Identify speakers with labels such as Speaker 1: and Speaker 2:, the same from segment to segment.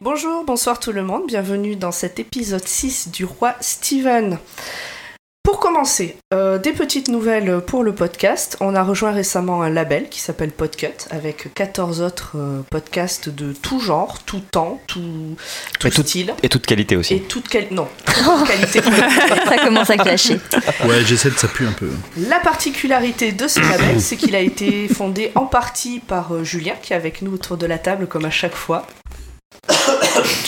Speaker 1: Bonjour, bonsoir tout le monde, bienvenue dans cet épisode 6 du roi Steven. Pour commencer, euh, des petites nouvelles pour le podcast. On a rejoint récemment un label qui s'appelle Podcut avec 14 autres euh, podcasts de tout genre, tout temps, tout, tout
Speaker 2: Et tout-
Speaker 1: style.
Speaker 2: Et toute qualité aussi.
Speaker 1: Et toute qualité. Non, toute qualité.
Speaker 3: Ça commence à clasher.
Speaker 4: Ouais, G7, ça pue un peu.
Speaker 1: La particularité de ce label, c'est qu'il a été fondé en partie par euh, Julien, qui est avec nous autour de la table comme à chaque fois.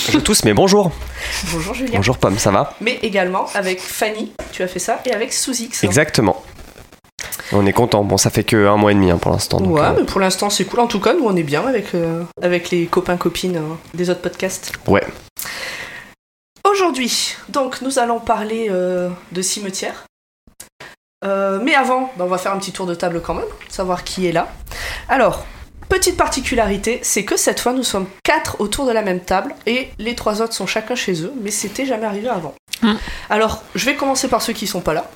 Speaker 2: Bonjour tous, mais bonjour.
Speaker 1: Bonjour Julien.
Speaker 2: Bonjour Pomme, ça va
Speaker 1: Mais également avec Fanny, tu as fait ça, et avec Souzix.
Speaker 2: Exactement. On est content. Bon, ça fait que un mois et demi hein, pour l'instant. donc,
Speaker 1: ouais,
Speaker 2: euh,
Speaker 1: mais pour l'instant c'est cool. En tout cas, nous on est bien avec, euh, avec les copains copines euh, des autres podcasts.
Speaker 2: Ouais.
Speaker 1: Aujourd'hui, donc nous allons parler euh, de cimetière. Euh, mais avant, bah, on va faire un petit tour de table quand même, savoir qui est là. Alors, petite particularité, c'est que cette fois nous sommes quatre autour de la même table et les trois autres sont chacun chez eux, mais c'était jamais arrivé avant.
Speaker 3: Hmm.
Speaker 1: Alors, je vais commencer par ceux qui sont pas là,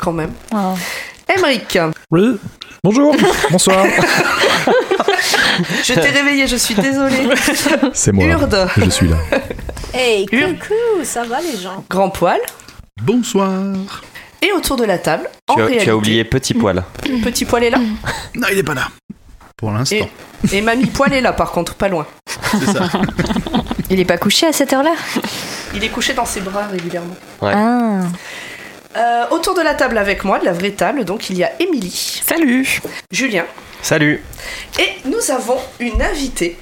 Speaker 1: quand même. Emric,
Speaker 4: Bonjour, bonsoir.
Speaker 1: je t'ai réveillé, je suis désolée.
Speaker 4: C'est
Speaker 1: Urde,
Speaker 4: Je suis là.
Speaker 5: Hey,
Speaker 1: Hum.
Speaker 5: coucou, ça va les gens
Speaker 1: grand poil.
Speaker 4: Bonsoir.
Speaker 1: Et autour de la table, en
Speaker 2: tu, as, tu as
Speaker 1: réalité,
Speaker 2: oublié petit poil.
Speaker 1: petit poil est là.
Speaker 4: Non, il est pas là. Pour l'instant.
Speaker 1: Et mamie poil est là, par contre, pas loin.
Speaker 4: C'est ça.
Speaker 3: Il est pas couché à cette heure-là
Speaker 1: Il est couché dans ses bras régulièrement.
Speaker 3: Ah.
Speaker 1: Euh, autour de la table avec moi, de la vraie table, donc il y a Émilie,
Speaker 6: Salut
Speaker 1: Julien,
Speaker 2: Salut.
Speaker 1: et nous avons une invitée,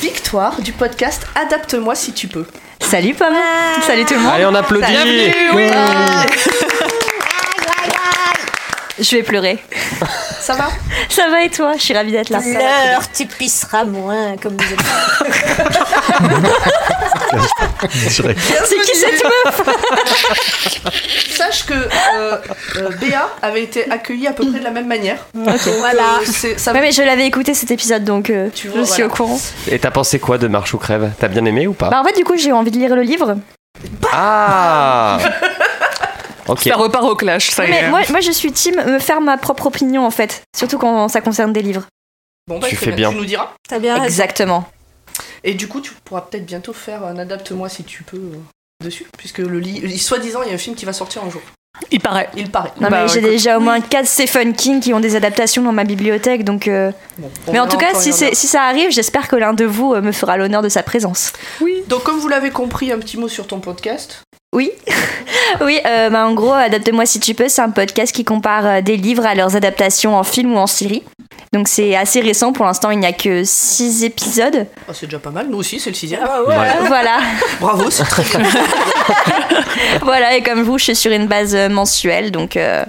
Speaker 1: Victoire, du podcast Adapte-moi si tu peux.
Speaker 3: Salut Pomme Salut tout le monde
Speaker 2: Allez, on applaudit.
Speaker 3: Je vais pleurer.
Speaker 1: Ça va
Speaker 3: Ça va et toi Je suis ravie d'être là.
Speaker 5: L'heure, tu pisseras moins, comme vous êtes.
Speaker 3: C'est qui cette
Speaker 1: Sache que euh, euh, Béa avait été accueillie à peu près de la même manière.
Speaker 5: Voilà.
Speaker 1: Euh, c'est- ça
Speaker 3: Ouais mais je l'avais écouté cet épisode donc euh,
Speaker 1: Tu
Speaker 3: je
Speaker 1: vois,
Speaker 3: suis
Speaker 1: voilà.
Speaker 3: au courant.
Speaker 2: Et t'as pensé quoi de Marche ou Crève T'as bien aimé ou pas
Speaker 3: Bah en fait du coup j'ai eu envie de lire le livre.
Speaker 2: Ah Ok.
Speaker 6: Ça repart au clash, ça
Speaker 3: Ouais,
Speaker 6: y
Speaker 3: mais
Speaker 6: est.
Speaker 3: moi, moi je suis team me faire ma propre opinion en fait. Surtout quand ça concerne des livres.
Speaker 1: Bon, bah,
Speaker 2: Tu
Speaker 1: très
Speaker 2: fais bien.
Speaker 1: Tu nous diras.
Speaker 5: T'as bien raison.
Speaker 3: Exactement.
Speaker 1: Et du coup, tu pourras peut-être bientôt faire un Adapte-moi si tu peux euh, dessus, puisque le lit, soi-disant, il y a un film qui va sortir un jour.
Speaker 6: Il paraît.
Speaker 1: Il paraît.
Speaker 3: Non
Speaker 6: Bah,
Speaker 3: mais j'ai
Speaker 6: écoute.
Speaker 3: déjà au moins 4 Stephen King qui ont des adaptations dans ma bibliothèque donc... euh,
Speaker 1: Bon, on
Speaker 3: Mais en
Speaker 1: verra
Speaker 3: tout cas
Speaker 1: encore,
Speaker 3: si,
Speaker 1: il y en a.
Speaker 3: c'est- si ça arrive j'espère que l'un de vous euh, me fera l'honneur de sa présence.
Speaker 1: Donc, comme vous l'avez compris, un petit mot sur ton podcast.
Speaker 3: Oui, oui. euh, bah, en gros, Adapte-moi si tu peux, c'est un podcast qui compare euh, des livres à leurs adaptations en film ou en série. Donc c'est assez récent pour l'instant, il n'y a que 6 épisodes.
Speaker 1: Ah, c'est déjà pas mal, nous aussi, c'est le
Speaker 3: Ah,
Speaker 1: sixième.
Speaker 2: Ouais.
Speaker 3: Voilà,
Speaker 1: Bravo, c'est très bien.
Speaker 3: voilà. Et comme vous, je suis sur une base euh, mensuelle, donc euh,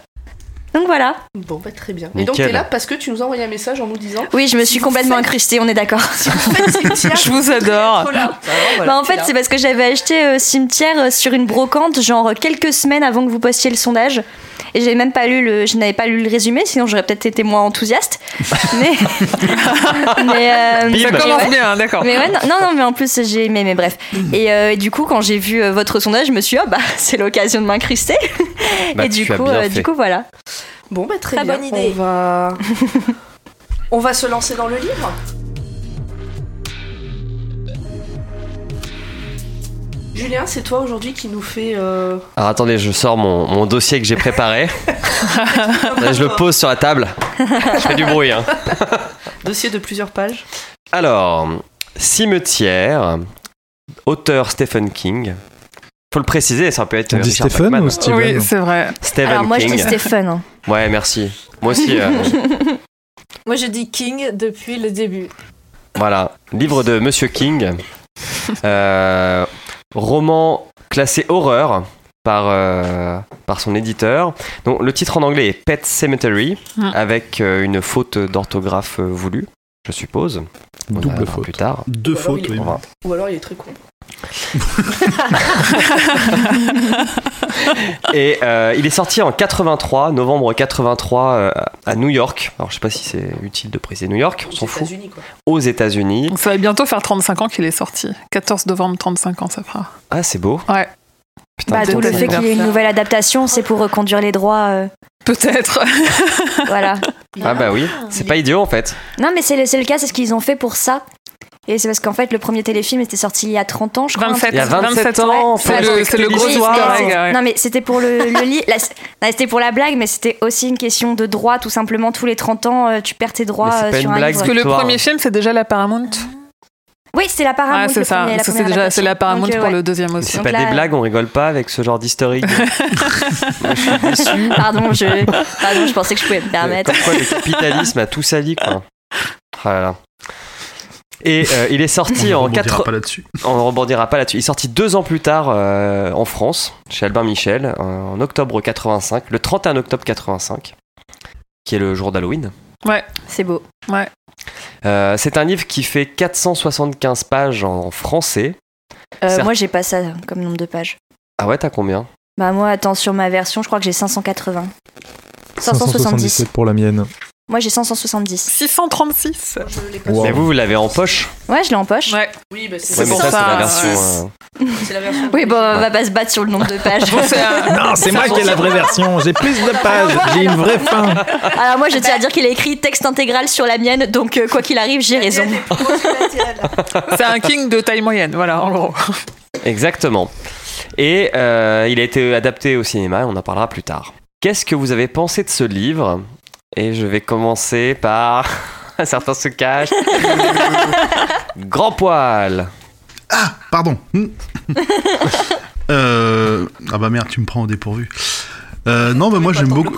Speaker 3: donc voilà.
Speaker 1: Bon, bah, très bien. Et
Speaker 2: Nickel.
Speaker 1: donc, t'es là parce que tu nous as envoyé un message en nous disant
Speaker 3: Oui, je me suis complètement incrustée, on est d'accord.
Speaker 1: Faites cimetière,
Speaker 6: Je vous adore.
Speaker 1: faut là. Alors, voilà,
Speaker 3: Bah, en
Speaker 1: t'es
Speaker 3: fait,
Speaker 1: là.
Speaker 3: c'est parce que j'avais acheté euh, Cimetière euh, sur une brocante, genre euh, quelques semaines avant que vous postiez le sondage. Et j'ai même pas lu le, je n'avais pas lu le résumé, sinon j'aurais peut-être été moins enthousiaste. Mais, mais, euh,
Speaker 2: Bim.
Speaker 6: Ça
Speaker 3: mais
Speaker 6: commence
Speaker 3: ouais.
Speaker 6: bien, d'accord.
Speaker 3: Mais ouais, non, non, non, mais en plus j'ai aimé, mais bref. Et, euh, et du coup, quand j'ai vu euh, votre sondage, je me suis dit, ah bah c'est l'occasion de m'incruster.
Speaker 2: Bah,
Speaker 3: et du
Speaker 2: tu as
Speaker 3: coup,
Speaker 2: bien
Speaker 3: euh,
Speaker 2: fait.
Speaker 3: du coup, voilà.
Speaker 1: Bon, bah, très
Speaker 5: Très
Speaker 1: bien.
Speaker 5: bonne idée.
Speaker 1: On va. On va se lancer dans le livre. Julien, c'est toi aujourd'hui qui nous fait. euh,
Speaker 2: Alors attendez, je sors mon, mon dossier que j'ai préparé. Là, je le pose sur la table. Je fais du bruit. Hein.
Speaker 1: Dossier de plusieurs pages.
Speaker 2: Alors, Cimetière, auteur Stephen King. Faut le préciser, ça peut être.
Speaker 4: On dit
Speaker 2: Richard
Speaker 4: Stephen
Speaker 2: Bachman.
Speaker 4: ou Steven
Speaker 6: Oui, c'est vrai.
Speaker 2: Stephen
Speaker 3: Alors moi,
Speaker 2: King.
Speaker 3: je dis Stéphane. hein.
Speaker 2: Ouais, merci. Moi aussi. euh,
Speaker 5: Moi, je dis King depuis le début.
Speaker 2: voilà. Livre de Monsieur King. Euh, roman classé horreur par, euh, par son éditeur. Donc, le titre en anglais est Pet Cemetery,
Speaker 3: Hum.
Speaker 6: Mm.
Speaker 2: avec euh, une faute d'orthographe euh, voulue, je suppose. On en
Speaker 4: Double
Speaker 2: parlera
Speaker 4: faute.
Speaker 2: Plus tard.
Speaker 4: Deux
Speaker 1: Ou alors
Speaker 4: fautes,
Speaker 1: il est
Speaker 4: oui.
Speaker 2: On va-
Speaker 1: Ou alors il est très con.
Speaker 2: Et euh, il est sorti en 83, novembre 83, euh, à New York. Alors, je sais pas si c'est utile de préciser New York, on s'en
Speaker 1: Aux
Speaker 2: fout.
Speaker 1: États-Unis, quoi.
Speaker 2: Aux États-Unis.
Speaker 6: Ça va bientôt faire 35 ans qu'il est sorti. 14 novembre, 35 ans, ça fera.
Speaker 2: Ah, c'est beau.
Speaker 6: Ouais.
Speaker 2: Putain,
Speaker 3: Bah,
Speaker 2: peut-être
Speaker 3: d'où le
Speaker 2: ça
Speaker 3: fait
Speaker 2: va.
Speaker 3: qu'il y ait une nouvelle adaptation, c'est pour reconduire les droits. euh,
Speaker 6: Peut-être.
Speaker 3: voilà.
Speaker 2: Ah, bah oui, c'est pas idiot en fait.
Speaker 3: Non, mais c'est le, c'est le cas, c'est ce qu'ils ont fait pour ça. Et c'est parce qu'en fait, le premier téléfilm était sorti il y a 30 ans, je crois.
Speaker 6: 27,
Speaker 2: Il y a 27 ans,
Speaker 6: ans.
Speaker 2: en
Speaker 6: C'est
Speaker 2: fait,
Speaker 6: le,
Speaker 2: avec
Speaker 6: c'est le
Speaker 2: les
Speaker 6: gros
Speaker 2: listes,
Speaker 6: soir.
Speaker 2: ouais.
Speaker 6: les gars, ouais.
Speaker 3: Non mais c'était pour le, le lit, la- non, c'était pour la blague, mais c'était aussi une question de droit, tout simplement. Tous les 30 ans, euh, tu perds tes droits
Speaker 2: Mais c'est
Speaker 3: euh,
Speaker 2: pas
Speaker 3: sur
Speaker 2: une
Speaker 3: un
Speaker 2: blague,
Speaker 3: livre.
Speaker 6: Parce que le
Speaker 2: Victoire.
Speaker 6: premier film, c'est déjà la Paramount.
Speaker 3: Oui, c'était la Paramount.
Speaker 6: Ouais, c'est
Speaker 3: le
Speaker 6: ça.
Speaker 3: premier, la
Speaker 6: Ça, C'est
Speaker 3: première
Speaker 6: déjà c'est la
Speaker 3: adaptation.
Speaker 6: Paramount
Speaker 3: Donc, euh,
Speaker 6: pour
Speaker 3: ouais.
Speaker 6: le deuxième
Speaker 2: Mais
Speaker 6: aussi.
Speaker 2: C'est
Speaker 3: Donc
Speaker 2: pas
Speaker 3: là-
Speaker 2: des blagues, on rigole pas avec ce genre d'historique.
Speaker 3: Pardon, je, pardon, je pensais que je pouvais me permettre.
Speaker 2: Comme quoi le capitalisme a tout sali, quoi. Ah là là. Et euh, il est sorti
Speaker 4: on
Speaker 2: en
Speaker 4: ne
Speaker 2: quatre-
Speaker 4: rebondira pas là-dessus.
Speaker 2: On ne rebondira pas là-dessus. Il est sorti deux ans plus tard euh, en France, chez Albin Michel, euh, en octobre 85, le 31 octobre 85, qui est le jour d'Halloween.
Speaker 3: C'est beau.
Speaker 2: Euh, c'est un livre qui fait 475 pages en français.
Speaker 3: Euh,
Speaker 2: Certes.
Speaker 3: moi, j'ai pas ça comme nombre de pages.
Speaker 2: Ah ouais, t'as combien
Speaker 3: Bah moi, attends, sur ma version, je crois que j'ai 580. 577
Speaker 7: 577 pour la mienne.
Speaker 3: Moi, j'ai 570.
Speaker 6: 636.
Speaker 1: Je l'ai pas
Speaker 7: Wow.
Speaker 2: Mais vous, vous l'avez en poche
Speaker 3: Ouais, je l'ai en poche.
Speaker 6: Ouais.
Speaker 1: Oui, bah, c'est
Speaker 2: Ouais, mais
Speaker 6: pour
Speaker 2: ça, c'est la
Speaker 6: ça,
Speaker 2: version.
Speaker 6: ouais.
Speaker 2: euh,
Speaker 1: c'est la version.
Speaker 3: Oui, bah, bon, on va pas se battre sur le nombre de pages.
Speaker 6: C'est un-
Speaker 7: Non, c'est moi qui ai la vraie version. J'ai plus de pages. J'ai une vraie fin.
Speaker 3: Alors moi, je tiens à dire qu'il a écrit texte intégral sur la mienne, donc euh, quoi qu'il arrive, j'ai raison.
Speaker 6: c'est un king de taille moyenne, voilà, en gros.
Speaker 2: Exactement. Et euh, il a été adapté au cinéma, et on en parlera plus tard. Qu'est-ce que vous avez pensé de ce livre Et je vais commencer par. Certains se cachent. Grand poil
Speaker 4: Ah, pardon. Hmm. Euh, ah bah merde, tu me prends au dépourvu. Euh, non, bah moi j'aime beaucoup.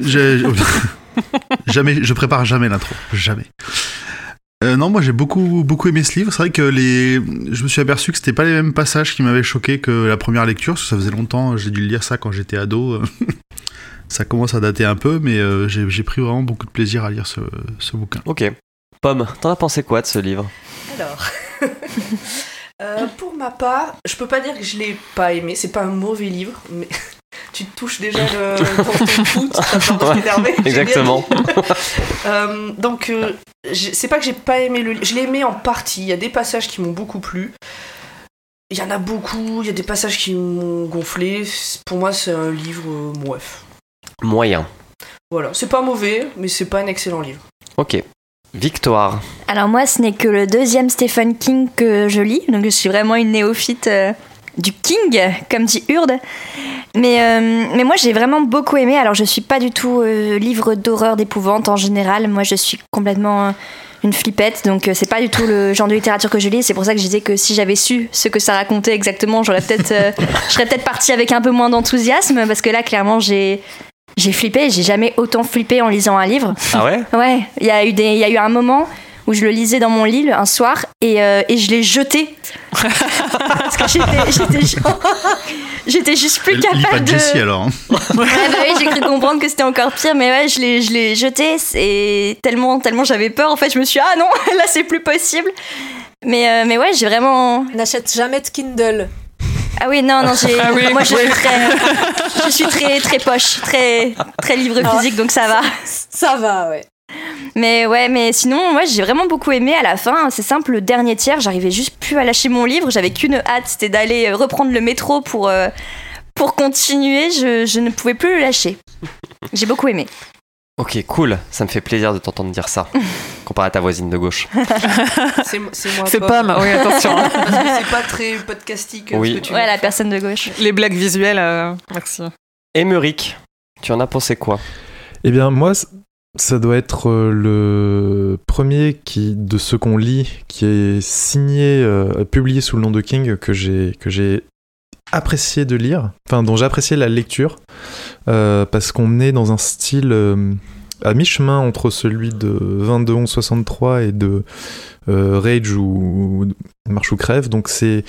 Speaker 4: J'ai- jamais, je prépare jamais l'intro, jamais. Euh, non, moi j'ai beaucoup beaucoup aimé ce livre. C'est vrai que les, je me suis aperçu que c'était pas les mêmes passages qui m'avaient choqué que la première lecture. Parce que ça faisait longtemps, j'ai dû lire ça quand j'étais ado. ça commence à dater un peu, mais euh, j'ai j'ai pris vraiment beaucoup de plaisir à lire ce, ce bouquin.
Speaker 2: Ok. Pomme, t'en as pensé quoi de ce livre
Speaker 1: Alors. Euh, pour ma part, je peux pas dire que je l'ai pas aimé, c'est pas un mauvais livre, mais tu te touches déjà le, dans ton coude, t'as peur de
Speaker 2: Ouais,
Speaker 1: t'énerver, j'ai bien
Speaker 2: Exactement.
Speaker 1: Euh, donc, euh, j'ai- c'est pas que j'ai pas aimé le livre. Je l'ai aimé en partie. Il y a des passages qui m'ont beaucoup plu. Il y en a beaucoup. Il y a des passages qui m'ont gonflé. C'est- Pour moi, c'est un livre euh, mouef.
Speaker 2: Moyen.
Speaker 1: Voilà. C'est pas mauvais, mais c'est pas un excellent livre.
Speaker 2: Ok. Victoire.
Speaker 3: Alors moi, ce n'est que le deuxième Stephen King que je lis, donc je suis vraiment une néophyte euh, du King, comme dit Hurde. Mais, euh, mais moi, j'ai vraiment beaucoup aimé. Alors, je suis pas du tout euh, livre d'horreur, d'épouvante en général. Moi, je suis complètement euh, une flippette, donc euh, c'est pas du tout le genre de littérature que je lis. C'est pour ça que je disais que si j'avais su ce que ça racontait exactement, j'aurais peut-être, euh, je serais peut-être partie avec un peu moins d'enthousiasme, parce que là, clairement, j'ai j'ai flippé. J'ai jamais autant flippé en lisant un livre.
Speaker 2: Ah ouais
Speaker 3: Ouais, il y, a eu des- il y a eu un moment où je le lisais dans mon lit le- un soir et, euh, et je l'ai jeté. Parce que j'étais- j'étais ju- j'étais juste plus
Speaker 4: Lis Euh, pas
Speaker 3: capable
Speaker 4: de
Speaker 3: de.
Speaker 4: Jessie alors. hein.
Speaker 3: Ouais, bah oui, j'ai cru comprendre que c'était encore pire, mais ouais, je l'ai, je l'ai jeté et tellement, tellement j'avais peur. En fait, je me suis dit, ah non, là c'est plus possible. Mais, euh, mais ouais, j'ai vraiment.
Speaker 5: N'achète jamais de Kindle.
Speaker 3: Ah oui, non, non, j'ai.
Speaker 6: Ah oui,
Speaker 3: moi, je
Speaker 6: oui.
Speaker 3: suis très, je suis très, très poche, très, très livre physique, donc ça va.
Speaker 5: Ça va, ouais.
Speaker 3: Mais ouais, mais sinon, moi j'ai vraiment beaucoup aimé à la fin. hein, C'est simple, le dernier tiers, j'arrivais juste plus à lâcher mon livre. J'avais qu'une hâte, c'était d'aller euh, reprendre le métro pour, euh, pour continuer. Je, je ne pouvais plus le lâcher. J'ai beaucoup aimé.
Speaker 2: Ok, cool. Ça me fait plaisir de t'entendre dire ça. Comparé à ta voisine de gauche.
Speaker 1: C'est c'est moi.
Speaker 6: C'est
Speaker 1: Pomme.
Speaker 6: Pomme, oui, attention. hein.
Speaker 1: Parce que c'est pas très podcastique. euh,
Speaker 2: Oui.
Speaker 1: ce que tu
Speaker 3: Ouais, la personne de gauche.
Speaker 6: Les blagues visuelles, euh, merci.
Speaker 2: Émeric, tu en as pensé quoi
Speaker 7: Eh bien, moi, c- ça doit être euh, le premier qui, de ceux qu'on lit qui est signé, euh, publié sous le nom de King, que j'ai que j'ai apprécié de lire, enfin, dont j'ai apprécié la lecture, euh, parce qu'on est dans un style euh, à mi-chemin entre celui de 22 11 63 et de euh, Rage ou, ou Marche ou Crève, donc c'est.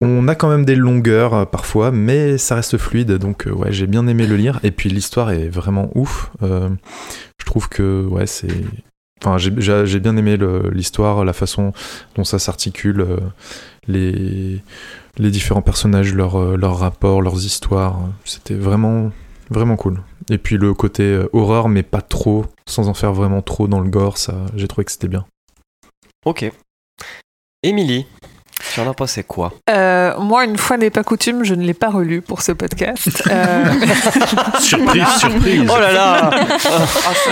Speaker 7: On a quand même des longueurs euh, parfois, mais ça reste fluide, donc euh, ouais, j'ai bien aimé le lire. Et puis l'histoire est vraiment ouf. Euh, je trouve que ouais, c'est. Enfin, j'ai j'ai- j'ai bien aimé le- l'histoire, la façon dont ça s'articule, euh, les, les différents personnages, leurs euh, leurs rapports, leurs histoires. C'était vraiment, vraiment cool. Et puis le côté euh, horreur, mais pas trop, sans en faire vraiment trop dans le gore, ça, j'ai trouvé que c'était bien.
Speaker 2: Ok. Émilie, tu Tu en as pensé quoi
Speaker 6: Euh, moi, une fois n'est pas coutume, je ne l'ai pas relu pour ce podcast. Euh,
Speaker 4: Surprise, surprise.
Speaker 2: Oh là là
Speaker 6: Voilà,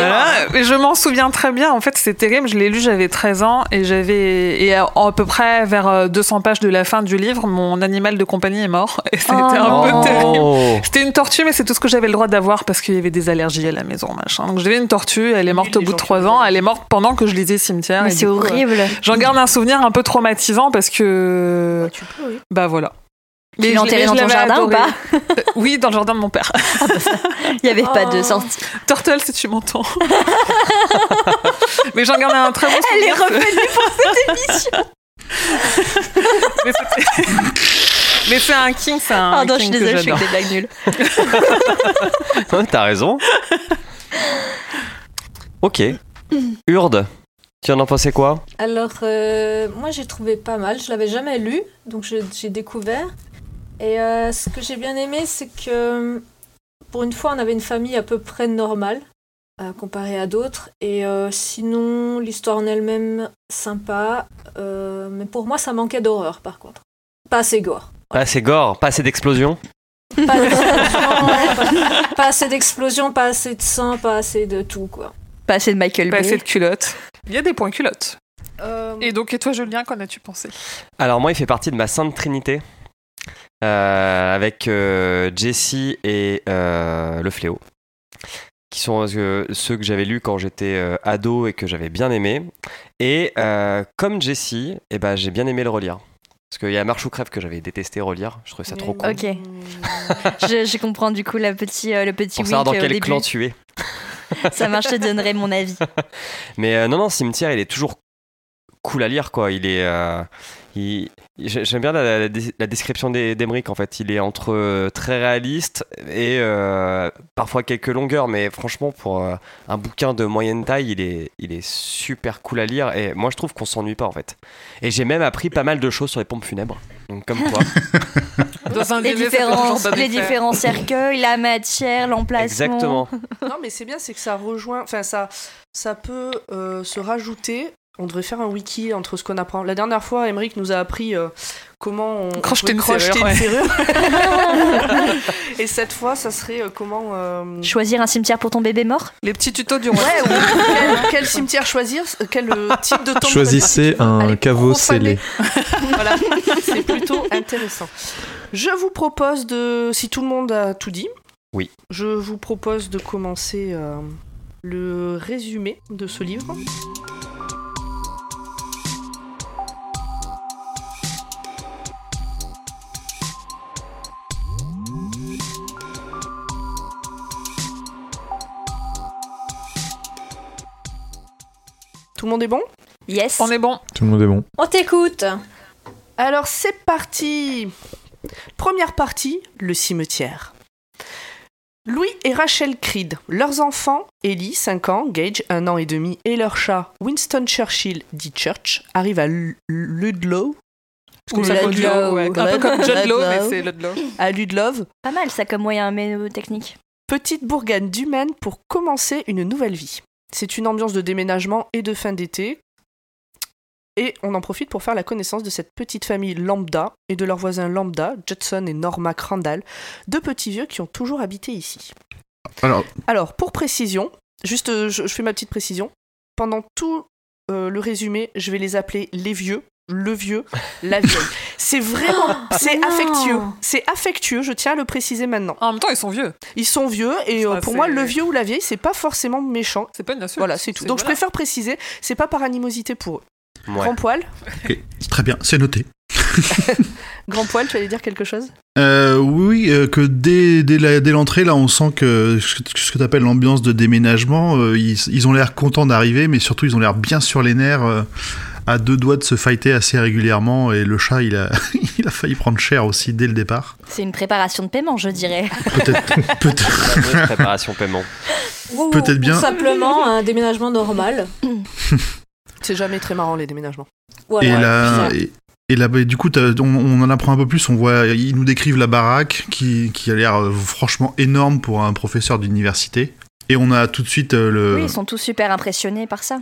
Speaker 6: Ah, mais je m'en souviens très bien. En fait, c'est terrible. Je l'ai lu, j'avais 13 ans et j'avais et à, à peu près vers euh, 200 pages de la fin du livre, mon animal de compagnie est mort. Et c'était
Speaker 3: Oh
Speaker 6: un
Speaker 3: non.
Speaker 6: peu terrible.
Speaker 2: Oh.
Speaker 6: C'était une tortue, mais c'est tout ce que j'avais le droit d'avoir parce qu'il y avait des allergies à la maison, machin. Donc j'avais une tortue, elle est morte
Speaker 1: Les
Speaker 6: au bout
Speaker 1: gens
Speaker 6: de
Speaker 1: qui
Speaker 6: 3
Speaker 1: les
Speaker 6: ans,
Speaker 1: aiment.
Speaker 6: elle est morte pendant que je lisais Cimetière.
Speaker 3: Mais
Speaker 6: et
Speaker 3: c'est
Speaker 6: du coup, euh,
Speaker 3: horrible.
Speaker 6: J'en garde un souvenir un peu traumatisant parce que.
Speaker 1: Tu peux, oui.
Speaker 6: Bah voilà.
Speaker 3: Tu l'as
Speaker 6: je-
Speaker 3: enterré
Speaker 6: je
Speaker 3: dans ton
Speaker 6: l'avais
Speaker 3: jardin ou
Speaker 6: adoré.
Speaker 3: pas
Speaker 6: Euh, Oui, dans le jardin de mon père.
Speaker 3: Il n'y avait pas de
Speaker 5: Oh.
Speaker 3: sortie.
Speaker 6: Turtle, si tu m'entends. Mais j'en garde un très bon
Speaker 3: Elle est
Speaker 6: souvenir.
Speaker 3: revenue pour cette émission.
Speaker 6: Mais c'était- Mais c'est un king, c'est un
Speaker 3: Pardon, je suis
Speaker 6: king
Speaker 3: désolée,
Speaker 6: que
Speaker 3: je fais
Speaker 6: j'adore.
Speaker 3: que des blagues nulles.
Speaker 2: Hein, T'as raison. Ok. Urde, tu en as pensé quoi
Speaker 5: Alors, euh, moi j'ai trouvé pas mal, je l'avais jamais lu, donc je- j'ai découvert. Et euh, ce que j'ai bien aimé, c'est que pour une fois, on avait une famille à peu près normale, euh, comparée à d'autres. Et euh, sinon, l'histoire en elle-même, sympa. Euh, mais pour moi, ça manquait d'horreur, par contre. Pas assez gore.
Speaker 2: Pas assez Ah, gore, pas assez d'explosion.
Speaker 5: Pas, d'explosion, pas- pas assez d'explosion, pas assez de sang, pas assez de tout, quoi.
Speaker 3: Pas assez de Michael
Speaker 6: Pas
Speaker 3: Bay.
Speaker 6: assez Bah, de culottes. Il y a des points culottes.
Speaker 1: Euh,
Speaker 6: Et donc, et toi, Julien, qu'en as-tu pensé
Speaker 2: Alors moi, il fait partie de ma sainte trinité. euh, avec euh, Jessie et euh, Le Fléau. Qui sont euh, ceux que j'avais lus quand j'étais euh, ado et que j'avais bien aimé. Et euh, comme Jessie, eh ben, j'ai bien aimé le relire. Parce qu'il y a Marche ou Crève que j'avais détesté relire. Je trouvais ça trop con.
Speaker 3: Ok.
Speaker 1: Hmm.
Speaker 3: Je, je comprends du coup la petit, euh, le petit
Speaker 2: Pour savoir dans
Speaker 3: wink, euh, au
Speaker 2: quel
Speaker 3: début.
Speaker 2: clan tu es.
Speaker 3: Ça marche, je te donnerai mon avis.
Speaker 2: Mais euh, non, non, Cimetière, il est toujours cool à lire, quoi. Il est. euh, il- j'ai- J'aime bien la, la- la description des- d'Emeric, en fait. Il est entre euh, très réaliste et euh, parfois quelques longueurs, mais franchement, pour euh, un bouquin de moyenne taille, il est, il est super cool à lire. Et moi, je trouve qu'on s'ennuie pas, en fait. Et j'ai même appris pas mal de choses sur les pompes funèbres. Donc, comme quoi.
Speaker 6: Dans un
Speaker 3: Les,
Speaker 6: dîner, ça fait toujours
Speaker 3: différences,
Speaker 6: pas
Speaker 3: les
Speaker 6: d'effet.
Speaker 3: différents cercueils, la matière, l'emplacement.
Speaker 2: Exactement.
Speaker 1: Non, mais c'est bien, c'est que ça rejoint. Enfin, ça, ça peut euh, se rajouter. On devrait faire un wiki entre ce qu'on apprend. La dernière fois, Emeric nous a appris euh, comment on
Speaker 6: Crocheter
Speaker 1: on peut
Speaker 6: une serrure,
Speaker 1: serrure. Et cette fois, ça serait euh, comment. euh,
Speaker 3: Choisir un cimetière pour ton bébé mort
Speaker 6: Les petits tutos du roi.
Speaker 1: Ouais, ou quel, quel cimetière choisir euh, Quel euh, type de tombe
Speaker 7: Choisissez un
Speaker 1: Allez,
Speaker 7: caveau
Speaker 1: profanez.
Speaker 7: scellé.
Speaker 1: Voilà, c'est plutôt intéressant. Je vous propose de, si tout le monde a tout dit,
Speaker 2: Oui.
Speaker 1: je vous propose de commencer euh, le résumé de ce livre. Tout le monde est bon
Speaker 3: Yes.
Speaker 6: On est bon.
Speaker 7: Tout le monde est bon.
Speaker 5: On t'écoute
Speaker 1: alors c'est parti Première partie, le cimetière. Louis et Rachel Creed, leurs enfants, Ellie, 5 ans, Gage, 1 an et demi, et leur chat, Winston Churchill, dit Church, arrivent à L- Ludlow,
Speaker 6: Parce que ça
Speaker 1: Oula,
Speaker 6: vaut de l'eau,
Speaker 1: Ludlow,
Speaker 6: ouais.
Speaker 1: ouais,
Speaker 6: Un peu comme John Law, mais
Speaker 1: Ludlow.
Speaker 6: c'est Ludlow.
Speaker 1: à Ludlow,
Speaker 3: Pas mal ça comme moyen mais technique.
Speaker 1: petite bourgade du Maine pour commencer une nouvelle vie. C'est une ambiance de déménagement et de fin d'été. Et on en profite pour faire la connaissance de cette petite famille lambda et de leurs voisins lambda, Judson et Norma Crandall, deux petits vieux qui ont toujours habité ici.
Speaker 4: Alors,
Speaker 1: Alors, pour précision, juste euh, je, je fais ma petite précision. Pendant tout euh, le résumé, je vais les appeler les vieux, le vieux, la vieille. C'est vraiment, c'est
Speaker 5: non.
Speaker 1: affectueux. C'est affectueux, je tiens à le préciser maintenant.
Speaker 6: En même temps, ils sont vieux.
Speaker 1: Ils sont vieux et euh,
Speaker 6: Ça,
Speaker 1: pour
Speaker 6: c'est-
Speaker 1: moi, le vieux ou la vieille, c'est pas forcément méchant.
Speaker 6: C'est pas une insulte.
Speaker 1: Voilà, c'est tout. Donc je
Speaker 6: voilà.
Speaker 1: préfère préciser, c'est pas par animosité pour eux.
Speaker 2: Ouais.
Speaker 1: Grand poil,
Speaker 4: ok, très bien, c'est noté.
Speaker 1: grand poil, tu allais dire quelque chose
Speaker 4: Euh, oui, oui, euh, que dès, dès la- dès l'entrée, là, on sent que ce que- ce que tu appelles l'ambiance de déménagement, euh, ils, ils ont l'air contents d'arriver, mais surtout, ils ont l'air bien sur les nerfs, euh, à deux doigts de se fighter assez régulièrement, et le chat, il a, il a failli prendre cher aussi dès le départ.
Speaker 3: C'est une préparation de paiement, je dirais.
Speaker 4: Peut-être peut-être
Speaker 2: Fameuse préparation paiement.
Speaker 5: Ou-
Speaker 4: Peut-être
Speaker 5: ou
Speaker 4: bien.
Speaker 5: simplement un déménagement normal.
Speaker 1: C'est jamais très marrant les déménagements.
Speaker 5: Voilà.
Speaker 4: Et là,
Speaker 5: Bizarre.
Speaker 4: et, et là, bah, du coup, t'as- on, on en apprend un peu plus. On voit, ils nous décrivent la baraque qui, qui a l'air euh, franchement énorme pour un professeur d'université. Et on a tout de suite euh, le.
Speaker 3: Oui, ils sont tous super impressionnés par ça.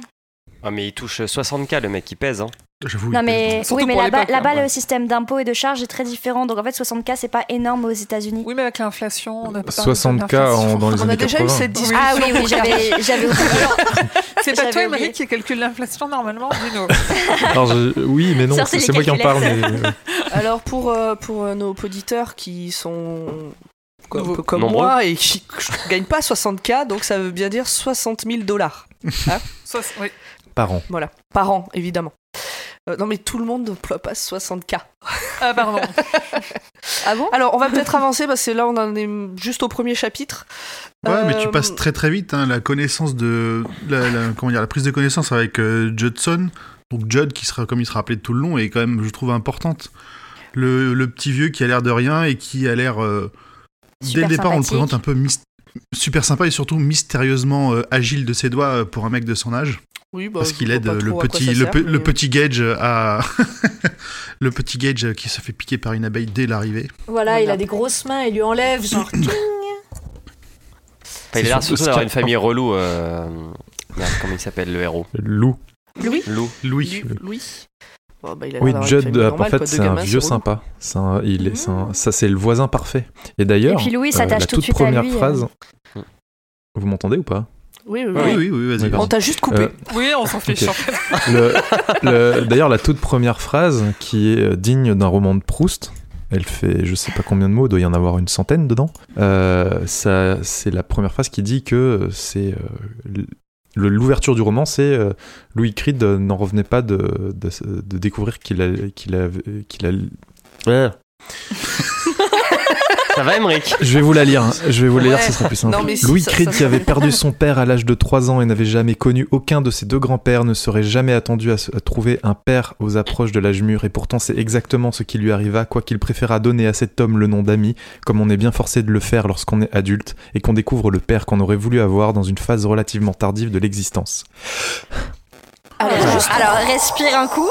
Speaker 2: Ah, mais il touche 60K le mec, il pèse. Hein.
Speaker 4: J'avoue.
Speaker 3: Non
Speaker 4: il
Speaker 3: mais
Speaker 4: pèse.
Speaker 6: Surtout
Speaker 3: oui mais
Speaker 6: pour
Speaker 3: là-bas
Speaker 6: l'époque,
Speaker 3: là-bas,
Speaker 2: hein, ouais.
Speaker 3: le système d'impôt et de charge est très différent donc en fait 60k c'est pas énorme aux États-Unis.
Speaker 6: Oui, mais avec l'inflation, on a pas parlé de
Speaker 7: 60K
Speaker 6: l'inflation.
Speaker 7: en- dans les
Speaker 1: On a
Speaker 7: années
Speaker 1: déjà eu
Speaker 7: 80.
Speaker 1: cette discussion.
Speaker 3: Ah oui oui j'avais j'avais
Speaker 6: C'est pas toi,
Speaker 3: j'avais
Speaker 6: Emery,
Speaker 3: oublié.
Speaker 6: qui calcule l'inflation normalement, Bruno.
Speaker 7: Alors, je- Oui, mais non,
Speaker 3: Sortez les
Speaker 7: c'est moi qui en parle.
Speaker 3: calculettes.
Speaker 7: mais, euh,
Speaker 1: Alors pour, euh, pour euh, nos auditeurs qui sont comme,
Speaker 6: Nombreux.
Speaker 1: peu comme
Speaker 2: Nombreux.
Speaker 1: moi et qui ne gagnent pas 60K, donc ça veut bien dire 60 000 dollars
Speaker 6: Soix- oui.
Speaker 7: Par an.
Speaker 1: voilà, par an évidemment. Euh, non mais tout le monde n'emploie pas 60K.
Speaker 6: Ah, pardon.
Speaker 3: Ah bon
Speaker 1: Alors on va peut-être avancer parce que là on en est juste au premier chapitre.
Speaker 4: Ouais, mais tu
Speaker 1: Euh,
Speaker 4: passes très très vite hein, la connaissance de la, la- comment dire la prise de connaissance avec euh, Judson, donc Judd qui sera comme il sera appelé tout le long est quand même je trouve importante. Le, le petit vieux qui a l'air de rien et qui a l'air euh, dès le
Speaker 3: Super
Speaker 4: départ on le
Speaker 3: sympathique.
Speaker 4: présente un peu mys- super sympa et surtout mystérieusement euh, agile de ses doigts euh, pour un mec de son âge.
Speaker 1: Oui, bah,
Speaker 4: Parce
Speaker 1: je
Speaker 4: qu'il
Speaker 1: vois
Speaker 4: aide
Speaker 1: pas
Speaker 4: euh,
Speaker 1: trop
Speaker 4: le
Speaker 1: à quoi
Speaker 4: petit,
Speaker 1: ça
Speaker 4: le,
Speaker 1: sert,
Speaker 4: pe-
Speaker 1: mais-
Speaker 4: le petit Gage à. le petit Gage qui se fait piquer par une abeille dès l'arrivée.
Speaker 5: Voilà,
Speaker 1: Voilà.
Speaker 5: il a des grosses mains, il lui enlève, genre. ting.
Speaker 2: Enfin, Bah, il a l'air
Speaker 7: C'est
Speaker 2: surtout
Speaker 7: surtout
Speaker 2: d'avoir une
Speaker 7: ce qu'il y a-
Speaker 2: famille relou. euh, merde, comment il s'appelle le héros
Speaker 7: Lou.
Speaker 1: euh, Louis
Speaker 2: Lou.
Speaker 4: Louis.
Speaker 1: Lu- Louis. Bon, bah, il a
Speaker 7: Oui,
Speaker 1: l'air d'avoir une
Speaker 7: Judd,
Speaker 1: famille
Speaker 7: euh, en
Speaker 1: normale,
Speaker 7: fait,
Speaker 1: quoi, deux
Speaker 7: c'est un
Speaker 1: gamins,
Speaker 7: vieux
Speaker 1: relou.
Speaker 7: sympa. C'est un- il est, c'est un-
Speaker 1: Mhm.
Speaker 7: ça, c'est le voisin parfait. Et d'ailleurs,
Speaker 3: Mmh. Et puis Louis
Speaker 7: euh,
Speaker 3: s'attache
Speaker 7: la
Speaker 3: tout de
Speaker 7: toute
Speaker 3: suite à
Speaker 7: première
Speaker 3: lui, euh.
Speaker 7: phrase.
Speaker 2: Mm.
Speaker 7: Vous m'entendez ou pas
Speaker 1: Oui, oui, oui.
Speaker 4: Oui, oui, oui, vas-y.
Speaker 7: Oui,
Speaker 1: On
Speaker 7: pardon.
Speaker 1: t'a juste coupé.
Speaker 7: Euh,
Speaker 6: Oui, on s'en fiche.
Speaker 7: Ok.
Speaker 6: en fait.
Speaker 7: Le- le- D'ailleurs, la toute première phrase qui est euh, digne d'un roman de Proust, elle fait je sais pas combien de mots, doit y en avoir une centaine dedans. Euh, ça, c'est la première phrase qui dit que c'est euh, l- le- l'ouverture du roman, c'est euh, Louis Creed euh, n'en revenait pas de, de, de découvrir qu'il a qu'il a qu'il a.
Speaker 2: Ça va, Emmerich
Speaker 7: Je vais vous la lire. hein. Je vais vous la lire,
Speaker 1: Ouais.
Speaker 7: ce sera plus simple.
Speaker 1: Non, mais si,
Speaker 7: Louis
Speaker 1: ça-
Speaker 7: Creed,
Speaker 1: ça-
Speaker 7: qui avait perdu son père à l'âge de 3 ans et n'avait jamais connu aucun de ses deux grands-pères, ne serait jamais attendu à, se- à trouver un père aux approches de l'âge mûr, et pourtant c'est exactement ce qui lui arriva, quoiqu'il préféra donner à cet homme le nom d'ami, comme on est bien forcé de le faire lorsqu'on est adulte, et qu'on découvre le père qu'on aurait voulu avoir dans une phase relativement tardive de l'existence.
Speaker 6: Ah
Speaker 1: Alors, juste-
Speaker 3: Alors respire un coup.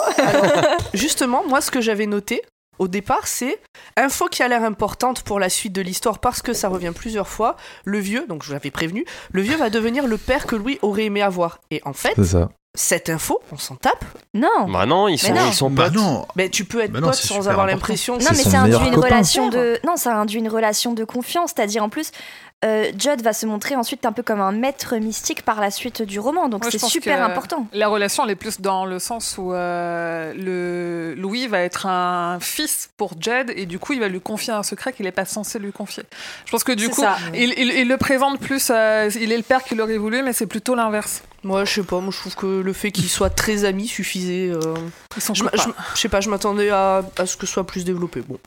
Speaker 1: justement, moi, ce que j'avais noté au départ, c'est info qui a l'air importante pour la suite de l'histoire parce que ça revient plusieurs fois. Le vieux, donc je vous l'avais prévenu, le vieux va devenir le père que Louis aurait aimé avoir. Et en fait,
Speaker 7: C'est ça.
Speaker 1: cette info, on s'en tape.
Speaker 3: Non.
Speaker 2: Bah non, ils sont,
Speaker 3: Mais non.
Speaker 2: ils sont
Speaker 4: Bah
Speaker 2: potes.
Speaker 4: non,
Speaker 1: Mais tu peux être
Speaker 4: Bah non,
Speaker 1: pote
Speaker 4: c'est
Speaker 1: sans
Speaker 4: super
Speaker 1: avoir
Speaker 4: important.
Speaker 1: l'impression.
Speaker 7: C'est
Speaker 3: Non, mais
Speaker 7: son
Speaker 3: ça induit
Speaker 7: meilleur
Speaker 3: une
Speaker 7: copain.
Speaker 3: relation de. Non, ça induit une relation de confiance. C'est-à-dire, en plus, euh, Judd va se montrer ensuite un peu comme un maître mystique par la suite du roman. Donc,
Speaker 6: Moi, je
Speaker 3: c'est
Speaker 6: pense
Speaker 3: super
Speaker 6: que
Speaker 3: important.
Speaker 6: La relation, elle est plus dans le sens où euh, le Louis va être un fils pour Jed et du coup, il va lui confier un secret qu'il n'est pas censé lui confier. Je pense que du
Speaker 5: C'est
Speaker 6: coup,
Speaker 5: ça.
Speaker 6: il, il- il le présente plus, euh, il est le père qu'il aurait voulu, mais c'est plutôt l'inverse.
Speaker 1: Moi, je sais pas, moi, je trouve que le fait qu'ils soient très amis suffisait. euh,
Speaker 6: Ils sont
Speaker 1: Je,
Speaker 6: copains.
Speaker 1: je- je sais pas, je m'attendais à, à ce que ce soit plus développé. Bon.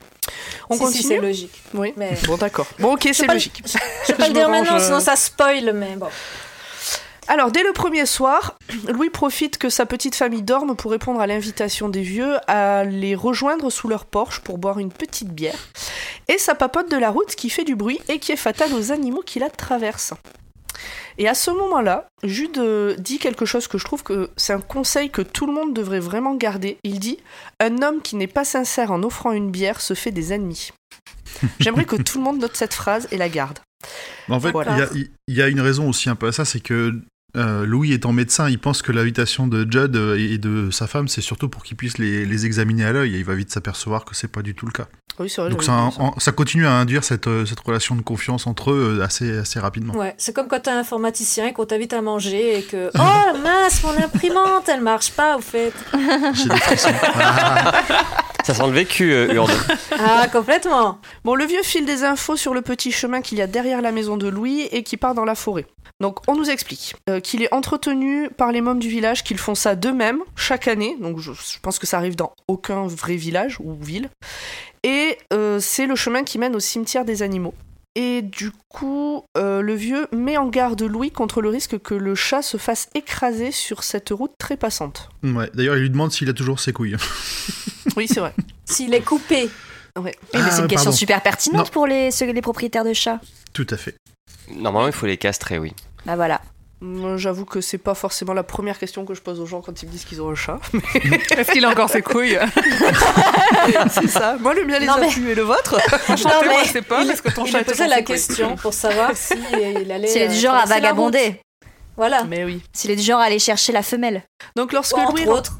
Speaker 1: On
Speaker 5: Si, si,
Speaker 1: continue
Speaker 5: c'est logique.
Speaker 1: Oui.
Speaker 5: Mais
Speaker 1: Bon, d'accord. Bon, ok, c'est
Speaker 5: pas le-
Speaker 1: logique.
Speaker 5: je vais pas le
Speaker 1: Je me
Speaker 5: dire
Speaker 1: range,
Speaker 5: maintenant,
Speaker 1: euh.
Speaker 5: sinon ça spoil, mais bon.
Speaker 1: Alors, dès le premier soir, Louis profite que sa petite famille dorme pour répondre à l'invitation des vieux à les rejoindre sous leur porche pour boire une petite bière. Et sa papote de la route qui fait du bruit et qui est fatale aux animaux qui la traversent. Et à ce moment-là, Jude euh, dit quelque chose que je trouve que c'est un conseil que tout le monde devrait vraiment garder. Il dit Un homme qui n'est pas sincère en offrant une bière se fait des ennemis. J'aimerais que tout le monde note cette phrase et la garde.
Speaker 4: Mais En fait,
Speaker 1: Voilà.
Speaker 4: il y a- il y, a une raison aussi un peu à ça, c'est que euh, Louis étant médecin, il pense que l'invitation de Judd euh, et de sa femme, c'est surtout pour qu'il puisse les, les examiner à l'œil, et il va vite s'apercevoir que c'est pas du tout le cas.
Speaker 1: Oui, c'est vrai,
Speaker 4: Donc
Speaker 1: j'avais
Speaker 4: ça,
Speaker 1: oublié ça.
Speaker 4: en- ça continue à induire cette, euh, cette relation de confiance entre eux euh, assez, assez rapidement.
Speaker 5: Ouais, c'est comme quand t'es un informaticien et qu'on t'invite à manger et que oh mince mon imprimante elle marche pas au fait.
Speaker 4: J'ai des frissons. Ah,
Speaker 2: Ça sent le vécu, euh, Urde.
Speaker 5: Ah complètement.
Speaker 1: Bon, le vieux file des infos sur le petit chemin qu'il y a derrière la maison de Louis et qui part dans la forêt. Donc, on nous explique euh, qu'il est entretenu par les mômes du village, qu'ils font ça d'eux-mêmes chaque année. Donc, je, je pense que ça arrive dans aucun vrai village ou ville. Et euh, c'est le chemin qui mène au cimetière des animaux. Et du coup, euh, le vieux met en garde Louis contre le risque que le chat se fasse écraser sur cette route très passante.
Speaker 4: ouais. D'ailleurs, il lui demande s'il a toujours ses couilles.
Speaker 1: Oui, c'est vrai.
Speaker 5: S'il est coupé.
Speaker 1: Ouais.
Speaker 3: Oui, mais
Speaker 4: Ah,
Speaker 3: c'est une question
Speaker 4: pardon.
Speaker 3: super pertinente
Speaker 4: Non.
Speaker 3: pour les, ceux- les propriétaires de chats.
Speaker 4: Tout à fait.
Speaker 2: Normalement, il faut les castrer, oui.
Speaker 3: Bah voilà.
Speaker 1: Moi, J'avoue que c'est pas forcément la première question que je pose aux gens quand ils me disent qu'ils ont un chat.
Speaker 6: Est-ce qu'il a encore ses couilles
Speaker 1: C'est ça. Moi, le mien les
Speaker 5: Non,
Speaker 1: a
Speaker 5: mais-
Speaker 1: tués, et le vôtre.
Speaker 6: Chantez-moi, c'est pas
Speaker 5: il,
Speaker 6: parce que ton
Speaker 5: il
Speaker 6: chat
Speaker 5: lui
Speaker 6: est
Speaker 5: posait
Speaker 6: toujours
Speaker 5: la
Speaker 6: ses couilles.
Speaker 5: question pour savoir s'il allait.
Speaker 3: S'il est
Speaker 5: euh,
Speaker 3: du genre à
Speaker 5: traverser la route.
Speaker 3: vagabonder.
Speaker 5: Voilà.
Speaker 1: Mais oui.
Speaker 3: S'il est du genre à aller chercher la femelle.
Speaker 1: Donc lorsque
Speaker 5: Ou
Speaker 1: Louis
Speaker 5: entre autres.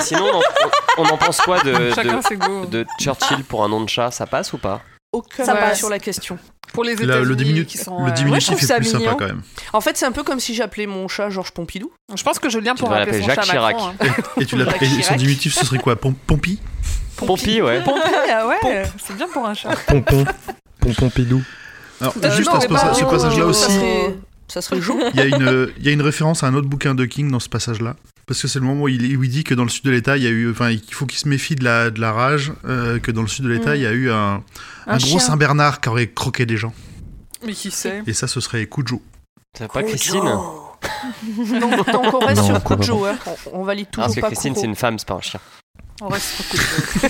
Speaker 2: Sinon, on, on- on en pense quoi
Speaker 4: Euh,
Speaker 2: de,
Speaker 6: Chacun
Speaker 2: de,
Speaker 6: ses goûts.
Speaker 2: de Churchill pour un nom de chat Ça passe ou pas
Speaker 1: aucun
Speaker 5: Ça
Speaker 1: avis
Speaker 5: passe.
Speaker 1: sur la question.
Speaker 6: Pour les
Speaker 4: Là,
Speaker 6: États-Unis
Speaker 4: le diminu-
Speaker 6: qui sont.
Speaker 4: le
Speaker 6: euh,
Speaker 1: diminu-
Speaker 4: diminutif
Speaker 1: trouve ça
Speaker 4: est plus
Speaker 1: mignon.
Speaker 4: sympa quand même.
Speaker 1: En fait, c'est un peu comme si j'appelais mon chat Georges Pompidou.
Speaker 6: Je pense que Julien pourra
Speaker 2: devrais
Speaker 6: appeler son
Speaker 2: l'appeler
Speaker 6: chat
Speaker 2: Jacques
Speaker 6: Macron. hein.
Speaker 4: Et tu l'as-
Speaker 1: Jacques
Speaker 4: et son
Speaker 1: Chirac.
Speaker 4: diminutif, ce serait quoi Pom- Pompi
Speaker 2: Pompi, ouais.
Speaker 6: Pompi, ah ouais, c'est bien pour un chat.
Speaker 7: Pompon. Pompon Pidou.
Speaker 4: Alors,
Speaker 6: Euh,
Speaker 4: juste
Speaker 6: non,
Speaker 4: à ce,
Speaker 6: mais
Speaker 4: passa-
Speaker 6: pas-
Speaker 4: ce
Speaker 6: oh,
Speaker 4: passage-là
Speaker 6: oh,
Speaker 4: aussi,
Speaker 1: Ça serait, ça serait Jo.
Speaker 4: il y, a une, il y a une référence à un autre bouquin de King dans ce passage-là. Parce que c'est le moment où il, où il dit que dans le sud de l'État, il y a eu, enfin, il faut qu'il se méfie de la, de la rage, euh, que dans le sud de l'État,
Speaker 6: Mm.
Speaker 4: il y a eu un, un
Speaker 6: Un
Speaker 4: gros
Speaker 6: chien.
Speaker 4: Saint-Bernard qui aurait croqué des gens.
Speaker 6: Mais qui sait
Speaker 4: Et ça, ce serait Kujo.
Speaker 2: C'est pas Christine
Speaker 1: Donc, donc on reste
Speaker 7: Non,
Speaker 1: sur
Speaker 7: quoi,
Speaker 1: Kujo. hein. On, on valide
Speaker 2: Ah, Parce
Speaker 1: toujours
Speaker 2: que
Speaker 1: pas
Speaker 2: Christine,
Speaker 1: Kuro.
Speaker 2: c'est une femme, c'est pas un chien.
Speaker 6: On reste sur Kujo.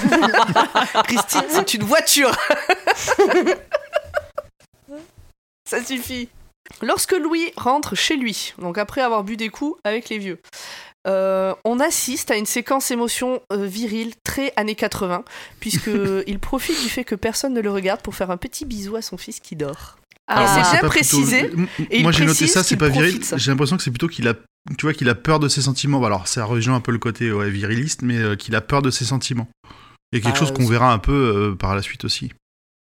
Speaker 1: Christine, c'est une voiture. Ça suffit. Lorsque Louis rentre chez lui, donc après avoir bu des coups avec les vieux, euh, on assiste à une séquence émotion euh, virile très années 80, puisque il profite du fait que personne ne le regarde pour faire un petit bisou à son fils qui dort.
Speaker 4: Alors,
Speaker 1: Ah, c'est
Speaker 4: moi,
Speaker 1: bien
Speaker 4: pas plutôt-
Speaker 1: précisé,
Speaker 4: M-
Speaker 1: et il
Speaker 4: Moi, j'ai noté
Speaker 1: précise
Speaker 4: ça, c'est
Speaker 1: qu'il
Speaker 4: pas viril.
Speaker 1: profite, ça.
Speaker 4: J'ai l'impression que c'est plutôt qu'il a, tu vois, qu'il a peur de ses sentiments. Bah, Alors, ça rejoint un peu le côté ouais, viriliste, mais euh, qu'il a peur de ses sentiments. Et quelque
Speaker 1: Bah,
Speaker 4: chose qu'on
Speaker 1: c'est-
Speaker 4: verra un peu euh, par la suite aussi.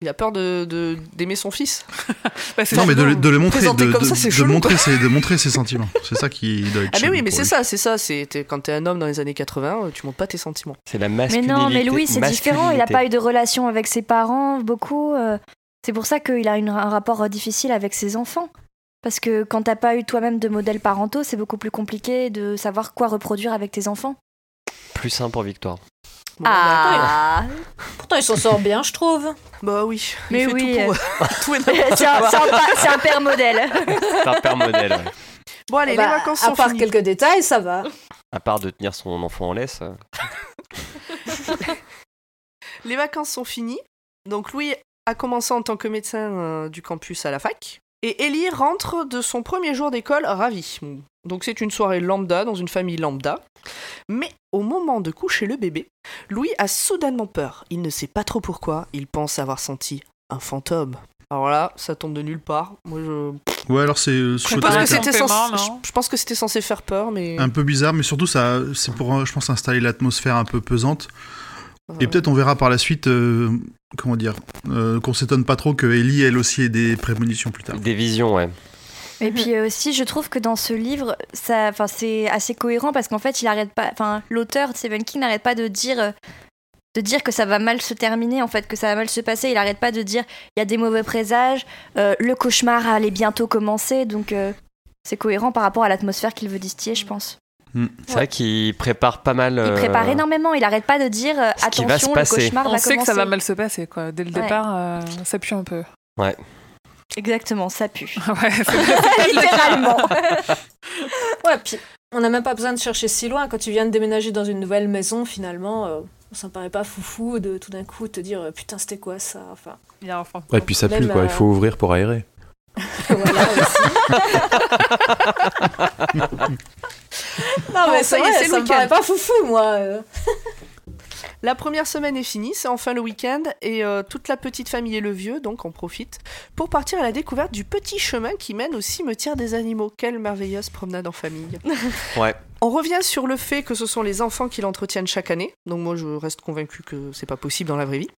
Speaker 1: Il a peur de- de- d'aimer son fils. Ah,
Speaker 6: Bah, c'est
Speaker 4: Non, mais de, le-
Speaker 6: chelou,
Speaker 4: de le montrer, de,
Speaker 1: Présenter
Speaker 4: de,
Speaker 1: comme ça, c'est
Speaker 4: de
Speaker 1: chelou,
Speaker 4: montrer ses, de montrer ses sentiments. C'est ça qui doit être.
Speaker 1: Ah mais
Speaker 4: chelou
Speaker 1: oui, mais
Speaker 4: pour
Speaker 1: c'est
Speaker 4: lui.
Speaker 1: ça, c'est ça. C'est t'es- quand t'es un homme dans les années 80, euh, tu montres pas tes sentiments.
Speaker 2: C'est la
Speaker 3: Mais
Speaker 2: masculinité.
Speaker 3: non, mais Louis, c'est différent. Il a
Speaker 2: masculinité.
Speaker 3: pas eu de relation avec ses parents beaucoup. euh, C'est pour ça qu'il a une- un rapport euh, difficile avec ses enfants. Parce que quand t'as pas eu toi-même de modèles parentaux, c'est beaucoup plus compliqué de savoir quoi reproduire avec tes enfants.
Speaker 2: Plus sain pour Victoire.
Speaker 1: Bon, bah,
Speaker 5: Ah. Pourtant, il s'en sort bien, je trouve.
Speaker 1: bah oui. il
Speaker 3: Mais
Speaker 1: fait
Speaker 3: oui,
Speaker 1: tout pour- tout et n'importe
Speaker 3: c'est un, c'est un pa- c'est un père modèle.
Speaker 2: C'est un père modèle. ouais.
Speaker 1: Bon allez,
Speaker 5: Bah,
Speaker 1: les vacances
Speaker 5: à
Speaker 1: sont
Speaker 5: part
Speaker 1: finies.
Speaker 5: quelques détails, ça va.
Speaker 2: À part de tenir son enfant en laisse. euh.
Speaker 1: Les vacances sont finies. Donc Louis a commencé en tant que médecin euh, du campus à la fac. Et Ellie rentre de son premier jour d'école ravie. Donc c'est une soirée lambda dans une famille lambda. Mais au moment de coucher le bébé, Louis a soudainement peur. Il ne sait pas trop pourquoi. Il pense avoir senti un fantôme. Alors là, ça tombe de nulle part. Moi, je,
Speaker 4: Ouais, alors c'est euh, ce
Speaker 6: Je
Speaker 1: je
Speaker 6: pense
Speaker 1: pense
Speaker 4: côté-là
Speaker 1: que
Speaker 6: que
Speaker 4: qui
Speaker 1: c'était
Speaker 4: est
Speaker 6: c'est un
Speaker 1: censé-
Speaker 6: paiement,
Speaker 1: je-
Speaker 6: non
Speaker 1: je pense que c'était censé faire peur, mais
Speaker 4: un peu bizarre, mais surtout ça, c'est pour, euh, je pense, installer l'atmosphère un peu pesante. Et
Speaker 1: euh,
Speaker 4: peut-être on verra par la suite, euh, comment dire, euh, qu'on s'étonne pas trop que Ellie, elle aussi, ait des prémonitions plus tard.
Speaker 2: Des visions, ouais.
Speaker 3: Et puis euh, aussi, je trouve que dans ce livre, ça, enfin, c'est assez cohérent parce qu'en fait, il arrête pas, enfin, l'auteur Stephen King n'arrête pas de dire, euh, de dire que ça va mal se terminer, en fait, que ça va mal se passer. Il n'arrête pas de dire, il y a des mauvais présages, euh, le cauchemar allait bientôt commencer, donc euh, c'est cohérent par rapport à l'atmosphère qu'il veut distiller, je pense.
Speaker 4: Hmm.
Speaker 2: C'est vrai qu'il prépare pas mal.
Speaker 3: Il
Speaker 2: euh,
Speaker 3: prépare énormément, il n'arrête pas de dire, euh,
Speaker 2: ce qui va se
Speaker 3: attention, le
Speaker 2: passer.
Speaker 3: cauchemar
Speaker 6: On
Speaker 3: va
Speaker 6: sait que ça va
Speaker 3: commencer.
Speaker 6: mal se passer, quoi. Dès le
Speaker 3: Ouais.
Speaker 6: départ, euh, on s'appuie un peu.
Speaker 3: Exactement, ça pue.
Speaker 6: ouais, c'est
Speaker 3: Littéralement.
Speaker 5: Ouais, puis on n'a même pas besoin de chercher si loin. Quand tu viens de déménager dans une nouvelle maison, finalement, euh, ça me paraît pas foufou de tout d'un coup te dire euh, putain, c'était quoi ça Enfin,
Speaker 6: Il y a un enfant.
Speaker 7: Et puis ça pue,
Speaker 5: Même,
Speaker 7: quoi.
Speaker 5: euh,
Speaker 7: Il faut ouvrir pour aérer.
Speaker 5: voilà aussi. non, mais
Speaker 1: Bon, ça
Speaker 5: ça
Speaker 1: y est, c'est
Speaker 5: c'est
Speaker 1: le
Speaker 5: ça me
Speaker 1: week-end.
Speaker 5: paraît pas foufou, moi. euh.
Speaker 1: La première semaine est finie, c'est enfin le week-end et euh, toute la petite famille et le vieux donc en profitent pour partir à la découverte du petit chemin qui mène au cimetière des animaux. Quelle merveilleuse promenade en famille.
Speaker 2: Ouais.
Speaker 1: On revient sur le fait que ce sont les enfants qui l'entretiennent chaque année, donc moi je reste convaincue que c'est pas possible dans la vraie vie.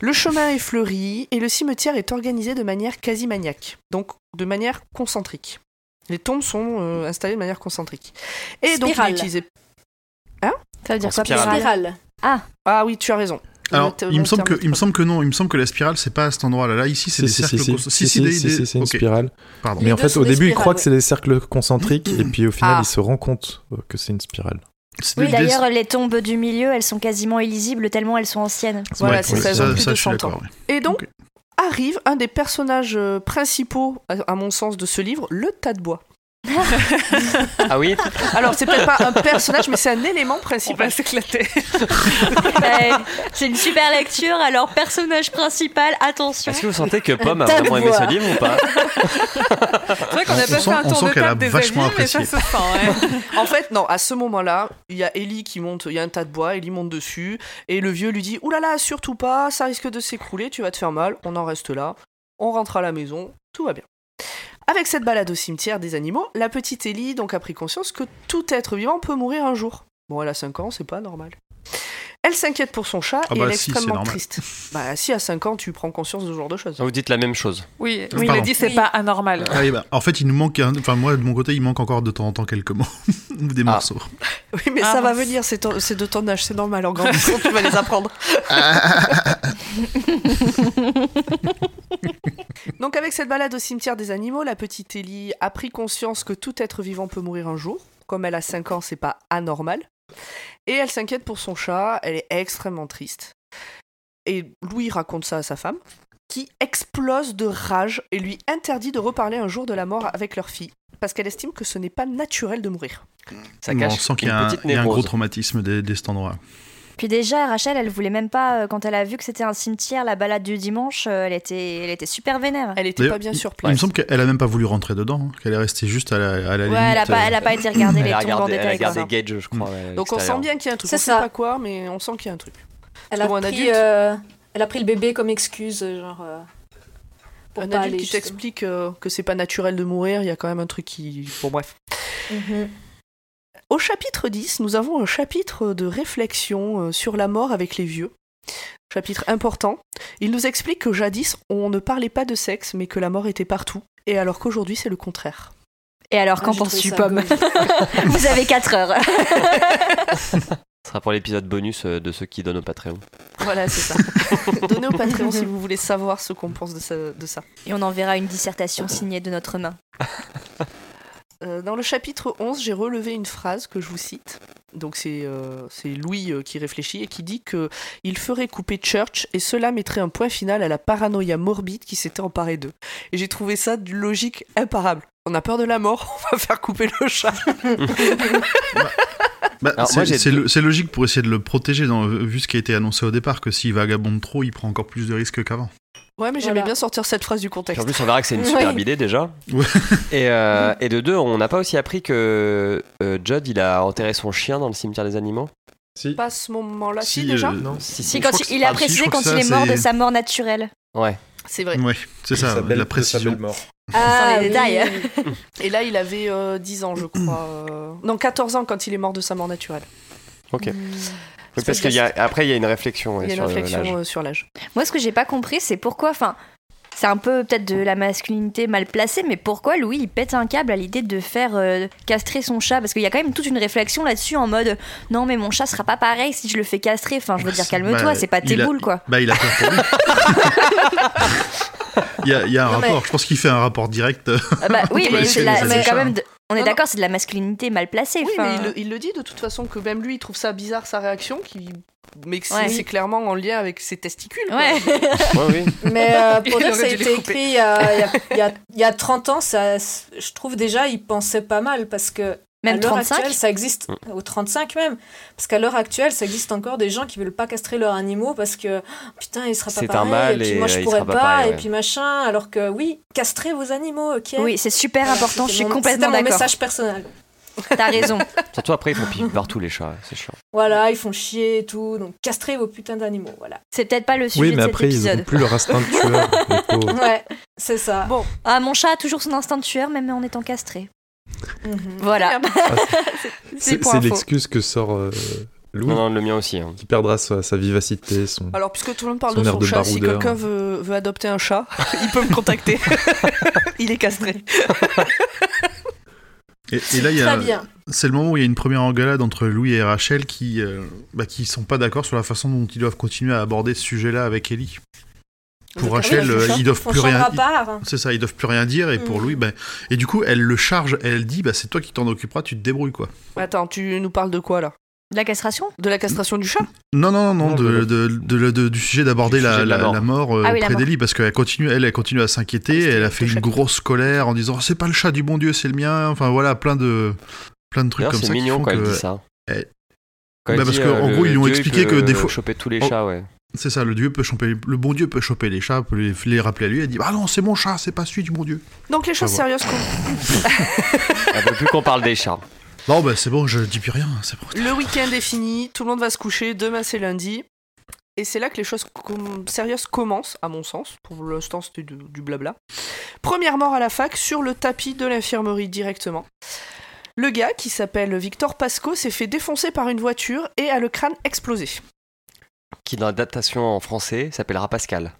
Speaker 1: Le chemin est fleuri et le cimetière est organisé de manière quasi maniaque, donc de manière concentrique. Les tombes sont euh, installées de manière concentrique. Et donc il est
Speaker 5: Spirale.
Speaker 1: utilisé
Speaker 3: Ça veut dire quoi,
Speaker 2: Spirale.
Speaker 3: Pérale
Speaker 5: Spirale.
Speaker 1: Ah oui, tu as raison.
Speaker 4: Alors,
Speaker 1: Le-
Speaker 4: il me
Speaker 1: le
Speaker 4: semble que,
Speaker 1: terme-
Speaker 4: il me semble que non, il me semble que la spirale, c'est pas à cet endroit-là. Là, ici, c'est des cercles.
Speaker 7: si,
Speaker 4: cons-
Speaker 7: si,
Speaker 4: des-
Speaker 7: si, si,
Speaker 4: des-
Speaker 7: si, c'est une
Speaker 4: ok,
Speaker 7: spirale.
Speaker 4: pardon.
Speaker 7: Mais en
Speaker 5: deux
Speaker 7: fait,
Speaker 5: sont
Speaker 7: au
Speaker 5: des
Speaker 7: début, il
Speaker 5: spirales,
Speaker 7: croit que
Speaker 5: ouais.
Speaker 7: c'est des cercles concentriques, et puis au final,
Speaker 1: Ah.
Speaker 7: il se rend compte euh, que c'est une spirale.
Speaker 4: C'est
Speaker 3: Oui,
Speaker 4: des-
Speaker 3: d'ailleurs, les tombes du milieu, elles sont quasiment illisibles tellement elles sont anciennes.
Speaker 1: Voilà,
Speaker 4: ouais,
Speaker 1: c'est
Speaker 4: ouais,
Speaker 1: ça, elles ont plus de
Speaker 4: je suis
Speaker 1: 100
Speaker 4: d'accord,
Speaker 1: ans.
Speaker 4: ouais.
Speaker 1: Et donc,
Speaker 4: Ok.
Speaker 1: arrive un des personnages euh, principaux, à à mon sens, de ce livre, le tas de bois.
Speaker 2: Ah oui
Speaker 1: Alors, c'est peut-être pas un personnage, mais c'est un élément
Speaker 6: On
Speaker 1: principal.
Speaker 6: va s'éclater.
Speaker 3: Ouais, c'est une super lecture. Alors, personnage principal, attention.
Speaker 2: Est-ce que vous sentez que Pomme a
Speaker 5: T'as le
Speaker 2: vraiment aimé ce
Speaker 5: voix.
Speaker 2: livre ou pas
Speaker 6: C'est vrai qu'on
Speaker 4: On- on
Speaker 6: n'a pas fait un
Speaker 4: sent- on
Speaker 6: tour
Speaker 4: sent
Speaker 6: de
Speaker 4: qu'elle a
Speaker 6: table des
Speaker 4: vachement
Speaker 6: avis, mais ça
Speaker 4: apprécié.
Speaker 6: se sent, ouais.
Speaker 1: En fait, non, à ce moment-là, il y a Ellie qui monte, il y a un tas de bois, Ellie monte dessus, et le vieux lui dit Ouh là là, surtout pas, ça risque de s'écrouler, tu vas te faire mal, on en reste là, on rentre à la maison, tout va bien. Avec cette balade au cimetière des animaux, la petite Ellie donc a pris conscience que tout être vivant peut mourir un jour. Bon, elle a 5 ans, c'est pas normal. Elle s'inquiète pour son chat
Speaker 4: Ah
Speaker 1: et
Speaker 4: bah
Speaker 1: elle est
Speaker 4: si, c'est
Speaker 1: extrêmement
Speaker 4: normal.
Speaker 1: triste. Bah si, à 5 ans, tu prends conscience de ce genre de choses.
Speaker 2: Vous dites la même chose.
Speaker 6: Oui,
Speaker 4: Oui,
Speaker 6: il a
Speaker 4: pardon.
Speaker 6: dit c'est
Speaker 5: Oui.
Speaker 6: pas anormal.
Speaker 4: Ah oui, bah, en fait, il nous manque, un- enfin moi de mon côté, il manque encore de temps en temps quelques mots ou des
Speaker 2: Ah.
Speaker 4: morceaux.
Speaker 1: Oui, mais
Speaker 6: Ah,
Speaker 1: ça va
Speaker 6: mince.
Speaker 1: venir, c'est ton- c'est de ton âge, c'est normal. En grandissant, tu vas les apprendre. Donc, avec cette balade au cimetière des animaux, la petite Ellie a pris conscience que tout être vivant peut mourir un jour. Comme elle a 5 ans, c'est pas anormal. Et elle s'inquiète pour son chat, elle est extrêmement triste. Et Louis raconte ça à sa femme, qui explose de rage et lui interdit de reparler un jour de la mort avec leur fille, parce qu'elle estime que ce n'est pas naturel de mourir.
Speaker 2: Ça
Speaker 4: Bon,
Speaker 2: cache
Speaker 4: on sent qu'il y
Speaker 2: une
Speaker 4: a, un,
Speaker 2: petite
Speaker 4: il y a un gros
Speaker 2: névrose.
Speaker 4: traumatisme des des cet endroit.
Speaker 3: Puis déjà, Rachel, elle voulait même pas, euh, quand elle a vu que c'était un cimetière, la balade du dimanche, euh, elle était, elle était super vénère.
Speaker 1: Elle était
Speaker 4: D'ailleurs,
Speaker 1: pas bien sur
Speaker 4: Il me
Speaker 1: place.
Speaker 4: semble qu'elle a même pas voulu rentrer dedans, hein, qu'elle est restée juste à la, à la
Speaker 3: ouais, elle a,
Speaker 4: limite,
Speaker 3: pas,
Speaker 4: euh,
Speaker 3: elle a pas été regarder les
Speaker 2: Elle a
Speaker 3: tombes en
Speaker 2: regardé, elle a
Speaker 3: détail. quoi.
Speaker 2: regardé Gage, je
Speaker 4: Mm.
Speaker 2: crois. à
Speaker 1: hein. Donc on
Speaker 2: l'extérieur.
Speaker 1: sent bien qu'il y a un truc.
Speaker 5: C'est
Speaker 1: On
Speaker 5: ça.
Speaker 1: sait pas quoi, mais on sent qu'il y a un truc.
Speaker 5: Elle a,
Speaker 1: Pour un
Speaker 5: pris,
Speaker 1: adulte.
Speaker 5: euh, elle a pris le bébé comme excuse, euh, genre. euh, pour
Speaker 1: un
Speaker 5: pas
Speaker 1: adulte
Speaker 5: aller.
Speaker 1: qui
Speaker 5: justement.
Speaker 1: t'explique euh, que c'est pas naturel de mourir, il y a quand même un truc qui. Bon, bref.
Speaker 5: Mhm.
Speaker 1: Au chapitre 10, nous avons un chapitre de réflexion euh, sur la mort avec les vieux. Chapitre important. Il nous explique que jadis, on ne parlait pas de sexe, mais que la mort était partout. Et alors qu'aujourd'hui, c'est le contraire.
Speaker 3: Et alors,
Speaker 4: Ah,
Speaker 3: qu'en
Speaker 5: Moi, j'ai trouvé
Speaker 3: penses-tu,
Speaker 5: ça
Speaker 3: Pomme
Speaker 5: gaulerie.
Speaker 3: Vous avez 4 heures.
Speaker 2: Ce sera pour l'épisode bonus euh, de ceux qui donnent au Patreon.
Speaker 1: Voilà, c'est ça. Donnez au Patreon si vous voulez savoir ce qu'on pense de ça. de ça.
Speaker 3: Et on enverra une dissertation signée de notre main.
Speaker 1: Euh, dans le chapitre 11, j'ai relevé une phrase que je vous cite. Donc c'est euh, c'est Louis euh, qui réfléchit et qui dit que il ferait couper Church et cela mettrait un point final à la paranoïa morbide qui s'était emparée d'eux. Et j'ai trouvé ça d'une logique imparable. On a peur de la mort, on va faire couper le chat.
Speaker 4: Bah,
Speaker 2: Alors, moi,
Speaker 4: c'est
Speaker 2: j'ai
Speaker 4: c'est
Speaker 2: deux-
Speaker 4: le- c'est logique pour essayer de le protéger, dans, vu ce qui a été annoncé au départ, que s'il vagabonde trop, il prend encore plus de risques qu'avant.
Speaker 1: Ouais, mais j'aimais
Speaker 5: Voilà.
Speaker 1: bien sortir cette phrase du
Speaker 2: Puis en
Speaker 1: contexte.
Speaker 2: plus, on verra que c'est une superbe
Speaker 5: Oui.
Speaker 2: idée déjà.
Speaker 4: Ouais.
Speaker 2: Et, euh, et de deux, on n'a pas aussi appris que euh, Judd, il a enterré son chien dans le cimetière des animaux.
Speaker 7: Si.
Speaker 1: Pas à ce moment-là, Bah, si,
Speaker 4: Si,
Speaker 1: déjà.
Speaker 4: euh,
Speaker 7: Non.
Speaker 3: Si, quand
Speaker 4: crois que
Speaker 3: il, il a
Speaker 4: ah, si, je
Speaker 3: précisé
Speaker 4: crois
Speaker 3: quand
Speaker 4: que
Speaker 3: il est
Speaker 4: ça,
Speaker 3: mort de
Speaker 4: c'est-
Speaker 3: sa mort naturelle.
Speaker 2: Ouais.
Speaker 1: C'est vrai.
Speaker 4: Ouais, c'est ça,
Speaker 7: Sa belle-
Speaker 4: la
Speaker 7: sa
Speaker 4: précision.
Speaker 7: belle mort.
Speaker 3: Sans
Speaker 5: Ah,
Speaker 3: les
Speaker 5: oui.
Speaker 3: détails.
Speaker 1: Et là, il avait euh, 10 ans, je crois. euh, Non, 14 ans quand il est mort de sa mort naturelle.
Speaker 2: Ok. Oui,
Speaker 1: parce
Speaker 2: parce
Speaker 1: que-
Speaker 2: qu'après, il y a une réflexion ouais,
Speaker 1: il y a une
Speaker 2: sur le- l'âge.
Speaker 1: réflexion euh, sur l'âge.
Speaker 3: Moi, ce que j'ai pas compris, c'est pourquoi. Enfin, c'est un peu peut-être de la masculinité mal placée, mais pourquoi Louis il pète un câble à l'idée de faire euh, castrer son chat Parce qu'il y a quand même toute une réflexion là-dessus en mode non, mais mon chat sera pas pareil si je le fais castrer. Enfin, je veux dire,
Speaker 4: Bah,
Speaker 3: calme-toi, c'est pas tes
Speaker 4: il a-
Speaker 3: boules quoi.
Speaker 4: Bah, il a peur pour lui. Il y a, il y a un
Speaker 5: Non, mais-
Speaker 4: rapport, je pense qu'il fait un rapport direct. euh,
Speaker 3: Ah bah oui, mais
Speaker 4: Oui,
Speaker 3: c'est
Speaker 4: c'est-
Speaker 3: de la-
Speaker 4: c'est
Speaker 3: c'est
Speaker 4: ça.
Speaker 3: quand même. de- On est
Speaker 1: Non,
Speaker 3: d'accord, c'est de la masculinité mal placée.
Speaker 1: Oui,
Speaker 3: enfin.
Speaker 1: mais il, le- il le dit de toute façon que même lui, il trouve ça bizarre sa réaction, qui... mais que c'est
Speaker 3: Ouais.
Speaker 1: c'est clairement en lien avec ses testicules. quoi.
Speaker 3: Ouais.
Speaker 2: Ouais, oui.
Speaker 5: Mais euh, pour
Speaker 1: Il
Speaker 5: dire que
Speaker 1: aurait
Speaker 5: ça a
Speaker 1: dû les
Speaker 5: été
Speaker 1: couper.
Speaker 5: écrit il y a, il y a- il y a- il y a 30 ans, ça, je trouve déjà, il pensait pas mal parce que
Speaker 3: Même
Speaker 5: à l'heure
Speaker 3: 35
Speaker 5: actuelle, ça existe, au 35 même, parce qu'à l'heure actuelle, ça existe encore des gens qui veulent pas castrer leurs animaux parce que oh, putain, il sera pas
Speaker 2: C'est un
Speaker 5: pareil,
Speaker 2: mâle
Speaker 5: et puis
Speaker 2: et,
Speaker 5: moi
Speaker 2: euh,
Speaker 5: je
Speaker 2: il
Speaker 5: pourrais
Speaker 2: sera
Speaker 5: pas,
Speaker 2: pas pareil,
Speaker 5: et
Speaker 2: ouais.
Speaker 5: puis machin, alors que oui, castrez vos animaux, ok
Speaker 3: Oui, Ah, c'est super
Speaker 5: Voilà,
Speaker 3: important,
Speaker 5: c'était
Speaker 3: je suis
Speaker 5: mon-
Speaker 3: complètement
Speaker 5: c'était mon
Speaker 3: d'accord.
Speaker 5: message personnel.
Speaker 3: T'as raison.
Speaker 2: Surtout après, ils font pipi partout les chats, c'est chiant.
Speaker 5: Voilà, ils font chier et tout, donc castrez vos putains d'animaux, voilà.
Speaker 3: C'est peut-être pas le sujet
Speaker 7: Oui, mais
Speaker 3: de cet
Speaker 7: après, ils
Speaker 3: épisode.
Speaker 7: n'ont plus leur instinct de tueur. les pauvres.
Speaker 5: Ouais, c'est ça.
Speaker 1: Bon,
Speaker 3: Ah, mon chat a toujours son instinct de tueur, même en étant castré.
Speaker 5: Mhm.
Speaker 3: Voilà.
Speaker 1: c'est
Speaker 7: C'est
Speaker 1: pour
Speaker 7: c'est
Speaker 1: info.
Speaker 7: l'excuse que sort euh, Louis,
Speaker 2: Non, non, le mien aussi. hein.
Speaker 7: qui perdra sa, sa vivacité, son.
Speaker 1: Alors, puisque tout le monde parle
Speaker 7: Son
Speaker 1: de
Speaker 7: air
Speaker 1: son
Speaker 7: de
Speaker 1: chat, si
Speaker 7: baroudeur.
Speaker 1: quelqu'un veut, veut adopter un chat, il peut me contacter. il est castré.
Speaker 4: Et, et là, il y a-
Speaker 5: Très bien.
Speaker 4: c'est le moment où il y a une première engueulade entre Louis et Rachel qui euh, bah, qui sont pas d'accord sur la façon dont ils doivent continuer à aborder ce sujet-là avec Ellie. Pour
Speaker 1: Ah oui,
Speaker 4: Rachel,
Speaker 1: la
Speaker 4: euh,
Speaker 1: choucha.
Speaker 4: ils doivent
Speaker 5: Font
Speaker 4: plus
Speaker 5: chambre
Speaker 4: rien.
Speaker 5: à part.
Speaker 4: C'est ça, ils doivent plus rien dire et pour
Speaker 3: Mhm.
Speaker 5: Mm.
Speaker 4: Louis, ben et du coup, elle le charge, elle dit, bah c'est toi qui t'en occuperas, tu te débrouilles quoi.
Speaker 1: Attends, tu nous parles de quoi là
Speaker 3: De la castration
Speaker 1: De la castration du chat
Speaker 4: Non, non, non, non,
Speaker 7: Non,
Speaker 4: de,
Speaker 7: de-
Speaker 4: de- de- de- du sujet d'aborder
Speaker 2: Du
Speaker 4: la,
Speaker 2: sujet de la
Speaker 4: la-
Speaker 2: mort.
Speaker 4: la mort euh,
Speaker 3: Ah oui, la
Speaker 4: auprès
Speaker 3: mort.
Speaker 4: d'Ellie, parce qu'elle continue, elle, elle continue à s'inquiéter,
Speaker 1: Ah,
Speaker 4: elle a
Speaker 1: c'était
Speaker 4: fait
Speaker 1: le
Speaker 4: une
Speaker 1: chapitre.
Speaker 4: grosse colère en disant c'est pas le chat du bon Dieu, c'est le mien, enfin voilà, plein de plein de trucs
Speaker 2: D'ailleurs,
Speaker 4: comme
Speaker 2: c'est
Speaker 4: ça. qui
Speaker 2: mignon
Speaker 4: font
Speaker 2: quand elle
Speaker 4: que-
Speaker 2: dit ça.
Speaker 4: eh,
Speaker 2: Quand elle
Speaker 4: bah, parce
Speaker 2: dit,
Speaker 4: que,
Speaker 2: euh,
Speaker 4: en
Speaker 2: le
Speaker 4: gros, ils lui ont
Speaker 2: Dieu, il
Speaker 4: expliqué
Speaker 2: peut,
Speaker 4: que des
Speaker 2: euh,
Speaker 4: fois-
Speaker 2: choper tous les
Speaker 4: Oh.
Speaker 2: chats, ouais.
Speaker 4: C'est ça, le dieu peut choper, le bon Dieu peut choper les chats, peut les, les rappeler à lui, elle dit ah non, c'est mon chat, c'est pas celui du bon Dieu.
Speaker 1: Donc, les choses
Speaker 4: Ah
Speaker 1: sérieuses qu'on-
Speaker 2: Elle veut Ah, plus qu'on parle des chats.
Speaker 4: Non, bah c'est bon, je dis plus rien, c'est bon.
Speaker 1: Le week-end est fini, tout le monde va se coucher, demain c'est lundi. Et c'est là que les choses com- sérieuses commencent, à mon sens. Pour l'instant, c'était du, du blabla. Première mort à la fac sur le tapis de l'infirmerie directement. Le gars, qui s'appelle Victor Pasco, s'est fait défoncer par une voiture et a le crâne explosé.
Speaker 2: Qui, dans l'adaptation en français, s'appellera Pascal.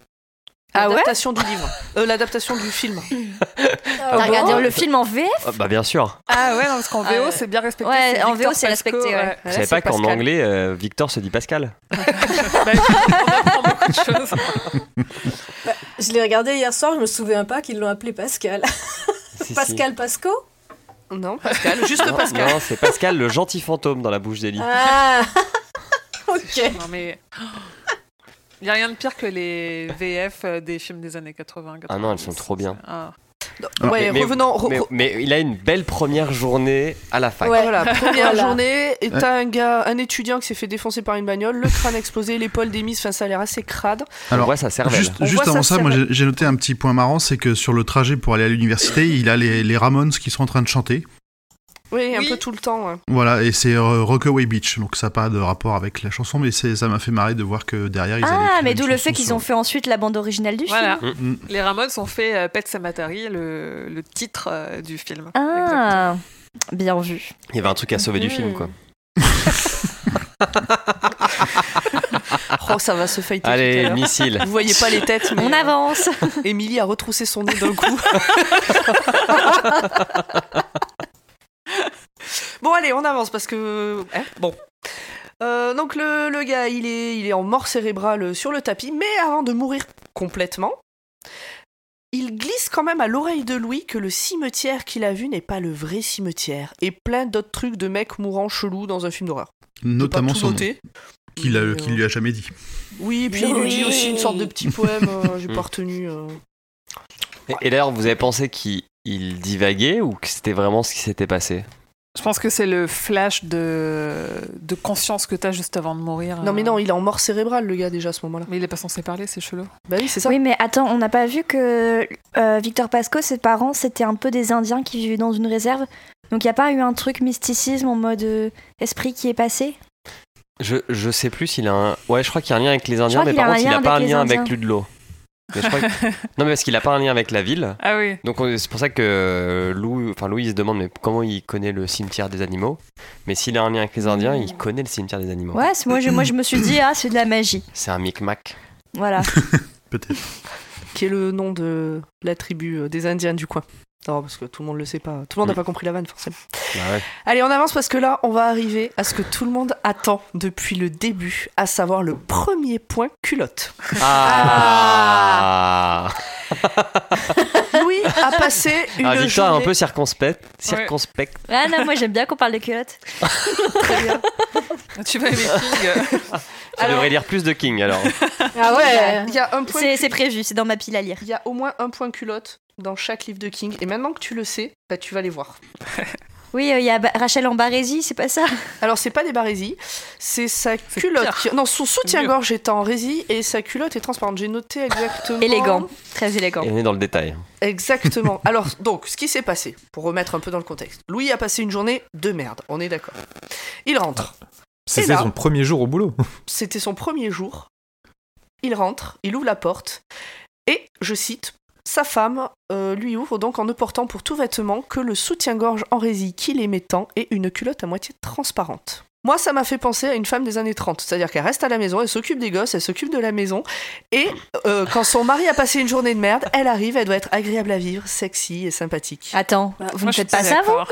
Speaker 3: Ah ouais
Speaker 1: L'adaptation du livre. Euh, L'adaptation du film.
Speaker 3: T'as
Speaker 5: Ah bon
Speaker 3: regardé le film en VF
Speaker 2: Ah, bah, bien sûr.
Speaker 6: Ah ouais, non, parce qu'en VO,
Speaker 3: Ah ouais.
Speaker 6: c'est bien respecté.
Speaker 3: Ouais, en
Speaker 6: Victor
Speaker 3: VO, c'est
Speaker 6: Pasco,
Speaker 3: respecté, ouais.
Speaker 2: Vous
Speaker 1: Là,
Speaker 2: savez
Speaker 1: c'est
Speaker 2: pas qu'en
Speaker 1: Pascal.
Speaker 2: anglais, euh, Victor se dit Pascal
Speaker 5: Je l'ai regardé hier soir, je me souviens pas qu'ils l'ont appelé Pascal.
Speaker 2: Si, si.
Speaker 5: Pascal Pasco
Speaker 1: Non, Pascal, juste
Speaker 2: Non,
Speaker 1: Pascal.
Speaker 2: non, c'est Pascal, le gentil fantôme dans la bouche d'Elie.
Speaker 5: Ah Ok.
Speaker 6: Non mais. Il n'y a rien de pire que les VF des films des années 80.
Speaker 2: Ah non, elles sont trop bien.
Speaker 4: Ah,
Speaker 6: Ah.
Speaker 1: Ouais,
Speaker 2: mais-
Speaker 1: revenons. re-
Speaker 2: Mais,
Speaker 1: re-
Speaker 2: mais il a une belle première journée à la fac.
Speaker 5: Ouais.
Speaker 1: Voilà, première
Speaker 5: Voilà.
Speaker 1: journée, et t'as un gars, un étudiant qui s'est fait défoncer par une bagnole, le crâne explosé, l'épaule démise, enfin ça a l'air assez crade.
Speaker 2: Alors,
Speaker 4: Alors,
Speaker 2: voit sa cervelle.
Speaker 4: Juste,
Speaker 1: On
Speaker 4: juste
Speaker 1: voit ça
Speaker 4: avant ça,
Speaker 1: sur
Speaker 4: moi
Speaker 1: la-
Speaker 4: j'ai j'ai noté un petit point marrant, c'est que sur le trajet pour aller à l'université, il a les, les Ramones qui sont en train de chanter.
Speaker 1: Oui, un
Speaker 6: Oui.
Speaker 1: peu tout le temps. hein. ouais.
Speaker 4: Voilà, et c'est euh, Rockaway Beach, donc ça n'a pas de rapport avec la chanson, mais c'est- ça m'a fait marrer de voir que derrière ils avaient
Speaker 3: Ah,
Speaker 4: écrit
Speaker 3: mais
Speaker 4: une
Speaker 3: d'où le
Speaker 4: chanson
Speaker 3: fait qu'ils
Speaker 4: sur-
Speaker 3: ont fait ensuite la bande originale du
Speaker 6: Voilà.
Speaker 3: film.
Speaker 4: Mm.
Speaker 6: Les Ramones ont fait euh, Pet Sematary, le, le titre euh, du film. Exactement.
Speaker 3: Ah, bien vu.
Speaker 2: Il y avait un truc à
Speaker 1: Mmh.
Speaker 2: sauver du film, quoi.
Speaker 1: Oh, ça va se fighter tout à
Speaker 2: Allez,
Speaker 1: l'heure.
Speaker 2: missile.
Speaker 1: Vous voyez pas les têtes, mais
Speaker 3: Ah, On avance.
Speaker 1: euh, Émilie a retroussé son nez d'un coup. bon, allez, on avance parce que. hein, bon. Euh, donc, le, le gars, il est, il est en mort cérébrale sur le tapis, mais avant de mourir complètement, il glisse quand même à l'oreille de Louis que le cimetière qu'il a vu n'est pas le vrai cimetière et plein d'autres trucs de mecs mourants chelous dans un film d'horreur. J'ai pas
Speaker 4: Notamment
Speaker 1: tout
Speaker 4: son nom,
Speaker 1: noté.
Speaker 4: qu'il a-
Speaker 1: Mais, euh,
Speaker 4: qu'il lui a jamais dit.
Speaker 1: Oui, et puis il lui dit
Speaker 3: Oui.
Speaker 1: aussi une sorte de petit poème, euh, j'ai
Speaker 2: Mm.
Speaker 1: pas retenu. euh.
Speaker 2: Et, et d'ailleurs, vous avez pensé qu'il il divaguait ou que c'était vraiment ce qui s'était passé
Speaker 6: Je pense que c'est le flash de, de conscience que t'as juste avant de mourir.
Speaker 1: Ah. Non, mais non,
Speaker 6: Euh,
Speaker 1: il est en mort cérébrale, le gars, déjà à ce moment-là.
Speaker 6: Mais il est pas censé parler, c'est chelou.
Speaker 1: Bah oui, c'est ça.
Speaker 3: Oui, mais attends, on n'a pas vu que euh, Victor Pasco, ses parents, c'était un peu des Indiens qui vivaient dans une réserve. Donc il n'y a pas eu un truc mysticisme en mode euh, esprit qui est passé
Speaker 2: je, je sais plus s'il a un. Ouais, je crois qu'il y a un lien avec les Indiens,
Speaker 3: crois
Speaker 2: mais
Speaker 3: qu'il
Speaker 2: par
Speaker 3: a un
Speaker 2: contre, il
Speaker 3: lien
Speaker 2: n'a pas un
Speaker 3: avec les
Speaker 2: lien
Speaker 3: Indiens.
Speaker 2: avec Ludlow. Mais je crois que- non, mais parce qu'il n'a pas un lien avec la ville.
Speaker 6: Ah oui.
Speaker 2: Donc on- c'est pour ça que euh, Lou, enfin Louis se demande mais comment il connaît le cimetière des animaux. Mais s'il a un lien avec les Indiens, il connaît le cimetière des animaux.
Speaker 3: Ouais, c'est- moi je, moi je me suis dit, ah, c'est de la magie.
Speaker 2: C'est un micmac.
Speaker 3: Voilà.
Speaker 4: Peut-être.
Speaker 1: Qui est le nom de la tribu euh, des Indiens du coin. Non, parce que tout le monde le sait pas. Tout le monde n'a
Speaker 2: Mm.
Speaker 1: pas compris la vanne, forcément.
Speaker 2: Bah ouais.
Speaker 1: Allez, on avance parce que là, on va arriver à ce que tout le monde attend depuis le début, à savoir le premier point culotte.
Speaker 2: Ah,
Speaker 1: Louis a passé une
Speaker 2: Ah, Victor est
Speaker 1: journée...
Speaker 2: un peu circonspect. Circonspect.
Speaker 3: Ah non, moi j'aime bien qu'on parle de culottes.
Speaker 1: Très bien.
Speaker 6: Tu vas aimer King.
Speaker 2: Tu devrais lire plus de King alors.
Speaker 5: Ah ouais
Speaker 3: Bah,
Speaker 1: Il y a un point
Speaker 3: C'est c'est prévu, c'est dans ma pile à lire.
Speaker 1: Il y a au moins un point culotte dans chaque livre de King. Et maintenant que tu le sais, bah, tu vas les voir.
Speaker 3: Oui, euh, il y a Ba- Rachel en Barésie, c'est pas ça
Speaker 1: Alors, c'est pas des barésies, c'est sa
Speaker 6: C'est
Speaker 1: culotte.
Speaker 6: pire.
Speaker 1: qui- Non, son soutien-gorge est en résille et sa culotte est transparente. J'ai noté exactement.
Speaker 3: Élégant, très élégant.
Speaker 2: Et on est dans le détail.
Speaker 1: Exactement. Alors, donc, ce qui s'est passé, pour remettre un peu dans le contexte. Louis a passé une journée de merde, on est d'accord. Il rentre.
Speaker 7: C'était
Speaker 1: là-
Speaker 7: son premier jour au boulot.
Speaker 1: C'était son premier jour. Il rentre, il ouvre la porte et, je cite, sa femme euh, lui ouvre donc en ne portant pour tout vêtement que le soutien-gorge en résille qu'il aimait tant et une culotte à moitié transparente. Moi, ça m'a fait penser à une femme des années 30, c'est-à-dire qu'elle reste à la maison, elle s'occupe des gosses, elle s'occupe de la maison, et euh, quand son mari a passé une journée de merde, elle arrive, elle doit être agréable à vivre, sexy et sympathique.
Speaker 3: Attends, vous
Speaker 6: Moi,
Speaker 3: ne
Speaker 6: je suis
Speaker 3: faites pas ça, vous
Speaker 6: d'accord.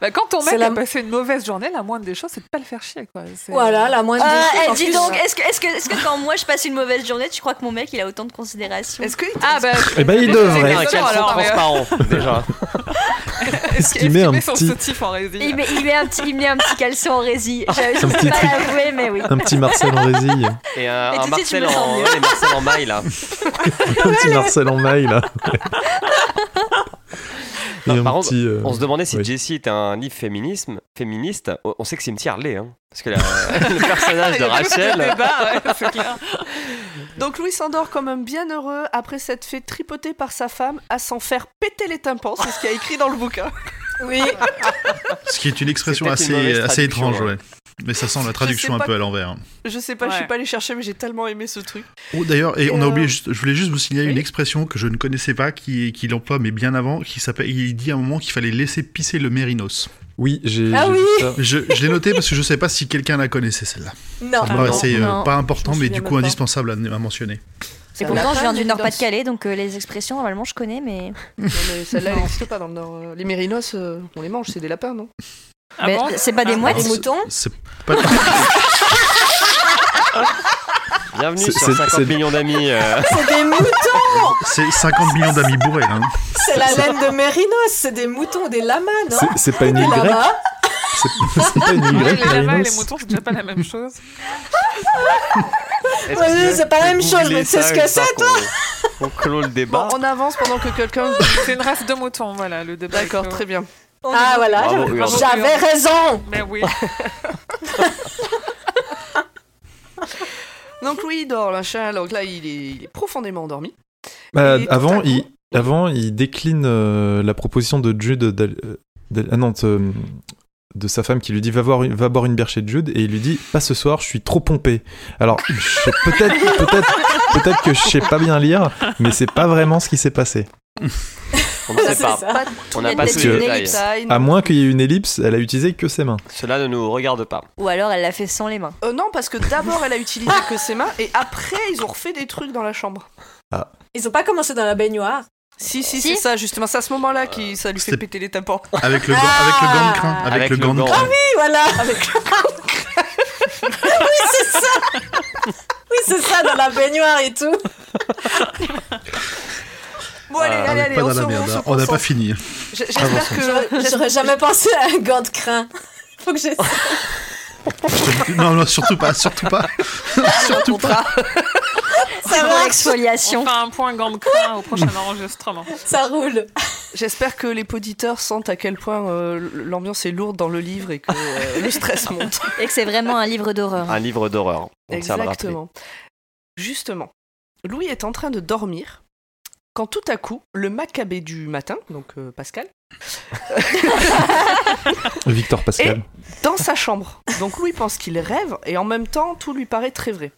Speaker 6: bah, Quand ton
Speaker 5: C'est
Speaker 6: mec
Speaker 5: la-
Speaker 6: a passé une mauvaise journée, la moindre des choses, c'est de pas le faire chier. Quoi. C'est-
Speaker 5: Voilà, la moindre
Speaker 3: Euh,
Speaker 5: des choses,
Speaker 3: eh,
Speaker 5: en
Speaker 3: dis
Speaker 5: plus.
Speaker 3: donc, est-ce que, est-ce, que, est-ce que quand moi je passe une mauvaise journée, tu crois que mon mec il a autant de considération
Speaker 1: Est-ce que
Speaker 6: Ah bah,
Speaker 7: Eh ben, il devrait.
Speaker 2: Avec elles sont
Speaker 6: Alors, mais, euh,
Speaker 2: transparents déjà.
Speaker 6: Est-ce
Speaker 7: qu'il met un
Speaker 6: son
Speaker 7: petit-
Speaker 6: soutif en résine
Speaker 3: il met, il, met un petit, il met un petit caleçon en résille. Je ne
Speaker 7: Un petit
Speaker 3: sais pas
Speaker 7: truc.
Speaker 3: l'avouer, mais oui.
Speaker 7: Un petit Marcel en résille.
Speaker 2: Et un,
Speaker 3: Et
Speaker 2: un
Speaker 3: tout de suite, je
Speaker 2: Marcel
Speaker 3: me sens
Speaker 2: en,
Speaker 3: mieux.
Speaker 2: ouais, les Marcel en maille là.
Speaker 7: Un petit Marcel en maille, là. Et
Speaker 2: Non,
Speaker 7: un
Speaker 2: par contre,
Speaker 7: petit, euh,
Speaker 2: On se demandait si
Speaker 7: oui.
Speaker 2: Jessie était un livre féminisme, féministe. O- On sait que Cimetière l'est, hein, parce que la- le personnage de Rachel.
Speaker 1: Donc Louis s'endort comme un bienheureux après s'être fait tripoter par sa femme à s'en faire péter les tympans, c'est ce qu'il y a écrit dans le bouquin.
Speaker 5: Oui,
Speaker 3: eh,
Speaker 4: Ce qui est une expression
Speaker 2: peut-être une
Speaker 4: assez,
Speaker 2: mauvaise
Speaker 4: assez
Speaker 2: traduction,
Speaker 4: étrange,
Speaker 2: ouais.
Speaker 4: ouais. Mais ça sent la traduction un
Speaker 1: pas-
Speaker 4: peu à l'envers. hein.
Speaker 1: Je sais pas, je
Speaker 6: Ouais.
Speaker 1: suis pas allée chercher, mais j'ai tellement aimé ce truc.
Speaker 4: Oh, d'ailleurs, et on a
Speaker 1: euh,
Speaker 4: oublié, juste- je voulais juste vous signaler
Speaker 1: oui.
Speaker 4: une expression que je ne connaissais pas, qui, qui l'emploie, mais bien avant, qui s'appelle, il dit à un moment qu'il fallait laisser pisser le mérinos.
Speaker 7: Oui, j'ai
Speaker 5: Ah
Speaker 7: j'ai vu ça.
Speaker 4: Je, je l'ai noté parce que je ne sais pas si quelqu'un la connaissait celle-là.
Speaker 5: Non.
Speaker 4: Pour moi,
Speaker 6: non.
Speaker 4: c'est euh,
Speaker 5: Non,
Speaker 4: pas
Speaker 5: je
Speaker 4: important,
Speaker 5: me
Speaker 4: mais
Speaker 5: souviens
Speaker 4: du coup
Speaker 5: même pas.
Speaker 4: indispensable à, à mentionner.
Speaker 3: Et pourtant, je viens du Nord-Pas-de-Calais, donc euh, les expressions, normalement, je connais, mais.
Speaker 1: Non, mais Celle-là, elle n'existe pas dans le Nord. euh, Les mérinos, euh, on les mange, c'est des lapins, non
Speaker 6: Ah
Speaker 3: Mais
Speaker 6: bon
Speaker 3: c'est pas des
Speaker 6: Ah,
Speaker 3: mouettes.
Speaker 5: Des moutons
Speaker 4: C'est pas.
Speaker 2: Bienvenue
Speaker 7: C'est-
Speaker 2: sur
Speaker 7: c'est-
Speaker 2: 50
Speaker 7: c'est-
Speaker 2: millions d'amis. euh,
Speaker 5: C'est des moutons
Speaker 4: c'est 50 millions d'amis bourrés. Hein.
Speaker 5: C'est la laine de Mérinos C'est des moutons, des lamas, non
Speaker 7: C'est- C'est pas une
Speaker 5: Des
Speaker 7: Y
Speaker 5: lamas
Speaker 7: C'est c'est pas une
Speaker 6: Oui,
Speaker 7: Y,
Speaker 6: Ah, les lamas et les
Speaker 7: Marinos
Speaker 6: moutons, c'est déjà pas la même chose.
Speaker 2: est-ce
Speaker 5: Ouais,
Speaker 2: que-
Speaker 5: c'est pas la même chose,
Speaker 2: Googlez
Speaker 5: mais c'est
Speaker 2: ça
Speaker 5: ce que
Speaker 2: une fois
Speaker 5: c'est,
Speaker 2: qu'on- On clôt le débat.
Speaker 1: Bon, on avance pendant que quelqu'un.
Speaker 6: C'est une race de moutons, voilà, le débat.
Speaker 1: D'accord,
Speaker 6: avec, euh,
Speaker 1: très bien.
Speaker 5: Ah voilà,
Speaker 7: Oh,
Speaker 2: Bravo,
Speaker 5: j'avais-
Speaker 2: Hurd.
Speaker 5: j'avais raison
Speaker 6: Mais oui.
Speaker 1: Donc Louis il dort, là, chat. Donc là, il est, il est profondément endormi.
Speaker 7: Bah,
Speaker 1: Et tout à
Speaker 7: avant,
Speaker 1: coup-
Speaker 7: il, avant, il décline euh, la proposition de Jude d'aller- euh, d'aller- ah non, de, de sa femme qui lui dit va, voir, une- va boire une bière chez Jude et il lui dit pas ce soir, je suis trop pompé. Alors je sais- peut-être peut-être peut-être que je sais pas bien lire, mais c'est pas vraiment ce qui s'est passé.
Speaker 2: On ne sait
Speaker 5: C'est
Speaker 2: pas.
Speaker 5: ça.
Speaker 2: On
Speaker 3: Il y
Speaker 2: n'a
Speaker 3: a
Speaker 2: pas
Speaker 3: peut-être
Speaker 2: tous les
Speaker 7: une
Speaker 2: détails.
Speaker 1: Taille,
Speaker 7: À
Speaker 4: Ah,
Speaker 1: non.
Speaker 7: moins qu'il y ait une ellipse, elle a utilisé que ses mains.
Speaker 2: Cela ne nous regarde pas.
Speaker 3: Ou alors, elle l'a fait sans les mains.
Speaker 1: Euh, non, parce que d'abord, elle a utilisé que ses mains, et après, ils ont refait des trucs dans la chambre.
Speaker 5: Ils ont pas commencé dans la baignoire.
Speaker 1: Si, si,
Speaker 3: Si.
Speaker 1: c'est ça, justement. C'est à ce moment-là que ça lui fait
Speaker 4: C'était-
Speaker 1: péter les tympans.
Speaker 4: Avec le gant,
Speaker 5: Ah.
Speaker 4: avec le gant de crin. Avec, le gant de crin.
Speaker 5: Oui, voilà Oui, c'est ça Oui, c'est ça, dans la baignoire et tout
Speaker 1: Bon, allez, allez,
Speaker 4: Avec
Speaker 1: allez,
Speaker 4: Ah, pas
Speaker 1: on
Speaker 4: dans
Speaker 1: se
Speaker 4: la
Speaker 1: on
Speaker 4: merde.
Speaker 1: se
Speaker 4: hein. On n'a pas
Speaker 1: concentre.
Speaker 4: fini.
Speaker 2: Ah,
Speaker 1: J- J'espère que.
Speaker 5: J'aurais- J'aurais jamais pensé à un gant de crin. Faut que j'essaie.
Speaker 4: non, non, surtout pas, surtout pas. surtout pas.
Speaker 5: Ça
Speaker 3: Pour
Speaker 5: marche,
Speaker 6: On
Speaker 3: l'exfoliation.
Speaker 6: fait un point gant de crin au prochain enregistrement.
Speaker 5: ça roule.
Speaker 1: J'espère que les poditeurs sentent à quel point euh, l'ambiance est lourde dans le livre et que euh, le stress monte.
Speaker 3: Et que c'est vraiment un livre d'horreur.
Speaker 2: Un livre d'horreur. On tient à le rappeler.
Speaker 1: Exactement. Justement, Louis est en train de dormir quand tout à coup, le macabé du matin, donc euh, Pascal,
Speaker 7: Victor Pascal.
Speaker 1: dans sa chambre. Donc Louis pense qu'il rêve et en même temps, tout lui paraît très vrai.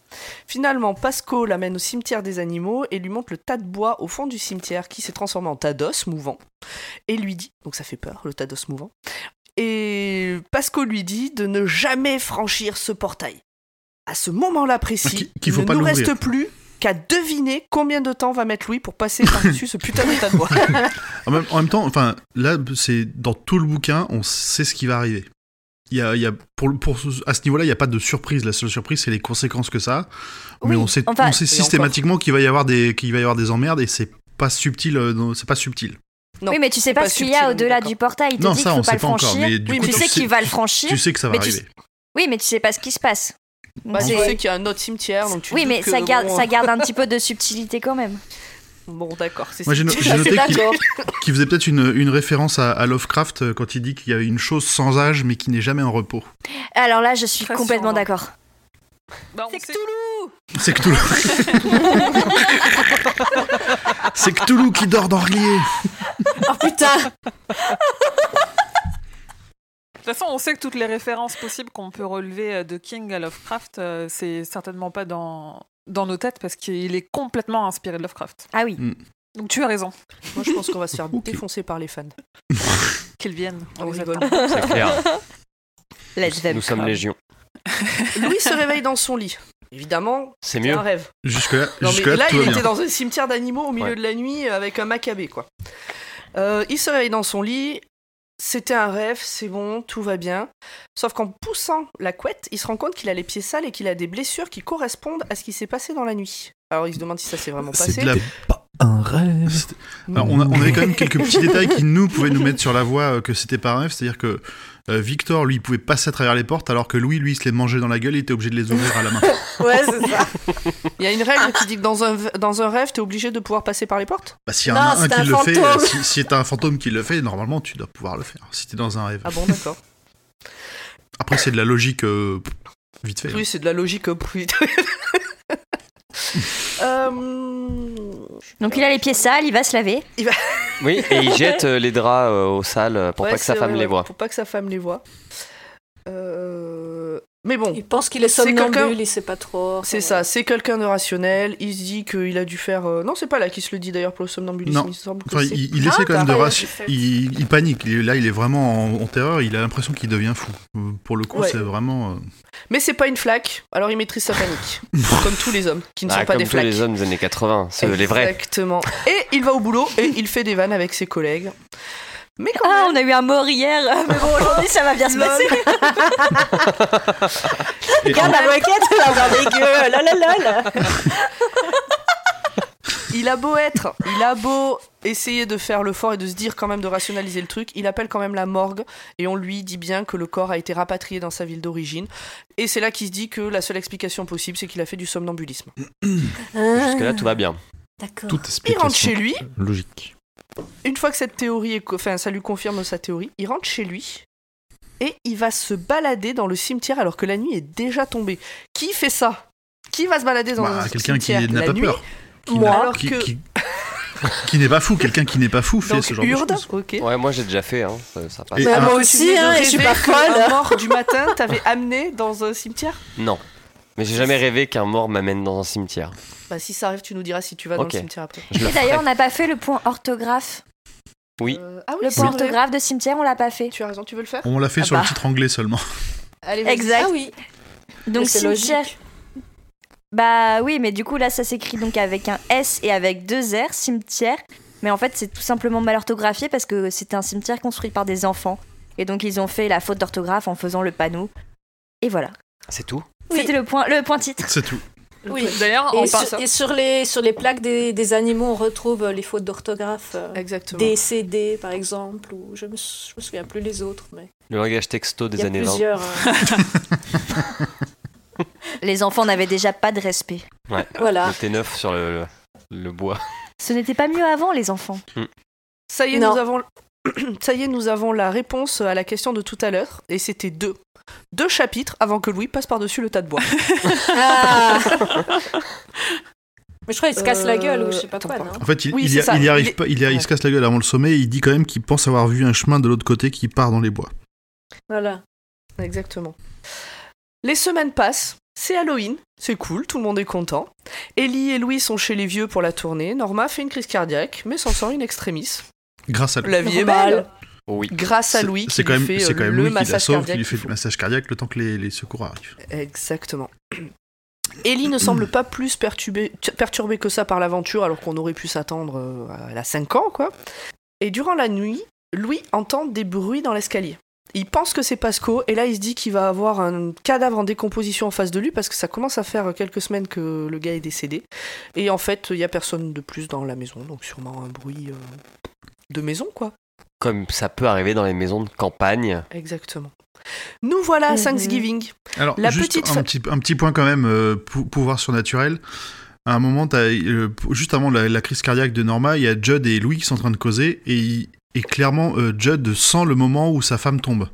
Speaker 1: Finalement, Pasco l'amène au cimetière des animaux et lui montre le tas de bois au fond du cimetière qui s'est transformé en tas d'os mouvant et lui dit, donc ça fait peur, le tas d'os mouvant, et Pasco lui dit de ne jamais franchir ce portail. À ce moment-là précis,
Speaker 4: Qui- Ah, qu'il faut
Speaker 1: il
Speaker 4: pas
Speaker 1: ne nous
Speaker 4: l'ouvrir.
Speaker 1: reste plus qu'à deviner combien de temps va mettre Louis pour passer par-dessus ce putain de tas de bois.
Speaker 4: En même, en même temps, enfin, là, c'est dans tout le bouquin, on sait ce qui va arriver. Il y a, il y a- pour, le- pour, ce- à ce niveau-là, il n'y a pas de surprise. La seule surprise, c'est les conséquences que ça a. Mais
Speaker 3: Oui,
Speaker 4: on sait,
Speaker 3: enfin-
Speaker 4: on sait
Speaker 1: Et
Speaker 4: systématiquement qu'il va y avoir des, qu'il va y avoir des emmerdes et c'est pas subtil. euh, non, c'est pas subtil.
Speaker 1: Non,
Speaker 3: oui, mais tu sais
Speaker 1: pas
Speaker 3: pas ce qu'il y
Speaker 1: subtil,
Speaker 3: a
Speaker 1: on est
Speaker 3: au-delà
Speaker 1: d'accord.
Speaker 3: du portail. Il te
Speaker 4: non,
Speaker 3: dit qu'il
Speaker 4: ça,
Speaker 3: faut
Speaker 4: on
Speaker 3: pas
Speaker 4: sait
Speaker 3: le
Speaker 4: pas encore.
Speaker 3: franchir.
Speaker 4: Mais du
Speaker 1: Oui,
Speaker 4: coup,
Speaker 1: mais
Speaker 3: Tu sais qu'il va le franchir.
Speaker 4: tu sais que ça va
Speaker 3: mais tu
Speaker 4: arriver.
Speaker 3: Oui, mais tu sais pas ce qui se passe.
Speaker 1: Bah,
Speaker 3: Donc,
Speaker 1: tu
Speaker 3: c'est-
Speaker 1: sais qu'il y a un autre cimetière, donc tu
Speaker 3: oui,
Speaker 1: te
Speaker 3: mais
Speaker 1: doutes
Speaker 3: ça
Speaker 1: que,
Speaker 3: garde,
Speaker 1: bon,
Speaker 3: ça garde un petit peu de subtilité quand même.
Speaker 1: Bon, d'accord, c'est
Speaker 4: Moi, j'ai no-
Speaker 1: c'est-
Speaker 4: j'ai noté qu'il
Speaker 5: D'accord.
Speaker 4: qu'il faisait peut-être une, une référence à, à Lovecraft euh, quand il dit qu'il y avait une chose sans âge mais qui n'est jamais en repos.
Speaker 3: Alors là, je suis
Speaker 6: Très
Speaker 3: complètement
Speaker 6: sûrement.
Speaker 3: d'accord.
Speaker 6: Bah, on
Speaker 1: C'est
Speaker 6: sait-
Speaker 4: C'est Cthulhu. c'est Cthulhu qui dort dans Rier.
Speaker 5: Oh putain
Speaker 6: De toute façon, on sait que toutes les références possibles qu'on peut relever euh, de King à Lovecraft, euh, c'est certainement pas dans, dans nos têtes parce qu'il est complètement inspiré de Lovecraft.
Speaker 3: Ah oui.
Speaker 7: Mm.
Speaker 6: Donc tu as raison.
Speaker 1: Moi, je pense qu'on va se faire
Speaker 4: Ok.
Speaker 1: défoncer par les fans.
Speaker 6: Qu'ils viennent.
Speaker 1: Oh, On
Speaker 6: les
Speaker 1: rigole.
Speaker 6: attend.
Speaker 2: C'est clair.
Speaker 3: Let's
Speaker 2: Nous sommes légion.
Speaker 1: Louis se réveille dans son lit. Évidemment,
Speaker 2: C'est
Speaker 1: c'est
Speaker 2: mieux.
Speaker 1: un rêve.
Speaker 4: Jusque-là,
Speaker 1: Non, mais
Speaker 4: jusque-là,
Speaker 1: là,
Speaker 4: tout
Speaker 1: il
Speaker 4: va bien.
Speaker 1: était dans un cimetière d'animaux au milieu
Speaker 2: Ouais.
Speaker 1: de la nuit euh, avec un macabé, quoi. Euh, il se réveille dans son lit. C'était un rêve, c'est bon, tout va bien. Sauf qu'en poussant la couette, il se rend compte qu'il a les pieds sales et qu'il a des blessures qui correspondent à ce qui s'est passé dans la nuit. Alors il se demande si ça s'est vraiment passé.
Speaker 4: C'était la-
Speaker 7: Pas un rêve.
Speaker 4: c'était- Alors, Ah, on, a- on avait quand même quelques petits détails qui nous pouvaient nous mettre sur la voie euh, que c'était pas un rêve, c'est-à-dire que euh, Victor lui il pouvait passer à travers les portes alors que Louis lui il se les mangeait dans la gueule, il était obligé de les ouvrir à la main.
Speaker 5: Ouais, c'est ça.
Speaker 1: Il y a une règle qui dit que dans un, v- dans un rêve, t'es obligé de pouvoir passer par les portes
Speaker 4: Bah, s'il y
Speaker 5: Non,
Speaker 4: a un, un
Speaker 5: c'est
Speaker 4: qui
Speaker 5: un
Speaker 4: le fait, euh,
Speaker 5: fantôme.
Speaker 4: si, si t'as un fantôme qui le fait, normalement tu dois pouvoir le faire. Si t'es dans un rêve.
Speaker 1: Ah bon, d'accord.
Speaker 4: Après c'est de la logique euh, pff, vite fait.
Speaker 1: Oui, c'est de la logique. euh, oui. Euh,
Speaker 3: Donc il a les pieds sales, il va se laver.
Speaker 2: Oui, et il jette euh, les draps euh, aux salles euh, pour
Speaker 1: Ouais,
Speaker 2: pas que sa
Speaker 1: c'est-
Speaker 2: femme
Speaker 1: ouais,
Speaker 2: les
Speaker 1: ouais,
Speaker 2: voie.
Speaker 1: Pour pas que sa femme les voie. Euh, Mais bon,
Speaker 5: Il pense qu'il est
Speaker 1: C'est quelqu'un-
Speaker 5: somnambule, il sait pas trop. enfin,
Speaker 1: c'est
Speaker 5: voilà.
Speaker 1: ça, c'est quelqu'un de rationnel, il se dit qu'il a dû faire... euh, Non, c'est pas là qu'il se le dit d'ailleurs pour le somnambulisme,
Speaker 4: Non.
Speaker 1: il semble que
Speaker 4: Enfin,
Speaker 1: c'est-
Speaker 4: il, il
Speaker 5: Ah,
Speaker 4: essaie quand même de
Speaker 5: pareil,
Speaker 4: rass-
Speaker 5: je sais.
Speaker 4: Il, il panique. Il est- là, il est vraiment en, en terreur. Il a l'impression qu'il devient fou. Euh, Pour le coup,
Speaker 1: Ouais.
Speaker 4: c'est vraiment. euh,
Speaker 1: Mais c'est pas une flaque, alors il maîtrise sa panique. comme tous les hommes qui ne
Speaker 2: Ah,
Speaker 1: sont pas
Speaker 2: comme
Speaker 1: des
Speaker 2: tous
Speaker 1: flaques.
Speaker 2: les hommes des années 80, ceux, les vrais.
Speaker 1: Exactement. Et il va au boulot et il fait des vannes avec ses collègues. Mais quand
Speaker 3: Ah,
Speaker 1: même,
Speaker 3: on a eu un mort hier, mais bon, aujourd'hui ça va bien se
Speaker 1: Lol.
Speaker 3: passer.
Speaker 4: et
Speaker 3: Regarde la moquette, elle va avoir des gueules, lalalala.
Speaker 1: il a beau être, il a beau essayer de faire le fort et de se dire quand même de rationaliser le truc, il appelle quand même la morgue et on lui dit bien que le corps a été rapatrié dans sa ville d'origine. Et c'est là qu'il se dit que la seule explication possible, c'est qu'il a fait du somnambulisme.
Speaker 5: Ah,
Speaker 2: Jusque-là, tout va bien.
Speaker 5: D'accord.
Speaker 7: Toute
Speaker 1: Il
Speaker 7: explication
Speaker 1: rentre chez lui,
Speaker 7: logique.
Speaker 1: une fois que cette théorie est, co- enfin, ça lui confirme sa théorie, il rentre chez lui et il va se balader dans le cimetière alors que la nuit est déjà tombée. Qui fait ça Qui va se balader dans
Speaker 4: bah,
Speaker 1: un
Speaker 4: quelqu'un qui
Speaker 1: cimetière
Speaker 4: n'a
Speaker 1: la
Speaker 4: pas
Speaker 1: nuit
Speaker 4: peur. Qui
Speaker 1: Moi,
Speaker 4: n'a-
Speaker 1: alors
Speaker 4: qui-
Speaker 1: que-
Speaker 4: qui- qui n'est pas fou. Quelqu'un qui n'est pas fou fait
Speaker 1: Donc
Speaker 4: ce genre
Speaker 1: Urde,
Speaker 4: de choses.
Speaker 1: ok.
Speaker 2: Ouais, moi j'ai déjà fait, hein. ça, ça passe.
Speaker 4: Et-
Speaker 5: Bah,
Speaker 4: ah,
Speaker 5: moi
Speaker 1: Tu
Speaker 5: aussi,
Speaker 1: venais de
Speaker 5: hein, et je suis
Speaker 1: rêver
Speaker 5: pas
Speaker 1: que
Speaker 5: folle.
Speaker 1: un mort du matin t'avais amené dans un cimetière
Speaker 2: Non. Mais j'ai jamais rêvé qu'un mort m'amène dans un cimetière.
Speaker 1: Bah si ça arrive, tu nous diras si tu vas
Speaker 2: Ok.
Speaker 1: dans le cimetière après.
Speaker 2: Je le
Speaker 3: Et d'ailleurs,
Speaker 2: ferai.
Speaker 3: on n'a pas fait le point orthographe.
Speaker 2: Oui.
Speaker 1: Euh, ah oui,
Speaker 3: Le
Speaker 1: c'est
Speaker 3: point
Speaker 1: vrai.
Speaker 3: orthographe de cimetière, on l'a pas fait.
Speaker 1: Tu as raison, tu veux le faire
Speaker 4: On l'a fait
Speaker 3: Ah
Speaker 4: sur
Speaker 3: bah.
Speaker 4: le titre anglais seulement.
Speaker 1: Allez, vas-y.
Speaker 3: Exact.
Speaker 5: Ah oui,
Speaker 3: Donc
Speaker 5: c'est
Speaker 3: cimetière.
Speaker 5: logique.
Speaker 3: Bah oui, mais du coup là ça s'écrit donc avec un S et avec deux R, cimetière. Mais en fait c'est tout simplement mal orthographié parce que c'était un cimetière construit par des enfants. Et donc ils ont fait la faute d'orthographe en faisant le panneau. Et voilà.
Speaker 2: C'est tout
Speaker 5: Oui.
Speaker 3: C'était le point, le point titre.
Speaker 4: C'est tout.
Speaker 5: oui.
Speaker 1: Ah,
Speaker 6: D'ailleurs, en
Speaker 5: Et,
Speaker 6: par-
Speaker 5: sur, et sur les, sur les plaques des, des animaux, on retrouve euh, les fautes d'orthographe. euh,
Speaker 1: Exactement.
Speaker 5: DCD, par exemple, ou je me, sou- je me souviens plus les autres, mais
Speaker 2: Le langage texto
Speaker 5: il
Speaker 2: des
Speaker 5: y a
Speaker 2: années 20.
Speaker 5: plusieurs. euh,
Speaker 3: Les enfants n'avaient déjà pas de respect.
Speaker 5: voilà.
Speaker 2: Le T9 sur le, le, le bois.
Speaker 3: Ce n'était pas mieux avant les enfants.
Speaker 1: Ça y est,
Speaker 5: Non.
Speaker 1: nous avons ça y est, nous avons la réponse à la question de tout à l'heure et c'était deux. Deux chapitres avant que Louis passe par-dessus le tas de bois.
Speaker 5: Ah mais je crois qu'il se
Speaker 1: Euh,
Speaker 5: casse la gueule ou je sais pas
Speaker 1: Attends,
Speaker 5: quoi,
Speaker 1: pardon.
Speaker 5: non
Speaker 4: En fait, il,
Speaker 1: Oui,
Speaker 4: il
Speaker 1: c'est
Speaker 4: y a-
Speaker 1: ça.
Speaker 4: il y arrive
Speaker 1: Il est-
Speaker 4: pas. Il, y a- il
Speaker 1: ouais.
Speaker 4: se casse la gueule avant le sommet. Et il dit quand même qu'il pense avoir vu un chemin de l'autre côté qui part dans les bois.
Speaker 5: Voilà.
Speaker 1: Exactement. Les semaines passent, c'est Halloween, c'est cool, tout le monde est content. Ellie et Louis sont chez les vieux pour la tournée. Norma fait une crise cardiaque, mais s'en sort in extremis.
Speaker 4: Grâce à. lui.
Speaker 1: La vie est
Speaker 5: Normal.
Speaker 1: belle.
Speaker 2: Oh Oui.
Speaker 1: Grâce à
Speaker 4: C'est-
Speaker 1: Louis,
Speaker 4: C'est
Speaker 1: qui
Speaker 4: quand
Speaker 1: lui
Speaker 4: même,
Speaker 1: fait
Speaker 4: c'est
Speaker 1: euh,
Speaker 4: quand même
Speaker 1: le
Speaker 4: Louis qui la
Speaker 1: massage
Speaker 4: sauve, qui
Speaker 1: cardiaque
Speaker 4: lui fait
Speaker 1: qu'il
Speaker 4: le massage cardiaque le temps que les, les secours arrivent.
Speaker 1: Exactement. Ellie ne semble pas plus perturbée, tu- perturbée que ça par l'aventure, alors qu'on aurait pu s'attendre euh, à- elle a 5 ans, quoi. Et durant la nuit, Louis entend des bruits dans l'escalier. Il pense que c'est Pasco, et là il se dit qu'il va avoir un cadavre en décomposition en face de lui, parce que ça commence à faire quelques semaines que le gars est décédé. Et en fait, il n'y a personne de plus dans la maison, donc sûrement un bruit euh, de maison, quoi.
Speaker 2: Comme ça peut arriver dans les maisons de campagne.
Speaker 1: Exactement. Nous voilà à
Speaker 5: Mhm.
Speaker 1: Thanksgiving.
Speaker 4: Alors,
Speaker 1: La
Speaker 4: juste
Speaker 1: petite fa-
Speaker 4: un, petit, un petit point quand même, euh, pou- pouvoir surnaturel. À un moment, t'as, euh, pou- juste avant la, la crise cardiaque de Norma, il y a Judd et Louis qui sont en train de causer et, il- et clairement, euh, Judd sent le moment où sa femme tombe.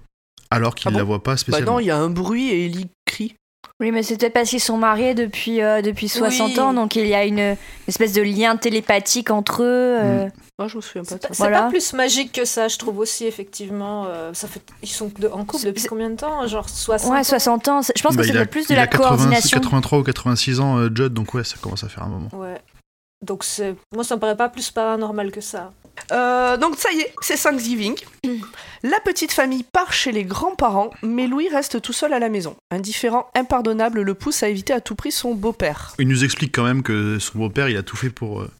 Speaker 4: Alors qu'il
Speaker 1: Ah
Speaker 4: ne
Speaker 1: bon
Speaker 4: la voit pas
Speaker 1: Bah
Speaker 4: spécialement.
Speaker 1: non, il y a un bruit et Ellie crie.
Speaker 3: Oui, mais c'était parce qu'ils sont mariés depuis, euh, depuis 60
Speaker 5: Oui.
Speaker 3: ans, donc il y a une, une espèce de lien télépathique entre eux. euh.
Speaker 7: Mm.
Speaker 1: Moi, je me souviens pas
Speaker 5: C'est
Speaker 1: de ça.
Speaker 5: pas, c'est
Speaker 3: Voilà.
Speaker 5: pas plus magique que ça, je trouve aussi, effectivement. euh, ça fait, ils sont de- en couple
Speaker 3: C'est-
Speaker 5: depuis
Speaker 3: c'est-
Speaker 5: combien de temps hein, Genre 60
Speaker 3: Ouais,
Speaker 5: ans
Speaker 3: 60 ans. c'est- Je pense
Speaker 4: Bah,
Speaker 3: que
Speaker 4: il
Speaker 3: c'était
Speaker 4: a-
Speaker 3: plus de
Speaker 4: il
Speaker 3: la
Speaker 4: a 80
Speaker 3: coordination.
Speaker 4: 83 ou 86 ans, euh, Judd, donc ouais, ça commence à faire un moment.
Speaker 5: Ouais. Donc c'est- moi, ça me paraît pas plus paranormal que ça.
Speaker 1: Euh, donc ça y est, c'est Thanksgiving. La petite famille part chez les grands-parents, mais Louis reste tout seul à la maison. Indifférent, impardonnable, le pousse à éviter à tout prix son beau-père.
Speaker 4: Il nous explique quand même que son beau-père, il a tout fait pour, euh,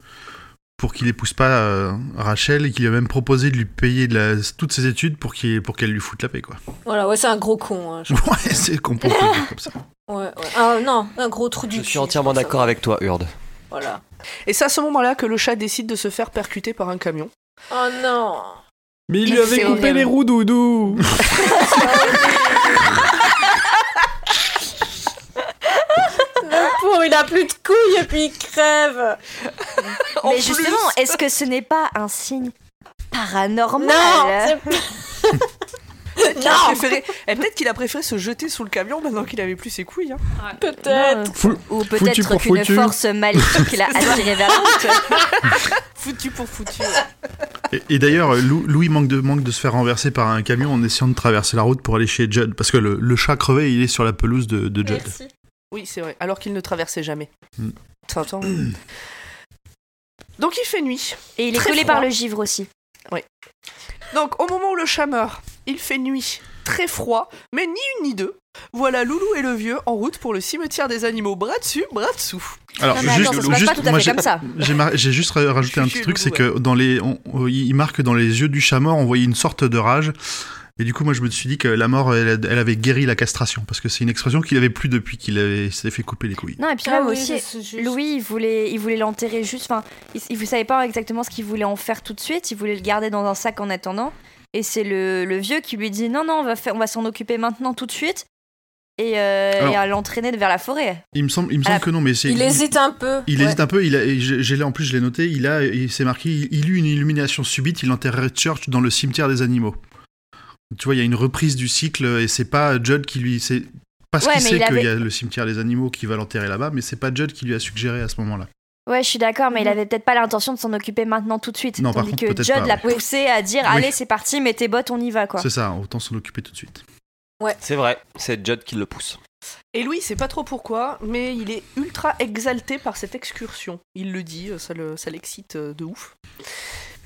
Speaker 4: pour qu'il épouse pas euh, Rachel et qu'il lui a même proposé de lui payer de la- toutes ses études pour, qu'il- pour qu'elle lui foute la paix, quoi.
Speaker 5: Voilà, ouais, c'est un gros con. hein, je-
Speaker 4: Ouais, c'est qu'on peut le dire comme ça.
Speaker 5: ouais, ouais. Ah non, un gros trou du
Speaker 2: Je
Speaker 5: cul,
Speaker 2: suis entièrement
Speaker 5: ça.
Speaker 2: d'accord avec toi, Urde.
Speaker 5: Voilà.
Speaker 1: Et c'est à ce moment-là que le chat décide de se faire percuter par un camion.
Speaker 5: Oh non
Speaker 7: Mais il
Speaker 1: Il
Speaker 7: lui avait
Speaker 1: fait
Speaker 7: coupé
Speaker 1: horrible.
Speaker 7: les roues, doudou
Speaker 5: Le pauvre, il a plus de couilles et puis il crève.
Speaker 1: En
Speaker 3: Mais
Speaker 1: plus.
Speaker 3: justement, est-ce que ce n'est pas un signe paranormal
Speaker 5: Non,
Speaker 1: Peut-être qu'il a
Speaker 5: Non.
Speaker 1: préféré- eh, peut-être qu'il a préféré se jeter sous le camion maintenant qu'il avait plus ses couilles. hein.
Speaker 5: peut-être.
Speaker 7: Fou-
Speaker 3: Ou
Speaker 7: Foutu
Speaker 3: peut-être
Speaker 7: pour
Speaker 3: qu'une
Speaker 7: foutu.
Speaker 3: force maléfique l'a attiré vers la route.
Speaker 1: Foutu pour foutu.
Speaker 4: Et, et d'ailleurs, Lou- Louis manque de, manque de se faire renverser par un camion en essayant de traverser la route pour aller chez Judd. Parce que le, le chat crevé, il est sur la pelouse de, de Judd.
Speaker 5: Merci.
Speaker 1: Oui, c'est vrai. Alors qu'il ne traversait jamais.
Speaker 4: Mm.
Speaker 1: T'entends Donc il fait nuit.
Speaker 3: Et il est
Speaker 1: Très
Speaker 3: collé
Speaker 1: froid.
Speaker 3: par le givre aussi.
Speaker 1: Donc au moment où le chat meurt, il fait nuit, très froid, mais ni une ni deux. Voilà Loulou et le vieux en route pour le cimetière des animaux, bras dessus, bras dessous.
Speaker 4: Alors,
Speaker 3: non, mais attends, ça se passe pas tout à
Speaker 4: moi,
Speaker 3: fait
Speaker 4: j'ai-
Speaker 3: comme ça.
Speaker 4: J'ai mar- j'ai juste ra-
Speaker 1: Je
Speaker 4: rajouté un
Speaker 1: suis
Speaker 4: petit truc,
Speaker 1: chez
Speaker 4: c'est que dans les, on- on- il marque dans les yeux du chat mort, on voyait une sorte de rage. Et du coup, moi, je me suis dit que la mort, elle, elle avait guéri la castration, parce que c'est une expression qu'il avait plus depuis qu'il avait- s'était fait couper les couilles.
Speaker 3: Non, et puis
Speaker 5: Ah
Speaker 3: même
Speaker 5: oui,
Speaker 3: aussi,
Speaker 5: c'est juste-
Speaker 3: Louis, il voulait, il voulait l'enterrer juste. Enfin, il, il savait pas exactement ce qu'il voulait en faire tout de suite. Il voulait le garder dans un sac en attendant. Et c'est le, le vieux qui lui dit non, non, on va faire, on va s'en occuper maintenant tout de suite. Et, euh,
Speaker 4: Alors-
Speaker 3: et à l'entraîner vers la forêt.
Speaker 4: Il me semble, il me semble
Speaker 3: Ah,
Speaker 4: que non, mais c'est.
Speaker 5: Il hésite un peu.
Speaker 4: il
Speaker 5: ouais.
Speaker 4: hésite un peu. Il a, et j'ai j'ai- en plus, je l'ai noté. Il a, il s'est marqué. Il, il eut une illumination subite. Il enterrait Church dans le cimetière des animaux. Tu vois, il y a une reprise du cycle, et c'est pas Judd qui lui, c'est parce
Speaker 3: Ouais,
Speaker 4: qu'il
Speaker 3: mais
Speaker 4: sait
Speaker 3: il
Speaker 4: qu'il y
Speaker 3: avait-
Speaker 4: a le cimetière des animaux qui va l'enterrer là-bas, mais c'est pas Judd qui lui a suggéré à ce moment-là.
Speaker 3: Ouais, je suis d'accord, mais il
Speaker 5: Mhm.
Speaker 3: avait peut-être pas l'intention de s'en occuper maintenant tout de suite.
Speaker 4: Non, par
Speaker 3: Tandis
Speaker 4: contre,
Speaker 3: que
Speaker 4: peut-être
Speaker 3: Judd
Speaker 4: pas,
Speaker 3: l'a
Speaker 5: ouais.
Speaker 3: poussé à dire
Speaker 4: Oui.
Speaker 3: allez, c'est parti, mets tes bottes, on y va quoi.
Speaker 4: C'est ça, autant s'en occuper tout de suite.
Speaker 2: C'est vrai, c'est Judd qui le pousse.
Speaker 1: Et Louis, c'est pas trop pourquoi, mais il est ultra exalté par cette excursion. Il le dit, euh, ça le- ça l'excite euh, de ouf.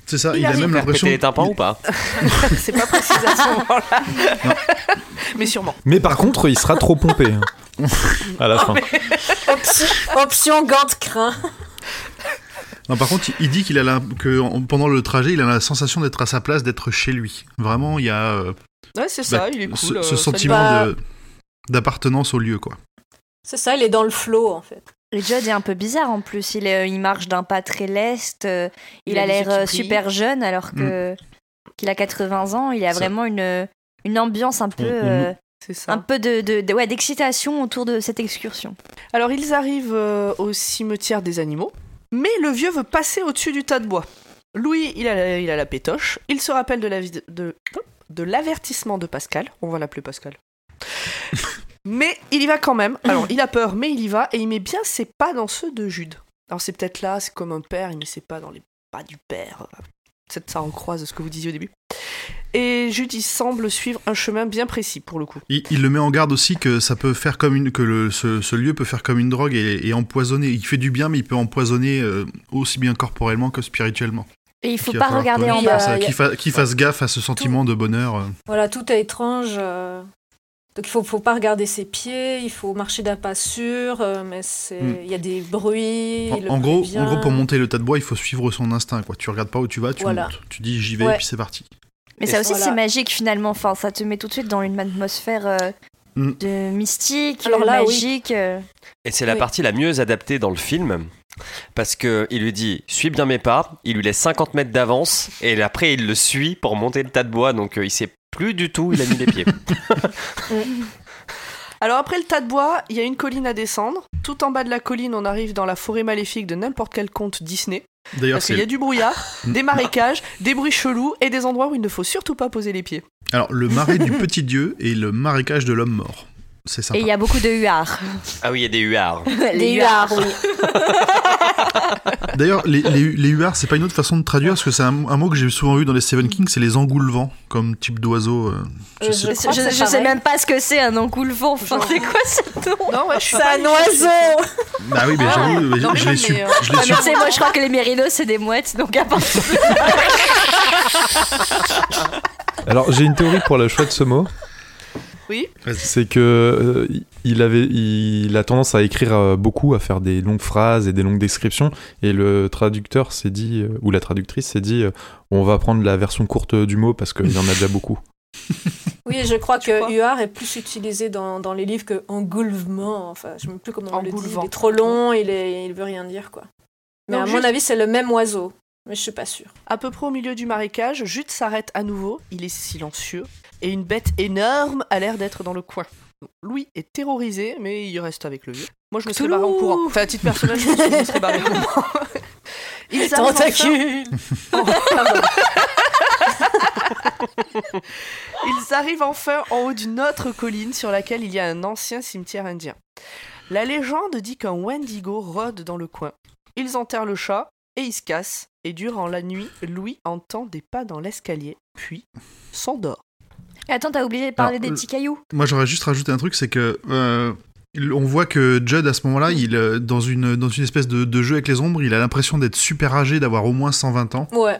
Speaker 4: C'est ça,
Speaker 1: Il
Speaker 4: il, a
Speaker 1: arrive.
Speaker 4: même
Speaker 2: Faire
Speaker 4: l'impression.
Speaker 2: péter les tympans ou pas
Speaker 1: c'est pas précis à ce moment-là.
Speaker 4: Non.
Speaker 1: mais sûrement.
Speaker 7: Mais par contre, il sera trop pompé hein, à la fin.
Speaker 5: Option- Option gant de crin.
Speaker 4: Non, par contre, il dit qu'il a la... que en- pendant le trajet, il a la sensation d'être à sa place, d'être chez lui. Vraiment, il y a euh,
Speaker 1: Ouais, c'est ça,
Speaker 4: bah,
Speaker 1: il est cool.
Speaker 4: ce,
Speaker 1: euh,
Speaker 4: ce
Speaker 1: ça lui-
Speaker 4: sentiment
Speaker 5: va.
Speaker 4: de- d'appartenance au lieu, quoi.
Speaker 5: C'est ça, il est dans le flow en fait.
Speaker 3: Et Judd est un peu bizarre en plus. Il, est- il marche d'un pas très leste. euh, il,
Speaker 1: Il a
Speaker 3: a
Speaker 1: les yeux
Speaker 3: l'air euh,
Speaker 1: qui brillent.
Speaker 3: super jeune
Speaker 4: Mm.
Speaker 3: alors que qu'il a 80 ans. Il a
Speaker 4: Ça-
Speaker 3: vraiment une, une ambiance un peu,
Speaker 4: On- on-
Speaker 3: euh,
Speaker 1: C'est ça.
Speaker 3: un peu de, de- de- ouais, d'excitation autour de cette excursion.
Speaker 1: Alors ils arrivent euh, au cimetière des animaux, mais le vieux veut passer au-dessus du tas de bois. Louis, il a, la- il a la pétoche, il se rappelle de la vid- de, de l'avertissement de Pascal, on va l'appeler Pascal. mais il y va quand même. Alors il a peur, mais il y va et il met bien ses pas dans ceux de Jude. Alors c'est peut-être là, c'est comme un père, il met ses pas dans les pas du père. Peut-être ça recroise ce que vous disiez au début. Et Jude, il semble suivre un chemin bien précis pour le coup.
Speaker 4: Il, il le met en garde aussi que ça peut faire comme une que le, ce, ce lieu peut faire comme une drogue et, et empoisonner. Il fait du bien, mais il peut empoisonner euh, aussi bien corporellement que spirituellement.
Speaker 3: Et il faut
Speaker 4: Qu'il va
Speaker 3: pas
Speaker 4: falloir
Speaker 3: regarder en
Speaker 5: connaître.
Speaker 3: bas.
Speaker 5: Il y a-
Speaker 4: Ça, Qu'il fa- qu'il fasse gaffe à ce sentiment de bonheur. euh.
Speaker 5: Voilà, tout est étrange. euh. Donc il faut, faut pas regarder ses pieds, il faut marcher d'un pas sûr, euh, mais c'est
Speaker 4: Hmm.
Speaker 5: il y a des bruits.
Speaker 4: En,
Speaker 5: il le
Speaker 4: en gros,
Speaker 5: prévient.
Speaker 4: en gros, pour monter le tas de bois, il faut suivre son instinct. Quoi. Tu regardes pas où tu vas, tu
Speaker 5: Voilà.
Speaker 4: montes. Tu dis j'y vais,
Speaker 5: Ouais.
Speaker 4: et puis c'est parti.
Speaker 3: Mais ça
Speaker 2: Et-
Speaker 3: aussi,
Speaker 5: Voilà.
Speaker 3: c'est magique finalement. Enfin, ça te met tout de suite dans une atmosphère euh,
Speaker 4: Mm.
Speaker 3: de mystique,
Speaker 5: Alors là, oui.
Speaker 3: magique. euh.
Speaker 2: Et c'est la
Speaker 5: Oui.
Speaker 2: partie la mieux adaptée dans le film. Parce que il lui dit suis bien mes pas, il lui laisse 50 mètres d'avance et après il le suit pour monter le tas de bois donc euh, il sait plus du tout où il a mis les pieds.
Speaker 1: Alors après le tas de bois, il y a une colline à descendre. Tout en bas de la colline, on arrive dans la forêt maléfique de n'importe quel conte Disney.
Speaker 4: D'ailleurs,
Speaker 1: Parce qu'il y a
Speaker 4: c'est
Speaker 1: du brouillard, des marécages, des bruits chelous et des endroits où il ne faut surtout pas poser les pieds.
Speaker 4: alors le marais du petit dieu et le marécage de l'homme mort. C'est sympa.
Speaker 3: Et il y a beaucoup de huards.
Speaker 2: ah oui, il y a des huards.
Speaker 5: Des huards, Ah oui. euh,
Speaker 4: D'ailleurs, les, les, les huards, c'est pas une autre façon de traduire parce que c'est un, un mot que j'ai souvent vu dans les Seven Kings, c'est les engoulevents comme type d'oiseau. euh, je
Speaker 5: Euh,
Speaker 4: sais
Speaker 5: je
Speaker 4: pas.
Speaker 3: Je,
Speaker 5: crois que
Speaker 3: je-
Speaker 5: c'est
Speaker 3: je sais
Speaker 5: pareil.
Speaker 3: même pas ce que c'est hein, un engoulevent. Enfin,
Speaker 1: Genre-
Speaker 3: c'est quoi ce nom
Speaker 1: Non, ouais, je suis
Speaker 5: C'est
Speaker 1: pas
Speaker 5: un
Speaker 1: allée
Speaker 5: oiseau
Speaker 4: Bah oui, mais
Speaker 1: Ah,
Speaker 4: j'avoue,
Speaker 1: non, mais
Speaker 4: je
Speaker 1: non,
Speaker 4: l'ai su.
Speaker 1: mais, euh,
Speaker 4: Je l'ai
Speaker 3: Ah,
Speaker 4: su.
Speaker 3: mais tu sais, moi je crois que les mérinos c'est des mouettes, donc à part
Speaker 7: Alors, j'ai une théorie pour le choix de ce mot.
Speaker 1: Oui.
Speaker 7: C'est que euh, il avait, il a tendance à écrire euh, beaucoup, à faire des longues phrases et des longues descriptions, et le traducteur s'est dit, euh, ou la traductrice s'est dit, euh, on va prendre la version courte du mot parce qu'il y en a déjà beaucoup.
Speaker 5: Oui, et je crois
Speaker 1: Tu
Speaker 5: que
Speaker 1: crois
Speaker 5: huard est plus utilisé dans, dans les livres que engoulevement. Enfin, je ne sais plus comment on le dit.
Speaker 1: Engoulevent.
Speaker 5: Il est trop long, il, est, il veut rien dire, quoi. Mais
Speaker 1: Donc
Speaker 5: à
Speaker 1: juste-
Speaker 5: mon avis, c'est le même oiseau. Mais je suis pas sûre.
Speaker 1: À peu près au milieu du marécage, Jude s'arrête à nouveau. Il est silencieux et une bête énorme a l'air d'être dans le coin. Louis est terrorisé, mais il reste avec le vieux. Moi, je me serais barré en courant. Enfin, à titre personnel, je pense que je me serais barré en courant. Ils arrivent enfin
Speaker 5: Tentacule
Speaker 1: Ils arrivent enfin en haut d'une autre colline sur laquelle il y a un ancien cimetière indien. La légende dit qu'un Wendigo rôde dans le coin. Ils enterrent le chat, et il se casse. Et durant la nuit, Louis entend des pas dans l'escalier, puis s'endort.
Speaker 3: Attends, t'as oublié de parler
Speaker 4: Alors,
Speaker 3: des
Speaker 2: euh,
Speaker 4: le-
Speaker 3: petits cailloux.
Speaker 4: Moi, j'aurais juste rajouté un truc, c'est que euh, il- on voit que Judd à ce moment-là, il euh, dans une dans une espèce de, de jeu avec les ombres, il a l'impression d'être super âgé, d'avoir au moins 120 ans.
Speaker 5: Ouais.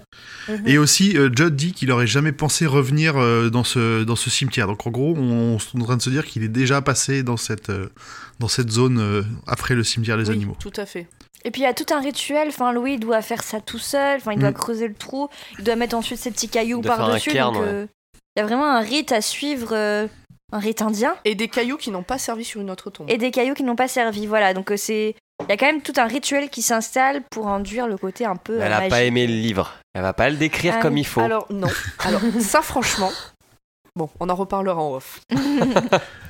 Speaker 5: Mhm.
Speaker 4: Et aussi, euh, Judd dit qu'il aurait jamais pensé revenir euh, dans ce dans ce cimetière. Donc en gros, on, on est en train de se dire qu'il est déjà passé dans cette euh, dans cette zone euh, après le cimetière des
Speaker 1: Oui,
Speaker 4: animaux.
Speaker 1: Tout à fait.
Speaker 3: Et puis il y a tout un rituel. Enfin, Louis il doit faire ça tout seul. Enfin, il doit
Speaker 4: Mm.
Speaker 3: creuser le trou. Il doit mettre ensuite ses petits cailloux
Speaker 2: Il doit faire un
Speaker 3: par-dessus.
Speaker 2: cairn,
Speaker 3: donc, euh, Il y a vraiment un rite à suivre, euh, un rite indien.
Speaker 1: Et des cailloux qui n'ont pas servi sur une autre tombe.
Speaker 3: Et des cailloux qui n'ont pas servi. Voilà, donc euh, c'est. Il y a quand même tout un rituel qui s'installe pour induire le côté un peu.
Speaker 2: Elle
Speaker 3: euh,
Speaker 2: a pas
Speaker 3: magique.
Speaker 2: aimé le livre. Elle va pas le décrire
Speaker 5: Euh,
Speaker 3: Ah
Speaker 2: comme
Speaker 3: oui.
Speaker 2: il faut.
Speaker 1: Alors non. Alors ça franchement. Bon, on en reparlera en off.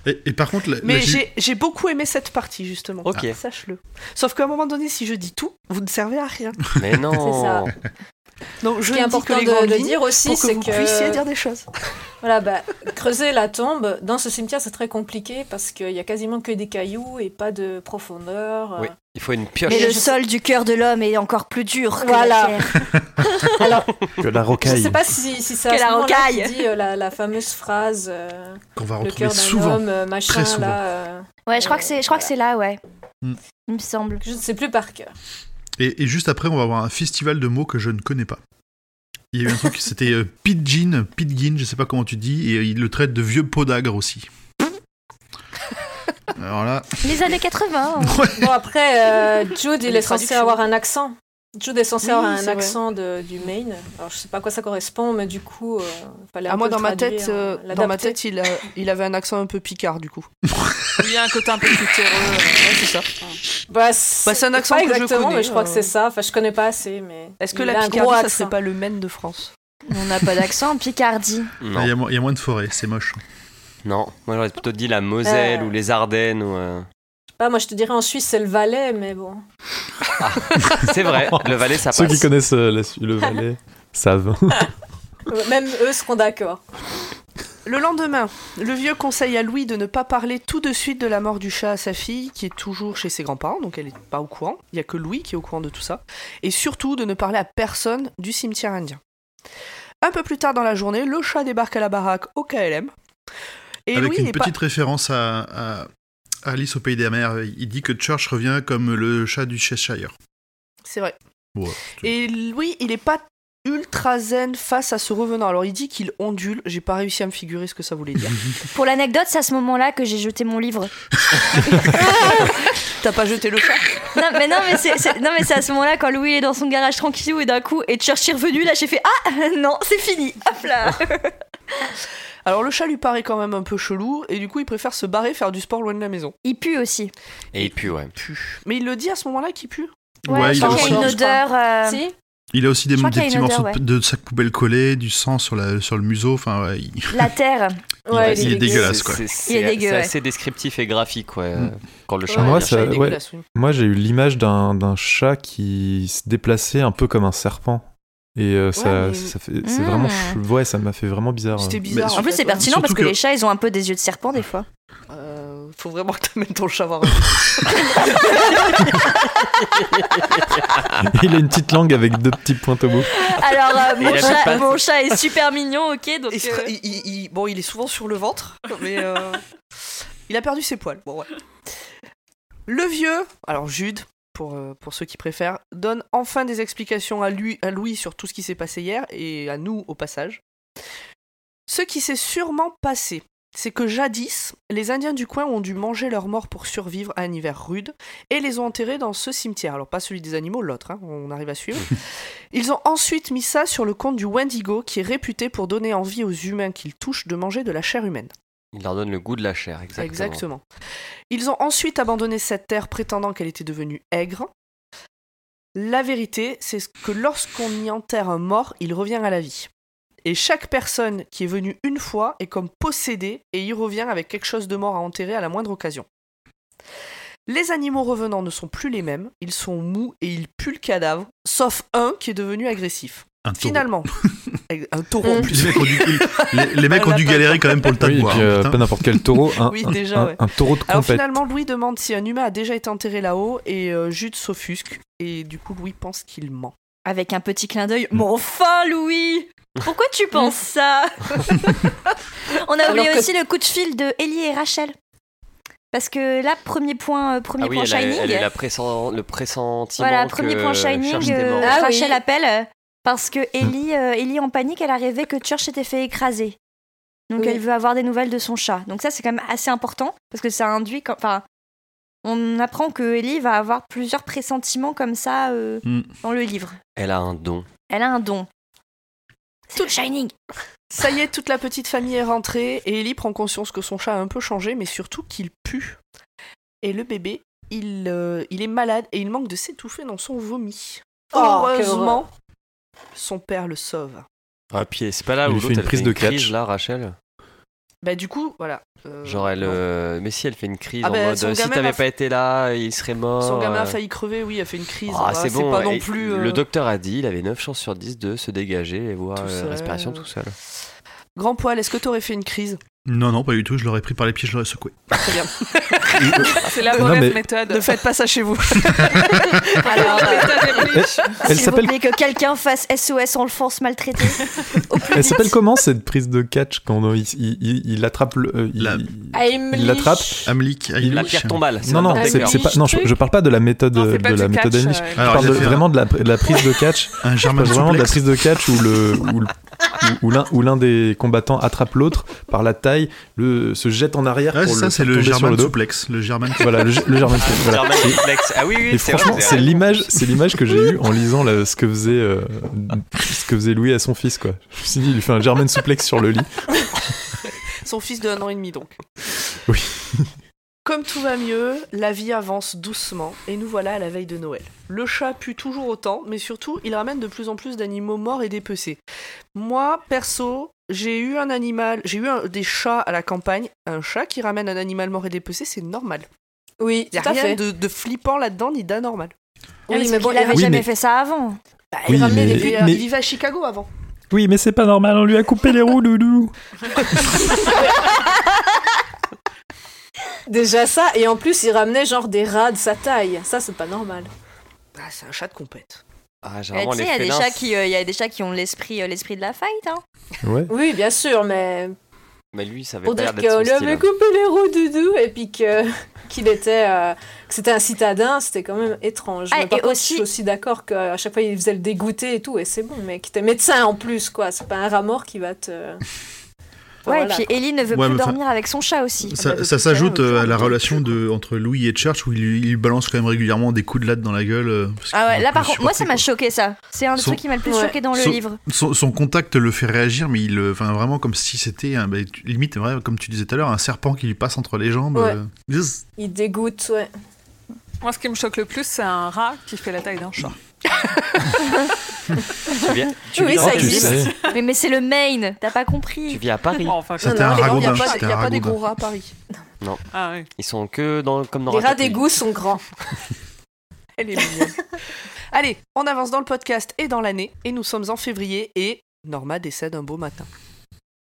Speaker 4: Et, et par contre, la- la
Speaker 1: Mais
Speaker 4: gé-
Speaker 1: j'ai j'ai beaucoup aimé cette partie justement.
Speaker 2: Ok. Ah.
Speaker 1: Sache-le. Sauf qu'à un moment donné, si je dis tout, vous ne servez à rien.
Speaker 2: Mais non.
Speaker 5: C'est
Speaker 1: Donc je
Speaker 5: Ce qui est
Speaker 1: ne dis que
Speaker 5: important
Speaker 1: les
Speaker 5: de,
Speaker 1: grandes
Speaker 5: de
Speaker 1: lignes
Speaker 5: dire aussi,
Speaker 1: pour que
Speaker 5: c'est
Speaker 1: vous
Speaker 5: que
Speaker 1: puissiez dire des choses.
Speaker 5: voilà, bah, creuser la tombe dans ce cimetière, c'est très compliqué parce qu'il y a quasiment que des cailloux et pas de profondeur. euh.
Speaker 2: Oui, il faut une pioche.
Speaker 3: Mais
Speaker 5: Je-
Speaker 3: le
Speaker 5: je-
Speaker 3: sol du cœur de l'homme est encore plus dur que
Speaker 5: Voilà.
Speaker 3: la terre.
Speaker 7: Que la
Speaker 5: Je
Speaker 7: rocaille.
Speaker 5: sais pas si, si c'est
Speaker 3: Que
Speaker 5: à
Speaker 3: la
Speaker 5: ce moment-là qu'il
Speaker 3: rocaille.
Speaker 5: dit euh, la, la fameuse phrase euh,
Speaker 4: qu'on va
Speaker 5: le
Speaker 4: retrouver
Speaker 5: cœur d'un
Speaker 4: souvent.
Speaker 5: homme, euh, machin,
Speaker 4: très souvent.
Speaker 5: là. euh,
Speaker 3: Ouais, je crois que c'est, je crois que c'est là, ouais.
Speaker 4: Mm.
Speaker 3: Il me semble.
Speaker 5: je ne sais plus par cœur.
Speaker 4: Et, et juste après, on va avoir un festival de mots que je ne connais pas. Il y a eu un truc, c'était euh, Pidgin, Pidgin, je sais pas comment tu dis, et il le traite de vieux podagre aussi. Alors là,
Speaker 3: Les années 80. hein.
Speaker 4: ouais,
Speaker 5: Bon, après, euh, Jude, il
Speaker 1: Les
Speaker 5: est censé
Speaker 1: traductions.
Speaker 5: avoir un accent. Jude est censé
Speaker 1: Oui,
Speaker 5: avoir un
Speaker 1: c'est vrai.
Speaker 5: accent de- du Maine. Alors, je sais pas à quoi ça correspond, mais du coup, euh, fallait un
Speaker 1: Ah, moi
Speaker 5: peu
Speaker 1: dans
Speaker 5: le
Speaker 1: ma
Speaker 5: traduire,
Speaker 1: tête, euh,
Speaker 5: euh,
Speaker 1: dans ma
Speaker 5: l'adapter.
Speaker 1: tête, il, a- il avait un accent un peu picard du coup.
Speaker 6: Il y a un côté un peu plus
Speaker 1: Ouais, c'est ça.
Speaker 5: Bah,
Speaker 1: Bah, c'est un accent
Speaker 5: pas
Speaker 1: que je
Speaker 5: exactement,
Speaker 1: connais,
Speaker 5: mais je crois
Speaker 1: euh.
Speaker 5: que c'est ça. Enfin, je connais pas assez, mais.
Speaker 1: Est-ce que
Speaker 5: il
Speaker 1: la
Speaker 5: a un
Speaker 1: Picardie,
Speaker 5: gros
Speaker 1: ça
Speaker 5: accent.
Speaker 1: serait pas le Maine de France
Speaker 3: On n'a pas d'accent en Picardie.
Speaker 4: il y,
Speaker 2: Non,
Speaker 4: a mo- il y a moins de forêt, c'est moche.
Speaker 2: non. Moi j'aurais plutôt dit la Moselle
Speaker 5: Euh.
Speaker 2: ou les Ardennes. ou, euh,
Speaker 5: Bah, moi, je te dirais en Suisse, c'est le Valais, mais bon.
Speaker 2: C'est vrai, le Valais ça passe.
Speaker 7: Ceux qui connaissent euh, la- le Valais savent.
Speaker 5: Euh, Même eux seront d'accord.
Speaker 1: Le lendemain, le vieux conseille à Louis de ne pas parler tout de suite de la mort du chat à sa fille, qui est toujours chez ses grands-parents, donc elle n'est pas au courant. Il n'y a que Louis qui est au courant de tout ça. Et surtout de ne parler à personne du cimetière indien. Un peu plus tard dans la journée, le chat débarque à la baraque au KLM. Et
Speaker 4: Avec
Speaker 1: Louis
Speaker 4: une
Speaker 1: n'est pas-
Speaker 4: petite référence à, à- à Alice au Pays des Mers, il dit que Church revient comme le chat du Cheshire.
Speaker 1: C'est vrai.
Speaker 4: Ouais.
Speaker 1: Et Louis, il n'est pas ultra zen face à ce revenant. Alors il dit qu'il ondule, j'ai pas réussi à me figurer ce que ça voulait dire.
Speaker 3: Pour l'anecdote, c'est à ce moment-là que j'ai jeté mon livre.
Speaker 1: T'as pas jeté le chat
Speaker 3: Non, mais non, mais c'est, c'est- non, mais c'est à ce moment-là quand Louis est dans son garage tranquillou et d'un coup, et Church est revenu, là j'ai fait Ah non, c'est fini. Hop là.
Speaker 1: Alors le chat lui paraît quand même un peu chelou et du coup il préfère se barrer faire du sport loin de la maison.
Speaker 3: Il pue aussi.
Speaker 2: Et puis ouais.
Speaker 1: Mais il le dit à ce moment-là qu'il pue.
Speaker 4: Ouais,
Speaker 3: je
Speaker 4: il, a
Speaker 3: pense
Speaker 4: aussi,
Speaker 3: qu'il y a une
Speaker 5: je crois.
Speaker 3: odeur. euh,
Speaker 5: Si
Speaker 4: il a aussi des,
Speaker 3: je crois qu'il
Speaker 4: des
Speaker 3: y a
Speaker 4: petits
Speaker 3: une odeur,
Speaker 4: morceaux de, de sac poubelle collés, du sang sur, la- sur le museau, enfin ouais, il-
Speaker 3: La terre.
Speaker 2: Bah,
Speaker 5: Ouais,
Speaker 4: il est dégueulasse,
Speaker 2: C'est-
Speaker 4: quoi.
Speaker 2: c'est-
Speaker 3: Il est
Speaker 2: C'est
Speaker 3: dégueu,
Speaker 2: c'est
Speaker 3: ouais.
Speaker 2: assez descriptif et graphique ouais, euh,
Speaker 4: Mm.
Speaker 2: quand le
Speaker 1: Ouais,
Speaker 2: chat
Speaker 7: Moi,
Speaker 1: le
Speaker 2: revient.
Speaker 7: ça-
Speaker 1: chat est
Speaker 7: ouais.
Speaker 1: dégueulasse, oui.
Speaker 7: Moi, j'ai eu l'image d'un d'un chat qui se déplaçait un peu comme un serpent. Et euh, ça,
Speaker 1: Ouais, mais-
Speaker 7: ça fait- c'est
Speaker 3: Mm.
Speaker 7: vraiment, ch- ouais, ça m'a fait vraiment bizarre.
Speaker 1: C'était
Speaker 7: ouais.
Speaker 1: bizarre.
Speaker 4: Mais
Speaker 3: En plus, c'est pertinent parce que,
Speaker 4: Surtout que-
Speaker 3: les chats, ils ont un peu des yeux de serpent des fois.
Speaker 1: Euh, faut vraiment que t'amènes ton chat voir.
Speaker 7: Il a une petite langue avec deux petits points au bout.
Speaker 3: Alors, euh,
Speaker 2: Et
Speaker 3: mon,
Speaker 2: la
Speaker 3: chat,
Speaker 2: patte.
Speaker 3: mon chat est super mignon, ok donc,
Speaker 1: Il se-
Speaker 3: euh,
Speaker 1: il- il- il- bon, il est souvent sur le ventre, mais euh, il a perdu ses poils. Bon, ouais. Le vieux, alors Jude, pour, euh, pour ceux qui préfèrent, donne enfin des explications à, lui, à Louis sur tout ce qui s'est passé hier et à nous au passage. Ce qui s'est sûrement passé, c'est que jadis, les Indiens du coin ont dû manger leurs morts pour survivre à un hiver rude et les ont enterrés dans ce cimetière. Alors, pas celui des animaux, l'autre, hein, on arrive à suivre. Ils ont ensuite mis ça sur le compte du Wendigo, qui est réputé pour donner envie aux humains qu'ils touchent de manger de la chair humaine.
Speaker 2: Il leur donne le goût de la chair, exactement.
Speaker 1: Exactement. Ils ont ensuite abandonné cette terre prétendant qu'elle était devenue aigre. La vérité, c'est que lorsqu'on y enterre un mort, il revient à la vie. Et chaque personne qui est venue une fois est comme possédée et y revient avec quelque chose de mort à enterrer à la moindre occasion. Les animaux revenants ne sont plus les mêmes, ils sont mous et ils puent le cadavre, sauf un qui est devenu agressif.
Speaker 4: un taureau.
Speaker 1: Finalement, un taureau en
Speaker 5: Mm.
Speaker 1: plus.
Speaker 4: Les mecs ont dû, les-
Speaker 3: Bah,
Speaker 4: les mecs
Speaker 1: Un
Speaker 4: ont dû
Speaker 1: lapin.
Speaker 4: galérer quand même pour le tas
Speaker 7: Oui,
Speaker 4: de
Speaker 7: et
Speaker 4: bois,
Speaker 7: puis
Speaker 4: hein,
Speaker 7: euh,
Speaker 4: putain.
Speaker 7: pas n'importe quel taureau, un,
Speaker 1: Oui,
Speaker 7: un-
Speaker 1: déjà,
Speaker 7: un-
Speaker 1: ouais.
Speaker 7: un taureau de
Speaker 1: Alors
Speaker 7: compète.
Speaker 1: finalement, Louis demande si un humain a déjà été enterré là-haut et euh, Jude s'offusque et du coup Louis pense qu'il ment.
Speaker 3: Avec un petit clin d'œil.
Speaker 5: Mm.
Speaker 3: Mais enfin, Louis Pourquoi tu penses ça On a
Speaker 5: Alors
Speaker 3: oublié
Speaker 5: que-
Speaker 3: aussi le coup de fil de Ellie et Rachel. Parce que là, premier point, euh, premier
Speaker 2: Ah oui,
Speaker 3: point
Speaker 2: elle a,
Speaker 3: Shining.
Speaker 2: elle a eu la pressent- le pressentiment.
Speaker 3: Voilà,
Speaker 2: que
Speaker 3: premier point
Speaker 2: Church
Speaker 3: Shining,
Speaker 2: était
Speaker 3: euh,
Speaker 2: mort.
Speaker 5: Ah oui. Mm.
Speaker 3: Rachel appelle euh, parce que Ellie, euh, Ellie en panique, elle a rêvé que Church s'était fait écraser. Donc
Speaker 5: Oui.
Speaker 3: elle veut avoir des nouvelles de son chat. Donc ça c'est quand même assez important parce que ça induit, quand- enfin, on apprend que Ellie va avoir plusieurs pressentiments comme ça euh,
Speaker 4: Mm.
Speaker 3: dans le livre.
Speaker 2: Elle a un don.
Speaker 3: Elle a un don. C'est le Shining.
Speaker 1: Ça y est, toute la petite famille est rentrée et Ellie prend conscience que son chat a un peu changé, mais surtout qu'il pue. Et le bébé, il, euh, il est malade et il manque de s'étouffer dans son vomi.
Speaker 5: Oh, quelle
Speaker 1: Heureusement,
Speaker 5: horreur.
Speaker 1: son père le sauve.
Speaker 2: Ah, puis c'est pas là
Speaker 7: Elle
Speaker 2: où
Speaker 7: fait
Speaker 2: l'autre
Speaker 7: une
Speaker 2: elle
Speaker 7: prise
Speaker 2: fait
Speaker 7: de
Speaker 2: une
Speaker 7: catch.
Speaker 2: crise, là, Rachel.
Speaker 1: Bah du coup, voilà. euh,
Speaker 2: Genre, elle.
Speaker 1: non.
Speaker 2: euh, Mais si, elle fait une crise
Speaker 1: Ah
Speaker 2: en
Speaker 1: ben,
Speaker 2: mode euh,
Speaker 1: son
Speaker 2: si
Speaker 1: gamin
Speaker 2: t'avais
Speaker 1: a-
Speaker 2: pas été là, il serait mort.
Speaker 1: Son gamin
Speaker 2: euh.
Speaker 1: a failli crever, oui, il a fait une crise.
Speaker 2: Ah,
Speaker 1: Voilà,
Speaker 2: c'est bon.
Speaker 1: pas non
Speaker 2: et
Speaker 1: plus. euh,
Speaker 2: Le docteur a dit il avait 9 chances sur 10 de se dégager et voir
Speaker 1: Tout
Speaker 2: euh,
Speaker 1: seul.
Speaker 2: respiration tout seul.
Speaker 1: Grand poil, est-ce que t'aurais fait une crise
Speaker 4: Non, non, pas du tout. Je l'aurais pris par les pieds, je l'aurais secoué.
Speaker 1: Très bien.
Speaker 6: C'est la
Speaker 7: Non,
Speaker 6: mauvaise
Speaker 7: mais-
Speaker 6: méthode.
Speaker 1: ne faites pas ça chez vous.
Speaker 3: Alors, euh,
Speaker 7: Eh, Elle
Speaker 3: s'il vous
Speaker 7: s'appelle
Speaker 3: plaît que quelqu'un fasse SOS enfance maltraitée. Au plus
Speaker 7: Elle
Speaker 3: vite.
Speaker 7: s'appelle comment cette prise de catch quand euh, il, il- il- il attrape le. euh, il-
Speaker 4: La-
Speaker 6: Ah,
Speaker 7: Il l'attrape.
Speaker 4: Amlik, Aïlich.
Speaker 2: La pierre tombale. c'est
Speaker 7: Non,
Speaker 2: un
Speaker 7: non,
Speaker 2: autre
Speaker 5: la
Speaker 7: c'est
Speaker 2: décor.
Speaker 7: c'est pas, non je, je parle pas de la méthode,
Speaker 6: Non,
Speaker 7: de
Speaker 6: c'est pas
Speaker 7: la
Speaker 6: du
Speaker 7: méthode
Speaker 6: catch,
Speaker 7: Amish.
Speaker 6: euh,
Speaker 7: Je
Speaker 4: Alors,
Speaker 7: parle
Speaker 4: j'ai
Speaker 7: de-
Speaker 4: fait un-
Speaker 7: vraiment de la, de la prise de catch.
Speaker 4: Un
Speaker 7: Je
Speaker 4: germain
Speaker 7: parle vraiment de la
Speaker 4: complexe.
Speaker 7: prise de catch où le où, le- où- où l'un où l'un des combattants attrape l'autre par la taille, le se jette en arrière
Speaker 4: Ouais,
Speaker 7: pour
Speaker 4: c'est ça,
Speaker 7: le
Speaker 4: c'est
Speaker 7: faire
Speaker 4: le
Speaker 7: tomber sur
Speaker 4: german
Speaker 7: le dos.
Speaker 4: suplex. Le german.
Speaker 7: Voilà, le, ge- le german suplex, voilà.
Speaker 2: Germain
Speaker 7: Et-
Speaker 2: Duplex. Ah oui, oui,
Speaker 7: Et
Speaker 2: c'est
Speaker 7: franchement,
Speaker 2: vrai,
Speaker 7: c'est
Speaker 2: vrai.
Speaker 7: l'image, c'est l'image que j'ai eue en lisant là, ce que faisait, euh, ce que faisait Louis à son fils, quoi. Je me suis dit, il lui fait un germaine souplex sur le lit.
Speaker 1: Son fils de un an et demi, donc.
Speaker 7: Oui.
Speaker 1: Comme tout va mieux, la vie avance doucement et nous voilà à la veille de Noël. Le chat pue toujours autant, mais surtout, il ramène de plus en plus d'animaux morts et dépecés. Moi, perso, j'ai eu un animal, j'ai eu un- des chats à la campagne. Un chat qui ramène un animal mort et dépecé, c'est normal.
Speaker 5: Oui,
Speaker 1: Il n'y
Speaker 5: tout
Speaker 1: a
Speaker 5: à
Speaker 1: rien
Speaker 5: fait. Ah
Speaker 1: de, de flippant là-dedans ni d'anormal.
Speaker 5: Oui,
Speaker 3: Oui, mais
Speaker 5: mais
Speaker 3: bon,
Speaker 5: bon,
Speaker 3: il avait
Speaker 7: oui,
Speaker 3: jamais
Speaker 7: mais-
Speaker 3: fait ça avant.
Speaker 1: Bah,
Speaker 7: Oui,
Speaker 1: il, ramène
Speaker 7: mais-
Speaker 1: des- euh,
Speaker 7: mais-
Speaker 1: il vivait à Chicago avant.
Speaker 7: Oui, mais c'est pas normal, on lui a coupé les roues, Loulou.
Speaker 5: Déjà ça, et en plus, il ramenait genre des rats de sa taille. Ça, c'est pas normal.
Speaker 1: Ah, c'est un chat de compète.
Speaker 2: Ah,
Speaker 3: Eh,
Speaker 2: généralement,
Speaker 3: Tu sais,
Speaker 2: les
Speaker 3: il y a des
Speaker 2: félins,
Speaker 3: chats qui, euh, il y a des chats qui ont l'esprit, euh, l'esprit de la fight. Hein.
Speaker 7: Ouais.
Speaker 5: Oui, bien sûr, mais
Speaker 2: Mais lui, ça avait
Speaker 5: pour
Speaker 2: pas
Speaker 5: dire
Speaker 2: l'air d'être
Speaker 5: qu'on lui
Speaker 2: son
Speaker 5: avait
Speaker 2: style.
Speaker 5: coupé les roues doudou et puis que qu'il était euh, que c'était un citadin, c'était quand même étrange.
Speaker 3: Ah,
Speaker 5: Mais par
Speaker 3: et
Speaker 5: contre,
Speaker 3: aussi-
Speaker 5: je suis aussi d'accord qu'à chaque fois il faisait le dégoûter et tout, et c'est bon, mais qui était médecin en plus, quoi. C'est pas un rat mort qui va te.
Speaker 3: Ouais,
Speaker 5: Voilà.
Speaker 3: et puis Ellie ne veut
Speaker 4: Ouais,
Speaker 3: plus
Speaker 4: mais enfin-
Speaker 3: dormir avec son chat aussi.
Speaker 1: Ah bah,
Speaker 4: Ça,
Speaker 1: de
Speaker 4: ça
Speaker 1: toute
Speaker 4: s'ajoute
Speaker 1: manière,
Speaker 4: euh, à la
Speaker 1: on
Speaker 4: relation
Speaker 1: peut-
Speaker 4: de, entre Louis et Church où il, lui- il lui balance quand même régulièrement des coups de latte dans la gueule. euh, parce
Speaker 3: Ah
Speaker 4: qu'il
Speaker 3: ouais,
Speaker 4: est un
Speaker 3: là
Speaker 4: peu
Speaker 3: par contre, moi ça m'a
Speaker 4: supporté,
Speaker 3: choqué ça. C'est un des
Speaker 4: Son-
Speaker 3: trucs qui m'a le plus
Speaker 5: Ouais.
Speaker 3: choqué dans le
Speaker 4: Son-
Speaker 3: livre.
Speaker 4: quoi. Son, son contact le fait réagir, mais il, euh, enfin vraiment comme si c'était un- bah, tu- limite, ouais, comme tu disais tout à l'heure, un serpent qui lui passe entre les jambes.
Speaker 5: Ouais.
Speaker 4: euh, zzz.
Speaker 5: Il dégoûte, ouais.
Speaker 6: Moi, ce qui me choque le plus, c'est un rat qui fait la taille d'un chat.
Speaker 2: Tu viens- tu
Speaker 5: Oui,
Speaker 2: vis dans
Speaker 5: ça
Speaker 2: la
Speaker 7: Oh, tu
Speaker 5: existe.
Speaker 2: ville
Speaker 7: sais.
Speaker 3: mais, mais c'est le main, t'as pas
Speaker 2: Tu
Speaker 3: compris.
Speaker 2: vis à Paris.
Speaker 6: Enfin,
Speaker 4: C'était
Speaker 6: quand-
Speaker 4: un
Speaker 1: Il n'y
Speaker 4: ragodin.
Speaker 1: a pas,
Speaker 4: c'était
Speaker 1: y a
Speaker 4: un
Speaker 1: pas des
Speaker 4: ragodin.
Speaker 1: gros rats à Paris.
Speaker 6: Ah oui.
Speaker 2: Ils sont que dans, comme dans
Speaker 5: Les rats
Speaker 2: Ratatouille.
Speaker 5: d'égout sont grands.
Speaker 1: Elle est mignonne. Allez, on avance dans le podcast et dans l'année, et nous sommes en février, et Norma décède un beau matin.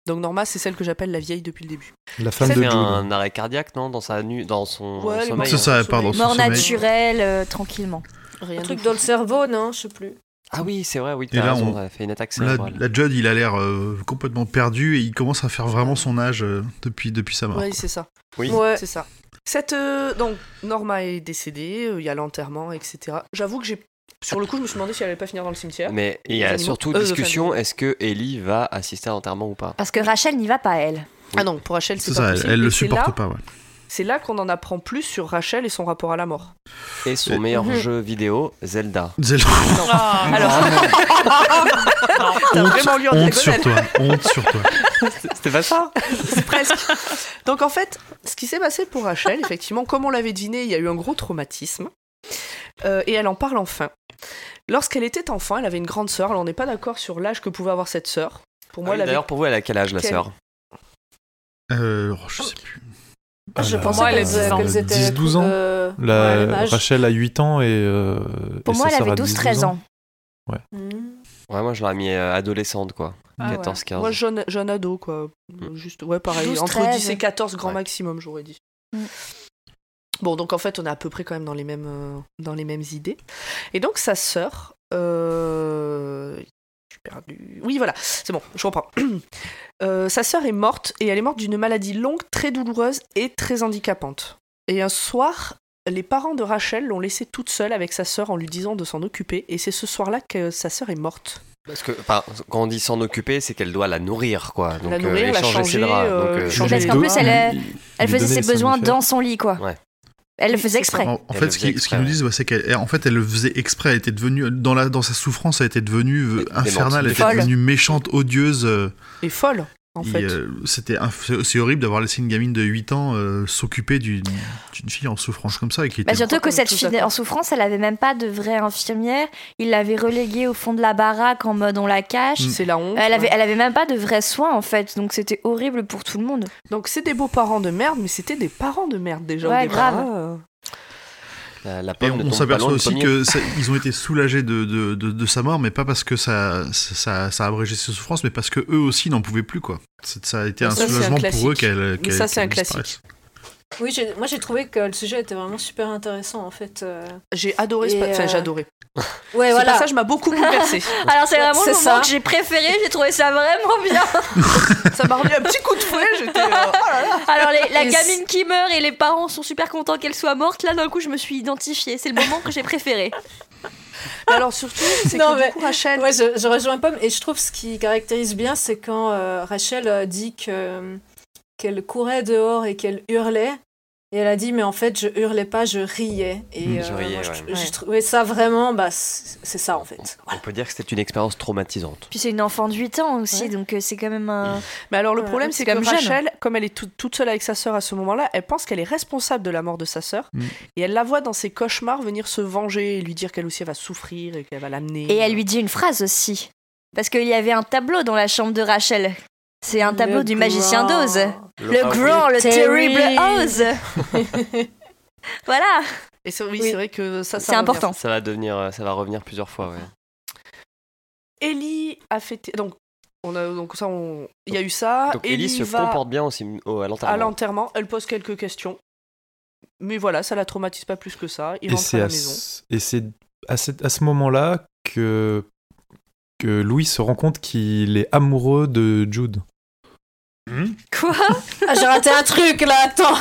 Speaker 1: Donc Norma, c'est celle que j'appelle la vieille depuis le début.
Speaker 7: La femme
Speaker 1: Ça
Speaker 7: de
Speaker 2: fait
Speaker 7: Jude.
Speaker 2: un arrêt cardiaque, non Dans sa nu, dans son
Speaker 1: Ouais, elle est
Speaker 2: sommeil.
Speaker 1: morte.
Speaker 4: C'est ça,
Speaker 1: sommeil.
Speaker 4: pardon. son
Speaker 3: Mort
Speaker 4: hein, sommeil.
Speaker 3: naturelle, euh, tranquillement.
Speaker 1: Rien
Speaker 5: Un
Speaker 1: de
Speaker 5: truc
Speaker 1: fou.
Speaker 5: dans le cerveau, non Je sais plus.
Speaker 2: Ah oui, c'est vrai, oui,
Speaker 4: Et
Speaker 2: t'as
Speaker 4: là,
Speaker 2: raison,
Speaker 4: on-
Speaker 2: elle fait une attaque
Speaker 4: Là,
Speaker 2: cérébrale.
Speaker 4: là, Judd, il a l'air euh, complètement perdu et il commence à faire vraiment son âge euh, depuis, depuis sa mort.
Speaker 1: Oui, c'est ça.
Speaker 2: Oui.
Speaker 5: Ouais.
Speaker 1: C'est ça. Cette, euh, donc, Norma est décédée, euh, il y a l'enterrement, etc. J'avoue que j'ai. Sur le coup, je me suis demandé si elle allait pas finir dans le cimetière.
Speaker 2: Mais il y
Speaker 1: Les
Speaker 2: a
Speaker 1: animaux-
Speaker 2: surtout
Speaker 1: euh,
Speaker 2: discussion,
Speaker 1: enfin,
Speaker 2: est-ce que Ellie va assister à l'enterrement ou pas
Speaker 3: Parce que Rachel n'y va pas, elle.
Speaker 1: Ah non, pour Rachel, c'est
Speaker 4: C'est
Speaker 1: pas
Speaker 4: ça, elle,
Speaker 1: possible.
Speaker 4: elle
Speaker 1: Et
Speaker 4: le
Speaker 1: c'est
Speaker 4: supporte
Speaker 1: là-
Speaker 4: pas. ouais.
Speaker 1: C'est là qu'on en apprend plus sur Rachel et son rapport à la mort.
Speaker 2: Et son
Speaker 4: Et-
Speaker 2: meilleur
Speaker 5: Mhm.
Speaker 2: jeu vidéo, Zelda.
Speaker 4: Zelda,
Speaker 1: Alors,
Speaker 6: Ah,
Speaker 1: t'as vraiment lu en
Speaker 4: honte
Speaker 1: diagonale.
Speaker 4: sur toi, honte sur toi.
Speaker 2: C'était pas ça
Speaker 1: Presque. Donc en fait, ce qui s'est passé pour Rachel, effectivement, comme on l'avait deviné, il y a eu un gros traumatisme. Euh, et elle en parle enfin. Lorsqu'elle était enfant, elle avait une grande sœur. Alors on n'est pas d'accord sur l'âge que pouvait avoir cette sœur. Pour moi, elle avait-
Speaker 2: Ah D'ailleurs, pour vous, elle a quel âge, la
Speaker 1: Quel-
Speaker 2: sœur
Speaker 4: Euh, oh, je sais plus.
Speaker 7: Ah,
Speaker 5: je
Speaker 7: la-
Speaker 5: pensais
Speaker 6: moi, elle
Speaker 5: qu'elles
Speaker 6: a 10 ans.
Speaker 5: qu'elles étaient.
Speaker 7: 10-12 ans.
Speaker 5: euh, ouais,
Speaker 7: La,
Speaker 5: même âge.
Speaker 7: Rachel a 8 ans et. euh,
Speaker 3: Pour
Speaker 7: et
Speaker 3: moi,
Speaker 7: sa
Speaker 3: elle
Speaker 7: sœur
Speaker 3: avait
Speaker 7: a
Speaker 3: 12-13 ans.
Speaker 5: Hmm.
Speaker 2: Ouais, moi je l'aurais mis euh, adolescente, quoi.
Speaker 6: Ah ouais.
Speaker 2: 14-15.
Speaker 1: Moi, jeune, jeune ado,
Speaker 4: Hmm.
Speaker 1: quoi. Juste, ouais, pareil.
Speaker 3: 12,
Speaker 1: entre 10
Speaker 3: 13.
Speaker 1: et 14, grand
Speaker 2: Ouais.
Speaker 1: maximum, j'aurais dit.
Speaker 3: Mm.
Speaker 1: Bon, donc en fait, on est à peu près quand même dans les mêmes, euh, dans les mêmes idées. Et donc, sa sœur. euh, j'ai perdu. Oui, voilà, c'est bon, je reprends. Euh, sa sœur est morte et elle est morte d'une maladie longue, très douloureuse et très handicapante. Et un soir, les parents de Rachel l'ont laissée toute seule avec sa sœur en lui disant de s'en occuper. Et c'est ce soir-là que sa sœur est morte.
Speaker 2: Parce que enfin, quand on dit s'en occuper, c'est qu'elle doit la nourrir, quoi. Donc,
Speaker 1: La
Speaker 2: euh,
Speaker 1: nourrir,
Speaker 2: et
Speaker 1: la
Speaker 2: changer ses
Speaker 1: changer,
Speaker 2: draps.
Speaker 1: euh,
Speaker 2: donc, euh,
Speaker 1: changer-
Speaker 3: Parce qu'en plus, elle,
Speaker 7: a-
Speaker 3: elle, faisait ses besoins dans son lit, quoi.
Speaker 2: Ouais.
Speaker 3: Elle le
Speaker 1: Oui,
Speaker 3: faisait
Speaker 1: c'est ça.
Speaker 3: exprès.
Speaker 4: En, en
Speaker 2: Elle
Speaker 4: fait,
Speaker 2: le
Speaker 4: ce qu'ils
Speaker 2: faisait
Speaker 4: ce qu'ils nous
Speaker 2: exprès,
Speaker 4: disent, ouais, c'est qu'elle, en fait, elle le faisait exprès. Elle était devenue dans la dans sa souffrance, elle était devenue euh,
Speaker 2: Démente.
Speaker 4: infernale, elle était
Speaker 3: Folle.
Speaker 4: devenue méchante, odieuse. euh,
Speaker 1: Elle est folle, en
Speaker 4: et,
Speaker 1: fait.
Speaker 4: euh, C'était inf- c'est c'est horrible d'avoir laissé une gamine de 8 ans euh, s'occuper d'une d'une fille en souffrance comme ça et qui
Speaker 3: Bah,
Speaker 4: était-
Speaker 3: surtout que
Speaker 1: Tout
Speaker 3: cette
Speaker 1: à
Speaker 3: fille
Speaker 1: fait.
Speaker 3: en souffrance, elle avait même pas de vraie infirmière. Il l'avait reléguée au fond de la baraque en mode on la cache. Euh,
Speaker 4: Mm.
Speaker 1: C'est la honte.
Speaker 3: Elle avait,
Speaker 1: ouais.
Speaker 3: elle avait même pas de vrais soins en fait, donc c'était horrible pour tout le monde.
Speaker 1: Donc, c'est des beaux-parents de merde, mais c'était des parents de merde déjà. au
Speaker 3: Ouais,
Speaker 1: départ,
Speaker 3: grave.
Speaker 1: hein.
Speaker 2: la, la pomme
Speaker 4: Et
Speaker 2: ne
Speaker 4: on
Speaker 2: tombe pas
Speaker 4: s'aperçoit
Speaker 2: loin du
Speaker 4: aussi
Speaker 2: pommier.
Speaker 4: que ça- ils ont été soulagés de, de, de, de sa mort, mais pas parce que ça, ça, ça- ça a abrégé ses souffrances, mais parce que eux aussi n'en pouvaient plus quoi. C'est- Ça a été un
Speaker 1: Ça, c'est un
Speaker 4: soulagement
Speaker 1: classique.
Speaker 4: pour eux qu'elle.
Speaker 1: Mais
Speaker 4: qu'elle-
Speaker 1: ça, c'est un
Speaker 4: qu'elle disparaisse.
Speaker 5: Oui, j'ai- moi j'ai trouvé que le sujet était vraiment super intéressant en fait. euh.
Speaker 1: J'ai adoré ce
Speaker 5: Et,
Speaker 1: pa- Enfin,
Speaker 5: euh,
Speaker 1: j'ai adoré.
Speaker 5: Ouais,
Speaker 1: Ce
Speaker 5: voilà.
Speaker 1: passage m'a beaucoup bouleversé.
Speaker 3: Alors c'est vraiment
Speaker 5: c'est
Speaker 3: le moment
Speaker 5: ça.
Speaker 3: que j'ai préféré, j'ai trouvé ça vraiment bien.
Speaker 1: ça m'a remis un petit coup de fouet, j'étais. euh, oh là là.
Speaker 3: Alors les- la
Speaker 5: Et
Speaker 3: gamine qui meurt et les parents sont super contents qu'elle soit morte, là d'un coup je me suis identifiée, c'est le moment que j'ai préféré.
Speaker 1: Mais Alors surtout, c'est
Speaker 5: Non,
Speaker 1: que
Speaker 5: mais-
Speaker 1: du coup, Rachel.
Speaker 5: Ouais, je, je rejoins Pomme et je trouve ce qui caractérise bien, c'est quand euh, Rachel euh, dit que euh, qu'elle courait dehors et qu'elle hurlait. Et elle a dit, mais en fait, je hurlais pas, je riais. Et euh,
Speaker 4: Mm.
Speaker 2: Je
Speaker 5: moi,
Speaker 2: riais,
Speaker 5: tr-
Speaker 2: ouais.
Speaker 5: j'ai trouvé ça vraiment, bah, c'est c'est ça en fait.
Speaker 2: On peut dire que c'était une expérience traumatisante.
Speaker 3: Puis c'est une enfant de 8 ans aussi,
Speaker 1: Ouais.
Speaker 3: donc euh, c'est quand même un...
Speaker 1: Mais alors le
Speaker 5: Ouais,
Speaker 1: problème,
Speaker 3: c'est
Speaker 1: c'est que
Speaker 3: quand même jeune.
Speaker 1: Rachel, comme elle est toute- toute seule avec sa sœur à ce moment-là, elle pense qu'elle est responsable de la mort de sa sœur.
Speaker 4: Mm.
Speaker 1: Et elle la voit dans ses cauchemars venir se venger et lui dire qu'elle aussi elle va souffrir et qu'elle va l'amener.
Speaker 3: Et elle lui dit une phrase aussi. Parce qu'il y avait un tableau dans la chambre de Rachel. C'est un tableau
Speaker 5: Le
Speaker 3: du magicien
Speaker 5: grand.
Speaker 3: d'Oz.
Speaker 2: Ah
Speaker 3: Le grand, le
Speaker 5: Terrible.
Speaker 3: terrible Oz. voilà.
Speaker 1: Et c'est oui,
Speaker 5: Oui.
Speaker 1: c'est vrai que ça, ça
Speaker 3: C'est
Speaker 1: revient.
Speaker 3: important.
Speaker 2: Ça va devenir, euh, ça va revenir plusieurs fois. ouais.
Speaker 1: Ellie a fêté. Donc, on a, donc ça, on- il y a eu ça.
Speaker 2: Donc Ellie se
Speaker 1: Ah, va
Speaker 2: comporte bien aussi au- à
Speaker 1: à
Speaker 2: l'enterrement.
Speaker 1: l'enterrement. Elle pose quelques questions. Mais voilà, ça la traumatise pas plus que ça. Il
Speaker 7: Et
Speaker 1: rentre à
Speaker 7: c'est
Speaker 1: la
Speaker 7: à,
Speaker 1: maison.
Speaker 7: ce- et c'est à, cette- à ce moment-là que, que Louis se rend compte qu'il est amoureux de Jude.
Speaker 4: Hmm
Speaker 3: Quoi
Speaker 5: Ah, j'ai raté un truc là, attends.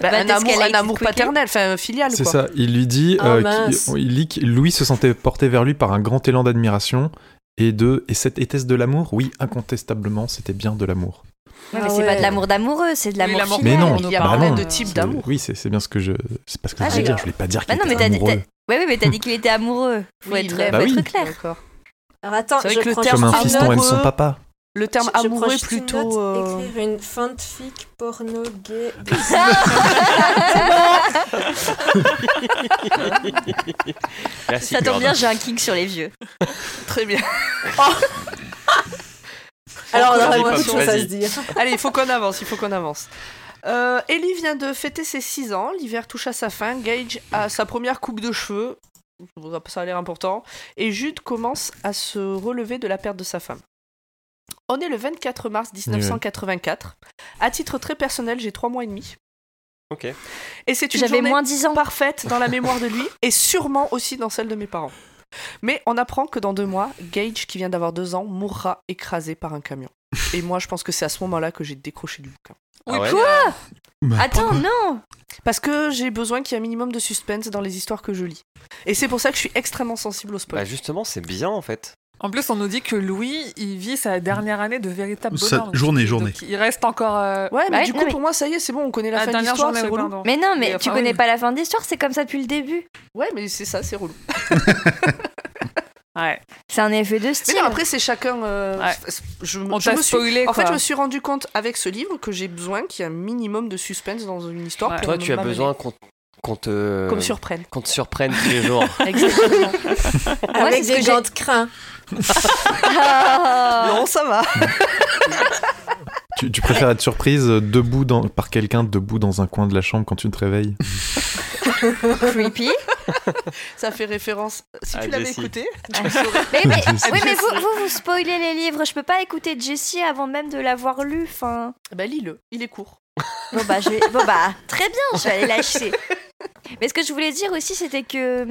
Speaker 1: Bah,
Speaker 3: Bah,
Speaker 1: un
Speaker 3: de ce
Speaker 1: amour,
Speaker 3: qu'elle a
Speaker 1: un amour
Speaker 3: expliqué.
Speaker 1: paternel, enfin filial.
Speaker 7: C'est
Speaker 1: quoi.
Speaker 7: ça, il lui dit,
Speaker 5: Ah,
Speaker 7: euh,
Speaker 5: mince.
Speaker 7: qu'il- il dit que Louis se sentait porté vers lui par un grand élan d'admiration et de et cette était-ce de l'amour Oui, incontestablement, c'était bien de l'amour. Euh,
Speaker 3: Ouais,
Speaker 5: Ah
Speaker 3: mais c'est pas
Speaker 5: ouais.
Speaker 3: de l'amour d'amoureux, c'est de l'amour
Speaker 6: l'amour-
Speaker 3: filial.
Speaker 7: Mais non,
Speaker 1: il y a
Speaker 7: bah
Speaker 1: plein
Speaker 7: non,
Speaker 1: de types
Speaker 7: c'est-
Speaker 1: d'amour.
Speaker 7: Oui, c'est c'est bien ce que je c'est pas ce que
Speaker 3: Ah,
Speaker 7: je voulais
Speaker 3: j'ai-
Speaker 7: dire, je voulais pas dire
Speaker 3: Bah
Speaker 7: qu'il
Speaker 3: non, mais
Speaker 7: était
Speaker 3: t'as dit-
Speaker 7: amoureux.
Speaker 3: Ouais, oui, mais t'as dit qu'il était amoureux. Faut
Speaker 1: Oui, il
Speaker 3: être,
Speaker 1: l'aime.
Speaker 3: faut
Speaker 7: Bah
Speaker 3: être
Speaker 7: oui.
Speaker 3: clair.
Speaker 1: D'accord.
Speaker 5: Alors attends,
Speaker 1: C'est vrai
Speaker 5: je
Speaker 1: que le
Speaker 5: prends
Speaker 1: terme
Speaker 5: juste
Speaker 7: Comme un
Speaker 5: une
Speaker 7: fiston
Speaker 1: amoureux.
Speaker 7: aime
Speaker 5: note.
Speaker 7: son papa.
Speaker 1: Le
Speaker 5: Je-
Speaker 1: terme
Speaker 5: je prends
Speaker 1: amoureux est
Speaker 5: juste une
Speaker 1: plutôt.
Speaker 5: note,
Speaker 1: euh,
Speaker 5: Écrire une fanfic porno gay.
Speaker 7: Ah,
Speaker 2: Merci,
Speaker 3: Ça tombe
Speaker 2: Gordon.
Speaker 3: bien, j'ai un kick sur les vieux.
Speaker 1: Très bien.
Speaker 5: Alors on
Speaker 1: Vas-y,
Speaker 5: aurait
Speaker 1: Pomme,
Speaker 5: beaucoup de choses à
Speaker 2: vas-y.
Speaker 5: se dire.
Speaker 1: Allez, il faut qu'on avance, il faut qu'on avance. Euh, Ellie vient de fêter ses 6 ans, l'hiver touche à sa fin, Gage a sa première coupe de cheveux, ça a l'air important, et Jude commence à se relever de la perte de sa femme. On est le 24 mars 1984. À titre très personnel, j'ai 3 mois et demi.
Speaker 2: Ok.
Speaker 1: Et c'est une
Speaker 3: J'avais
Speaker 1: journée
Speaker 3: moins 10 ans.
Speaker 1: parfaite dans la mémoire de lui et sûrement aussi dans celle de mes parents. Mais on apprend que dans deux mois, Gage, qui vient d'avoir deux ans, mourra écrasé par un camion. Et moi, je pense que c'est à ce moment-là que j'ai décroché du bouquin.
Speaker 2: Ah ouais
Speaker 3: Quoi
Speaker 4: Bah,
Speaker 3: Attends, non
Speaker 1: Parce que j'ai besoin qu'il y ait un minimum de suspense dans les histoires que je lis. Et c'est pour ça que je suis extrêmement sensible au spoil.
Speaker 2: Bah justement, c'est bien en fait.
Speaker 6: En plus, on nous dit que Louis, il vit sa dernière année de véritable
Speaker 4: Sa-
Speaker 6: bonheur.
Speaker 4: journée,
Speaker 6: Donc,
Speaker 4: journée.
Speaker 6: Il reste encore.
Speaker 2: Bah,
Speaker 6: euh,
Speaker 1: ouais, mais
Speaker 3: ouais,
Speaker 1: du
Speaker 3: non,
Speaker 1: coup,
Speaker 3: mais-
Speaker 1: pour moi, ça y est, c'est bon, on connaît la,
Speaker 6: la
Speaker 1: fin de
Speaker 6: dernière
Speaker 1: l'histoire,
Speaker 6: journée,
Speaker 1: c'est
Speaker 6: oui,
Speaker 1: relou.
Speaker 6: pardon.
Speaker 3: Mais non, mais
Speaker 6: Mais
Speaker 3: tu
Speaker 6: enfin,
Speaker 3: connais
Speaker 6: oui.
Speaker 3: pas la fin de l'histoire, c'est comme ça depuis le début.
Speaker 1: Ouais, mais c'est ça, c'est relou.
Speaker 6: Ouais.
Speaker 3: C'est un effet de style.
Speaker 1: Mais non, après, c'est chacun. euh,
Speaker 6: hein. Ouais.
Speaker 1: Je,
Speaker 6: On
Speaker 1: je
Speaker 6: t'a
Speaker 1: me suis-
Speaker 6: spoilé.
Speaker 1: En
Speaker 6: quoi.
Speaker 1: fait, je me suis rendu compte avec ce livre que j'ai besoin qu'il y ait un minimum de suspense dans une histoire.
Speaker 6: Ouais.
Speaker 1: pour
Speaker 2: Toi,
Speaker 1: me
Speaker 2: tu as euh,
Speaker 1: m'amener.
Speaker 2: besoin qu'on qu'on te
Speaker 1: Comme surprenne.
Speaker 2: qu'on te surprenne tous les jours.
Speaker 1: Exactement.
Speaker 3: Moi, c'est
Speaker 5: Avec
Speaker 3: ce
Speaker 5: des
Speaker 3: que j'ai-
Speaker 5: gants de crin.
Speaker 3: Ah.
Speaker 1: non, ça va.
Speaker 7: Tu, tu préfères être surprise euh, debout dans, par quelqu'un debout dans un coin de la chambre quand tu te réveilles.
Speaker 3: Creepy.
Speaker 1: Ça fait référence. Si
Speaker 2: Ah,
Speaker 1: tu l'avais
Speaker 2: Jessie.
Speaker 1: écouté,
Speaker 3: Mais, mais-
Speaker 7: Jessie.
Speaker 3: oui, mais vous, vous, vous spoilez les livres. Je peux pas écouter Jessie avant même de l'avoir lu. Enfin,
Speaker 1: bah lis-le. Il est court.
Speaker 3: Bon bah, je vais- bon bah, très bien, je vais aller l'acheter. Mais ce que je voulais dire aussi, c'était que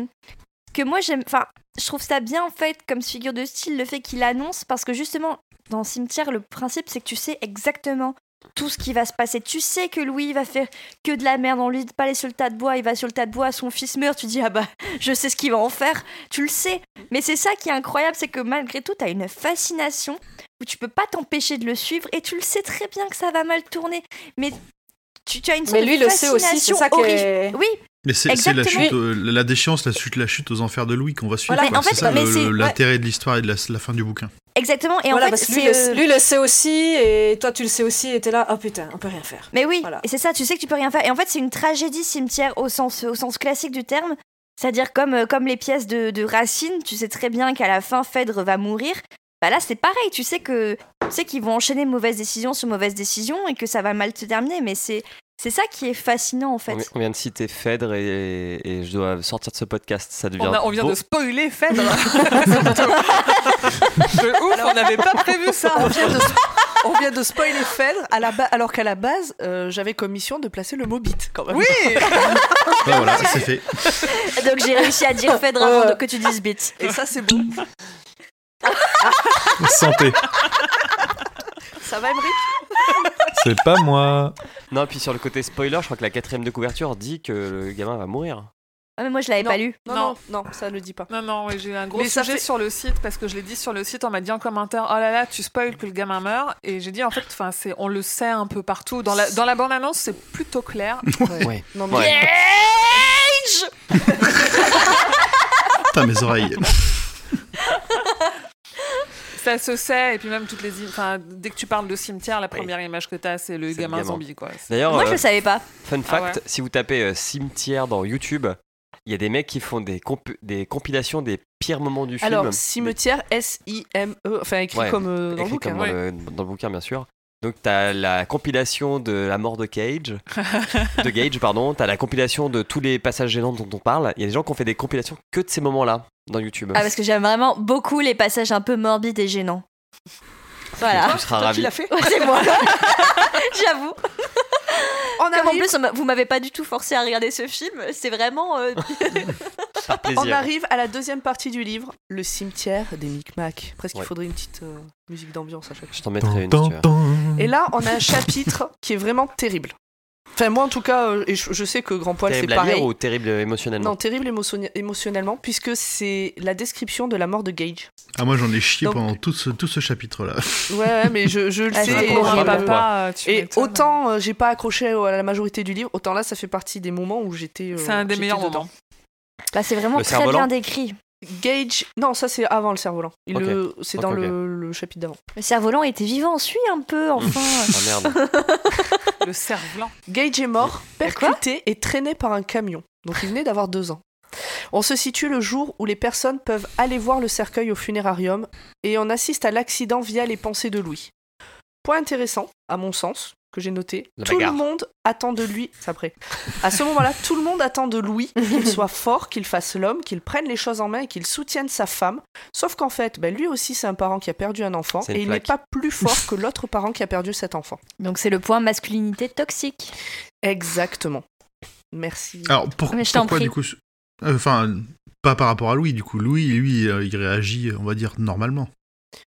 Speaker 3: que moi j'aime, enfin, je trouve ça bien en fait comme figure de style le fait qu'il annonce parce que justement dans cimetière le principe c'est que tu sais exactement tout ce qui va se passer. Tu sais que Louis il va faire que de la merde, on lui dit pas aller sur le tas de bois, il va sur le tas de bois, son fils meurt, tu dis ah bah je sais ce qu'il va en faire, tu le sais. Mais c'est ça qui est incroyable, c'est que malgré tout t'as une fascination où tu peux pas t'empêcher de le suivre et tu le sais très bien que ça va mal tourner, mais tu, tu as une sorte
Speaker 8: Mais lui
Speaker 3: de
Speaker 8: le sait aussi, c'est
Speaker 3: fascination
Speaker 8: ça qui
Speaker 3: horrible.
Speaker 8: est...
Speaker 3: Oui,
Speaker 4: Mais c'est c'est la
Speaker 3: Exactement.
Speaker 4: chute, euh, la la déchéance, la chute, la chute aux enfers de Louis qu'on va suivre.
Speaker 3: Voilà,
Speaker 4: quoi.
Speaker 3: en fait,
Speaker 4: c'est ça
Speaker 3: mais
Speaker 4: le-
Speaker 3: c'est- ouais.
Speaker 4: l'intérêt de l'histoire et de la, la fin du bouquin.
Speaker 3: exactement. Et
Speaker 8: Voilà,
Speaker 3: en
Speaker 8: parce
Speaker 3: fait,
Speaker 8: que lui,
Speaker 3: c'est, euh,
Speaker 8: le, lui le sait aussi, et toi tu le sais aussi, et t'es là, ah putain, on peut rien faire.
Speaker 3: Mais oui,
Speaker 8: Voilà.
Speaker 3: et c'est ça, tu sais que tu peux rien faire. Et en fait, c'est une tragédie cimetière au sens, au sens classique du terme. C'est-à-dire comme, euh, comme les pièces de, de Racine, tu sais très bien qu'à la fin, Phèdre va mourir. Bah là, c'est pareil, tu sais que tu sais qu'ils vont enchaîner mauvaise décision sur mauvaise décision et que ça va mal se terminer. Mais c'est c'est ça qui est fascinant, en fait.
Speaker 2: On, on vient de citer Phèdre et, et je dois sortir de ce podcast. Ça devient.
Speaker 6: On, a- on vient
Speaker 2: beau.
Speaker 6: de spoiler Phèdre. de ouf, on n'avait pas prévu ça.
Speaker 1: On vient de, on vient de spoiler Phèdre, à la ba- alors qu'à la base, euh, j'avais comme mission de placer le mot bit quand même.
Speaker 6: Oui,
Speaker 4: Ah, voilà, ça c'est fait.
Speaker 3: Donc j'ai réussi à dire Phèdre avant de- que tu dises bit.
Speaker 1: Et ça, c'est bon.
Speaker 7: Santé.
Speaker 1: Ça va, Emery
Speaker 7: C'est pas moi.
Speaker 2: Non, puis sur le côté spoiler, je crois que la quatrième de couverture dit que le gamin va mourir.
Speaker 3: Ah, mais moi, je l'avais
Speaker 1: Non.
Speaker 3: pas lu.
Speaker 1: non, non, non, ça ne le dit pas.
Speaker 6: Non, non, ouais, j'ai eu un gros
Speaker 1: Mais ça
Speaker 6: sujet
Speaker 1: fait-
Speaker 6: sur le site parce que je l'ai dit sur le site. On m'a dit en commentaire Oh là là, tu spoil que le gamin meurt. Et j'ai dit En fait, enfin, c'est- on le sait un peu partout. Dans la, dans la bande-annonce, c'est plutôt clair.
Speaker 1: Non,
Speaker 2: Ouais.
Speaker 4: Putain, mes oreilles.
Speaker 6: ça se sait. Et puis, même toutes les. im- Enfin, dès que tu parles de cimetière, la première image que t'as, c'est le
Speaker 2: C'est le
Speaker 6: gamin
Speaker 2: gamin.
Speaker 6: zombie, quoi. C'est-
Speaker 2: D'ailleurs,
Speaker 3: Moi, je
Speaker 2: euh,
Speaker 3: le savais pas.
Speaker 2: fun
Speaker 6: Ah
Speaker 2: fact, si vous tapez euh, cimetière dans YouTube, il y a des mecs qui font des, comp- des compilations des pires moments du film.
Speaker 1: Alors, cimetière, S-I-M-E, enfin écrit
Speaker 2: Ouais,
Speaker 1: comme euh, dans le
Speaker 2: écrit
Speaker 1: bouquin.
Speaker 2: comme dans, le, dans le bouquin, bien sûr. Donc, t'as la compilation de la mort de Cage, de Gage, pardon. T'as la compilation de tous les passages gênants dont on parle. Il y a des gens qui ont fait des compilations que de ces moments-là dans YouTube.
Speaker 3: Ah, parce que j'aime vraiment beaucoup les passages un peu morbides et gênants. Voilà.
Speaker 2: Tu seras ravi.
Speaker 1: fait
Speaker 3: Ouais, c'est moi. J'avoue.
Speaker 1: On
Speaker 3: Comme en
Speaker 1: arrive,
Speaker 3: plus, on m'a- vous m'avez pas du tout forcé à regarder ce film, c'est vraiment. euh,
Speaker 1: on
Speaker 2: Par plaisir.
Speaker 1: arrive à la deuxième partie du livre, le cimetière des Micmacs. Presque
Speaker 2: Ouais.
Speaker 1: il faudrait une petite euh, musique d'ambiance à chaque fois.
Speaker 2: Je t'en mettrai une si
Speaker 7: Tan,
Speaker 2: tu veux.
Speaker 7: tan.
Speaker 1: Et là, on a un chapitre qui est vraiment terrible. Enfin, moi en tout cas, euh, et je, je sais que Grand Poil c'est
Speaker 2: Terrible à
Speaker 1: pareil.
Speaker 2: lire ou terrible émotionnellement
Speaker 1: Non, terrible émotion- émotionnellement, puisque c'est la description de la mort de Gage.
Speaker 4: Ah, moi j'en ai chié
Speaker 1: Donc-
Speaker 4: pendant tout ce, tout ce chapitre-là.
Speaker 1: Ouais, ouais, mais je, je le sais.
Speaker 3: Ah, c'est
Speaker 1: et
Speaker 3: horrible.
Speaker 1: j'ai pas
Speaker 2: Ouais.
Speaker 1: peur.
Speaker 6: Papa, tu
Speaker 1: Et
Speaker 6: m'étonnes.
Speaker 1: autant euh, j'ai pas accroché à la majorité du livre, autant là ça fait partie des moments où j'étais. euh,
Speaker 6: C'est un des
Speaker 1: j'étais
Speaker 6: meilleurs
Speaker 1: dedans.
Speaker 6: moments.
Speaker 3: Bah, c'est vraiment
Speaker 2: Le
Speaker 3: très
Speaker 2: cerf-volant
Speaker 3: bien décrit.
Speaker 1: Gage, non ça c'est avant le cerf-volant. Il
Speaker 2: Ok.
Speaker 1: le- C'est
Speaker 2: Ok,
Speaker 1: dans
Speaker 2: ok.
Speaker 1: Le, le chapitre d'avant.
Speaker 3: Le cerf-volant était vivant, on suit un peu, enfin.
Speaker 2: Ah merde.
Speaker 6: Le cerf blanc.
Speaker 1: Gage est mort, percuté et traîné par un camion. Donc il venait d'avoir deux ans. On se situe le jour où les personnes peuvent aller voir le cercueil au funérarium et on assiste à l'accident via les pensées de Louis. Point intéressant, à mon sens, que j'ai noté,
Speaker 2: La
Speaker 1: tout le
Speaker 2: bagarre.
Speaker 1: monde attend de lui, c'est après. À ce moment-là, tout le monde attend de Louis qu'il soit fort, qu'il fasse l'homme, qu'il prenne les choses en main et qu'il soutienne sa femme. Sauf qu'en fait, ben, lui aussi c'est un parent qui a perdu un enfant
Speaker 2: C'est une
Speaker 1: et il n'est pas
Speaker 2: plaque.
Speaker 1: plus fort que l'autre parent qui a perdu cet enfant.
Speaker 3: Donc, c'est le point masculinité toxique.
Speaker 1: Exactement. Merci.
Speaker 4: Alors pour-
Speaker 3: Ah, Mais je t'en
Speaker 4: pourquoi
Speaker 3: prie.
Speaker 4: du coup. ce- euh, Enfin, pas par rapport à Louis, du coup. Louis, lui, euh, il réagit, on va dire, normalement.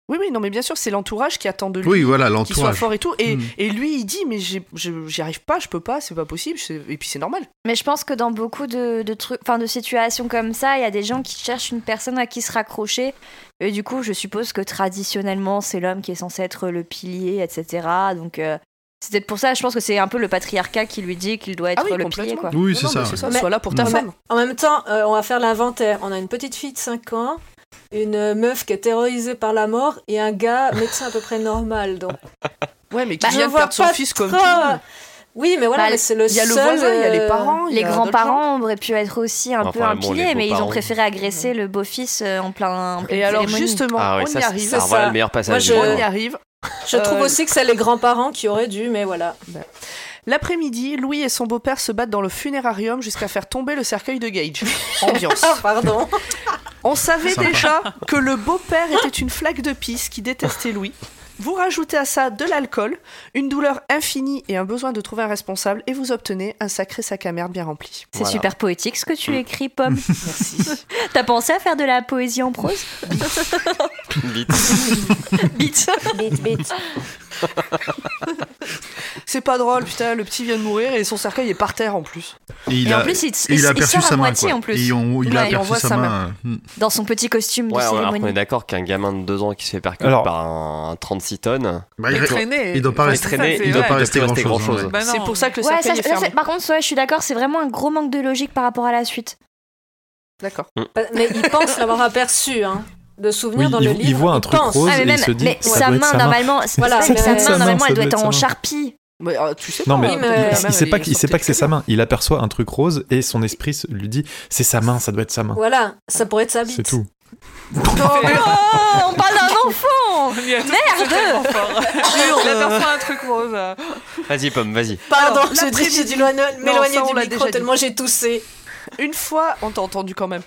Speaker 1: Oui, oui, non, mais bien sûr, c'est l'entourage qui attend de lui
Speaker 4: Oui, voilà,
Speaker 1: qu'il soit
Speaker 4: l'entourage.
Speaker 1: fort et tout. Et,
Speaker 4: Mm.
Speaker 1: et lui, il dit, mais j'ai- je- j'y arrive pas, je peux pas, c'est pas possible. c'est- Et puis c'est normal.
Speaker 3: Mais je pense que dans beaucoup de, de trucs, enfin de situations comme ça, il y a des gens qui cherchent une personne à qui se raccrocher. Et du coup, je suppose que traditionnellement, c'est l'homme qui est censé être le pilier, etc. Donc euh, c'est peut-être pour ça. Je pense que c'est un peu le patriarcat qui lui dit qu'il doit être
Speaker 1: Ah oui,
Speaker 3: le pilier, quoi.
Speaker 1: complètement.
Speaker 4: Oui,
Speaker 1: Non,
Speaker 4: c'est
Speaker 1: non,
Speaker 4: ça.
Speaker 1: mais
Speaker 4: ouais.
Speaker 1: ça,
Speaker 8: Mais-
Speaker 1: sois là pour ta
Speaker 4: Mm.
Speaker 1: femme.
Speaker 8: En même temps, euh, on va faire l'inventaire. On a une petite fille de 5 ans, une meuf qui est terrorisée par la mort, et un gars médecin à peu près normal. Donc,
Speaker 1: Ouais, mais qui
Speaker 8: Bah, je
Speaker 1: vient de
Speaker 8: vois
Speaker 1: perdre son
Speaker 8: pas
Speaker 1: fils comme tout
Speaker 8: trop.
Speaker 1: le monde.
Speaker 8: Oui, mais voilà,
Speaker 3: Bah,
Speaker 8: mais c'est le
Speaker 1: Il y a le
Speaker 8: seul,
Speaker 1: voisin, il y a les
Speaker 8: euh,
Speaker 1: parents. il y
Speaker 3: Les
Speaker 1: a d'autres gens.
Speaker 3: grands-parents auraient pu être aussi un
Speaker 2: Enfin,
Speaker 3: peu un
Speaker 2: bon, les
Speaker 3: pilier, mais ils ont
Speaker 2: beaux-parents.
Speaker 3: préféré agresser le beau-fils euh, en plein. en pleine
Speaker 1: Et alors,
Speaker 3: cérémonie.
Speaker 1: justement,
Speaker 2: Ah ouais,
Speaker 1: on
Speaker 2: ça,
Speaker 1: y
Speaker 2: c'est-
Speaker 1: arrive.
Speaker 2: alors
Speaker 8: C'est
Speaker 2: voilà
Speaker 8: ça.
Speaker 2: le meilleur passage.
Speaker 8: Moi,
Speaker 2: du
Speaker 8: je-
Speaker 1: On y
Speaker 2: livre.
Speaker 1: arrive.
Speaker 8: Je trouve
Speaker 1: Euh,
Speaker 8: aussi que c'est les grands-parents qui auraient dû, mais voilà.
Speaker 1: L'après-midi, Louis et son beau-père se battent dans le funérarium jusqu'à faire tomber le cercueil de Gage. Ambiance.
Speaker 8: Ah, pardon.
Speaker 1: On savait
Speaker 4: Sympa.
Speaker 1: déjà que le beau-père était une flaque de pisse qui détestait Louis. Vous rajoutez à ça de l'alcool, une douleur infinie et un besoin de trouver un responsable, et vous obtenez un sacré sac à merde bien rempli.
Speaker 3: C'est
Speaker 2: Voilà.
Speaker 3: super poétique ce que tu écris, Pomme.
Speaker 1: Merci.
Speaker 3: T'as pensé à faire de la poésie en prose
Speaker 2: Vite.
Speaker 3: Bite.
Speaker 8: Bite, bite.
Speaker 1: C'est pas drôle, putain, le petit vient de mourir et son cercueil est par terre en plus.
Speaker 4: Et il
Speaker 3: Et
Speaker 4: a,
Speaker 3: en plus, il,
Speaker 4: et
Speaker 3: il-
Speaker 4: il a
Speaker 3: il
Speaker 4: aperçu
Speaker 3: sort
Speaker 4: sa
Speaker 3: à
Speaker 4: main.
Speaker 3: moitié
Speaker 4: quoi.
Speaker 3: en plus,
Speaker 4: Et on- il
Speaker 1: Ouais,
Speaker 4: a
Speaker 1: et on
Speaker 4: aperçu
Speaker 1: voit
Speaker 4: sa
Speaker 1: sa
Speaker 4: main. euh, hmm.
Speaker 3: dans son petit costume
Speaker 2: Ouais,
Speaker 3: de
Speaker 2: alors qu'on est
Speaker 3: cérémonie.
Speaker 2: d'accord qu'un gamin de 2 ans qui se fait percuter
Speaker 7: Alors-
Speaker 2: par un, un 36 tonnes,
Speaker 4: Bah,
Speaker 6: Il
Speaker 4: il-
Speaker 6: traînait.
Speaker 4: il doit pas
Speaker 6: Enfin,
Speaker 4: rester-
Speaker 6: c'est ça,
Speaker 2: traîner,
Speaker 6: c'est
Speaker 2: il
Speaker 4: doit
Speaker 6: vrai.
Speaker 4: pas
Speaker 2: peut
Speaker 4: rester hein.
Speaker 2: plus rester
Speaker 4: grand chose.
Speaker 2: grand-chose.
Speaker 6: Bah non.
Speaker 1: C'est pour ça que le
Speaker 3: Ouais,
Speaker 1: cercueil
Speaker 3: ça,
Speaker 1: est
Speaker 3: ça,
Speaker 1: fermé.
Speaker 3: c'est- par contre, ouais, je suis d'accord, c'est vraiment un gros manque de logique par rapport à la suite.
Speaker 1: D'accord.
Speaker 8: Pas- Mais il pense l'avoir aperçu, hein. De souvenir
Speaker 7: Oui,
Speaker 8: dans
Speaker 7: il,
Speaker 8: le
Speaker 7: il
Speaker 8: livre.
Speaker 7: voit un truc
Speaker 8: pense.
Speaker 7: rose
Speaker 3: Ah, mais
Speaker 7: et
Speaker 3: même,
Speaker 7: il se dit
Speaker 3: mais
Speaker 7: ça
Speaker 3: sa
Speaker 7: doit être
Speaker 3: main,
Speaker 7: sa main.
Speaker 3: normalement, c'est-
Speaker 8: Voilà,
Speaker 3: c'est que
Speaker 8: mais-
Speaker 3: sa main,
Speaker 8: Ça doit
Speaker 3: normalement,
Speaker 7: être
Speaker 3: elle doit
Speaker 7: sa
Speaker 3: être
Speaker 7: main.
Speaker 3: en charpie.
Speaker 1: Mais, euh, tu sais
Speaker 7: Non,
Speaker 1: pas,
Speaker 7: mais
Speaker 1: euh,
Speaker 8: il-
Speaker 1: peut-être
Speaker 8: il
Speaker 1: que la
Speaker 7: Il
Speaker 1: mère,
Speaker 7: sait
Speaker 1: elle
Speaker 7: pas,
Speaker 1: est
Speaker 7: qu'il- il sait
Speaker 1: sortie
Speaker 7: pas que c'est
Speaker 1: de
Speaker 7: sa main. Il aperçoit un truc rose et son esprit se- lui dit c'est sa main, ça doit être sa main.
Speaker 8: Voilà, ça pourrait être sa bite.
Speaker 7: C'est tout.
Speaker 1: Non, mais-
Speaker 3: Oh, on parle d'un enfant
Speaker 6: On y a tous
Speaker 3: Merde
Speaker 6: pensé tellement fort. Il aperçoit un truc rose. euh.
Speaker 2: Vas-y, Pomme, vas-y.
Speaker 8: Pardon,
Speaker 1: Alors,
Speaker 8: j'ai dit-
Speaker 1: l'après-midi.
Speaker 8: j'ai dû m'éloigner
Speaker 1: Non,
Speaker 8: m'éloigner
Speaker 1: ça, on
Speaker 8: du
Speaker 1: l'a déjà
Speaker 8: micro
Speaker 1: dit.
Speaker 8: tellement j'ai toussé.
Speaker 1: Une fois, on t'a entendu quand même.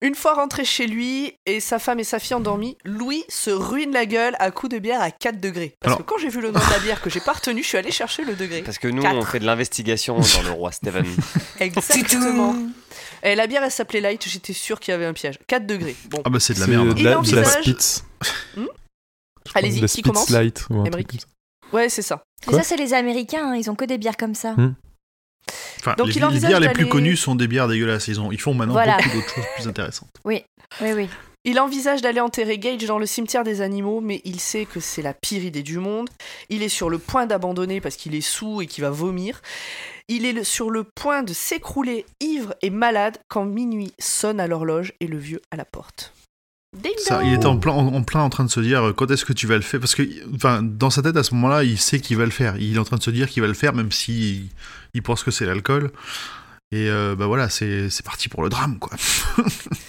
Speaker 1: Une fois rentré chez lui et sa femme et sa fille endormies, Louis se ruine la gueule à coups de bière à 4 degrés. Parce
Speaker 4: Alors-
Speaker 1: que quand j'ai vu le nom de la bière que j'ai pas retenu, je suis allé chercher le degré.
Speaker 2: Parce que nous,
Speaker 1: Quatre.
Speaker 2: on fait de l'investigation dans le roi Steven.
Speaker 1: Exactement. Et la bière, elle s'appelait Light, j'étais sûre qu'il y avait un piège. 4 degrés. Bon,
Speaker 4: Ah bah c'est de la
Speaker 7: C'est
Speaker 4: merde. hein.
Speaker 1: Il
Speaker 7: de la, de la
Speaker 1: envisage-
Speaker 7: Spitz.
Speaker 1: Hmm
Speaker 7: Je crois,
Speaker 1: Allez-y,
Speaker 7: de la
Speaker 1: qui commence
Speaker 7: Spitz Light ou un truc
Speaker 1: Émeric.
Speaker 7: comme ça.
Speaker 1: ouais, c'est ça.
Speaker 3: Mais
Speaker 7: Quoi
Speaker 3: ça, c'est les Américains, hein, ils ont que des bières comme ça.
Speaker 4: Enfin,
Speaker 1: Donc,
Speaker 4: les,
Speaker 1: il
Speaker 4: les
Speaker 1: envisage
Speaker 4: bières les plus
Speaker 1: d'aller-
Speaker 4: connues sont des bières dégueulasses. Ils, ont, ils font maintenant
Speaker 3: Voilà.
Speaker 4: beaucoup d'autres choses plus intéressantes.
Speaker 3: Oui, oui.
Speaker 1: Il envisage d'aller enterrer Gage dans le cimetière des animaux, mais il sait que c'est la pire idée du monde. Il est sur le point d'abandonner parce qu'il est saoul et qu'il va vomir. Il est le- sur le point de s'écrouler, ivre et malade, quand minuit sonne à l'horloge et le vieux à la porte. Ding
Speaker 4: Ça,
Speaker 1: dong
Speaker 4: il était en plein, en, en plein en train de se dire euh, quand est-ce que tu vas le faire Parce que enfin, dans sa tête, à ce moment-là, il sait qu'il va le faire. Il est en train de se dire qu'il va le faire, même si il, il pense que c'est l'alcool. Et euh, bah voilà, c'est c'est parti pour le drame, quoi.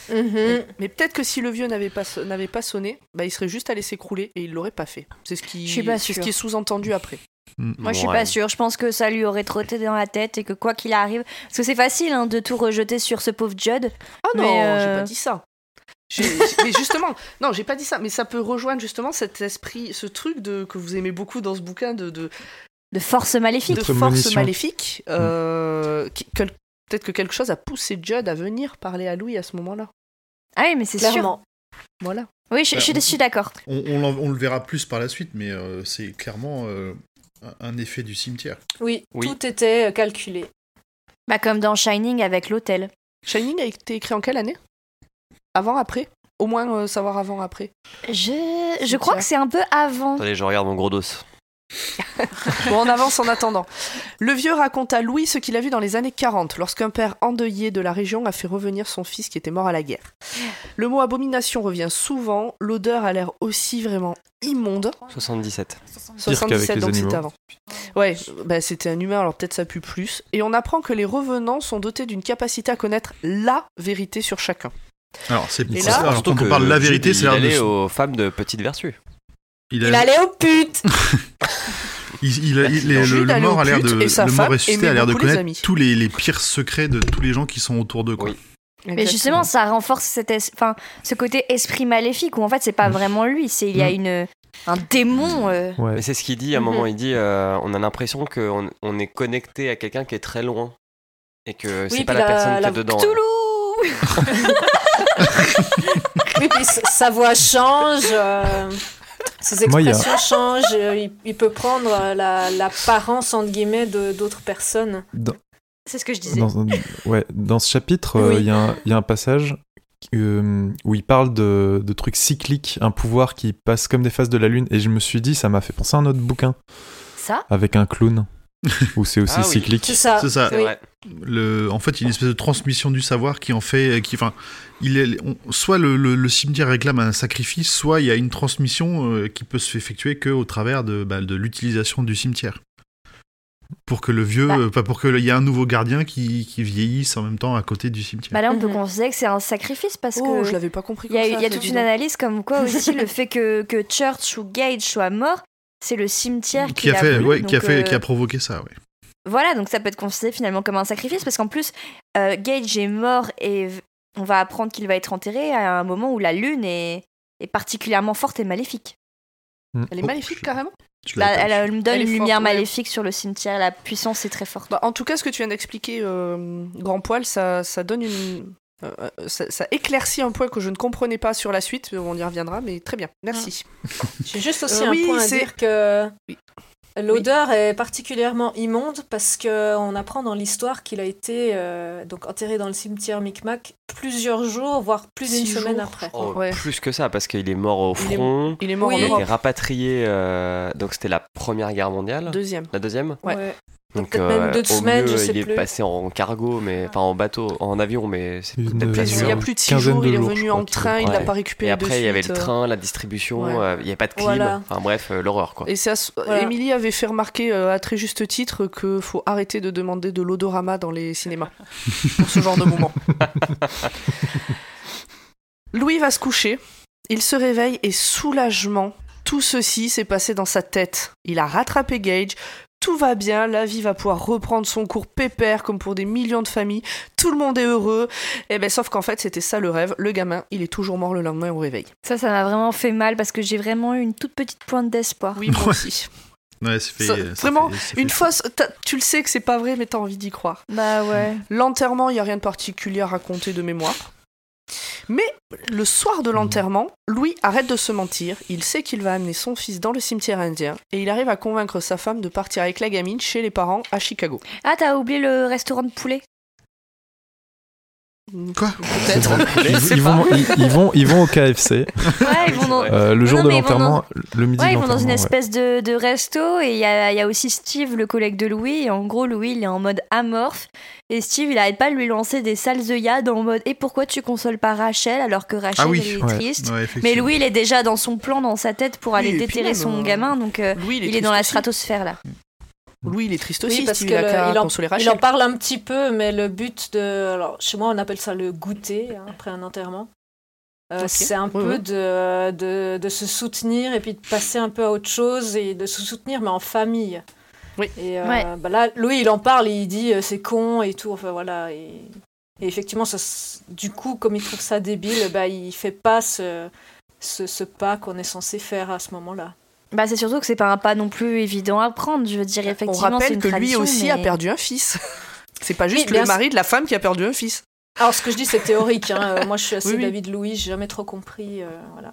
Speaker 3: Mm.
Speaker 8: Mhm.
Speaker 1: Mais peut-être que si le vieux n'avait pas, so- n'avait pas sonné, bah, il serait juste allé s'écrouler et il l'aurait pas fait. C'est ce qui,
Speaker 3: Je suis pas
Speaker 1: c'est ce
Speaker 3: sûre.
Speaker 1: qui est sous-entendu après.
Speaker 3: Moi, je
Speaker 2: Bon,
Speaker 3: suis
Speaker 2: ouais.
Speaker 3: pas sûre. Je pense que ça lui aurait trotté dans la tête et que quoi qu'il arrive. Parce que c'est facile hein, de tout rejeter sur ce pauvre Judd.
Speaker 1: Ah non,
Speaker 3: Mais, euh,
Speaker 1: j'ai pas dit ça. J'ai- mais justement, non, j'ai pas dit ça, mais ça peut rejoindre justement cet esprit, ce truc de, que vous aimez beaucoup dans ce bouquin de, de,
Speaker 3: De force maléfique.
Speaker 1: de
Speaker 7: Notre
Speaker 1: force
Speaker 7: munition.
Speaker 1: maléfique.
Speaker 3: Mm.
Speaker 1: euh, qui- quel- Peut-être que quelque chose a poussé Judd à venir parler à Louis à ce moment-là.
Speaker 3: Ah oui, mais c'est sûr.
Speaker 8: Clairement.
Speaker 1: Voilà.
Speaker 3: Oui, je, je suis- je suis d'accord.
Speaker 4: On, on l'en- on le verra plus par la suite, mais euh, c'est clairement euh, un- un effet du cimetière.
Speaker 8: Oui,
Speaker 2: Oui.
Speaker 8: tout était euh, calculé.
Speaker 3: Bah, comme dans Shining avec l'hôtel.
Speaker 1: Shining a été écrit en quelle année Avant, après Au moins euh, savoir avant, après.
Speaker 3: Je, je
Speaker 1: C'est
Speaker 3: crois
Speaker 1: ça.
Speaker 3: que c'est un peu avant.
Speaker 2: Attendez, je regarde mon gros dos.
Speaker 1: Bon, on avance en attendant. Le vieux raconte à Louis ce qu'il a vu dans les années 40, lorsqu'un père endeuillé de la région a fait revenir son fils qui était mort à la guerre. Le mot abomination revient souvent, l'odeur a l'air aussi vraiment immonde.
Speaker 2: 77.
Speaker 7: Pire qu'avec
Speaker 1: 77,
Speaker 7: les
Speaker 1: donc
Speaker 7: animaux.
Speaker 1: c'était avant. Ouais, bah, c'était un humain, alors peut-être ça pue plus. Et on apprend que les revenants sont dotés d'une capacité à connaître LA vérité sur chacun.
Speaker 4: Alors, c'est
Speaker 1: Et là-
Speaker 4: alors,
Speaker 2: Surtout
Speaker 4: quand on
Speaker 2: que
Speaker 4: Ah, parle de la vérité,
Speaker 2: Jude,
Speaker 4: c'est l'air
Speaker 2: Il
Speaker 4: de.
Speaker 2: allait aux femmes de petite vertu.
Speaker 4: il a-
Speaker 8: Il allait aux putes
Speaker 4: Il, il- il- le- le,
Speaker 1: Jude allait
Speaker 4: mort
Speaker 1: aux
Speaker 4: a l'air de,
Speaker 1: putes et sa
Speaker 4: le
Speaker 1: femme
Speaker 4: mort ressuscité
Speaker 1: aimait
Speaker 4: a l'air de
Speaker 1: beaucoup les
Speaker 4: connaître
Speaker 1: amis.
Speaker 4: tous les, les pires secrets de tous les gens qui sont autour d'eux. Quoi.
Speaker 2: Oui.
Speaker 3: Mais justement, ça renforce cet es- enfin, ce côté esprit maléfique où en fait, c'est pas vraiment lui. C'est Il y a
Speaker 7: Mm.
Speaker 3: une, un démon. euh.
Speaker 7: Ouais.
Speaker 2: Mais c'est ce qu'il dit à un
Speaker 8: Mhm.
Speaker 2: moment. Il dit euh, on a l'impression qu'on on est connecté à quelqu'un qui est très loin. Et que c'est
Speaker 8: Oui,
Speaker 2: pas
Speaker 8: puis
Speaker 2: la
Speaker 8: la-
Speaker 2: personne qui
Speaker 8: la
Speaker 2: est dedans.
Speaker 3: Cthulhu
Speaker 8: Oui, puis s- sa voix change, euh, ses
Speaker 7: Moi, il y a-
Speaker 8: expressions changent, euh, il, il peut prendre euh, la- l'apparence, entre guillemets, de- d'autres personnes.
Speaker 7: Dans,
Speaker 3: C'est ce que je disais.
Speaker 7: dans un- ouais, dans ce chapitre, euh,
Speaker 8: Oui.
Speaker 7: il y, a un- il y a un passage euh, où il parle de, de trucs cycliques, un pouvoir qui passe comme des phases de la lune. Et je me suis dit, ça m'a fait penser à un autre bouquin
Speaker 3: Ça
Speaker 7: avec un clown où c'est aussi
Speaker 2: Ah oui.
Speaker 7: cyclique.
Speaker 8: C'est ça.
Speaker 4: C'est ça.
Speaker 2: C'est
Speaker 8: Oui.
Speaker 2: vrai.
Speaker 4: Le, en fait, il y a une espèce de transmission du savoir qui en fait. Qui, enfin, il est, on- soit le, le- le cimetière réclame un sacrifice, soit il y a une transmission euh, qui peut se effectuer qu'au travers de, bah, de l'utilisation du cimetière. Pour que le vieux.
Speaker 3: Bah.
Speaker 4: euh, pas pour qu'il y ait un nouveau gardien qui, qui vieillisse en même temps à côté du cimetière.
Speaker 3: Bah là, on peut
Speaker 8: Mhm.
Speaker 3: considérer que c'est un sacrifice parce
Speaker 1: Oh,
Speaker 3: que.
Speaker 1: je l'avais pas compris.
Speaker 3: Il y a,
Speaker 1: comme
Speaker 3: il
Speaker 1: ça,
Speaker 3: y a
Speaker 1: ça,
Speaker 3: toute
Speaker 1: dis
Speaker 3: une
Speaker 1: donc.
Speaker 3: analyse comme quoi aussi le fait que, que Church ou Gage soit mort, c'est le cimetière qui,
Speaker 4: qui a
Speaker 3: l'a
Speaker 4: fait,
Speaker 3: voulu,
Speaker 4: ouais, qui a
Speaker 3: donc,
Speaker 4: fait,
Speaker 3: euh,
Speaker 4: qui a provoqué ça, ouais.
Speaker 3: Voilà, donc ça peut être considéré finalement comme un sacrifice parce qu'en plus, euh, Gage est mort et v- on va apprendre qu'il va être enterré à un moment où la lune est, est particulièrement forte et maléfique.
Speaker 7: Mm.
Speaker 1: Elle est
Speaker 4: Oh,
Speaker 1: maléfique
Speaker 4: je-
Speaker 1: carrément.
Speaker 4: Je
Speaker 3: Bah,
Speaker 4: l'avais pas
Speaker 3: elle,
Speaker 4: lu.
Speaker 3: elle me donne
Speaker 1: Elle est
Speaker 3: une
Speaker 1: forte,
Speaker 3: lumière
Speaker 1: ouais.
Speaker 3: maléfique sur le cimetière. La puissance est très forte.
Speaker 1: Bah, en tout cas, ce que tu viens d'expliquer, euh, Grand Poil, ça, ça donne une. euh, euh, ça, ça éclaircit un point que je ne comprenais pas sur la suite, on y reviendra, mais très bien, merci.
Speaker 8: J'ai juste aussi
Speaker 1: Euh,
Speaker 8: un
Speaker 1: oui,
Speaker 8: point à
Speaker 1: c'est-
Speaker 8: dire que
Speaker 1: Oui.
Speaker 8: l'odeur est particulièrement immonde parce que on apprend dans l'histoire qu'il a été euh, donc enterré dans le cimetière Micmac plusieurs jours, voire plus d'une
Speaker 1: Six
Speaker 8: semaine
Speaker 1: jours.
Speaker 8: après.
Speaker 2: Oh,
Speaker 1: Ouais.
Speaker 2: Plus que ça, parce qu'il est mort au
Speaker 1: Il est-
Speaker 2: front.
Speaker 1: Il est mort hein.
Speaker 8: Oui.
Speaker 1: en
Speaker 2: Il, a été
Speaker 1: Europe.
Speaker 2: rapatrié, euh, donc c'était la première guerre mondiale,
Speaker 1: Deuxième.
Speaker 2: la deuxième.
Speaker 1: Ouais.
Speaker 2: Donc euh,
Speaker 8: Peut-être même deux
Speaker 2: au
Speaker 8: semaines,
Speaker 2: mieux,
Speaker 8: je sais
Speaker 2: il est
Speaker 8: plus.
Speaker 2: passé en cargo, mais enfin en bateau, en avion, mais c'est
Speaker 7: Une-
Speaker 2: peut-être
Speaker 7: euh,
Speaker 2: pas
Speaker 1: Puis,
Speaker 7: Quinzaine
Speaker 1: il y
Speaker 2: sûr.
Speaker 1: a plus de six
Speaker 7: de
Speaker 1: jours, il est
Speaker 7: jours,
Speaker 1: venu
Speaker 7: je crois,
Speaker 1: en
Speaker 7: qu'il
Speaker 1: train, il
Speaker 2: faut-
Speaker 1: l'a
Speaker 2: Ouais.
Speaker 1: pas
Speaker 2: Et
Speaker 1: récupéré
Speaker 2: après,
Speaker 1: de
Speaker 2: il y avait le
Speaker 1: suite, euh.
Speaker 2: train, la distribution,
Speaker 1: Ouais.
Speaker 2: euh, il n'y avait pas de clim.
Speaker 8: Voilà.
Speaker 2: Enfin bref, euh, l'horreur quoi.
Speaker 1: Et c'est à ce-
Speaker 8: Voilà.
Speaker 1: Émilie avait fait remarquer euh, à très juste titre que faut arrêter de demander de l'odorama dans les cinémas pour ce genre de moment. Louis va se coucher, il se réveille et soulagement, tout ceci s'est passé dans sa tête. Il a rattrapé Gage, tout va bien, la vie va pouvoir reprendre son cours pépère comme pour des millions de familles, tout le monde est heureux. Et ben sauf qu'en fait, c'était ça le rêve, le gamin, il est toujours mort le lendemain au réveil.
Speaker 3: Ça, ça m'a vraiment fait mal parce que j'ai vraiment eu une toute petite pointe d'espoir.
Speaker 1: Oui, moi
Speaker 4: Ouais.
Speaker 1: aussi.
Speaker 4: Ouais, ça fait-
Speaker 1: Ça-
Speaker 4: ça fait-
Speaker 1: vraiment,
Speaker 4: ça fait-
Speaker 1: Une fausse, t'as- tu le sais que c'est pas vrai, mais t'as envie d'y croire.
Speaker 3: Bah ouais.
Speaker 1: L'enterrement, il n'y a rien de particulier à raconter de mémoire. Mais le soir de l'enterrement, Louis arrête de se mentir. Il sait qu'il va amener son fils dans le cimetière indien et il arrive à convaincre sa femme de partir avec la gamine chez les parents à Chicago.
Speaker 3: Ah, t'as oublié le restaurant de poulet
Speaker 4: Quoi
Speaker 1: Peut-être.
Speaker 7: Ils,
Speaker 1: Je sais
Speaker 7: ils
Speaker 1: pas.
Speaker 7: vont, ils, ils vont, ils vont au KFC
Speaker 3: Ouais, ils vont dans,
Speaker 2: Ouais.
Speaker 7: euh, le
Speaker 3: Non,
Speaker 7: jour
Speaker 3: non,
Speaker 7: de
Speaker 3: mais ils vont
Speaker 7: l'enterrement, le midi
Speaker 3: ouais,
Speaker 7: de
Speaker 3: ils vont dans une
Speaker 7: l'enterrement, ouais.
Speaker 3: espèce de, de resto et il y a, il y a aussi Steve, le collègue de Louis. Et en gros, Louis, il est en mode amorphe. Et Steve, il arrête pas de lui lancer des sales œillades en mode Et pourquoi tu consoles pas Rachel alors que Rachel,
Speaker 4: Ah oui,
Speaker 3: elle est
Speaker 7: ouais.
Speaker 3: triste
Speaker 4: Ouais, effectivement.
Speaker 3: Mais Louis, il est déjà dans son plan, dans sa tête pour aller
Speaker 1: Oui, et puis
Speaker 3: déterrer
Speaker 1: même,
Speaker 3: son
Speaker 1: euh,
Speaker 3: gamin. Donc, euh,
Speaker 1: Louis,
Speaker 3: il est dans la
Speaker 1: triste aussi.
Speaker 3: stratosphère là.
Speaker 1: Louis, il est triste
Speaker 8: Oui,
Speaker 1: aussi
Speaker 8: parce
Speaker 1: Steve,
Speaker 8: que
Speaker 1: il a
Speaker 8: le-
Speaker 1: qu'à
Speaker 8: il en-
Speaker 1: consoler
Speaker 8: Il
Speaker 1: Rachel.
Speaker 8: en parle un petit peu, mais le but de. Alors, chez moi, on appelle ça le goûter hein, après un enterrement. Euh,
Speaker 1: Ok.
Speaker 8: C'est un
Speaker 1: Oui,
Speaker 8: peu
Speaker 1: oui.
Speaker 8: De, de, de se soutenir et puis de passer un peu à autre chose et de se soutenir, mais en famille.
Speaker 1: Oui.
Speaker 8: Et euh,
Speaker 3: Ouais.
Speaker 8: bah là, Louis, il en parle et il dit euh, c'est con et tout. Enfin, voilà. Et, et effectivement, ça s- du coup, comme il trouve ça débile, bah, il fait pas ce, ce, ce pas qu'on est censé faire à ce moment-là.
Speaker 3: Bah, c'est surtout que c'est pas un pas non plus évident à prendre. Je veux dire,
Speaker 1: On
Speaker 3: effectivement, c'est
Speaker 1: rappelle
Speaker 3: une
Speaker 1: que lui
Speaker 3: tradition,
Speaker 1: aussi a
Speaker 3: mais-
Speaker 1: perdu un fils. C'est pas juste
Speaker 8: Oui, bien
Speaker 1: le
Speaker 8: sûr.
Speaker 1: mari de la femme qui a perdu un fils.
Speaker 8: Alors, ce que je dis, c'est théorique. hein. Euh, Moi, je suis assez
Speaker 1: Oui, oui.
Speaker 8: David Louis, j'ai jamais trop compris. euh, voilà.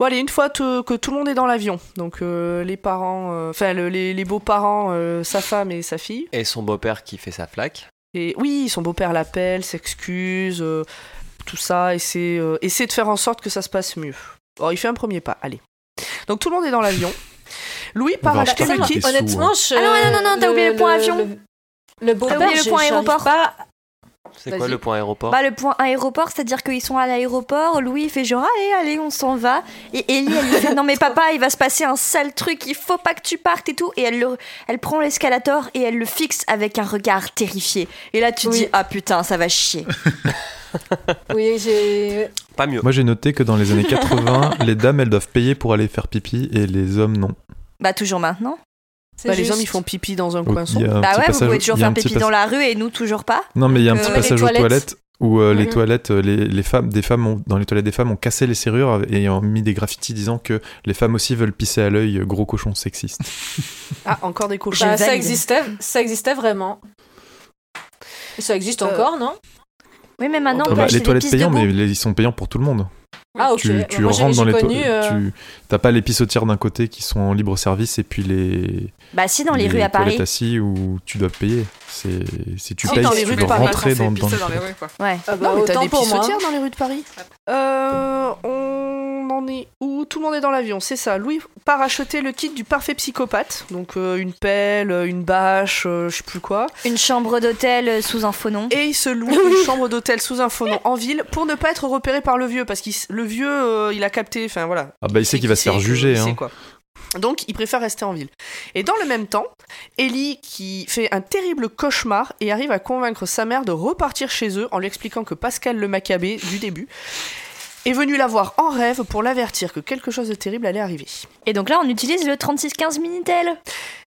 Speaker 1: Bon allez, une fois te- que tout le monde est dans l'avion, donc euh, les parents, euh, enfin le- les, les beaux-parents, euh, sa femme et sa fille,
Speaker 2: Et son beau-père qui fait sa flaque.
Speaker 1: et oui, son beau-père l'appelle, s'excuse, euh, tout ça, essaie, euh, essaie de faire en sorte que ça se passe mieux. Bon, il fait un premier pas, allez. Donc tout le monde est dans l'avion. Louis part
Speaker 4: va
Speaker 8: Bah,
Speaker 1: acheter
Speaker 8: ça,
Speaker 4: acheter
Speaker 1: le hein.
Speaker 8: moi,
Speaker 4: des sous,
Speaker 8: honnêtement, je.
Speaker 3: Ah non, ouais, non, non, non, t'as oublié le point avion.
Speaker 8: Le, le beau-père,
Speaker 3: oublié le
Speaker 8: je-
Speaker 3: point
Speaker 8: j'arrive
Speaker 3: aéroport.
Speaker 8: pas-
Speaker 2: C'est quoi
Speaker 1: Vas-y.
Speaker 2: le point aéroport
Speaker 3: Bah, le point aéroport, c'est-à-dire qu'ils sont à l'aéroport, Louis il fait genre allez, allez, on s'en va. Et Ellie, elle lui fait non mais papa, il va se passer un sale truc, il faut pas que tu partes et tout. Et elle, le- elle prend l'escalator et elle le fixe avec un regard terrifié. Et là tu
Speaker 8: Oui.
Speaker 3: dis ah putain, ça va chier.
Speaker 8: Oui, j'ai.
Speaker 2: Pas mieux.
Speaker 7: Moi j'ai noté que dans les années 80, les dames elles doivent payer pour aller faire pipi et les hommes non.
Speaker 3: Bah toujours maintenant.
Speaker 8: c'est
Speaker 1: Bah, les
Speaker 8: juste-
Speaker 1: hommes ils font pipi dans un
Speaker 7: Il
Speaker 1: coin
Speaker 7: y
Speaker 1: sombre.
Speaker 7: a un
Speaker 3: bah
Speaker 7: petit
Speaker 3: ouais, vous
Speaker 7: passage-
Speaker 3: pouvez toujours
Speaker 7: il y a
Speaker 3: faire
Speaker 7: un petit
Speaker 3: pipi dans
Speaker 7: pas-
Speaker 3: la rue et nous toujours pas.
Speaker 7: Non mais il y a un
Speaker 8: Euh,
Speaker 7: petit
Speaker 8: les
Speaker 7: passage aux
Speaker 8: toilettes.
Speaker 7: toilettes où euh, les
Speaker 8: Mhm.
Speaker 7: toilettes, euh, les, les femmes, des femmes ont- dans les toilettes des femmes ont cassé les serrures et ont mis des graffitis disant que les femmes aussi veulent pisser à l'œil, euh, gros cochon sexiste.
Speaker 1: Ah, encore des cochons.
Speaker 8: Bah,
Speaker 3: Je
Speaker 8: ça
Speaker 3: valide.
Speaker 8: existait, ça existait vraiment. Et ça existe
Speaker 1: Euh,
Speaker 8: encore, non
Speaker 3: Oui mais maintenant
Speaker 1: Ah
Speaker 3: on
Speaker 7: Ah
Speaker 3: peut
Speaker 7: bah,
Speaker 3: acheter
Speaker 7: les
Speaker 3: des
Speaker 7: toilettes
Speaker 3: pisses
Speaker 7: payantes,
Speaker 3: debout.
Speaker 7: mais les- ils sont payants pour tout le monde.
Speaker 8: Ah, ok.
Speaker 7: tu,
Speaker 8: Bah,
Speaker 7: tu
Speaker 8: moi, j'ai-
Speaker 7: rentres dans
Speaker 8: j'ai
Speaker 7: les
Speaker 8: connu,
Speaker 7: toilettes.
Speaker 8: euh,
Speaker 7: Tu t'as pas les pissotières d'un côté qui sont en libre service et puis les
Speaker 3: Bah si dans les, rues à Paris.
Speaker 7: toilettes assis où tu dois payer. C'est si tu
Speaker 1: Si,
Speaker 6: Ah,
Speaker 7: payes,
Speaker 1: dans les
Speaker 7: tu
Speaker 1: rues de
Speaker 7: dois
Speaker 1: Paris,
Speaker 7: rentrer dans, dans les toilettes.
Speaker 6: rues, quoi.
Speaker 3: Ouais.
Speaker 8: Ah bah,
Speaker 1: Non, mais t'as
Speaker 8: autant
Speaker 1: des
Speaker 8: pour moi.
Speaker 1: pissotières dans les rues de Paris. Euh, on en est où Tout le monde est dans l'avion, c'est ça. Louis part acheter le kit du parfait psychopathe. Donc euh, une pelle, euh, une bâche, euh, je sais plus quoi.
Speaker 3: Une chambre d'hôtel euh, sous un faux nom.
Speaker 1: Et il se loue une chambre d'hôtel sous un faux nom en ville pour ne pas être repéré par le vieux. Parce que le vieux, euh, il a capté, enfin voilà,
Speaker 7: Ah bah il sait qu'il va se faire
Speaker 1: sait que-
Speaker 7: juger.
Speaker 1: il sait
Speaker 7: hein.
Speaker 1: quoi. Donc, il préfère rester en ville. Et dans le même temps, Ellie, qui fait un terrible cauchemar et arrive à convaincre sa mère de repartir chez eux en lui expliquant que Pascal le Maccabé, du début, est venu la voir en rêve pour l'avertir que quelque chose de terrible allait arriver.
Speaker 3: Et donc là on utilise le 3615 Minitel.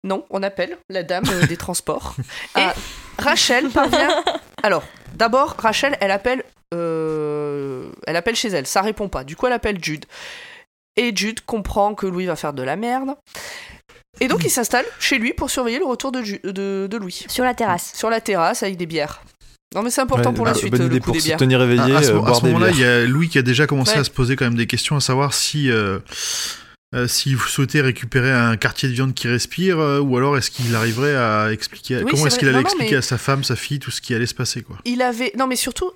Speaker 1: Non, on appelle la dame euh, des transports. Et
Speaker 3: Ah.
Speaker 1: Rachel parvient. Alors, d'abord, Rachel, elle appelle. euh, Elle appelle chez elle, ça répond pas. Du coup, elle appelle Jude. Et Jude comprend que Louis va faire de la merde. Et donc il s'installe chez lui pour surveiller le retour de, Ju- de- de Louis.
Speaker 3: Sur la terrasse.
Speaker 1: Sur la terrasse avec des bières. Non mais c'est important pour la
Speaker 7: bah,
Speaker 1: suite,
Speaker 7: bonne
Speaker 1: euh, le
Speaker 7: idée
Speaker 1: coup
Speaker 7: pour
Speaker 1: des
Speaker 7: se
Speaker 1: bières.
Speaker 7: tenir
Speaker 4: À,
Speaker 7: éveillé,
Speaker 4: à ce,
Speaker 7: euh,
Speaker 4: à
Speaker 7: boire
Speaker 4: Ah, ce
Speaker 7: des
Speaker 4: moment-là, il
Speaker 7: bières.
Speaker 4: y a Louis qui a déjà commencé
Speaker 1: Ouais.
Speaker 4: à se poser quand même des questions, à savoir si, euh, euh, si vous souhaitez récupérer un quartier de viande qui respire, euh, ou alors est-ce qu'il arriverait à expliquer,
Speaker 1: Oui,
Speaker 4: comment
Speaker 1: c'est
Speaker 4: est-ce
Speaker 1: vrai.
Speaker 4: qu'il allait
Speaker 1: Non, non,
Speaker 4: expliquer
Speaker 1: mais-
Speaker 4: à sa femme, sa fille, tout ce qui allait se passer, quoi.
Speaker 1: Il avait. Non, mais surtout,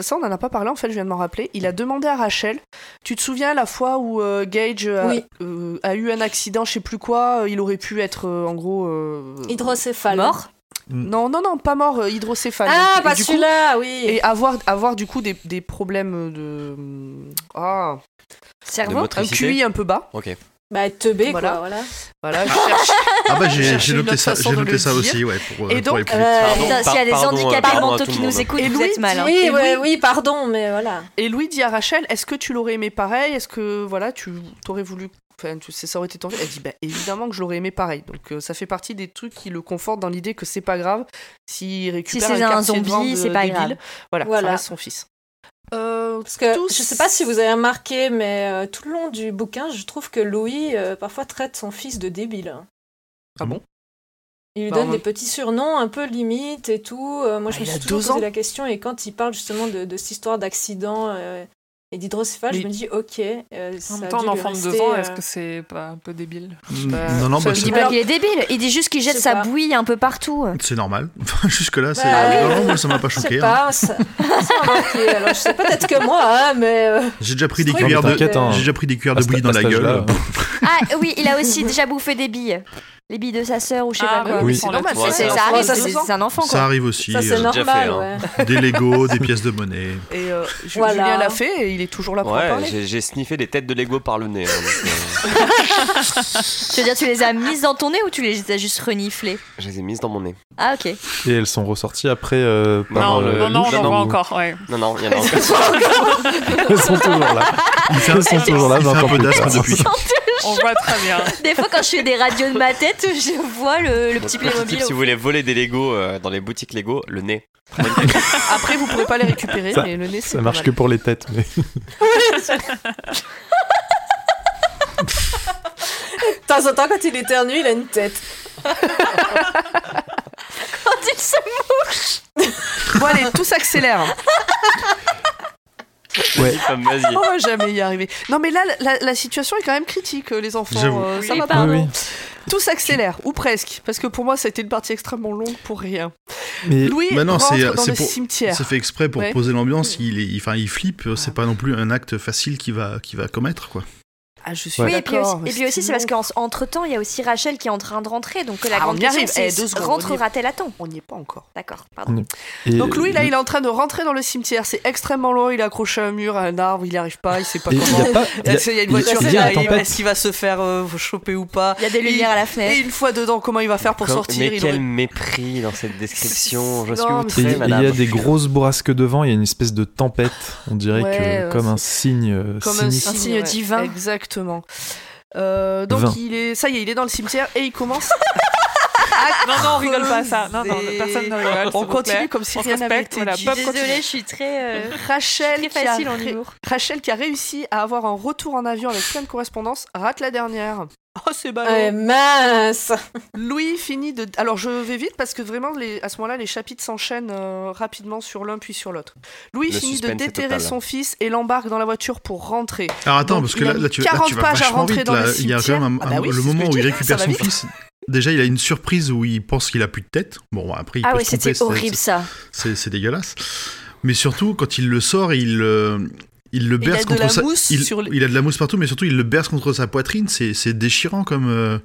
Speaker 1: ça, on n'en a pas parlé, en fait, je viens de m'en rappeler. Il a demandé à Rachel. Tu te souviens la fois où euh, Gage a,
Speaker 8: Oui.
Speaker 1: euh, a eu un accident, je sais plus quoi, euh, il aurait pu être, euh, en gros. euh,
Speaker 8: Hydrocéphale.
Speaker 3: Mort.
Speaker 1: Non, non, non, pas mort, euh, hydrocéphale.
Speaker 8: Ah,
Speaker 1: Et
Speaker 8: pas
Speaker 1: du coup-
Speaker 8: celui-là, oui.
Speaker 1: Et avoir, avoir du coup des, des problèmes de. Ah,
Speaker 2: De
Speaker 3: Cerveau.
Speaker 2: mot-
Speaker 1: un
Speaker 2: Motricité.
Speaker 1: QI un peu bas.
Speaker 2: Ok.
Speaker 8: Bah, teubé,
Speaker 1: Voilà.
Speaker 8: quoi, voilà.
Speaker 1: Voilà, je cherche.
Speaker 4: Ah bah
Speaker 1: Chercher
Speaker 4: j'ai j'ai
Speaker 1: une
Speaker 4: noté
Speaker 1: autre
Speaker 4: ça,
Speaker 1: façon
Speaker 4: j'ai
Speaker 1: de
Speaker 4: noté
Speaker 1: le
Speaker 4: ça
Speaker 1: dire.
Speaker 4: aussi, ouais, pour, euh,
Speaker 1: Et
Speaker 4: pour
Speaker 1: donc,
Speaker 4: aller plus vite.
Speaker 8: Euh,
Speaker 2: Pardon,
Speaker 3: Putain, S'il y a des
Speaker 2: par- pardon,
Speaker 3: handicapés
Speaker 2: pardon à
Speaker 3: mentaux
Speaker 2: tout
Speaker 3: qui
Speaker 2: le
Speaker 3: nous
Speaker 2: monde.
Speaker 3: écoutent,
Speaker 1: Et
Speaker 3: vous
Speaker 1: Louis
Speaker 3: êtes mal. hein.
Speaker 8: oui,
Speaker 1: et
Speaker 8: ouais,
Speaker 1: Louis-
Speaker 8: oui, pardon, mais voilà.
Speaker 1: Et Louis dit à Rachel Est-ce que tu l'aurais aimé pareil Est-ce que, voilà, tu t'aurais voulu. Enfin, tu sais, ça aurait été ton. Elle dit Bah, évidemment que je l'aurais aimé pareil. Donc, euh, ça fait partie des trucs qui le confortent dans l'idée que c'est pas grave s'il
Speaker 3: Si
Speaker 1: récupère
Speaker 3: c'est
Speaker 1: un,
Speaker 3: un
Speaker 1: quartier de
Speaker 3: zombie,
Speaker 1: vente,
Speaker 3: c'est
Speaker 1: euh,
Speaker 3: pas
Speaker 1: débile.
Speaker 3: grave.
Speaker 1: Voilà,
Speaker 8: Voilà.
Speaker 1: ça reste son fils. Euh,
Speaker 8: Parce que
Speaker 1: Tous-
Speaker 8: je sais pas si vous avez remarqué, mais euh, tout le long du bouquin, je trouve que Louis euh, parfois traite son fils de débile.
Speaker 1: Ah bon
Speaker 8: Il lui
Speaker 1: Bah,
Speaker 8: donne
Speaker 1: en
Speaker 8: des
Speaker 1: même-
Speaker 8: petits surnoms un peu limites et tout. Euh, moi, je
Speaker 1: Ah,
Speaker 8: me
Speaker 1: il a
Speaker 8: suis toujours
Speaker 1: deux ans.
Speaker 8: posé la question. Et quand il parle justement de, de cette histoire d'accident euh, et d'hydrocéphale,
Speaker 1: Mais-
Speaker 8: je me dis, ok, euh, ça
Speaker 6: En même
Speaker 8: a
Speaker 6: temps,
Speaker 8: dû
Speaker 6: un
Speaker 8: lui
Speaker 6: enfant de
Speaker 8: rester,
Speaker 6: 2 ans,
Speaker 8: euh,
Speaker 6: est-ce que c'est pas un peu débile
Speaker 1: bah,
Speaker 4: non, non,
Speaker 1: ça,
Speaker 4: bah,
Speaker 1: je
Speaker 3: Il
Speaker 4: c'est
Speaker 3: dit pas
Speaker 8: Alors-
Speaker 3: qu'il est débile, il dit juste qu'il jette
Speaker 8: Je sais
Speaker 3: sa
Speaker 8: pas.
Speaker 3: bouillie un peu partout.
Speaker 4: c'est normal. Enfin, Jusque-là, c'est...
Speaker 8: Bah,
Speaker 4: non, non,
Speaker 8: oui.
Speaker 4: moi, ça m'a pas
Speaker 8: Je sais
Speaker 4: choqué. hein.
Speaker 8: pas, ça, ça m'a marqué. Alors, je sais peut-être que moi, hein, mais euh,
Speaker 4: J'ai déjà pris des
Speaker 8: Non, mais
Speaker 4: cuillères de...
Speaker 8: t'inquiète,
Speaker 7: hein.
Speaker 4: J'ai déjà pris des cuillères
Speaker 7: À
Speaker 4: de
Speaker 7: ce-
Speaker 4: bouillie dans
Speaker 7: à
Speaker 4: la
Speaker 7: cet
Speaker 4: gueule.
Speaker 7: âge-là,
Speaker 3: Ah oui, il a aussi déjà bouffé des billes. Les billes de sa sœur ou je sais
Speaker 6: Ah,
Speaker 3: pas quoi.
Speaker 6: oui,
Speaker 7: Oui.
Speaker 1: c'est normal,
Speaker 2: Ouais,
Speaker 3: C'est-
Speaker 1: c'est
Speaker 3: c'est- ça
Speaker 1: un
Speaker 3: arrive,
Speaker 1: enfant de
Speaker 3: c'est
Speaker 1: deux ans.
Speaker 3: c'est un enfant
Speaker 4: Ça
Speaker 3: quoi.
Speaker 4: arrive aussi.
Speaker 8: ça, c'est
Speaker 4: euh,
Speaker 2: déjà
Speaker 8: normal.
Speaker 2: fait, hein.
Speaker 8: ouais.
Speaker 4: des Lego, des pièces de monnaie.
Speaker 1: Et euh, Ju-
Speaker 8: Voilà.
Speaker 1: Julien l'a fait et il est toujours là pour en
Speaker 2: Ouais,
Speaker 1: parler.
Speaker 2: j'ai- j'ai sniffé des têtes de Lego par le nez. hein, donc, euh,
Speaker 3: Tu veux dire, tu les as mises dans ton nez ou tu les as juste reniflées
Speaker 2: je les ai mises dans mon nez.
Speaker 3: Ah ok.
Speaker 7: Et elles sont ressorties après euh, par
Speaker 6: Non,
Speaker 7: euh,
Speaker 6: non, non,
Speaker 7: louche
Speaker 6: on en
Speaker 7: ou-
Speaker 6: voit encore, ouais.
Speaker 2: Non, non, il y en a encore.
Speaker 7: Elles sont toujours là. Elles sont toujours là.
Speaker 4: Il
Speaker 7: mais
Speaker 4: fait un
Speaker 7: encore
Speaker 4: peu
Speaker 7: plus
Speaker 4: d'asthme
Speaker 7: tard.
Speaker 4: depuis.
Speaker 6: On voit très bien.
Speaker 3: Des fois, quand je fais des radios de ma tête, je vois le, le
Speaker 2: Donc,
Speaker 3: petit
Speaker 2: petit
Speaker 3: Playmobil.
Speaker 2: tip, si vous voulez voler des Lego euh, dans les boutiques Lego, le nez.
Speaker 1: Après, vous pourrez pas les récupérer,
Speaker 7: Ça-
Speaker 1: mais le nez, c'est
Speaker 7: Ça
Speaker 1: pas
Speaker 7: marche
Speaker 1: mal.
Speaker 7: que pour les têtes. Mais...
Speaker 8: De temps en temps, quand il éternue, il a une tête.
Speaker 3: Quand il se-
Speaker 1: Bon, allez, tout s'accélère.
Speaker 2: Vas-y, femme, vas-y.
Speaker 1: On va jamais y arriver. Non, mais là, la, la situation est quand même critique, euh, les enfants.
Speaker 4: J'avoue.
Speaker 1: euh, ça
Speaker 3: Oui,
Speaker 1: va pas.
Speaker 3: pardon.
Speaker 7: Oui,
Speaker 1: Tout s'accélère, ou presque, parce que pour moi, ça a été une partie extrêmement longue pour rien.
Speaker 7: oui. Mais
Speaker 1: Louis
Speaker 4: Bah non,
Speaker 1: rentre
Speaker 4: c'est-
Speaker 1: dans
Speaker 4: c'est
Speaker 1: le
Speaker 4: pour-
Speaker 1: cimetière.
Speaker 4: C'est fait exprès pour
Speaker 1: Ouais. Mm.
Speaker 4: poser l'ambiance. Il, est- il- enfin, il flippe. C'est pas non plus un acte facile qu'il va, qu'il va commettre, quoi.
Speaker 1: Ah, je suis
Speaker 3: Oui, et puis aussi,
Speaker 1: d'accord.
Speaker 3: et puis aussi, c'est parce qu'entre temps, il y a aussi Rachel qui est en train de rentrer. Donc la
Speaker 1: Ah,
Speaker 3: grande
Speaker 1: on y
Speaker 3: question,
Speaker 1: arrive. Eh,
Speaker 3: c'est
Speaker 1: deux secondes,
Speaker 3: rentrera-t-elle à temps
Speaker 1: On n'y est pas encore.
Speaker 3: D'accord, pardon.
Speaker 7: et-
Speaker 1: Donc Louis, là, il est en train de rentrer dans le cimetière. C'est extrêmement long. Il est accroché à un mur, à un arbre. Il n'y arrive pas. Il sait pas
Speaker 7: et il y
Speaker 1: comment.
Speaker 7: a pas. il y a-
Speaker 1: Est-ce qu'il y a une
Speaker 7: il y a-
Speaker 1: voiture
Speaker 7: il y a
Speaker 1: qui
Speaker 7: une
Speaker 1: arrive
Speaker 7: tempête.
Speaker 1: Est-ce qu'il va se faire euh, choper ou pas
Speaker 3: Il y a des
Speaker 1: Et-
Speaker 3: lumières à la
Speaker 1: Et
Speaker 3: fenêtre.
Speaker 1: une fois dedans, comment il va faire pour
Speaker 2: Comme-
Speaker 1: sortir
Speaker 2: Mais
Speaker 1: Il
Speaker 2: quel
Speaker 1: aurait-
Speaker 2: mépris dans cette description. Je suis
Speaker 1: Non, mais
Speaker 7: et- et
Speaker 2: outré,
Speaker 7: il y
Speaker 2: madame.
Speaker 7: a des grosses bourrasques de vent, il y a une espèce de tempête, on dirait
Speaker 1: Ouais,
Speaker 7: que
Speaker 1: ouais,
Speaker 7: comme un signe euh,
Speaker 1: Comme un
Speaker 7: sinistre.
Speaker 1: signe,
Speaker 3: signe
Speaker 1: ouais,
Speaker 3: divin.
Speaker 1: Exactement. Euh, donc
Speaker 7: Vin.
Speaker 1: il est, ça y est, il est dans le cimetière et il commence.
Speaker 6: Ah, Non, non, on rigole pas à ça. Non, non,
Speaker 1: creuser.
Speaker 6: personne ne rigole.
Speaker 1: On
Speaker 6: s'il vous
Speaker 1: continue
Speaker 6: plaît.
Speaker 1: comme si
Speaker 6: On se
Speaker 1: rien n'avait
Speaker 6: respecte,
Speaker 1: été
Speaker 6: voilà,
Speaker 1: dit.
Speaker 6: pop
Speaker 3: Désolée, je suis très, euh,
Speaker 1: Rachel
Speaker 3: très
Speaker 1: qui, a
Speaker 3: facile en
Speaker 1: ré-
Speaker 3: humour.
Speaker 1: Rachel qui a réussi à avoir un retour en avion avec plein de correspondances rate la dernière. Oh c'est ballot.
Speaker 8: Ouais, Eh, mince
Speaker 4: Hmm.
Speaker 1: Louis finit de. Alors je vais vite parce que vraiment les- à ce moment-là les chapitres s'enchaînent euh, rapidement sur l'un puis sur l'autre. Louis
Speaker 2: Le
Speaker 1: finit de
Speaker 2: suspense est
Speaker 1: déterrer
Speaker 2: total.
Speaker 1: son fils et l'embarque dans la voiture pour rentrer.
Speaker 4: Alors attends,
Speaker 1: Donc,
Speaker 4: parce que
Speaker 1: il a
Speaker 4: là,
Speaker 1: mis
Speaker 4: là, tu, là,
Speaker 1: 40
Speaker 4: tu vas
Speaker 1: pages à
Speaker 4: vachement
Speaker 1: rentrer
Speaker 4: vite.
Speaker 1: dans
Speaker 4: là.
Speaker 1: le
Speaker 4: il y a quand même un-
Speaker 1: cimetière. Ah bah oui,
Speaker 4: le
Speaker 1: c'est ce que
Speaker 4: moment
Speaker 1: je
Speaker 4: où il
Speaker 1: dis,
Speaker 4: récupère
Speaker 1: ça va
Speaker 4: son
Speaker 1: vite.
Speaker 4: fils. Déjà, il a une surprise où il pense qu'il a plus de tête. Bon, après, il
Speaker 3: Ah
Speaker 4: peut
Speaker 3: oui,
Speaker 4: se tromper.
Speaker 3: c'était
Speaker 4: c'est-
Speaker 3: horrible ça.
Speaker 4: C'est c'est dégueulasse. Mais surtout, quand il le sort, il, euh, il le
Speaker 1: Il a
Speaker 4: berce
Speaker 1: de la
Speaker 4: contre sa...
Speaker 1: mousse
Speaker 4: il,
Speaker 1: sur le-
Speaker 4: il a de la mousse partout, mais surtout, il le berce contre sa poitrine. C'est c'est déchirant comme... euh,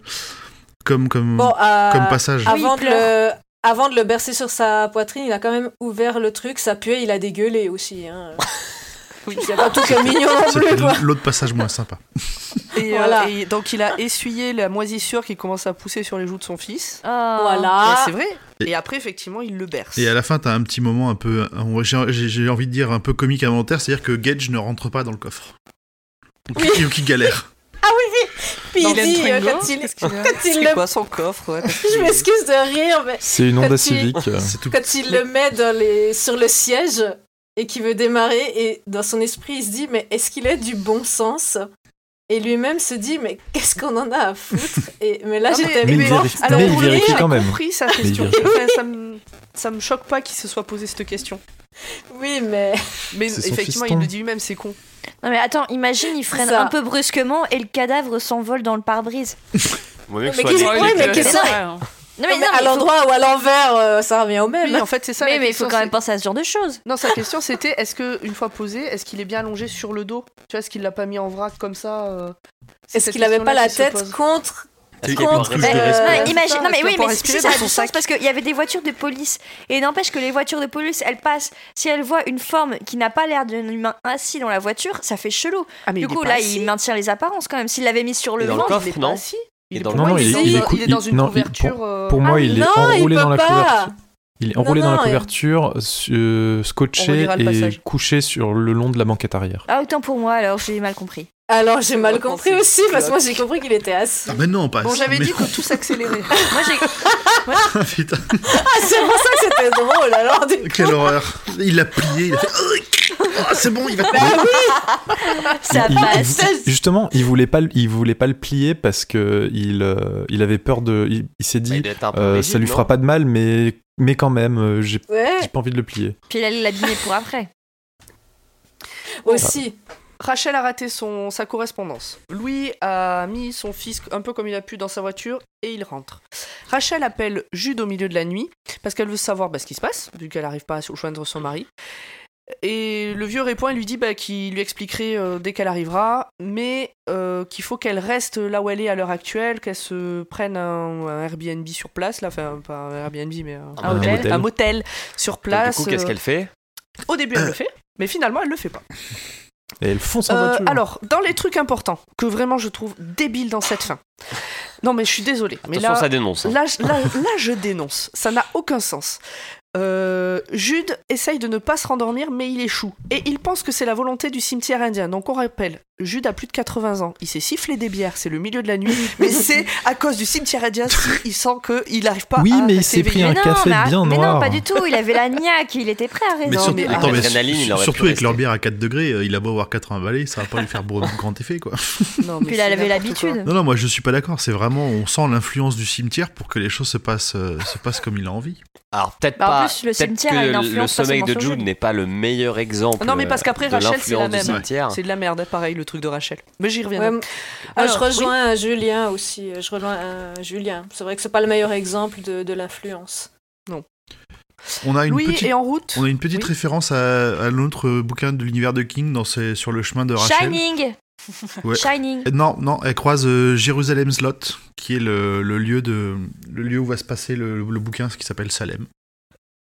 Speaker 4: Comme, comme,
Speaker 8: Bon, euh,
Speaker 4: comme passage.
Speaker 3: ah, Oui,
Speaker 8: avant,
Speaker 3: il
Speaker 8: de le, avant de le bercer sur sa poitrine, il a quand même ouvert le truc, ça puait, il a dégueulé aussi. Hein.
Speaker 1: Oui.
Speaker 8: Il y a pas tout comme mignon non
Speaker 4: C'était
Speaker 8: plus, quoi.
Speaker 4: l'autre passage moins sympa.
Speaker 1: Et, euh,
Speaker 8: Voilà.
Speaker 1: et donc il a essuyé la moisissure qui commence à pousser sur les joues de son fils.
Speaker 3: Oh.
Speaker 1: Ouais,
Speaker 8: Voilà.
Speaker 1: c'est vrai. Et après effectivement il le berce.
Speaker 4: Et à la fin, t'as un petit moment un peu, on- j'ai j'ai- j'ai envie de dire un peu comique inventaire, c'est-à-dire que Gage ne rentre pas dans le coffre. Ou qui, ou qui galère.
Speaker 8: Puis
Speaker 1: Dans
Speaker 8: il dit,
Speaker 1: Pringle,
Speaker 8: euh, quand il,
Speaker 1: qu'est-ce qu'il a
Speaker 8: quand il
Speaker 1: C'est
Speaker 8: le-
Speaker 1: quoi son coffre ouais, parce que-
Speaker 8: Je m'excuse de rire, mais
Speaker 7: C'est une
Speaker 8: Quand
Speaker 7: onda
Speaker 8: il-
Speaker 7: civique. euh.
Speaker 4: C'est tout.
Speaker 8: quand il le met dans les, sur le siège et qu'il veut démarrer, et dans son esprit, il se dit, mais est-ce qu'il a du bon sens Et lui-même se dit, mais qu'est-ce qu'on en a à foutre et, Mais là,
Speaker 1: Non, Ah, mais-
Speaker 8: Bah, j'étais
Speaker 7: mais il
Speaker 8: morte.
Speaker 7: vérifie-
Speaker 1: Alors,
Speaker 7: mais il
Speaker 1: pour lui,
Speaker 7: vérifie
Speaker 1: j'ai
Speaker 7: quand même.
Speaker 1: compris sa
Speaker 7: il
Speaker 1: question.
Speaker 7: vérifie.
Speaker 1: Enfin, ça, me, ça me choque pas qu'il se soit posé cette question.
Speaker 8: Oui, mais
Speaker 1: Mais
Speaker 7: C'est son
Speaker 1: effectivement,
Speaker 7: fiston.
Speaker 1: il le dit lui-même, c'est con.
Speaker 3: Non mais attends, imagine, il freine
Speaker 8: Ça.
Speaker 3: un peu brusquement et le cadavre s'envole dans le pare-brise.
Speaker 2: Vaut mieux que ce
Speaker 8: Mais
Speaker 2: soit
Speaker 8: qu'est-ce-
Speaker 2: lui.
Speaker 8: ouais, mais
Speaker 6: que-
Speaker 8: qu'est-ce-
Speaker 6: ouais, hein.
Speaker 3: Non
Speaker 8: Non, mais à
Speaker 3: il faut-
Speaker 8: l'endroit ou à l'envers, euh, ça revient au même.
Speaker 1: Oui, en fait, c'est ça.
Speaker 3: mais-
Speaker 1: la
Speaker 3: mais il
Speaker 1: question,
Speaker 3: faut quand
Speaker 1: c'est-
Speaker 3: même penser à ce genre de choses.
Speaker 1: Non, sa question c'était est-ce que une fois posé, est-ce qu'il est bien allongé sur le dos Tu vois, est-ce qu'il l'a pas mis en vrac comme ça euh, c'est
Speaker 8: Est-ce
Speaker 1: cette
Speaker 8: qu'il avait pas
Speaker 1: question-là
Speaker 8: la
Speaker 1: qui se
Speaker 8: tête
Speaker 1: pose.
Speaker 8: contre
Speaker 4: C'est
Speaker 8: Contre,
Speaker 4: un truc de
Speaker 8: euh,
Speaker 4: respect.
Speaker 3: Non,
Speaker 8: c'est
Speaker 3: imagine,
Speaker 1: ça,
Speaker 3: non mais
Speaker 1: est-ce
Speaker 3: oui,
Speaker 1: qu'on peut
Speaker 3: mais si,
Speaker 1: respirer
Speaker 3: ça
Speaker 1: dans
Speaker 3: a
Speaker 1: son
Speaker 3: du sens
Speaker 1: sac
Speaker 3: parce qu'il y avait des voitures de police. Et n'empêche que les voitures de police, elles passent. Si elles voient une forme qui n'a pas l'air d'un humain assis dans la voiture, ça fait chelou.
Speaker 1: Ah, mais
Speaker 3: du
Speaker 1: il est
Speaker 3: coup,
Speaker 1: pas
Speaker 3: là,
Speaker 1: assis.
Speaker 3: il maintient les apparences quand même. S'il l'avait mis sur le
Speaker 2: Et dans le
Speaker 3: ventre,
Speaker 2: coffre,
Speaker 1: est pas
Speaker 2: non
Speaker 1: assis.
Speaker 2: Il est
Speaker 1: pour
Speaker 2: dans
Speaker 1: moi,
Speaker 2: le-
Speaker 1: il,
Speaker 7: Non,
Speaker 1: est,
Speaker 7: il est-
Speaker 1: dans-
Speaker 7: il
Speaker 1: il
Speaker 7: est-
Speaker 1: est dans une
Speaker 7: non, il-
Speaker 1: couverture. euh,
Speaker 7: Pour moi,
Speaker 8: Ah,
Speaker 7: il est
Speaker 8: non,
Speaker 7: enroulé
Speaker 8: il peut
Speaker 7: dans la
Speaker 8: pas.
Speaker 7: couverture. Il est
Speaker 8: Non,
Speaker 7: enroulé dans
Speaker 8: non,
Speaker 7: la
Speaker 8: et-
Speaker 7: couverture, su- euh,
Speaker 1: On
Speaker 7: scotché
Speaker 1: relira le
Speaker 7: et
Speaker 1: passage.
Speaker 7: couché sur le long de la banquette arrière.
Speaker 3: ah autant pour moi alors, j'ai mal compris.
Speaker 8: Alors j'ai mal
Speaker 1: Ouais, quand
Speaker 8: compris
Speaker 1: c'est
Speaker 8: aussi parce que moi
Speaker 1: cloque.
Speaker 8: j'ai compris qu'il était assis.
Speaker 4: Ah, mais non, pas
Speaker 1: Bon,
Speaker 4: assis,
Speaker 1: j'avais
Speaker 4: mais-
Speaker 1: dit que tout s'accélérait.
Speaker 3: Moi, j'ai
Speaker 4: Ah, putain,
Speaker 8: Ah, c'est pour ça que c'était drôle alors. du coup.
Speaker 4: quelle horreur. Il l'a plié, il a fait. Ah, c'est bon, il
Speaker 1: Bah
Speaker 4: va tomber.
Speaker 3: ça
Speaker 7: Il- il-
Speaker 3: passe.
Speaker 7: Justement, il voulait pas, le- il voulait pas le plier parce que il, euh, il avait peur de. Il, il s'est
Speaker 2: Bah, il
Speaker 7: dit,
Speaker 2: doit être un peu
Speaker 7: euh,
Speaker 2: rigide,
Speaker 7: ça lui
Speaker 2: non
Speaker 7: fera pas de mal, mais mais quand même, euh, j'ai
Speaker 8: Ouais,
Speaker 7: j'ai pas envie de le plier.
Speaker 3: Puis il allait l'abîmer pour après.
Speaker 8: aussi.
Speaker 1: Rachel a raté son, sa correspondance. Louis a mis son fils un peu comme il a pu dans sa voiture et il rentre. Rachel appelle Jude au milieu de la nuit parce qu'elle veut savoir bah, ce qui se passe, vu qu'elle n'arrive pas à joindre son mari. Et le vieux répond et lui dit bah, qu'il lui expliquerait euh, dès qu'elle arrivera, mais euh, qu'il faut qu'elle reste là où elle est à l'heure actuelle, qu'elle se prenne un, un Airbnb sur place, là, enfin pas un Airbnb Ah, mais un,
Speaker 2: Ah, Un
Speaker 7: hôtel.
Speaker 1: un motel sur
Speaker 2: Donc,
Speaker 1: place.
Speaker 2: Du coup, qu'est-ce
Speaker 1: euh,
Speaker 2: qu'elle fait
Speaker 1: Au début elle le fait, mais finalement elle le fait pas.
Speaker 7: Et elle fonce en
Speaker 1: Euh,
Speaker 7: voiture. hein.
Speaker 1: alors, dans les trucs importants que vraiment je trouve débiles dans cette fin. Non, mais je suis désolée. Mais
Speaker 2: Attention,
Speaker 1: là,
Speaker 2: ça dénonce. hein.
Speaker 1: là, je- là- là, je dénonce. Ça n'a aucun sens. Euh, Jude essaye de ne pas se rendormir, mais il échoue. Et il pense que c'est la volonté du cimetière indien. Donc on rappelle, Jude a plus de 80 ans. Il s'est sifflé des bières, c'est le milieu de la nuit. mais c'est à cause du cimetière indien s'il sent qu'il n'arrive pas
Speaker 7: Oui,
Speaker 1: à
Speaker 7: mais il
Speaker 1: rester
Speaker 7: s'est pris
Speaker 1: éveillé.
Speaker 7: un
Speaker 3: mais non,
Speaker 7: café
Speaker 3: mais,
Speaker 7: bien
Speaker 3: mais
Speaker 7: noir.
Speaker 3: non, pas du tout. Il avait la niaque, il était prêt à raison.
Speaker 4: Mais
Speaker 1: Non,
Speaker 4: surtout,
Speaker 1: mais
Speaker 4: attends,
Speaker 1: avec
Speaker 4: mais
Speaker 2: l'adrénaline,
Speaker 4: sur-
Speaker 2: il aurait
Speaker 4: surtout
Speaker 2: pu
Speaker 4: avec leur
Speaker 2: rester.
Speaker 4: bière à 4 degrés, euh, il a beau avoir 80 balais, ça va pas lui faire bro- grand effet quoi.
Speaker 1: Non, mais
Speaker 3: Puis il
Speaker 1: c'est
Speaker 3: avait
Speaker 1: n'importe quoi.
Speaker 3: l'habitude.
Speaker 4: Non, non, moi je suis pas d'accord, c'est vraiment, on sent l'influence du cimetière pour que les choses se passent, euh, se passent comme il a envie.
Speaker 2: Alors peut-être
Speaker 3: Bah, en
Speaker 2: pas.
Speaker 3: plus, le
Speaker 2: peut-être
Speaker 3: cimetière
Speaker 2: que
Speaker 3: a
Speaker 2: le-
Speaker 3: une
Speaker 2: le
Speaker 3: influence
Speaker 2: sommeil
Speaker 3: forcément
Speaker 2: de
Speaker 3: sur
Speaker 2: Jude
Speaker 3: lui.
Speaker 2: n'est pas le meilleur exemple.
Speaker 1: Non, mais parce
Speaker 2: euh,
Speaker 1: qu'après,
Speaker 2: de
Speaker 1: Rachel, c'est
Speaker 2: l'influence
Speaker 1: la
Speaker 2: du
Speaker 1: même.
Speaker 2: cimetière.
Speaker 1: C'est de la merde, hein, pareil, le truc de Rachel. Mais j'y reviendrai.
Speaker 8: Ouais, moi,
Speaker 1: Alors,
Speaker 8: je rejoins euh, Julien aussi. euh, Je rejoins euh, Julien. C'est vrai que c'est pas le meilleur exemple de, de l'influence.
Speaker 4: On a une
Speaker 1: Louis
Speaker 4: petite,
Speaker 1: est en route.
Speaker 4: on a une petite
Speaker 1: Oui.
Speaker 4: référence à, à l'autre euh, bouquin de l'univers de King dans ses- sur le chemin de Rachel.
Speaker 3: Shining.
Speaker 4: Ouais.
Speaker 3: Shining.
Speaker 4: Euh, Non, non, elle croise euh, Jérusalem Slot, qui est le, le lieu de, le lieu où va se passer le, le bouquin, ce qui s'appelle Salem.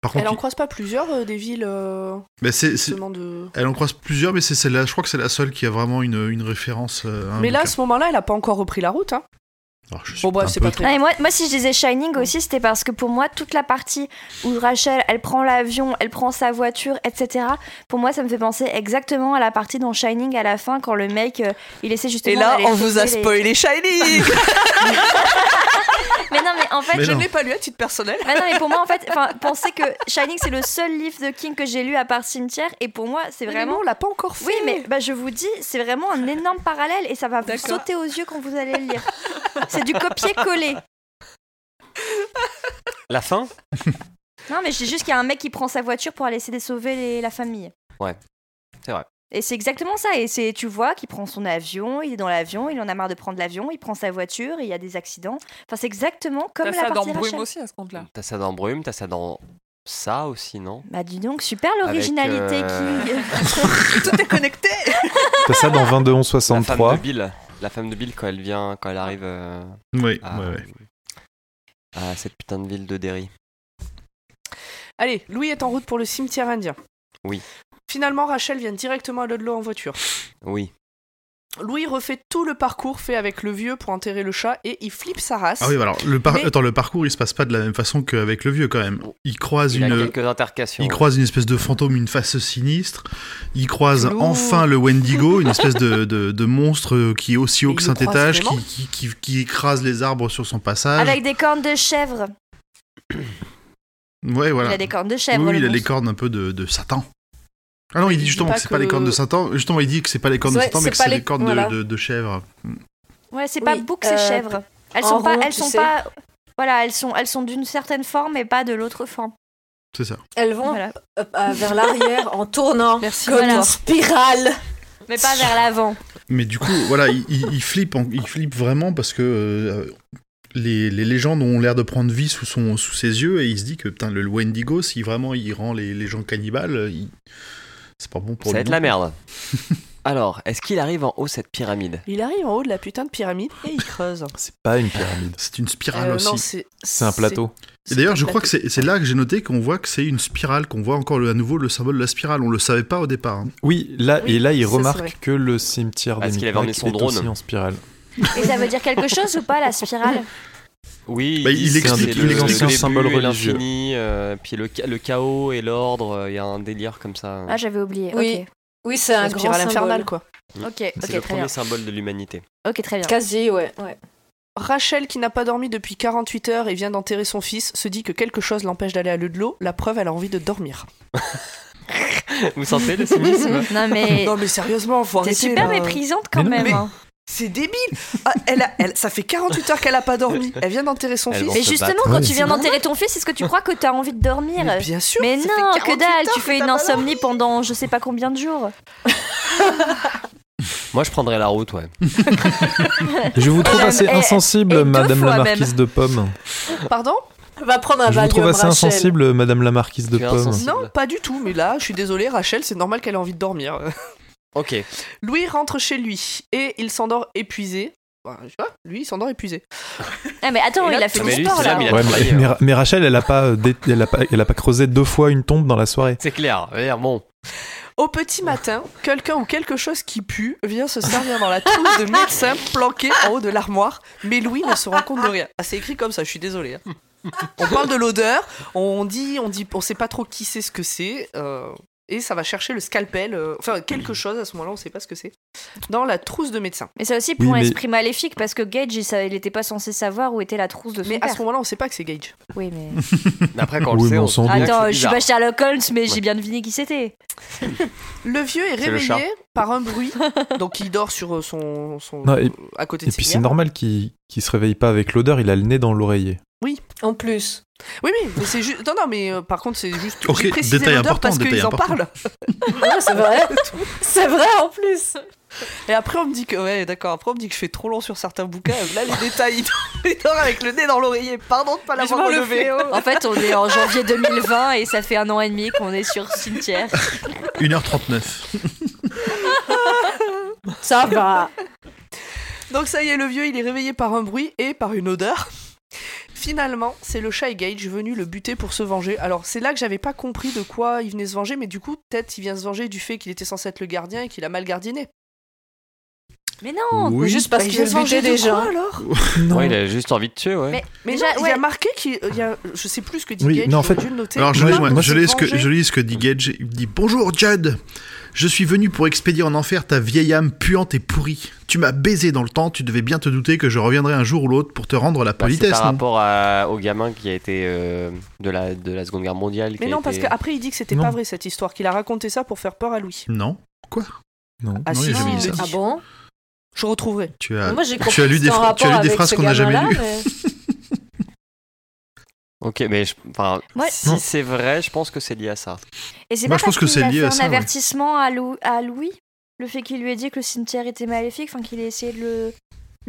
Speaker 4: Par
Speaker 1: Elle
Speaker 4: contre,
Speaker 1: en croise pas plusieurs euh, des villes euh,
Speaker 4: il- bah, c'est- c'est-
Speaker 1: justement de.
Speaker 4: elle en croise plusieurs, mais c'est celle-là. Je crois que c'est la seule qui a vraiment une, une référence. euh, à
Speaker 7: Ah,
Speaker 4: un
Speaker 1: Mais là, à
Speaker 4: bouquin.
Speaker 1: ce moment-là, elle a pas encore repris la route. Hein.
Speaker 4: Alors, je suis
Speaker 1: Bon, bref,
Speaker 4: un
Speaker 1: c'est
Speaker 4: peu-
Speaker 1: pas très.
Speaker 3: Non, mais moi, moi, si je disais Shining aussi, c'était parce que pour moi, toute la partie où Rachel, elle prend l'avion, elle prend sa voiture, etc., pour moi, ça me fait penser exactement à la partie dans Shining à la fin, quand le mec, euh, il essaie justement. d'aller choper les-
Speaker 1: Shining
Speaker 3: Mais non, mais en fait,
Speaker 4: Mais
Speaker 1: Je
Speaker 4: non.
Speaker 1: ne l'ai pas lu à titre personnel.
Speaker 3: Mais non, mais pour moi, en fait, enfin, pensez que Shining, c'est le seul livre de King que j'ai lu à part Cimetière. Et pour moi, c'est
Speaker 1: Mais non,
Speaker 3: vraiment.
Speaker 1: on l'a pas encore fait.
Speaker 3: Oui, mais bah, je vous dis, c'est vraiment un énorme parallèle et ça va vous
Speaker 1: D'accord.
Speaker 3: sauter aux yeux quand vous allez le lire. C'est du copier-coller.
Speaker 2: La fin
Speaker 3: Non, mais je dis juste qu'il y a un mec qui prend sa voiture pour aller essayer de sauver les- la famille.
Speaker 2: Ouais. C'est vrai.
Speaker 3: Et c'est exactement ça. Et c'est, tu vois, qu'il prend son avion, il est dans l'avion, il en a marre de prendre l'avion, il prend sa voiture, et il y a des accidents. Enfin, c'est exactement comme
Speaker 6: T'as
Speaker 3: la
Speaker 6: ça dans
Speaker 3: partie
Speaker 6: Brume
Speaker 3: Rachel.
Speaker 6: aussi à ce compte-là.
Speaker 2: T'as ça dans Brume, t'as ça dans ça aussi, non
Speaker 3: Bah dis donc, super l'originalité,
Speaker 2: Avec, euh,
Speaker 3: King.
Speaker 1: Tout est connecté
Speaker 7: T'as ça dans 22 11
Speaker 2: La femme
Speaker 7: 63.
Speaker 2: de Bill. La femme de Bill quand elle vient, quand elle arrive euh,
Speaker 4: Oui, ouais,
Speaker 2: à,
Speaker 4: ouais.
Speaker 2: à Ah, cette putain de ville de Derry.
Speaker 1: Allez, Louis est en route pour le cimetière indien.
Speaker 2: Oui.
Speaker 1: Finalement, Rachel vient directement à Ludlow en voiture.
Speaker 2: Oui.
Speaker 1: Louis refait tout le parcours fait avec le vieux pour enterrer le chat et il flippe sa race.
Speaker 4: Ah oui, alors le, par-
Speaker 1: Mais-
Speaker 4: Attends, le parcours, il se passe pas de la même façon qu'avec le vieux quand même. Il croise
Speaker 2: Il a
Speaker 4: une, euh,
Speaker 2: quelques intercations.
Speaker 4: il croise une espèce de fantôme, une face sinistre. Il croise
Speaker 1: Lourd.
Speaker 4: enfin le Wendigo, une espèce de, de- de monstre qui est aussi haut
Speaker 1: Et
Speaker 4: que
Speaker 1: il
Speaker 4: saint
Speaker 1: le croise
Speaker 4: étage, qui,
Speaker 1: vraiment
Speaker 4: qui, qui- qui écrase les arbres sur son passage.
Speaker 3: Avec des cornes de chèvre.
Speaker 4: Ouais, voilà.
Speaker 3: Il a des cornes de chèvre.
Speaker 4: oui,
Speaker 3: le
Speaker 4: il a
Speaker 3: monstre.
Speaker 4: les cornes un peu de, de Satan. Ah non, il dit
Speaker 1: Il dit
Speaker 4: justement
Speaker 1: pas
Speaker 4: que c'est pas
Speaker 1: que-
Speaker 4: les cornes de Satan. Justement, il dit que c'est pas les cornes de
Speaker 8: Ouais,
Speaker 4: Satan,
Speaker 8: c'est
Speaker 4: mais que
Speaker 8: pas
Speaker 4: c'est les
Speaker 8: les-
Speaker 4: cornes de-
Speaker 8: voilà.
Speaker 4: de, de chèvre.
Speaker 3: Ouais, c'est
Speaker 8: Oui,
Speaker 3: pas bouc, c'est
Speaker 8: euh,
Speaker 3: chèvre. Elles
Speaker 8: en
Speaker 3: sont pas,
Speaker 8: rond,
Speaker 3: elles
Speaker 8: tu
Speaker 3: sont
Speaker 8: sais.
Speaker 3: pas, voilà, elles sont, elles sont d'une certaine forme et pas de l'autre forme.
Speaker 4: C'est ça.
Speaker 8: Elles vont
Speaker 3: Voilà.
Speaker 8: euh, euh, vers l'arrière en tournant
Speaker 5: Merci,
Speaker 8: comme
Speaker 3: voilà.
Speaker 8: une spirale.
Speaker 3: Mais pas vers l'avant.
Speaker 4: Mais du coup, voilà, il, il- il flippe, en- il flippe vraiment parce que euh, les, les légendes ont l'air de prendre vie sous, son, sous ses yeux et il se dit que putain, le Wendigo, si vraiment il rend les, les gens cannibales, il- c'est pas bon pour
Speaker 2: Ça va
Speaker 4: lui
Speaker 2: être
Speaker 4: non
Speaker 2: la
Speaker 4: plus.
Speaker 2: merde. Alors, est-ce qu'il arrive en haut cette pyramide
Speaker 1: Il arrive en haut de la putain de pyramide et il creuse.
Speaker 7: C'est pas une pyramide.
Speaker 4: C'est une spirale
Speaker 1: Euh,
Speaker 4: aussi.
Speaker 1: non, c'est
Speaker 7: Ah, C'est un plateau.
Speaker 4: Et d'ailleurs, je
Speaker 1: c'est un
Speaker 4: crois que c'est c'est là que j'ai noté qu'on voit que c'est une spirale, qu'on voit encore le- à nouveau le symbole de la spirale. On le savait pas au départ. hein.
Speaker 7: Oui, là,
Speaker 1: Oui,
Speaker 7: et là, il
Speaker 1: ça, c'est vrai.
Speaker 7: remarque que le cimetière
Speaker 2: Parce
Speaker 7: des
Speaker 2: qu'il avait emmené
Speaker 7: Micmacs
Speaker 2: son
Speaker 7: est
Speaker 2: drone.
Speaker 7: aussi en spirale.
Speaker 3: Et ça veut dire quelque chose ou pas la spirale
Speaker 2: Oui,
Speaker 4: Bah,
Speaker 2: ils
Speaker 4: il
Speaker 2: disent
Speaker 4: explique-
Speaker 2: c'est
Speaker 4: il explique
Speaker 2: le
Speaker 4: un
Speaker 2: début
Speaker 7: symbole
Speaker 2: et
Speaker 7: religieux.
Speaker 2: l'infini, euh, puis le, ca- le chaos et l'ordre, euh, il y a un délire comme ça.
Speaker 3: Ah, j'avais oublié.
Speaker 8: Oui. Oui, c'est
Speaker 1: C'est
Speaker 8: un
Speaker 1: un
Speaker 8: grand
Speaker 1: spirale
Speaker 8: symbole.
Speaker 1: infernale, quoi.
Speaker 3: Ok, ok,
Speaker 2: c'est
Speaker 3: ok,
Speaker 2: le
Speaker 3: très
Speaker 2: premier
Speaker 3: bien.
Speaker 2: symbole de l'humanité.
Speaker 3: Ok, très bien.
Speaker 8: Quasi, ouais. ouais.
Speaker 1: Rachel, qui n'a pas dormi depuis 48 heures et vient d'enterrer son fils, se dit que quelque chose l'empêche d'aller à l'eau de l'eau. La preuve, elle a envie de dormir.
Speaker 2: Vous sentez le cynisme
Speaker 3: Non mais
Speaker 1: Non, mais sérieusement, faut
Speaker 3: t'es
Speaker 1: arrêter.
Speaker 3: super
Speaker 1: là.
Speaker 3: méprisante quand
Speaker 7: Mais
Speaker 3: même.
Speaker 7: non,
Speaker 1: mais-
Speaker 3: hein.
Speaker 1: C'est débile Ah, elle a- elle- Ça fait 48 heures qu'elle a pas dormi. Elle vient d'enterrer son
Speaker 2: Elle
Speaker 1: fils.
Speaker 2: On
Speaker 3: Mais
Speaker 2: se
Speaker 3: justement,
Speaker 2: battre.
Speaker 3: quand
Speaker 7: Ouais,
Speaker 3: tu
Speaker 7: c'est
Speaker 3: viens d'enterrer ton fils, est-ce que tu crois que t'as envie de dormir
Speaker 1: Mais bien sûr
Speaker 3: Mais
Speaker 1: ça fait
Speaker 3: non,
Speaker 1: 48
Speaker 3: que dalle, tu
Speaker 1: heures
Speaker 3: fais
Speaker 1: que
Speaker 3: une
Speaker 1: t'as pas
Speaker 3: insomnie pendant je sais pas combien de jours.
Speaker 2: Moi, je prendrais la route, ouais.
Speaker 7: Je vous trouve
Speaker 3: Madame-
Speaker 7: assez
Speaker 3: eh,
Speaker 7: insensible,
Speaker 3: eh, deux
Speaker 7: madame
Speaker 3: fois
Speaker 7: la marquise de Pomme.
Speaker 1: dormi. Pardon
Speaker 8: Va prendre un
Speaker 7: Je vous
Speaker 8: Valium,
Speaker 7: trouve assez
Speaker 8: Rachel.
Speaker 7: insensible, madame la marquise de
Speaker 2: Tu es
Speaker 7: Pomme.
Speaker 2: insensible.
Speaker 1: Non, pas du tout. Mais là, je suis désolée, Rachel, c'est normal qu'elle ait envie de dormir.
Speaker 2: Ok.
Speaker 1: Louis rentre chez lui et il s'endort épuisé. Enfin, je sais pas, lui, il s'endort épuisé.
Speaker 3: Ah mais attends,
Speaker 1: Et là,
Speaker 3: il a fait
Speaker 1: Ah,
Speaker 3: du
Speaker 1: mais lui,
Speaker 3: sport
Speaker 1: c'est
Speaker 3: là.
Speaker 1: là, mais
Speaker 2: il a
Speaker 7: Ouais,
Speaker 2: travaillé, hein.
Speaker 7: mais, mais- mais Rachel, elle a, pas, euh, dé- elle, a pas, elle a pas creusé deux fois une tombe dans la soirée.
Speaker 2: C'est clair. Ouais, Bon,
Speaker 1: Au petit matin, quelqu'un ou quelque chose qui pue vient se servir dans la trousse de médecin planqué en haut de l'armoire, mais Louis ne se rend compte de rien. Ah, c'est écrit comme ça, je suis désolée. hein. On parle de l'odeur, on dit, on dit, on sait pas trop qui c'est ce que c'est, euh, et ça va chercher le scalpel, euh, enfin quelque chose à ce moment-là, on sait pas ce que c'est, dans la trousse de médecin.
Speaker 3: Mais c'est aussi pour
Speaker 7: Oui,
Speaker 3: un
Speaker 7: mais-
Speaker 3: esprit maléfique parce que Gage, il, sa- il était pas censé savoir où était la trousse de son
Speaker 1: Mais à
Speaker 3: père.
Speaker 1: ce moment-là, on sait pas que c'est Gage.
Speaker 3: Oui, mais...
Speaker 2: après, quand on
Speaker 7: Oui,
Speaker 2: le sait,
Speaker 7: mais on
Speaker 2: on
Speaker 7: s'en
Speaker 2: se dit
Speaker 7: doute.
Speaker 2: que c'est
Speaker 3: Attends, je suis
Speaker 2: bizarre.
Speaker 3: pas Sherlock Holmes, mais
Speaker 2: Ouais.
Speaker 3: j'ai bien deviné qui c'était.
Speaker 1: Le vieux est
Speaker 2: C'est le chat.
Speaker 1: réveillé par un bruit, donc il dort sur euh, son, son
Speaker 7: Non, et-
Speaker 1: à côté
Speaker 7: Et
Speaker 1: de
Speaker 7: puis
Speaker 1: ses
Speaker 7: c'est normal qu'il qu'il se réveille pas avec l'odeur, il a le nez dans l'oreiller.
Speaker 8: En plus.
Speaker 1: Oui, oui, mais c'est juste. Non, non, mais euh, par contre, c'est juste.
Speaker 4: Ok,
Speaker 1: j'ai précisé
Speaker 4: détail
Speaker 1: l'odeur
Speaker 4: important,
Speaker 1: parce
Speaker 4: détail
Speaker 1: qu'ils en
Speaker 4: important.
Speaker 1: parlent.
Speaker 8: Ouais, c'est vrai. c'est vrai en plus.
Speaker 1: Et après, on me dit que. Ouais, d'accord, après, on me dit que je fais trop long sur certains bouquins. Là, les détails, ils dorment avec le nez dans l'oreiller. Pardon de pas l'avoir
Speaker 6: Vivement le
Speaker 1: relevé.
Speaker 3: En fait, on est en janvier 2020 et ça fait un an et demi qu'on est sur cimetière.
Speaker 4: 1h39.
Speaker 8: Ça va.
Speaker 1: Donc, ça y est, le vieux, il est réveillé par un bruit et par une odeur. Finalement, c'est le chat et Gage venu le buter pour se venger. Alors, c'est là que j'avais pas compris de quoi il venait se venger, mais du coup, peut-être il vient se venger du fait qu'il était censé être le gardien et qu'il a mal gardiné.
Speaker 3: Mais non
Speaker 8: Mais juste parce
Speaker 1: Bah, il
Speaker 8: qu'il
Speaker 1: vient se venger
Speaker 8: butait
Speaker 1: de
Speaker 8: des gens.
Speaker 1: quoi, alors
Speaker 7: Non.
Speaker 2: Ouais, il a juste envie de tuer, ouais.
Speaker 3: Mais,
Speaker 1: Mais
Speaker 3: déjà,
Speaker 1: non, il
Speaker 3: ouais,
Speaker 1: y a marqué qu'il euh, il y a. Je sais plus ce que dit
Speaker 7: Oui,
Speaker 1: Gage,
Speaker 7: mais en
Speaker 1: j'aurais
Speaker 7: fait-
Speaker 1: dû le noter.
Speaker 4: Alors je,
Speaker 1: Non,
Speaker 4: lis,
Speaker 1: mais
Speaker 4: ouais,
Speaker 1: il
Speaker 4: je
Speaker 1: s'est
Speaker 4: lis ce que,
Speaker 1: vengé.
Speaker 4: je lis ce que dit Gage. Il me dit Bonjour Judd Je suis venu pour expédier en enfer ta vieille âme puante et pourrie. Tu m'as baisé dans le temps, tu devais bien te douter que je reviendrais un jour ou l'autre pour te rendre la
Speaker 2: Bah, c'est
Speaker 4: politesse.
Speaker 2: par
Speaker 4: non
Speaker 2: rapport à- au gamin qui a été euh, de, la, de la Seconde Guerre mondiale.
Speaker 1: Mais
Speaker 2: qui a
Speaker 1: non, parce
Speaker 2: été-
Speaker 1: qu'après, il dit que c'était
Speaker 7: Non.
Speaker 1: pas vrai cette histoire, qu'il a raconté ça pour faire peur à Louis.
Speaker 4: Non. Quoi
Speaker 7: Non.
Speaker 1: Ah
Speaker 4: Non, il
Speaker 1: si,
Speaker 4: a
Speaker 1: si,
Speaker 4: jamais
Speaker 1: il
Speaker 4: dit
Speaker 1: le
Speaker 4: ça.
Speaker 8: Ah
Speaker 1: dit.
Speaker 8: bon
Speaker 1: Je retrouverai.
Speaker 4: Tu as,
Speaker 8: Moi j'ai compris.
Speaker 4: Ah. tu as lu
Speaker 8: que
Speaker 4: des,
Speaker 8: c'était en
Speaker 4: fra- tu as lu
Speaker 8: rapport
Speaker 4: des
Speaker 8: avec
Speaker 4: phrases
Speaker 8: ce
Speaker 4: qu'on n'a jamais
Speaker 8: gamin-là,
Speaker 4: lues.
Speaker 8: mais-
Speaker 2: Ok, mais je- enfin,
Speaker 3: Ouais.
Speaker 2: si
Speaker 7: Non.
Speaker 2: c'est vrai, je pense que c'est lié à ça.
Speaker 3: et c'est
Speaker 4: Moi,
Speaker 3: pas
Speaker 4: je pense
Speaker 3: parce
Speaker 4: que
Speaker 3: qu'il
Speaker 4: c'est
Speaker 3: a
Speaker 4: lié
Speaker 3: fait
Speaker 4: à
Speaker 3: un
Speaker 4: ça, ouais.
Speaker 3: avertissement à, Lou- à Louis, le fait qu'il lui ait dit que le cimetière était maléfique, enfin qu'il ait essayé de le,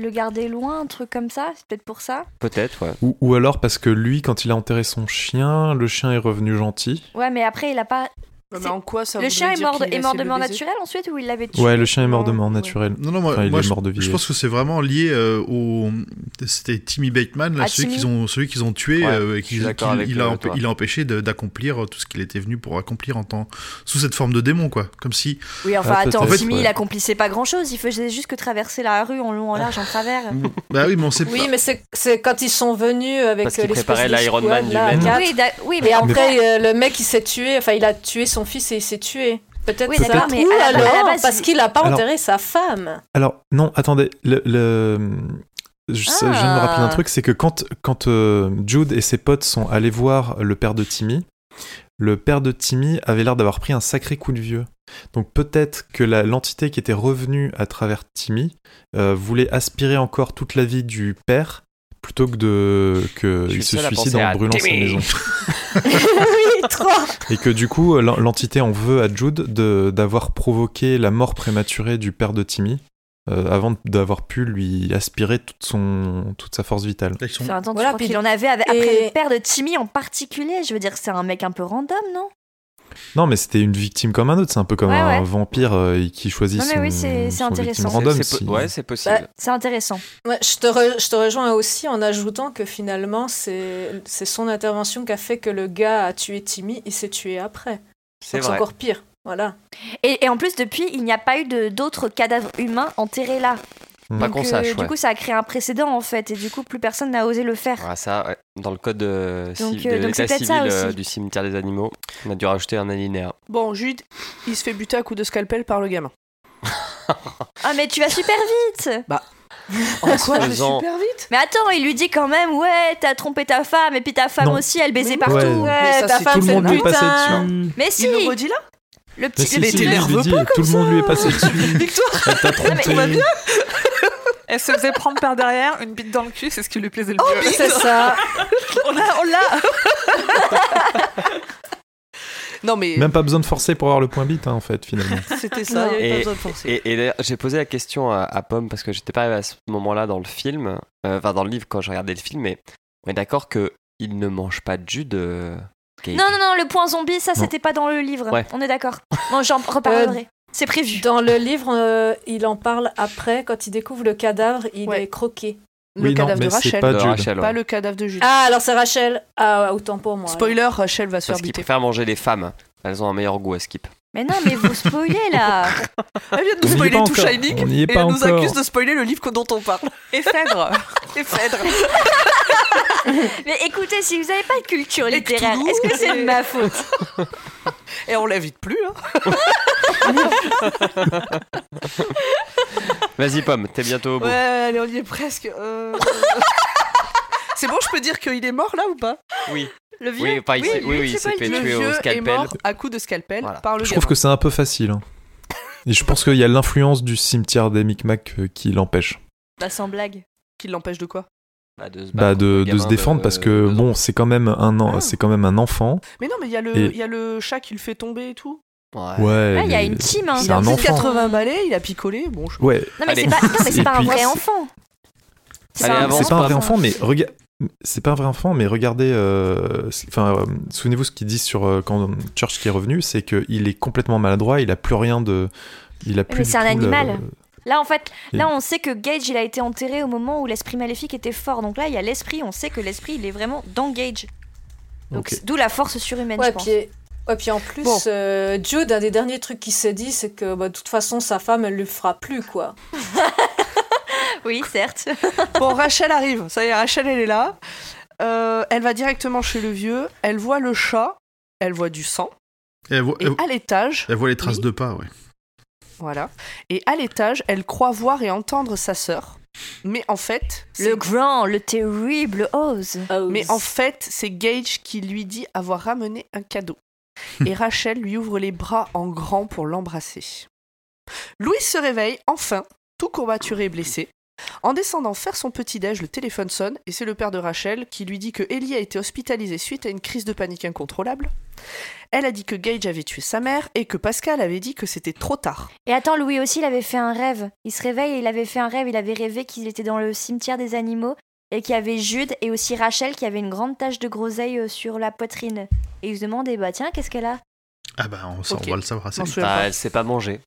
Speaker 3: le garder loin, un truc comme ça, c'est peut-être pour ça.
Speaker 2: Peut-être, ouais.
Speaker 7: Ou, ou alors parce que lui, quand il a enterré son chien, le chien est revenu gentil.
Speaker 3: Ouais, mais après, il a pas.
Speaker 1: Mais
Speaker 3: C'est-
Speaker 1: en quoi ça
Speaker 3: le
Speaker 1: voudrait
Speaker 3: chien est
Speaker 1: dire
Speaker 3: mort, de,
Speaker 1: qu'il
Speaker 3: est
Speaker 1: a
Speaker 3: mort
Speaker 1: essayé
Speaker 3: de
Speaker 1: le
Speaker 3: mort
Speaker 1: baiser
Speaker 3: naturelle ensuite ou il l'avait tué
Speaker 7: Ouais, le chien est mort de mort
Speaker 1: Ouais.
Speaker 7: naturelle.
Speaker 4: Non, non, moi,
Speaker 7: Enfin, il
Speaker 4: moi,
Speaker 7: est
Speaker 4: je,
Speaker 7: mort de
Speaker 4: je
Speaker 7: vieillesse.
Speaker 4: pense que c'est vraiment lié euh, au. C'était Timmy Bateman, là,
Speaker 3: Ah,
Speaker 4: celui
Speaker 3: Timmy.
Speaker 4: qu'ils ont, celui qu'ils ont
Speaker 2: Ouais,
Speaker 4: tué, euh, et
Speaker 2: je suis
Speaker 4: qu'il-
Speaker 2: d'accord
Speaker 4: qu'il-
Speaker 2: avec,
Speaker 4: il a,
Speaker 2: euh,
Speaker 4: empê-
Speaker 2: toi.
Speaker 4: il a empêché de- d'accomplir euh, tout ce qu'il était venu pour accomplir en tant sous cette forme de démon, quoi. Comme si
Speaker 3: Oui, enfin
Speaker 7: Ah,
Speaker 3: attends,
Speaker 7: peut-être,
Speaker 3: Timmy,
Speaker 7: ouais.
Speaker 3: il accomplissait pas grand chose, il faisait juste que traverser la rue en long, en large, en travers.
Speaker 4: Bah oui, mais on sait
Speaker 8: Oui,
Speaker 4: pas.
Speaker 8: mais c'est- c'est quand ils sont venus avec
Speaker 2: Parce qu'ils
Speaker 8: euh, l'espèce
Speaker 2: préparaient
Speaker 8: de
Speaker 2: l'Iron Man
Speaker 8: squad,
Speaker 2: du
Speaker 8: là, à
Speaker 2: même.
Speaker 8: quatre.
Speaker 3: Oui, d'a- oui, mais
Speaker 8: Et
Speaker 3: après.
Speaker 8: après, euh, le mec, il s'est tué. Enfin, il a tué son fils et il s'est tué. Peut-être
Speaker 3: Oui,
Speaker 8: ça.
Speaker 3: d'accord, mais
Speaker 8: Ou
Speaker 3: à la- à la
Speaker 8: alors,
Speaker 3: base,
Speaker 8: parce
Speaker 3: il-
Speaker 8: qu'il a pas
Speaker 7: Alors-
Speaker 8: enterré sa femme.
Speaker 7: Alors, non, attendez, le... le- Je, sais- je viens de me rappeler
Speaker 3: Ah.
Speaker 7: un truc, c'est que quand, quand euh, Jude et ses potes sont allés voir le père de Timmy, le père de Timmy avait l'air d'avoir pris un sacré coup de vieux. Donc peut-être que la- l'entité qui était revenue à travers Timmy euh, voulait aspirer encore toute la vie du père plutôt que de que
Speaker 2: Je suis
Speaker 7: il se
Speaker 2: seul à
Speaker 7: suicide
Speaker 2: penser
Speaker 7: en
Speaker 2: à
Speaker 7: brûlant sa
Speaker 2: Timmy.
Speaker 7: maison.
Speaker 3: oui, trop.
Speaker 7: Et que du coup, euh, l'en- l'entité en veut à Jude de- d'avoir provoqué la mort prématurée du père de Timmy euh, avant d'avoir pu lui aspirer toute, son, toute sa force vitale.
Speaker 4: Avec son-
Speaker 3: Enfin, attends, tu
Speaker 8: Voilà,
Speaker 3: crois
Speaker 8: puis-
Speaker 3: qu'il en avait avec- après
Speaker 8: et-
Speaker 3: le père de Timmy en particulier. Je veux dire, c'est un mec un peu random, non
Speaker 7: Non, mais c'était une victime comme un autre, c'est un peu comme
Speaker 3: Ouais,
Speaker 7: un
Speaker 3: ouais.
Speaker 7: vampire euh, qui choisit
Speaker 3: Non, mais
Speaker 7: son,
Speaker 3: oui, c'est- c'est
Speaker 7: son victime
Speaker 3: intéressant.
Speaker 7: random.
Speaker 2: C'est-
Speaker 7: si-
Speaker 2: c'est po- Ouais, c'est possible.
Speaker 8: Bah,
Speaker 3: C'est intéressant.
Speaker 8: Ouais, je, te re- je te rejoins aussi en ajoutant que finalement, c'est c'est son intervention qui a fait que le gars a tué Timmy, il s'est tué après.
Speaker 2: c'est
Speaker 8: Donc c'est
Speaker 2: vrai.
Speaker 8: encore pire. Voilà.
Speaker 3: Et, et en plus, depuis, il n'y a pas eu de- d'autres cadavres humains enterrés là.
Speaker 7: Pas
Speaker 3: Donc,
Speaker 2: qu'on
Speaker 3: euh,
Speaker 2: sache,
Speaker 3: Du
Speaker 2: ouais.
Speaker 3: coup, ça a créé un précédent en fait, et du coup, plus personne n'a osé le faire.
Speaker 2: Ah, ça, ouais. dans le code euh, civ-
Speaker 3: euh,
Speaker 2: de
Speaker 3: donc c'est
Speaker 2: l'état
Speaker 3: peut-être ça
Speaker 2: civil euh,
Speaker 3: aussi.
Speaker 2: du cimetière des animaux, on a dû rajouter un alinéa.
Speaker 1: Bon, Jude, il se fait buter à coups de scalpel par le gamin.
Speaker 3: Ah, mais tu vas super vite
Speaker 7: Bah.
Speaker 1: En quoi je vais
Speaker 2: faisant-
Speaker 1: super vite
Speaker 3: Mais attends, il lui dit quand même, ouais, t'as trompé ta femme, et puis ta femme
Speaker 7: Non.
Speaker 3: aussi, elle baisait
Speaker 1: Mais
Speaker 3: partout.
Speaker 7: non.
Speaker 3: Ouais.
Speaker 1: Mais ça,
Speaker 8: ta
Speaker 1: c'est
Speaker 8: femme,
Speaker 7: Tout le
Speaker 8: c'est
Speaker 7: monde lui est passé
Speaker 8: putain.
Speaker 7: dessus.
Speaker 3: Mais si,
Speaker 1: Il le redit là
Speaker 3: le petit,
Speaker 7: Mais si,
Speaker 3: le
Speaker 7: si,
Speaker 3: petit-
Speaker 7: je
Speaker 6: t'énerve
Speaker 7: l'ai dit,
Speaker 6: pas
Speaker 7: tout le monde lui est passé dessus.
Speaker 1: Victoire
Speaker 7: Elle t'a
Speaker 3: mais
Speaker 7: trompé.
Speaker 3: on va
Speaker 6: Elle se faisait prendre par derrière, une bite dans le cul, c'est ce qui lui plaisait le
Speaker 8: Oh,
Speaker 6: plus.
Speaker 8: c'est ça.
Speaker 6: on l'a, on l'a
Speaker 1: Non mais
Speaker 7: Même pas besoin de forcer pour avoir le point bit, hein, en fait, finalement.
Speaker 1: c'était ça, il n'y avait
Speaker 2: Et-
Speaker 1: pas besoin de penser.
Speaker 2: Et, et d'ailleurs, j'ai posé la question à, à Pomme parce que j'étais pas arrivé à ce moment-là dans le film, euh, enfin dans le livre quand j'ai regardé le film, mais on est d'accord que il ne mange pas de jus de. Kate.
Speaker 3: Non, non, non, le point zombie, ça,
Speaker 7: Non.
Speaker 3: c'était pas dans le livre.
Speaker 2: Ouais.
Speaker 3: On est d'accord. Bon, j'en reparlerai. C'est prévu.
Speaker 8: Dans le livre, euh, il en parle après. Quand il découvre le cadavre, il
Speaker 1: Ouais.
Speaker 8: est croqué.
Speaker 1: Le
Speaker 7: Oui, non,
Speaker 1: cadavre
Speaker 7: mais
Speaker 1: de
Speaker 7: c'est
Speaker 1: Rachel,
Speaker 7: pas
Speaker 2: de
Speaker 7: Jude.
Speaker 2: Rachel. ouais.
Speaker 1: pas le cadavre de Jude.
Speaker 8: Ah, alors c'est Rachel. Ah, autant pour moi.
Speaker 1: Spoiler, Rachel va se faire
Speaker 2: Parce qu'il
Speaker 1: buter.
Speaker 2: préfère manger les femmes. Elles ont un meilleur goût à Skip.
Speaker 3: Mais non, mais vous spoilez là.
Speaker 1: Elle vient de
Speaker 7: On
Speaker 1: nous
Speaker 7: y est
Speaker 1: spoiler
Speaker 7: pas
Speaker 1: tout
Speaker 7: encore.
Speaker 1: Shining
Speaker 7: On y est
Speaker 1: et
Speaker 7: pas
Speaker 1: elle nous
Speaker 7: encore.
Speaker 1: accuse de spoiler le livre dont on parle.
Speaker 6: Et Phèdre Et Phèdre
Speaker 3: mais écoutez, si vous avez pas de culture littéraire,
Speaker 1: Cthulhu,
Speaker 3: est-ce que c'est de
Speaker 1: et-
Speaker 3: ma faute
Speaker 1: Et on l'invite plus. Hein.
Speaker 2: Vas-y Pomme, t'es bientôt au bout.
Speaker 1: Ouais, allez, on y est presque. euh. c'est bon, je peux dire qu'il est mort là ou pas
Speaker 2: Oui,
Speaker 3: Le vieux
Speaker 2: oui, enfin, il
Speaker 3: Oui,
Speaker 2: s'est-
Speaker 3: lui,
Speaker 2: oui, oui,
Speaker 3: c'est
Speaker 2: il s'est
Speaker 3: pas
Speaker 2: fait
Speaker 3: le
Speaker 1: Le
Speaker 2: tuer
Speaker 1: vieux
Speaker 2: au
Speaker 1: est
Speaker 2: scalpel.
Speaker 1: mort à coup de scalpel
Speaker 2: Voilà.
Speaker 1: par le
Speaker 7: Je
Speaker 1: gamin.
Speaker 7: trouve que c'est un peu facile. hein. Et je pense qu'il y a l'influence du cimetière des Micmacs euh, qui l'empêche.
Speaker 3: Bah, sans blague.
Speaker 1: Qui l'empêche de quoi
Speaker 2: Bah, de se,
Speaker 7: Bah,
Speaker 2: battre contre
Speaker 7: de,
Speaker 2: le
Speaker 7: de
Speaker 2: gamin
Speaker 7: se défendre parce que,
Speaker 2: deux ans.
Speaker 7: bon, c'est quand, même un an,
Speaker 1: Ah.
Speaker 7: c'est quand même un enfant.
Speaker 1: Mais non, mais il y, a le-
Speaker 7: Et-
Speaker 1: il y a le chat qui le fait tomber et tout.
Speaker 2: Ouais.
Speaker 7: Ouais.
Speaker 3: Là, il y a
Speaker 7: les-
Speaker 3: une team. Hein.
Speaker 7: C'est
Speaker 1: il a
Speaker 7: un
Speaker 1: plus de
Speaker 7: enfant.
Speaker 1: 80 balais, il a picolé. Bon, je-
Speaker 7: Ouais,
Speaker 3: Non, mais
Speaker 2: Allez.
Speaker 3: c'est pas, non, mais c'est
Speaker 7: Et
Speaker 3: pas un
Speaker 7: puis-
Speaker 3: vrai enfant. C'est
Speaker 2: Allez,
Speaker 3: pas un
Speaker 2: avance,
Speaker 3: vrai
Speaker 7: c'est pas un vrai
Speaker 2: Pam.
Speaker 7: enfant, mais regarde. C'est pas un vrai enfant, mais regardez. euh, c'est- Enfin, euh, souvenez-vous ce qu'ils disent sur euh, quand Church qui est revenu, c'est qu'il est complètement maladroit, il a plus rien de. Il a plus.
Speaker 3: mais
Speaker 7: du
Speaker 3: c'est un
Speaker 7: tout le-
Speaker 3: animal. Là, en fait, là,
Speaker 7: Et-
Speaker 3: on sait que Gage, il a été enterré au moment où l'esprit maléfique était fort. Donc là, il y a l'esprit. On sait que l'esprit, il est vraiment dans Gage. Donc,
Speaker 7: Ok.
Speaker 3: c'est- d'où la force surhumaine, je
Speaker 8: Ouais,
Speaker 3: pense.
Speaker 8: puis, ouais, puis en plus,
Speaker 1: Bon.
Speaker 8: euh, Jude, un des derniers trucs qu'il s'est dit, c'est que bah, de toute façon, sa femme, elle le fera plus, quoi.
Speaker 3: Oui, certes.
Speaker 1: Bon, Rachel arrive. Ça y est, Rachel, elle est là. Euh, elle va directement chez le vieux. Elle voit le chat. Elle voit du sang.
Speaker 4: Et elle, voit,
Speaker 1: Et
Speaker 7: Euh,
Speaker 4: elle-
Speaker 1: à l'étage,
Speaker 4: elle voit les traces
Speaker 1: Oui.
Speaker 4: de pas, ouais.
Speaker 1: voilà. Et à l'étage, elle croit voir et entendre sa sœur. Mais en fait,
Speaker 3: Le
Speaker 1: c'est-
Speaker 3: grand, le terrible Oz.
Speaker 8: Ah
Speaker 1: mais en fait, c'est Gage qui lui dit avoir ramené un cadeau. Et Rachel lui ouvre les bras en grand pour l'embrasser. Louis se réveille enfin, tout courbaturé et blessé. En descendant faire son petit-déj, le téléphone sonne et c'est le père de Rachel qui lui dit que Ellie a été hospitalisée suite à une crise de panique incontrôlable. Elle a dit que Gage avait tué sa mère et que Pascal avait dit que c'était trop tard.
Speaker 3: Et attends, Louis aussi, il avait fait un rêve. Il se réveille et il avait fait un rêve. Il avait rêvé qu'il était dans le cimetière des animaux et qu'il y avait Jude et aussi Rachel qui avait une grande tache de groseille euh, sur la poitrine. Et il se demandait, bah tiens, qu'est-ce qu'elle a
Speaker 4: Ah bah, on, ça, on
Speaker 1: Ok.
Speaker 4: va le savoir assez
Speaker 1: M'en
Speaker 4: vite.
Speaker 1: souviens
Speaker 2: Bah,
Speaker 1: pas.
Speaker 2: elle s'est pas mangée.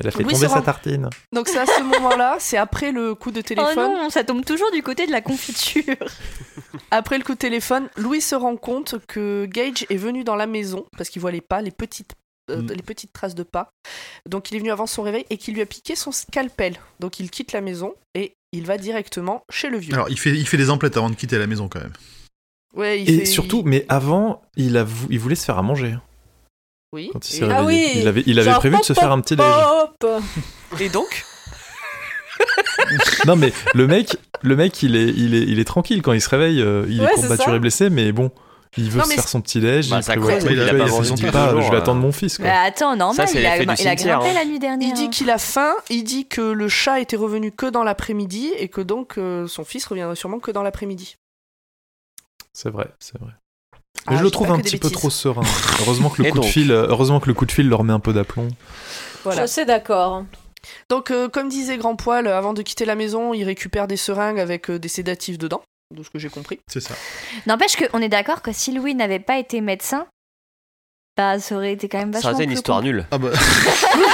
Speaker 7: Elle a fait
Speaker 1: Oui,
Speaker 7: tomber
Speaker 1: c'est
Speaker 7: sa
Speaker 1: vrai.
Speaker 7: tartine.
Speaker 1: Donc c'est à ce moment-là, c'est après le coup de téléphone.
Speaker 3: Oh ça tombe toujours du côté de la confiture.
Speaker 1: Après le coup de téléphone, Louis se rend compte que Gage est venu dans la maison parce qu'il voit les pas, les petites, euh,
Speaker 4: Mm.
Speaker 1: les petites traces de pas. Donc il est venu avant son réveil et qu'il lui a piqué son scalpel. Donc il quitte la maison et il va directement chez le vieux.
Speaker 4: Alors, il fait, il fait des emplettes avant de quitter la maison, quand même.
Speaker 1: Ouais, il
Speaker 7: Et
Speaker 1: fait-
Speaker 7: surtout, mais avant, il, a vou- il voulait se faire à manger hein,
Speaker 1: Oui.
Speaker 7: quand il
Speaker 1: Et-
Speaker 7: s'est
Speaker 8: Ah
Speaker 7: réveillé.
Speaker 8: oui,
Speaker 7: il avait, il avait
Speaker 8: genre,
Speaker 7: prévu de se faire un petit déj.
Speaker 8: Hop
Speaker 1: Et donc
Speaker 7: Non mais le mec, le mec, il est, il, est, il est tranquille quand il se réveille. euh, Il
Speaker 8: Ouais,
Speaker 7: est
Speaker 8: c'est
Speaker 7: courbaturé
Speaker 8: ça.
Speaker 7: et blessé, mais bon, il veut
Speaker 1: Non,
Speaker 7: se
Speaker 1: mais
Speaker 7: faire son petit déj.
Speaker 2: Bah,
Speaker 7: il
Speaker 2: ça
Speaker 7: prévoit
Speaker 2: creuse,
Speaker 7: tout,
Speaker 4: il a
Speaker 7: tu vois,
Speaker 4: pas
Speaker 7: il se
Speaker 4: vendu
Speaker 7: dit
Speaker 4: tous
Speaker 7: pas,
Speaker 2: les jours,
Speaker 7: je vais
Speaker 2: euh.
Speaker 7: attendre mon fils.
Speaker 3: Mais
Speaker 7: Quoi.
Speaker 3: Bah, attends, normal,
Speaker 2: c'est
Speaker 3: il, a,
Speaker 2: l'effet du
Speaker 3: il a
Speaker 2: cimetière,
Speaker 3: grimpé
Speaker 2: hein.
Speaker 3: la nuit dernière.
Speaker 1: Il dit qu'il a faim, il dit que le chat était revenu que dans l'après-midi et que donc euh, son fils reviendrait sûrement que dans l'après-midi.
Speaker 7: C'est vrai, c'est vrai.
Speaker 1: Ah, je
Speaker 7: Mais je
Speaker 1: dis
Speaker 7: le trouve
Speaker 1: pas
Speaker 7: un
Speaker 1: que des
Speaker 7: petit peu
Speaker 1: bêtises.
Speaker 7: trop serein. Heureusement que le
Speaker 2: Et
Speaker 7: coup de
Speaker 2: donc
Speaker 7: fil, heureusement que le coup de fil leur met un peu d'aplomb.
Speaker 1: Voilà.
Speaker 8: Je sais d'accord.
Speaker 1: Donc, euh, comme disait Grand Poil, euh, avant de quitter la maison, il récupère des seringues avec euh, des sédatifs dedans, de ce que j'ai compris.
Speaker 4: C'est ça.
Speaker 3: N'empêche qu'on est d'accord que si Louis n'avait pas été médecin, bah, ça aurait été quand même
Speaker 2: Ça
Speaker 3: vachement
Speaker 2: aurait été une
Speaker 3: plus
Speaker 2: histoire nulle.
Speaker 4: Ah bah,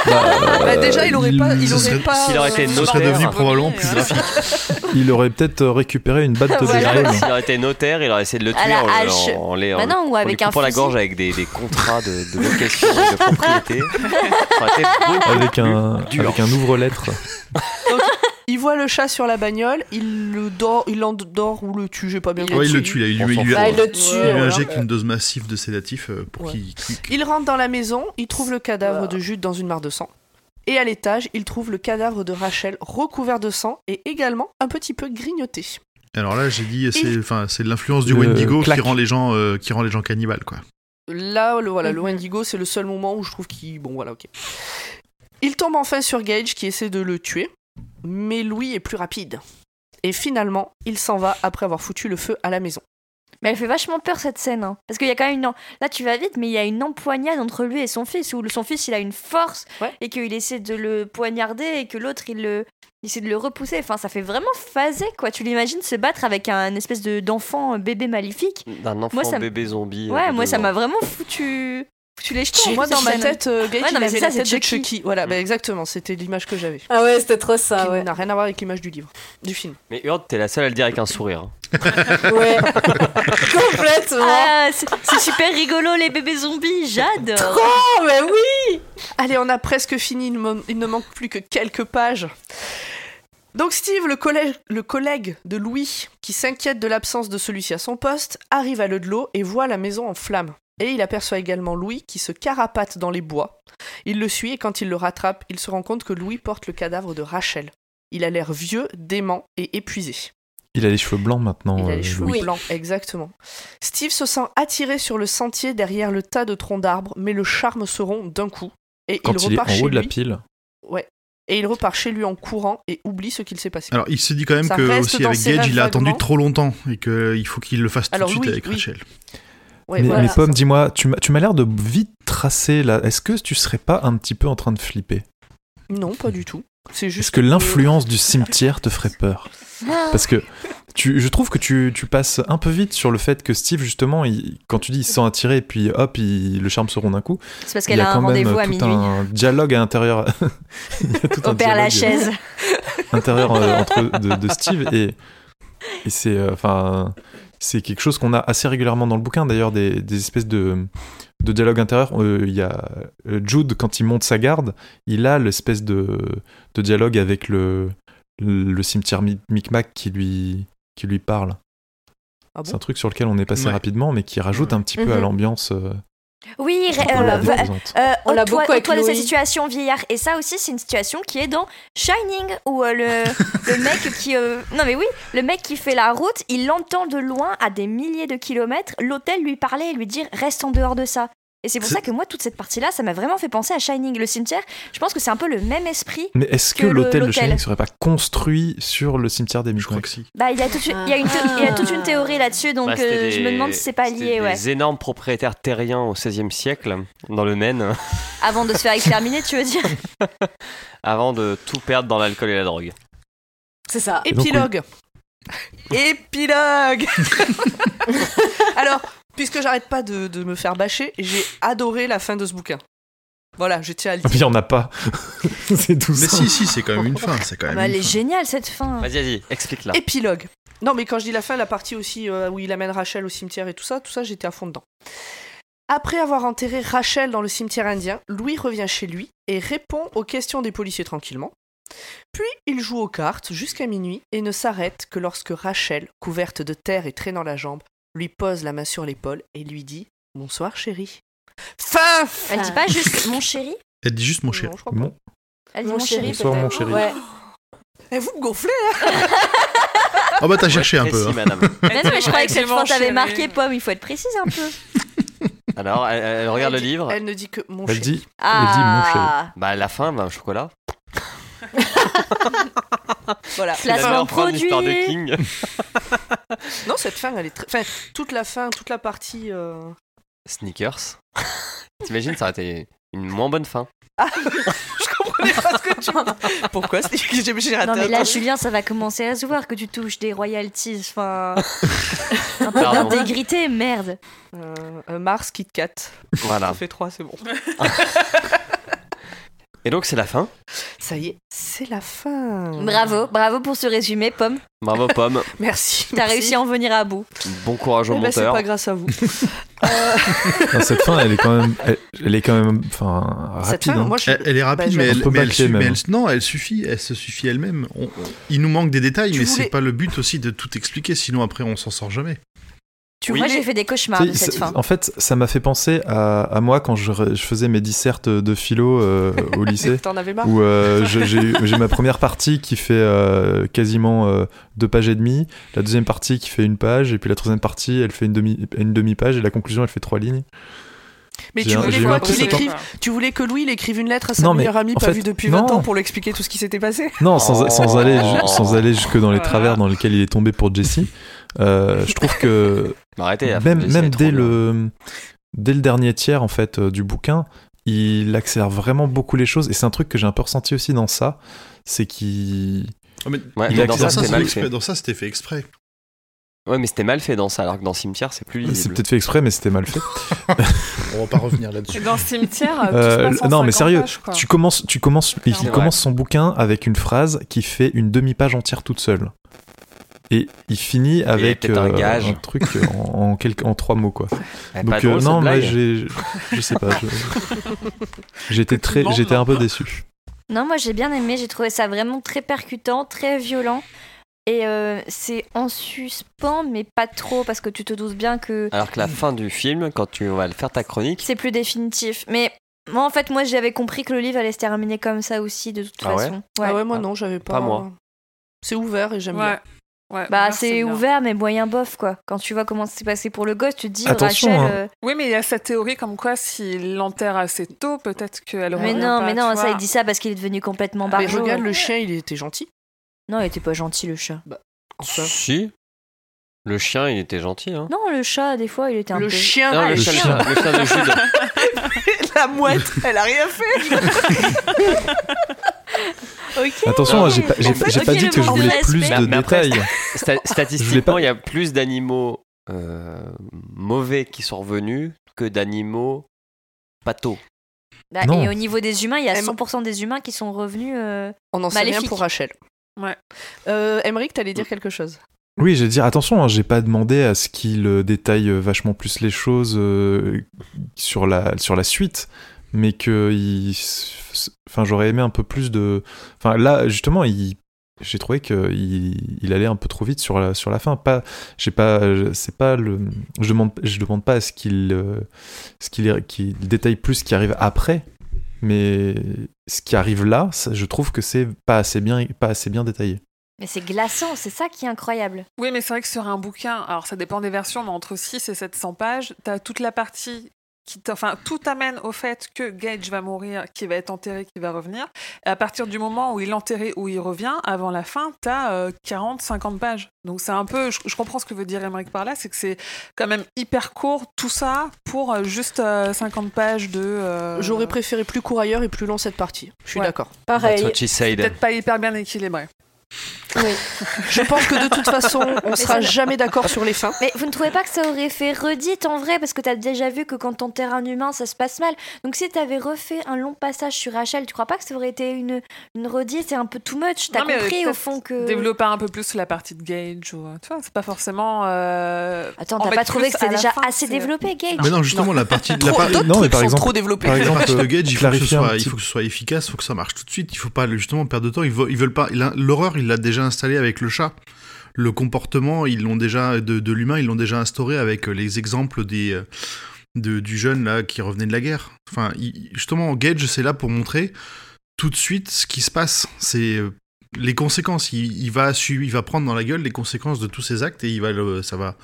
Speaker 6: Bah, déjà, il aurait pas. Il
Speaker 4: ce
Speaker 6: aurait
Speaker 4: serait-
Speaker 6: pas.
Speaker 2: S'il aurait été
Speaker 6: euh,
Speaker 4: ce serait
Speaker 2: notaire.
Speaker 4: devenu probablement plus
Speaker 6: voilà.
Speaker 4: graphique.
Speaker 7: Il aurait peut-être euh, récupéré une batte de
Speaker 3: Voilà.
Speaker 7: baseball.
Speaker 2: S'il aurait été notaire, il aurait essayé de le
Speaker 3: À
Speaker 2: tuer
Speaker 3: la
Speaker 2: en,
Speaker 3: hache.
Speaker 2: en, en les- en
Speaker 3: Bah
Speaker 2: le-
Speaker 3: non, ou
Speaker 2: en hein. lui
Speaker 3: avec un
Speaker 2: coupant la
Speaker 3: fusil.
Speaker 2: gorge avec des, des contrats de, de location et de propriété. Ça aurait été beaucoup
Speaker 7: Avec un,
Speaker 2: plus dur.
Speaker 7: avec un ouvre-lettre.
Speaker 1: Il voit le chat sur la bagnole, il le dort, il l'endort ou le tue, j'ai pas bien
Speaker 4: Ouais, bah, il le tue, là. Il lui, il lui-
Speaker 2: On s'en
Speaker 8: Bah, il le
Speaker 1: fout.
Speaker 8: tue.
Speaker 4: il lui
Speaker 1: Ouais.
Speaker 8: alors.
Speaker 4: injecte une dose massive de sédatif euh, pour
Speaker 1: Ouais.
Speaker 4: qu'il clique.
Speaker 1: Il rentre dans la maison, il trouve le cadavre
Speaker 8: Voilà.
Speaker 1: de Jude dans une mare de sang. Et à l'étage, il trouve le cadavre de Rachel recouvert de sang et également un petit peu grignoté.
Speaker 4: Alors là, j'ai dit, c'est enfin, c'est de l'influence du
Speaker 7: Le
Speaker 4: Wendigo qui
Speaker 7: claque.
Speaker 4: rend les gens, euh, qui rend les gens cannibales, quoi.
Speaker 1: Là, le, voilà, le
Speaker 3: Mhm.
Speaker 1: Wendigo, c'est le seul moment où je trouve qu'il. Bon, voilà, ok. Il tombe enfin sur Gage qui essaie de le tuer, mais Louis est plus rapide. Et finalement, il s'en va après avoir foutu le feu à la maison.
Speaker 3: Mais elle fait vachement peur cette scène. hein. Parce qu'il y a quand même une. en- Là, tu vas vite, mais il y a une empoignade entre lui et son fils. Où son fils, il a une force.
Speaker 1: Ouais.
Speaker 3: Et qu'il essaie de le poignarder. Et que l'autre, il, le... il essaie de le repousser. Enfin, ça fait vraiment phasé, quoi. Tu l'imagines se battre avec un espèce de... d'enfant euh, bébé maléfique.
Speaker 2: D'un enfant
Speaker 3: Moi, ça me-
Speaker 2: bébé zombie. euh,
Speaker 3: Ouais,
Speaker 2: de
Speaker 3: moi,
Speaker 2: deux
Speaker 3: ça
Speaker 2: ans.
Speaker 3: m'a vraiment foutu. foutu les jetons.
Speaker 1: Moi, dans
Speaker 3: cette
Speaker 1: ma
Speaker 3: scène.
Speaker 1: tête, euh, Gage,
Speaker 3: Ouais, non,
Speaker 1: il
Speaker 3: mais
Speaker 1: avait
Speaker 3: c'est ça,
Speaker 1: la tête
Speaker 3: c'est
Speaker 1: de
Speaker 3: Chucky.
Speaker 1: Chucky. Voilà,
Speaker 2: Mm.
Speaker 1: bah, exactement, c'était l'image que j'avais.
Speaker 8: Ah ouais, c'était trop ça,
Speaker 1: qui
Speaker 8: ouais.
Speaker 1: n'a rien à voir avec l'image du livre, du film.
Speaker 2: Mais Hurd, t'es la seule à le dire avec un sourire.
Speaker 8: Ouais. Complètement.
Speaker 3: Ah, c'est c'est super rigolo, les bébés zombies. J'adore.
Speaker 8: Oh, mais oui.
Speaker 1: Allez, on a presque fini, il, me- il ne manque plus que quelques pages. Donc Steve, le collègue, le collègue de Louis, qui s'inquiète de l'absence de celui-ci à son poste, arrive à l'eau de l'eau et voit la maison en flammes. Et il aperçoit également Louis qui se carapate dans les bois. Il le suit et quand il le rattrape, il se rend compte que Louis porte le cadavre de Rachel. Il a l'air vieux, dément et épuisé.
Speaker 7: Il a les cheveux blancs maintenant.
Speaker 1: Il a
Speaker 7: euh,
Speaker 1: les cheveux
Speaker 7: Louis.
Speaker 1: blancs, exactement. Steve se sent attiré sur le sentier derrière le tas de troncs d'arbres, mais le charme se rompt d'un coup. Et
Speaker 7: Quand
Speaker 1: il
Speaker 7: il est
Speaker 1: repart
Speaker 7: en
Speaker 1: chez
Speaker 7: haut de la
Speaker 1: lui.
Speaker 7: pile.
Speaker 1: Et il repart chez lui en courant et oublie ce qu'il s'est passé.
Speaker 4: Alors, il se dit quand même
Speaker 1: Ça
Speaker 4: que
Speaker 1: reste
Speaker 4: aussi
Speaker 1: dans
Speaker 4: avec
Speaker 1: ses
Speaker 4: Gage, il a
Speaker 1: rêves
Speaker 4: attendu
Speaker 1: vaguement.
Speaker 4: trop longtemps et qu'il faut qu'il le fasse tout
Speaker 1: Alors,
Speaker 4: de suite
Speaker 1: oui,
Speaker 4: avec
Speaker 1: oui.
Speaker 4: Rachel.
Speaker 1: Ouais,
Speaker 7: mais,
Speaker 1: voilà.
Speaker 7: mais Pomme, dis-moi, tu m'as- tu m'as l'air de vite tracer là. Est-ce que tu serais pas un petit peu en train de flipper
Speaker 1: Non, pas du tout. C'est juste
Speaker 7: Est-ce que l'influence du cimetière te ferait peur Parce que tu, je trouve que tu, tu passes un peu vite sur le fait que Steve, justement, il- quand tu dis il se sent attiré et puis hop, il, le charme se rompt d'un coup,
Speaker 3: C'est parce
Speaker 7: il
Speaker 3: qu'elle
Speaker 7: y
Speaker 3: a,
Speaker 7: a
Speaker 3: un
Speaker 7: quand même
Speaker 3: rendez-vous à
Speaker 7: tout
Speaker 3: minuit.
Speaker 7: un dialogue à l'intérieur. il y a tout
Speaker 3: Au
Speaker 7: un
Speaker 3: père
Speaker 7: dialogue
Speaker 3: Lachaise.
Speaker 7: intérieur euh, entre, de, de Steve et, et c'est euh, enfin c'est quelque chose qu'on a assez régulièrement dans le bouquin d'ailleurs des, des espèces de de dialogue intérieur Euh, il y a euh, Jude quand il monte sa garde il a l'espèce de, de dialogue avec le le cimetière Mi- Micmac qui lui qui lui parle
Speaker 1: Ah
Speaker 7: c'est
Speaker 1: bon
Speaker 7: un truc sur lequel on est passé
Speaker 4: Ouais.
Speaker 7: rapidement mais qui rajoute un petit peu à
Speaker 3: Mhm.
Speaker 7: l'ambiance euh,
Speaker 3: Oui,
Speaker 7: que
Speaker 3: ré- euh,
Speaker 7: la
Speaker 3: va-
Speaker 7: représente.
Speaker 3: Euh,
Speaker 8: On l'a beaucoup avec
Speaker 3: de sa
Speaker 8: Louis.
Speaker 3: situation vieillard. Et ça aussi, c'est une situation qui est dans Shining, où euh, le, le mec qui. euh, non, mais oui, le mec qui fait la route, il l'entend de loin à des milliers de kilomètres, l'hôtel lui parler et lui dire reste en dehors de ça. Et c'est pour
Speaker 4: C'est-
Speaker 3: ça que moi, toute cette partie-là, ça m'a vraiment fait penser à Shining. Le cimetière, je pense que c'est un peu le même esprit.
Speaker 7: mais est-ce que,
Speaker 3: que le-
Speaker 7: l'hôtel de
Speaker 3: l'hôtel.
Speaker 7: Shining serait pas construit sur le cimetière des
Speaker 4: Je crois que
Speaker 7: Micmacs
Speaker 4: si.
Speaker 3: Bah, il y a, tout, il y a, une, thé- il y a toute une théorie là-dessus, donc
Speaker 2: Bah, c'était
Speaker 3: euh, je me
Speaker 2: des-
Speaker 3: demande si c'est pas
Speaker 2: c'était
Speaker 3: lié, ouais.
Speaker 2: Des énormes propriétaires terriens au XVIe siècle, dans le Maine,
Speaker 3: Avant de se faire exterminer, tu veux dire
Speaker 2: avant de tout perdre dans l'alcool et la drogue.
Speaker 8: C'est ça.
Speaker 7: Et donc,
Speaker 1: Épilogue. Épilogue. Alors, puisque j'arrête pas de, de me faire bâcher, j'ai adoré la fin de ce bouquin. Voilà, je tiens à le
Speaker 7: Ah, il
Speaker 1: dire.
Speaker 7: y en a pas c'est tout
Speaker 4: Mais
Speaker 7: ça.
Speaker 4: si, si, c'est quand même une fin. C'est quand
Speaker 3: Ah
Speaker 4: même.
Speaker 3: bah, Elle
Speaker 4: une
Speaker 3: est
Speaker 4: fin.
Speaker 3: géniale cette fin.
Speaker 2: Vas-y, vas-y, explique-la.
Speaker 1: Épilogue. Non, mais quand je dis la fin, la partie aussi euh, où il amène Rachel au cimetière et tout ça, tout ça, j'étais à fond dedans. Après avoir enterré Rachel dans le cimetière indien, Louis revient chez lui et répond aux questions des policiers tranquillement. Puis il joue aux cartes jusqu'à minuit et ne s'arrête que lorsque Rachel, couverte de terre et traînant la jambe, lui pose la main sur l'épaule et lui dit Bonsoir chérie. Fin
Speaker 3: Elle
Speaker 8: Ah.
Speaker 3: dit pas juste mon chéri
Speaker 4: Elle dit juste mon chéri.
Speaker 1: Non, je crois pas.
Speaker 7: Bon,
Speaker 3: Elle dit
Speaker 8: Mon
Speaker 3: mon
Speaker 8: chéri,
Speaker 3: chéri.
Speaker 7: Bonsoir,
Speaker 8: peut-être.
Speaker 7: mon chéri.
Speaker 8: Ouais.
Speaker 1: Et Eh, vous me gonflez
Speaker 4: Ah bah t'as cherché un peu.
Speaker 2: Précis,
Speaker 4: hein.
Speaker 2: madame.
Speaker 3: Mais Ah non, mais je croyais que cette
Speaker 6: Effectivement,
Speaker 3: phrase avait
Speaker 6: chérie.
Speaker 3: marqué Pomme, il faut être précise un peu.
Speaker 2: Alors, elle, elle regarde le livre.
Speaker 1: Elle ne dit que mon
Speaker 7: Elle
Speaker 1: chéri.
Speaker 7: dit,
Speaker 3: Ah,
Speaker 2: Bah, la fin, bah, un chocolat.
Speaker 1: Voilà.
Speaker 3: La
Speaker 2: meilleure
Speaker 3: semaine
Speaker 2: phrase d'histoire de
Speaker 3: produit.
Speaker 2: King.
Speaker 1: Non, cette fin, elle est très. Enfin, toute la fin, toute la partie. euh,
Speaker 2: Sneakers. T'imagines, ça aurait été une moins bonne fin.
Speaker 1: Je comprenais pas ce que tu me Pourquoi c'est- J'ai j'ai raté
Speaker 3: Non, mais
Speaker 1: un
Speaker 3: là,
Speaker 1: truc.
Speaker 3: Julien, ça va commencer à se voir que tu touches des royalties. Enfin. un peu
Speaker 2: Pardon.
Speaker 3: d'intégrité, merde.
Speaker 1: Euh, euh, Mars, Kit Kat.
Speaker 2: Voilà.
Speaker 7: Ah.
Speaker 1: Ça fait 3, c'est bon.
Speaker 2: Et donc, c'est la fin.
Speaker 1: Ça y est, c'est la fin.
Speaker 3: Bravo, bravo pour ce résumé, Pomme.
Speaker 2: Bravo, Pomme.
Speaker 1: Merci.
Speaker 3: T'as
Speaker 1: merci.
Speaker 3: réussi à en venir à bout.
Speaker 2: Bon courage au
Speaker 1: Eh ben, c'est
Speaker 2: monteur.
Speaker 1: pas grâce à vous.
Speaker 7: Non, cette fin, elle est quand même, elle, elle est quand même, enfin, rapide.
Speaker 1: Cette fin,
Speaker 7: hein.
Speaker 1: moi, je.
Speaker 4: Elle, elle est
Speaker 1: Bah,
Speaker 4: rapide,
Speaker 1: je-
Speaker 4: mais, elle,
Speaker 7: On peut
Speaker 4: mais elle
Speaker 7: baquer,
Speaker 4: su- mais
Speaker 7: même.
Speaker 4: elle- non, elle suffit, elle se suffit elle-même. On- on- Il nous manque des détails,
Speaker 1: Tu
Speaker 4: mais
Speaker 1: voulais-
Speaker 4: c'est pas le but aussi de tout expliquer, sinon après on s'en sort jamais.
Speaker 1: Tu
Speaker 3: Moi,
Speaker 1: voulais-
Speaker 3: j'ai fait des cauchemars de
Speaker 7: C'est-
Speaker 3: cette
Speaker 7: c'est-
Speaker 3: fin.
Speaker 7: En fait, ça m'a fait penser à, à moi quand je, re- je faisais mes dissertes de philo euh, au lycée.
Speaker 1: T'en avais marre
Speaker 7: où euh, je- j'ai eu- j'ai ma première partie qui fait euh, quasiment euh, deux pages et demie, la deuxième partie qui fait une page, et puis la troisième partie, elle fait une demi une demi page, et la conclusion, elle fait trois lignes.
Speaker 1: Mais
Speaker 7: j'ai
Speaker 1: tu
Speaker 7: un-
Speaker 1: voulais
Speaker 7: j'ai eu
Speaker 1: quoi
Speaker 7: un
Speaker 1: qu'il
Speaker 7: peu ce
Speaker 1: écrive Tu voulais que Louis il écrive une lettre à sa
Speaker 7: Non, mais
Speaker 1: meilleure amie
Speaker 7: en
Speaker 1: pas
Speaker 7: fait,
Speaker 1: vue depuis
Speaker 7: non.
Speaker 1: 20 ans pour lui expliquer tout ce qui s'était passé
Speaker 7: Non, sans,
Speaker 2: Oh.
Speaker 7: sans aller ju- sans aller jusque
Speaker 1: Oh
Speaker 7: dans les
Speaker 6: Voilà.
Speaker 7: travers dans lesquels il est tombé pour Jesse. euh, je trouve que
Speaker 2: Mais Bah, arrêtez, la fin de
Speaker 7: même,
Speaker 2: Jessie, elle
Speaker 7: même
Speaker 2: est trop
Speaker 7: dès
Speaker 2: bien.
Speaker 7: le dès le dernier tiers en fait euh, du bouquin, il accélère vraiment beaucoup les choses, et c'est un truc que j'ai un peu ressenti aussi dans ça, c'est qu'il
Speaker 2: Ouais,
Speaker 7: Il
Speaker 2: mais
Speaker 7: a
Speaker 2: dans
Speaker 7: accès
Speaker 2: ça,
Speaker 7: à ça,
Speaker 2: c'était
Speaker 7: c'est
Speaker 2: mal
Speaker 7: lui,
Speaker 2: fait.
Speaker 4: exprès- dans ça, c'était fait exprès.
Speaker 2: Ouais, mais c'était mal fait dans ça, alors que dans Cimetière, c'est plus
Speaker 7: c'est
Speaker 2: lisible.
Speaker 7: peut-être fait exprès, mais Ah, c'était mal fait.
Speaker 4: On va pas revenir
Speaker 6: Et
Speaker 4: là-dessus.
Speaker 6: dans le cimetière, tout
Speaker 7: Euh,
Speaker 6: se passe en
Speaker 7: non, mais
Speaker 6: 50
Speaker 7: sérieux,
Speaker 6: pages, quoi.
Speaker 7: Tu commences, tu commences, il
Speaker 6: Clairement.
Speaker 7: commence son bouquin avec une phrase qui fait une demi-page entière toute seule. Et il finit avec euh,
Speaker 2: pète un gage.
Speaker 7: truc en, en, quelques- en trois mots quoi.
Speaker 2: Eh,
Speaker 7: Donc
Speaker 2: pas
Speaker 7: euh,
Speaker 2: drôle,
Speaker 7: non,
Speaker 2: cette
Speaker 7: mais
Speaker 2: blague.
Speaker 7: j'ai, je sais pas, je- j'étais très,
Speaker 6: demandes,
Speaker 7: j'étais
Speaker 6: non.
Speaker 7: un peu déçu.
Speaker 3: Non, moi j'ai bien aimé, j'ai trouvé ça vraiment très percutant, très violent. Et euh, c'est en suspens, mais pas trop, parce que tu te doutes bien que
Speaker 2: Alors que la fin du film, quand tu vas le faire ta chronique,
Speaker 3: c'est plus définitif. Mais moi en fait, moi j'avais compris que le livre allait se terminer comme ça aussi, de toute
Speaker 2: Ah ouais
Speaker 3: façon.
Speaker 1: Ah
Speaker 3: Ouais.
Speaker 1: ouais, moi non, j'avais pas.
Speaker 2: Pas moi.
Speaker 1: C'est ouvert et j'aime bien.
Speaker 6: Ouais. Ouais,
Speaker 3: Bah
Speaker 6: ouvert,
Speaker 3: c'est
Speaker 6: bien.
Speaker 3: ouvert, mais moyen bof quoi. Quand tu vois comment c'est passé pour le gosse, tu te dis
Speaker 7: Attention,
Speaker 3: Rachel.
Speaker 7: hein.
Speaker 3: euh,
Speaker 6: Oui, mais il y a cette théorie comme quoi s'il l'enterre assez tôt, peut-être qu'elle revient
Speaker 3: Mais non,
Speaker 6: pas,
Speaker 3: mais
Speaker 6: tu
Speaker 3: non, ça
Speaker 6: vois.
Speaker 3: il dit ça parce qu'il est devenu complètement
Speaker 1: Mais
Speaker 3: barjo.
Speaker 1: regarde, le chien, il était gentil.
Speaker 3: Non, il était pas gentil le chat.
Speaker 1: Enfin,
Speaker 2: si. Le chien, il était gentil, hein.
Speaker 3: Non, le chat des fois il était un
Speaker 1: Ah le
Speaker 3: peu.
Speaker 1: chien,
Speaker 2: Non, le,
Speaker 7: le
Speaker 2: chien,
Speaker 7: chien.
Speaker 2: le chien de Jude.
Speaker 1: la mouette, elle a rien fait.
Speaker 3: Ok.
Speaker 7: Attention,
Speaker 2: Non,
Speaker 7: hein, j'ai
Speaker 3: mais-
Speaker 7: pas, j'ai,
Speaker 3: en fait,
Speaker 7: j'ai pas
Speaker 3: ok,
Speaker 7: dit
Speaker 3: le
Speaker 7: que je
Speaker 3: manque de
Speaker 7: voulais
Speaker 3: respect.
Speaker 7: plus de
Speaker 2: Mais après,
Speaker 7: détails.
Speaker 2: Sta-
Speaker 7: Je l'ai
Speaker 2: statistiquement,
Speaker 7: pas-
Speaker 2: il y a plus d'animaux euh, mauvais qui sont revenus que d'animaux patos.
Speaker 3: Bah,
Speaker 7: Non.
Speaker 3: et au niveau des humains, il y a
Speaker 1: Elle-
Speaker 3: 100% des humains qui sont revenus. euh,
Speaker 1: On en sait rien
Speaker 3: Maléfique.
Speaker 1: pour Rachel.
Speaker 6: Ouais.
Speaker 1: Euh, Emmerich, t'allais dire quelque chose
Speaker 7: Oui, j'ai dit attention, hein, j'ai pas demandé à ce qu'il euh, détaille euh, vachement plus les choses euh, sur la sur la suite, mais que il, s- enfin j'aurais aimé un peu plus de, enfin là justement il j'ai trouvé que il, il allait un peu trop vite sur la sur la fin. Pas, j'ai pas, euh, c'est pas le, je demande je demande pas à ce qu'il euh, ce qu'il qu'il détaille plus ce qui arrive après, mais ce qui arrive là, ça, je trouve que c'est pas assez bien pas assez bien détaillé.
Speaker 3: Mais c'est glaçant, c'est ça qui est incroyable.
Speaker 6: Oui, mais c'est vrai que sur un bouquin, alors ça dépend des versions, mais entre 6 et 700 pages, t'as toute la partie qui t'a- enfin tout amène au fait que Gage va mourir, qu'il va être enterré, qu'il va revenir. Et à partir du moment où il est enterré, où il revient, avant la fin, t'as euh, 40, 50 pages. Donc c'est un peu, je, je comprends ce que veut dire Emmerich par là, c'est que c'est quand même hyper court tout ça pour euh, juste euh, 50 pages de. euh,
Speaker 1: J'aurais préféré plus court ailleurs et plus long cette partie. Je suis
Speaker 6: Ouais.
Speaker 1: d'accord.
Speaker 2: That's
Speaker 8: Pareil.
Speaker 2: what she said.
Speaker 6: Peut-être pas hyper bien équilibré.
Speaker 1: Je pense que de toute façon, on sera
Speaker 3: ça-
Speaker 1: jamais d'accord sur les fins.
Speaker 3: Mais vous ne trouvez pas que ça aurait fait redite en vrai Parce que t'as déjà vu que quand t'enterres un humain, ça se passe mal. Donc si t'avais refait un long passage sur Rachel, tu crois pas que ça aurait été une, une redite et un peu too much T'as
Speaker 6: Non, mais, euh,
Speaker 3: compris au
Speaker 6: peut-être
Speaker 3: fond que.
Speaker 6: Développer un peu plus la partie de Gage ou euh, tu vois, c'est pas forcément. euh,
Speaker 3: Attends,
Speaker 6: en
Speaker 3: t'as
Speaker 6: mettre
Speaker 3: pas trouvé
Speaker 6: plus
Speaker 3: que c'était
Speaker 6: à la
Speaker 3: déjà
Speaker 6: fin,
Speaker 3: assez
Speaker 6: c'est-
Speaker 3: développé, Gage
Speaker 4: Mais non, justement, la partie la
Speaker 1: Trop-
Speaker 4: par-
Speaker 1: D'autres
Speaker 7: non, mais
Speaker 1: trucs
Speaker 7: par
Speaker 1: sont
Speaker 7: exemple-
Speaker 1: trop développés.
Speaker 7: par
Speaker 4: la
Speaker 7: exemple,
Speaker 4: partie de Gage, il faut, que ce
Speaker 7: clarifier un
Speaker 4: soit, il
Speaker 7: petit-
Speaker 4: faut que ce soit efficace, il faut que ça marche tout de suite. Il faut pas justement perdre de temps. Ils veulent, ils veulent pas. il a- L'horreur, il l'a déjà installé avec le chat. Le comportement, ils l'ont déjà de, de l'humain, ils l'ont déjà instauré avec euh, les exemples des euh, de- du jeune là qui revenait de la guerre. Enfin, il- justement, Gage, c'est là pour montrer tout de suite ce qui se passe. C'est euh, les conséquences. Il, il va su- il va prendre dans la gueule les conséquences de tous ses actes et il va le, ça va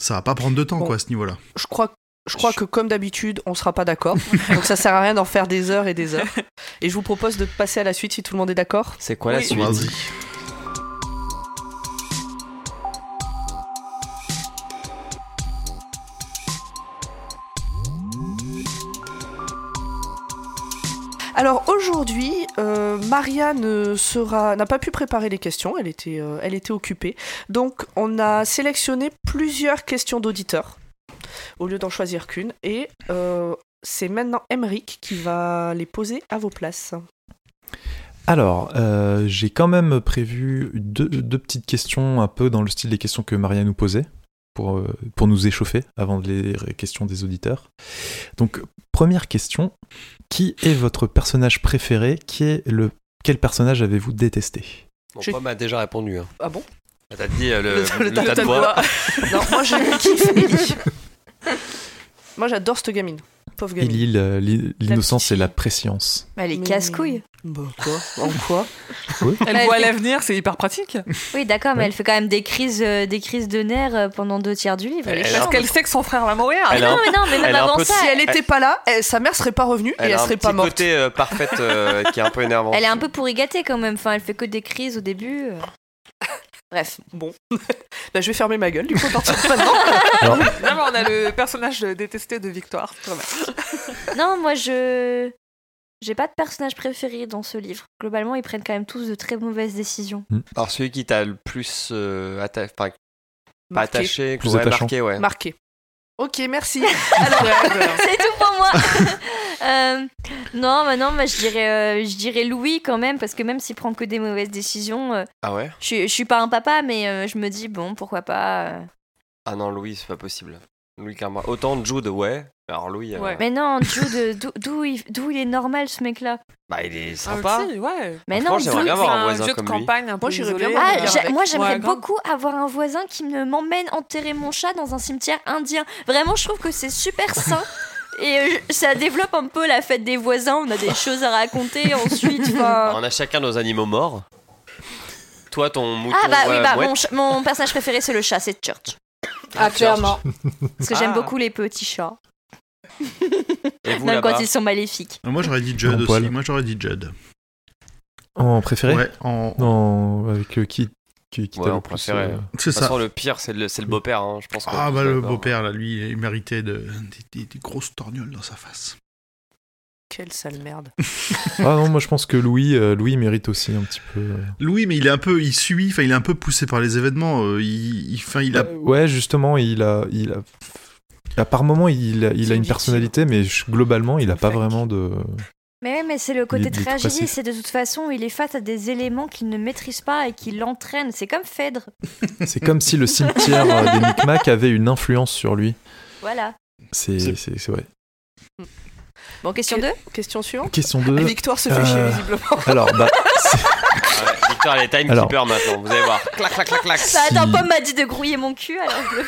Speaker 4: ça va pas prendre de temps
Speaker 1: Bon.
Speaker 4: quoi à ce niveau-là.
Speaker 1: Je crois, je crois que comme d'habitude, on sera pas d'accord. donc ça sert à rien d'en faire des heures et des heures. Et je vous propose de passer à la suite si tout le monde est d'accord.
Speaker 2: C'est quoi la
Speaker 6: Oui.
Speaker 2: suite
Speaker 4: Vas-y.
Speaker 1: Alors aujourd'hui, euh, Maria ne sera, n'a pas pu préparer les questions, elle était, euh, elle était occupée. Donc on a sélectionné plusieurs questions d'auditeurs, au lieu d'en choisir qu'une. Et euh, c'est maintenant Emeric qui va les poser à vos places.
Speaker 7: Alors, euh, j'ai quand même prévu deux, deux petites questions un peu dans le style des questions que Maria nous posait pour, euh, pour nous échauffer avant les ré- questions des auditeurs. Donc, première question, qui est votre personnage préféré Qui est le quel personnage avez-vous détesté
Speaker 2: Mon
Speaker 1: J'ai-
Speaker 2: pomme a déjà répondu. hein.
Speaker 1: Ah bon
Speaker 2: Elle t'a dit euh, le,
Speaker 1: Le- le
Speaker 2: le
Speaker 1: tas-
Speaker 2: tas
Speaker 1: tas
Speaker 2: de
Speaker 1: de
Speaker 2: bois.
Speaker 1: Non, moi je kiffe Ellie. Moi j'adore cette gamine. Pauvre gamine.
Speaker 7: Ellie, la- l'i- euh, l'innocence
Speaker 1: fille.
Speaker 7: et la préscience.
Speaker 3: Bah, elle est
Speaker 1: Mais-
Speaker 3: casse-couille.
Speaker 1: Bah quoi En quoi
Speaker 3: Bah,
Speaker 6: Elle voit
Speaker 3: elle-
Speaker 6: l'avenir, c'est hyper pratique.
Speaker 3: Oui, d'accord, mais
Speaker 7: Ouais.
Speaker 3: elle fait quand même des crises, euh, des crises de nerfs euh, pendant deux tiers du livre. Elle, est
Speaker 2: Elle a-
Speaker 3: chiante.
Speaker 6: Parce qu'elle sait que son frère va mourir.
Speaker 2: Elle a
Speaker 3: Non,
Speaker 2: un,
Speaker 3: mais non, mais même
Speaker 2: elle a un
Speaker 3: avant
Speaker 2: peu-
Speaker 3: ça,
Speaker 1: Si elle
Speaker 3: elle,
Speaker 6: Eh.
Speaker 1: était pas là, elle- sa mère serait pas revenue
Speaker 2: elle
Speaker 1: et elle
Speaker 2: a un
Speaker 1: serait
Speaker 2: petit
Speaker 1: pas morte.
Speaker 2: côté euh, parfaite euh, qui est un peu énervant.
Speaker 3: elle est un peu pourri gâtée quand même. Enfin, elle fait que des crises au début. euh. Bref.
Speaker 1: Bon, bah, je vais fermer ma gueule du coup à partir de maintenant.
Speaker 6: Non, mais on a le personnage détesté de Victoire. c'est pas mal.
Speaker 3: Non, moi je. J'ai pas de personnage préféré dans ce livre. Globalement, ils prennent quand même tous de très mauvaises décisions.
Speaker 2: Alors celui qui t'a le plus euh, atta- enfin, pas
Speaker 1: Marqué.
Speaker 2: attaché,
Speaker 7: Plus
Speaker 2: ouais,
Speaker 7: attachant.
Speaker 2: marqué, ouais.
Speaker 1: Marqué. Ok, merci. Alors,
Speaker 3: C'est tout pour moi. Euh, non, bah non, bah, je dirais, euh, je dirais Louis quand même parce que même s'il prend que des mauvaises décisions, euh,
Speaker 2: Ah ouais
Speaker 3: je, suis- je suis pas un papa, mais euh, je me dis bon, pourquoi pas. euh.
Speaker 2: Ah non, Louis, c'est pas possible. Louis Carmois. Autant Jude, ouais. Alors Louis, euh,
Speaker 6: Ouais.
Speaker 3: Mais non, Jude, d'où- d'où il, d'où il est normal ce mec-là
Speaker 2: bah, il est
Speaker 6: Ah,
Speaker 2: sympa.
Speaker 6: si, ouais.
Speaker 3: Mais non,
Speaker 2: Franchement, j'aimerais
Speaker 3: Jude,
Speaker 2: bien avoir un
Speaker 6: Enfin,
Speaker 2: voisin
Speaker 6: vieux de
Speaker 2: comme lui.
Speaker 6: campagne, un peu
Speaker 1: Moi, j'irais
Speaker 6: isolé,
Speaker 1: bien
Speaker 3: Ah,
Speaker 1: Ouais,
Speaker 6: euh,
Speaker 3: j'a-
Speaker 1: avec-
Speaker 3: moi j'aimerais
Speaker 6: ouais, grave.
Speaker 3: beaucoup avoir un voisin qui me m'emmène enterrer mon chat dans un cimetière indien. Vraiment, je trouve que c'est super sain. Et euh, je- ça développe un peu la fête des voisins, on a des choses à raconter ensuite. enfin.
Speaker 2: On a chacun nos animaux morts. Toi, ton mouton.
Speaker 3: Ah bah oui,
Speaker 2: euh,
Speaker 3: bah,
Speaker 2: mouette.
Speaker 3: mon, ch- mon personnage préféré c'est le chat, c'est Church.
Speaker 8: Ah, clairement.
Speaker 3: Parce que
Speaker 6: Ah.
Speaker 3: j'aime beaucoup les petits chats,
Speaker 2: Et vous,
Speaker 3: même quand
Speaker 2: là-bas
Speaker 3: ils sont maléfiques.
Speaker 4: Moi j'aurais dit Judd
Speaker 7: Mon
Speaker 4: aussi.
Speaker 7: poil.
Speaker 4: Moi j'aurais dit Judd.
Speaker 7: En préféré
Speaker 4: Ouais, en-
Speaker 7: Non, avec euh, qui qui, qui t'a
Speaker 2: Ouais,
Speaker 7: le
Speaker 2: en
Speaker 7: plus,
Speaker 2: préféré.
Speaker 7: euh,
Speaker 4: c'est
Speaker 2: De toute
Speaker 4: ça.
Speaker 2: façon, le pire, c'est le, c'est le beau-père, hein, je pense. qu'on
Speaker 4: Ah
Speaker 2: est
Speaker 4: bah le
Speaker 2: d'accord.
Speaker 4: beau-père là, lui, il méritait de, des, des- des grosses torgnoles dans sa face.
Speaker 1: quelle sale merde.
Speaker 7: Ah non, moi je pense que Louis, euh, Louis mérite aussi un petit peu. euh,
Speaker 4: Louis, mais il est un peu, il suit, enfin il est un peu poussé par les événements. euh, il, il, enfin, il a,
Speaker 7: Euh, Ouais, justement, il a, il a. À par moment, il a, il
Speaker 1: C'est
Speaker 7: a
Speaker 1: une
Speaker 7: une personnalité, mais je- globalement, il a pas
Speaker 1: Fact.
Speaker 7: vraiment de.
Speaker 3: Mais oui, mais c'est le
Speaker 7: Il
Speaker 3: côté
Speaker 7: est tout
Speaker 3: tragédie,
Speaker 7: passif.
Speaker 3: c'est de toute façon, il est face à des éléments qu'il ne maîtrise pas et qui l'entraînent. C'est comme Phèdre,
Speaker 7: C'est comme si le cimetière euh, des Micmacs avait une influence sur lui.
Speaker 3: voilà.
Speaker 7: C'est,
Speaker 4: C'est-
Speaker 7: c'est, c'est vrai.
Speaker 3: Bon, question
Speaker 1: Que-
Speaker 3: 2
Speaker 1: Question suivante.
Speaker 7: Question 2.
Speaker 1: Victoire se fait chier
Speaker 7: Euh.
Speaker 1: visiblement.
Speaker 7: Alors, bah, c'est-
Speaker 2: Ouais, Victor, elle est timekeeper maintenant, vous allez voir. Clac, clac, clac, clac.
Speaker 3: Bah,
Speaker 7: Si-
Speaker 3: attends, Pomme m'a dit de grouiller mon cul, alors je le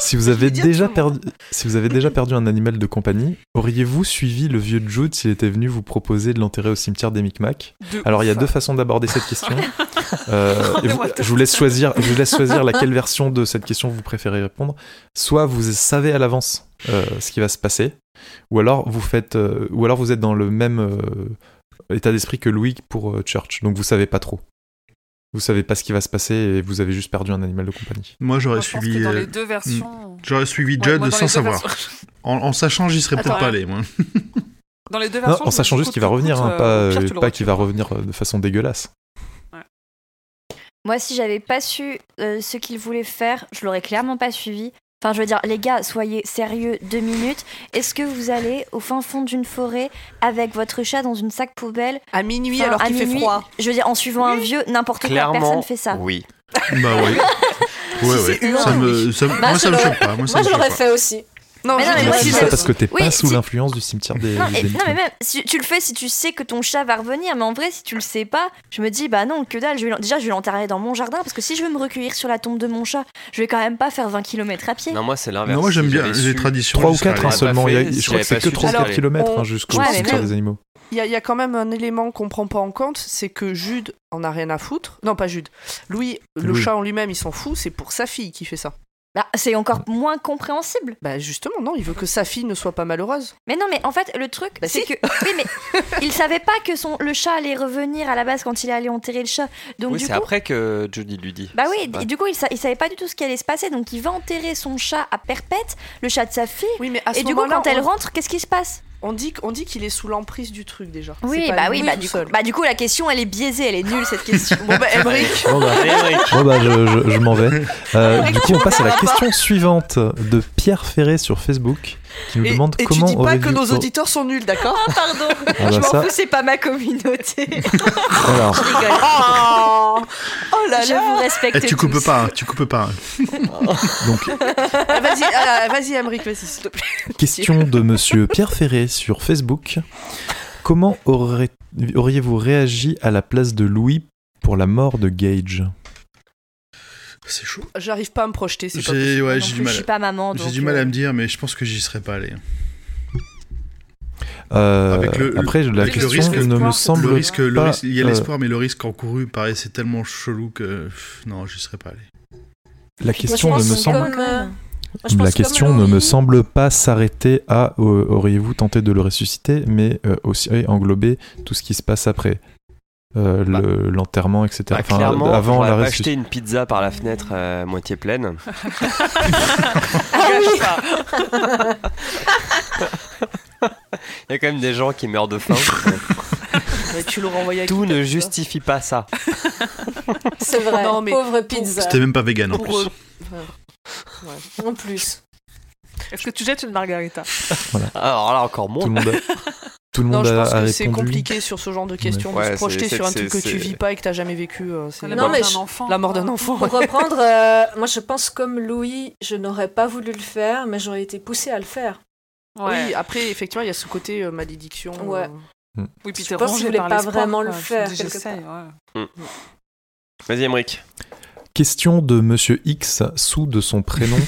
Speaker 7: si vous avez
Speaker 1: dire
Speaker 7: déjà
Speaker 1: tout le
Speaker 7: perdu, si vous avez déjà perdu un animal de compagnie, auriez-vous suivi le vieux Jude s'il était venu vous proposer de l'enterrer au cimetière des Micmacs
Speaker 6: De
Speaker 7: Alors, il y a
Speaker 6: ouf.
Speaker 7: deux façons d'aborder cette question. Euh, et vous-
Speaker 6: Rendez-moi tout
Speaker 7: je vous laisse choisir, je vous laisse choisir laquelle version de cette question vous préférez répondre. Soit vous savez à l'avance euh, ce qui va se passer, ou alors vous faites, euh, ou alors vous êtes dans le même euh, état d'esprit que Louis pour euh, Church, donc vous savez pas trop. Vous savez pas ce qui va se passer et vous avez juste perdu un animal de compagnie.
Speaker 4: moi
Speaker 6: Moi,
Speaker 4: j'aurais
Speaker 6: je pense
Speaker 4: suivi,
Speaker 6: que dans
Speaker 4: euh,
Speaker 6: les deux versions.
Speaker 4: j'aurais suivi
Speaker 6: Ouais,
Speaker 4: Judd
Speaker 6: moi, dans les
Speaker 4: sans
Speaker 6: deux
Speaker 4: savoir.
Speaker 6: versions-
Speaker 4: En, en sachant, j'y serais peut-être
Speaker 6: Attends,
Speaker 4: pas
Speaker 6: ouais.
Speaker 4: allé moi.
Speaker 6: Dans les deux
Speaker 7: Non,
Speaker 6: versions.
Speaker 7: en sachant juste
Speaker 6: coûte
Speaker 7: qu'il va
Speaker 6: que
Speaker 7: revenir,
Speaker 6: coûte,
Speaker 7: hein,
Speaker 6: euh,
Speaker 7: pas,
Speaker 6: au pire,
Speaker 7: euh,
Speaker 6: tu le
Speaker 7: pas
Speaker 6: retires.
Speaker 7: qu'il va revenir euh, de façon dégueulasse.
Speaker 3: Moi, si j'avais pas su euh, ce qu'il voulait faire, je l'aurais clairement pas suivi. Enfin, je veux dire, les gars, soyez sérieux deux minutes. Est-ce que vous allez au fin fond d'une forêt avec votre chat dans une sac poubelle
Speaker 1: À minuit
Speaker 3: enfin,
Speaker 1: alors
Speaker 3: à
Speaker 1: qu'il fait
Speaker 3: minuit
Speaker 1: froid.
Speaker 3: Je veux dire, en suivant un vieux, n'importe quoi,
Speaker 2: Clairement,
Speaker 3: personne fait ça.
Speaker 2: Oui.
Speaker 4: bah oui. Ouais, ouais.
Speaker 1: c'est
Speaker 4: Ça
Speaker 1: humain,
Speaker 4: me, ça me-
Speaker 3: Bah,
Speaker 4: moi ça me
Speaker 8: je-
Speaker 4: choque pas. Moi, ça
Speaker 8: Moi,
Speaker 4: me
Speaker 8: je
Speaker 4: choque
Speaker 8: l'aurais
Speaker 4: pas.
Speaker 8: fait aussi.
Speaker 1: Non,
Speaker 3: Mais non,
Speaker 1: je-
Speaker 3: mais
Speaker 7: Tu
Speaker 3: moi,
Speaker 7: dis
Speaker 3: je-
Speaker 7: ça parce que t'es
Speaker 3: Oui,
Speaker 7: pas sous
Speaker 3: si-
Speaker 7: l'influence du cimetière des.
Speaker 3: Non,
Speaker 7: des
Speaker 3: et- non,
Speaker 7: Micmacs.
Speaker 3: mais même si tu le fais, si tu sais que ton chat va revenir, mais en vrai, si tu le sais pas, je me dis, bah non, que dalle, je vais l'en- déjà je vais l'enterrer dans mon jardin, parce que si je veux me recueillir sur la tombe de mon chat, je vais quand même pas faire 20 km à pied.
Speaker 2: Non, moi, c'est l'inverse.
Speaker 4: Non, moi j'aime
Speaker 2: Si
Speaker 4: bien
Speaker 2: j'avais
Speaker 4: les
Speaker 2: su-
Speaker 4: traditions.
Speaker 7: Trois ou
Speaker 4: j'y serais
Speaker 7: quatre
Speaker 2: j'aurais
Speaker 7: hein,
Speaker 4: allé.
Speaker 2: pas
Speaker 7: seulement. il y a-
Speaker 2: fait,
Speaker 7: je
Speaker 2: si
Speaker 7: crois
Speaker 2: j'avais
Speaker 7: que c'est
Speaker 2: pas
Speaker 7: que
Speaker 2: su,
Speaker 7: 3 ou
Speaker 2: j'aurais
Speaker 7: 4
Speaker 2: allé.
Speaker 7: km
Speaker 1: On-
Speaker 7: hein, jusqu'au
Speaker 3: Ouais, mais
Speaker 7: cimetière
Speaker 3: même-
Speaker 7: des animaux.
Speaker 1: Il y, a- il y a quand même un élément qu'on prend pas en compte, c'est que Jude en a rien à foutre. Non, pas Jude. Louis, le
Speaker 7: Louis.
Speaker 1: chat en lui-même, il s'en fout, c'est pour sa fille qui fait ça.
Speaker 3: Bah, c'est encore moins compréhensible.
Speaker 1: Bah justement, non, il veut que sa fille ne soit pas malheureuse.
Speaker 3: Mais non, mais en fait, le truc,
Speaker 1: Bah,
Speaker 3: c'est
Speaker 1: si.
Speaker 3: que. Oui, mais il savait pas que son... le chat allait revenir à la base quand il allait enterrer le chat. Donc,
Speaker 2: oui,
Speaker 3: du
Speaker 2: c'est
Speaker 3: coup.
Speaker 2: après que Judy lui dit.
Speaker 3: Bah oui,
Speaker 2: C'est pas-
Speaker 3: du coup, il, sa- il savait pas du tout ce qui allait se passer. Donc, il va enterrer son chat à perpète, le chat de sa fille.
Speaker 1: Oui, mais à ce
Speaker 3: Et du coup,
Speaker 1: moment-là,
Speaker 3: quand elle
Speaker 1: on-
Speaker 3: rentre, qu'est-ce qui se passe
Speaker 1: on dit, on dit qu'il est sous l'emprise du truc déjà.
Speaker 3: Oui,
Speaker 1: C'est pas
Speaker 3: bah
Speaker 1: lui
Speaker 3: oui, bah
Speaker 1: tout
Speaker 3: du, coup,
Speaker 1: seul.
Speaker 3: bah du coup, la question, elle est biaisée, elle est nulle cette question.
Speaker 1: Bon bah Emmerich,
Speaker 7: Bon bah,
Speaker 2: Allez, Eric.
Speaker 7: bon bah, je, je- je m'en vais. Euh, du coup, on passe à la question suivante de Pierre Ferré sur Facebook qui nous
Speaker 1: et,
Speaker 7: demande
Speaker 1: et tu
Speaker 7: comment
Speaker 1: dis pas que
Speaker 7: auriez-vous-
Speaker 1: nos auditeurs sont nuls, d'accord
Speaker 3: Ah, pardon,
Speaker 7: bah,
Speaker 3: je m'en
Speaker 7: ça-
Speaker 3: fous, c'est pas ma communauté.
Speaker 7: Alors,
Speaker 3: Je rigole.
Speaker 1: Oh, Oh là
Speaker 3: Je
Speaker 1: là
Speaker 3: vous respecte.
Speaker 4: Eh, tu
Speaker 3: tous.
Speaker 4: coupes pas, hein, tu coupes pas. hein.
Speaker 1: Ah, Vas-y, ah, vas-y Emmerich, vas-y s'il te plaît.
Speaker 7: Question de monsieur Pierre Ferré sur Facebook. Comment aurait- auriez-vous réagi à la place de Louis pour la mort de Gage
Speaker 4: C'est chaud.
Speaker 1: J'arrive pas à me projeter, c'est pas
Speaker 4: J'ai ouais,
Speaker 3: Non
Speaker 4: j'ai
Speaker 3: plus,
Speaker 4: du
Speaker 3: Je suis
Speaker 4: mal.
Speaker 3: pas maman.
Speaker 4: J'ai
Speaker 3: donc,
Speaker 4: du mal à
Speaker 3: euh,
Speaker 4: me dire, mais je pense que j'y serais pas allé. hein.
Speaker 7: Euh,
Speaker 4: Avec le-
Speaker 7: Après, la
Speaker 4: avec le
Speaker 7: question
Speaker 4: risque-
Speaker 7: ne me
Speaker 6: le
Speaker 7: semble
Speaker 4: Le risque, le
Speaker 7: pas,
Speaker 4: risque- il y a
Speaker 7: euh,
Speaker 4: l'espoir, mais le risque encouru paraît c'est tellement chelou que pff, non, j'y serais pas allé.
Speaker 7: la question
Speaker 5: Moi,
Speaker 7: ne
Speaker 5: je
Speaker 7: me
Speaker 5: pense
Speaker 7: semble
Speaker 5: comme, euh, moi, je
Speaker 7: la
Speaker 5: pense comme
Speaker 7: question ne me
Speaker 5: Laurie.
Speaker 7: semble pas s'arrêter à euh, auriez-vous tenté de le ressusciter, mais euh, aussi euh, englober tout ce qui se passe après. Euh,
Speaker 2: Bah.
Speaker 7: le- l'enterrement, etc.
Speaker 2: Bah,
Speaker 7: Enfin,
Speaker 2: clairement,
Speaker 7: avant
Speaker 2: j'aurais
Speaker 7: la
Speaker 2: pas acheté
Speaker 7: ressuscitation.
Speaker 2: une pizza par la fenêtre euh, moitié pleine. Ah Il y a quand même des gens qui meurent de faim.
Speaker 1: possible. Tu l'aurais envoyé à
Speaker 2: Tout
Speaker 1: qui,
Speaker 2: ne
Speaker 1: toi
Speaker 2: justifie pas ça.
Speaker 8: C'est vrai,
Speaker 1: Non, mais
Speaker 8: pauvre pizza.
Speaker 4: C'était même pas vegan en
Speaker 1: Pour
Speaker 4: plus.
Speaker 1: eux.
Speaker 8: En plus.
Speaker 6: Est-ce que tu jettes une margarita
Speaker 2: Alors là, encore
Speaker 7: tout
Speaker 2: moins.
Speaker 7: le monde a, tout le
Speaker 1: Non,
Speaker 7: monde
Speaker 1: je
Speaker 7: a-
Speaker 1: pense
Speaker 7: a
Speaker 1: que c'est
Speaker 7: répondu.
Speaker 1: compliqué sur ce genre de questions
Speaker 2: Ouais,
Speaker 1: de
Speaker 2: c'est-
Speaker 1: se projeter
Speaker 2: c'est-
Speaker 1: sur un
Speaker 2: c'est-
Speaker 1: truc que tu
Speaker 2: c'est-
Speaker 1: vis pas et que t'as jamais vécu. euh, c'est-
Speaker 6: La
Speaker 8: Non,
Speaker 6: mort
Speaker 8: mais
Speaker 6: d'un
Speaker 8: je-
Speaker 6: enfant.
Speaker 1: La mort d'un enfant.
Speaker 8: Pour reprendre, euh, moi je pense comme Louis, je n'aurais pas voulu le faire, mais j'aurais été poussée à le faire.
Speaker 6: Ouais.
Speaker 1: Oui, après, effectivement, il y a ce côté euh, malédiction.
Speaker 8: Ouais.
Speaker 1: euh,
Speaker 6: Oui, puis
Speaker 8: Je
Speaker 6: t'es
Speaker 8: pense
Speaker 6: rongé
Speaker 8: qu'il voulait
Speaker 6: par
Speaker 8: pas
Speaker 6: l'espoir,
Speaker 8: vraiment
Speaker 6: quoi.
Speaker 8: le
Speaker 6: Tu te
Speaker 8: faire,
Speaker 6: dis,
Speaker 8: quelque
Speaker 6: j'essaye,
Speaker 2: Vas-y, Emmerich.
Speaker 7: Question de Monsieur X, sous de son prénom,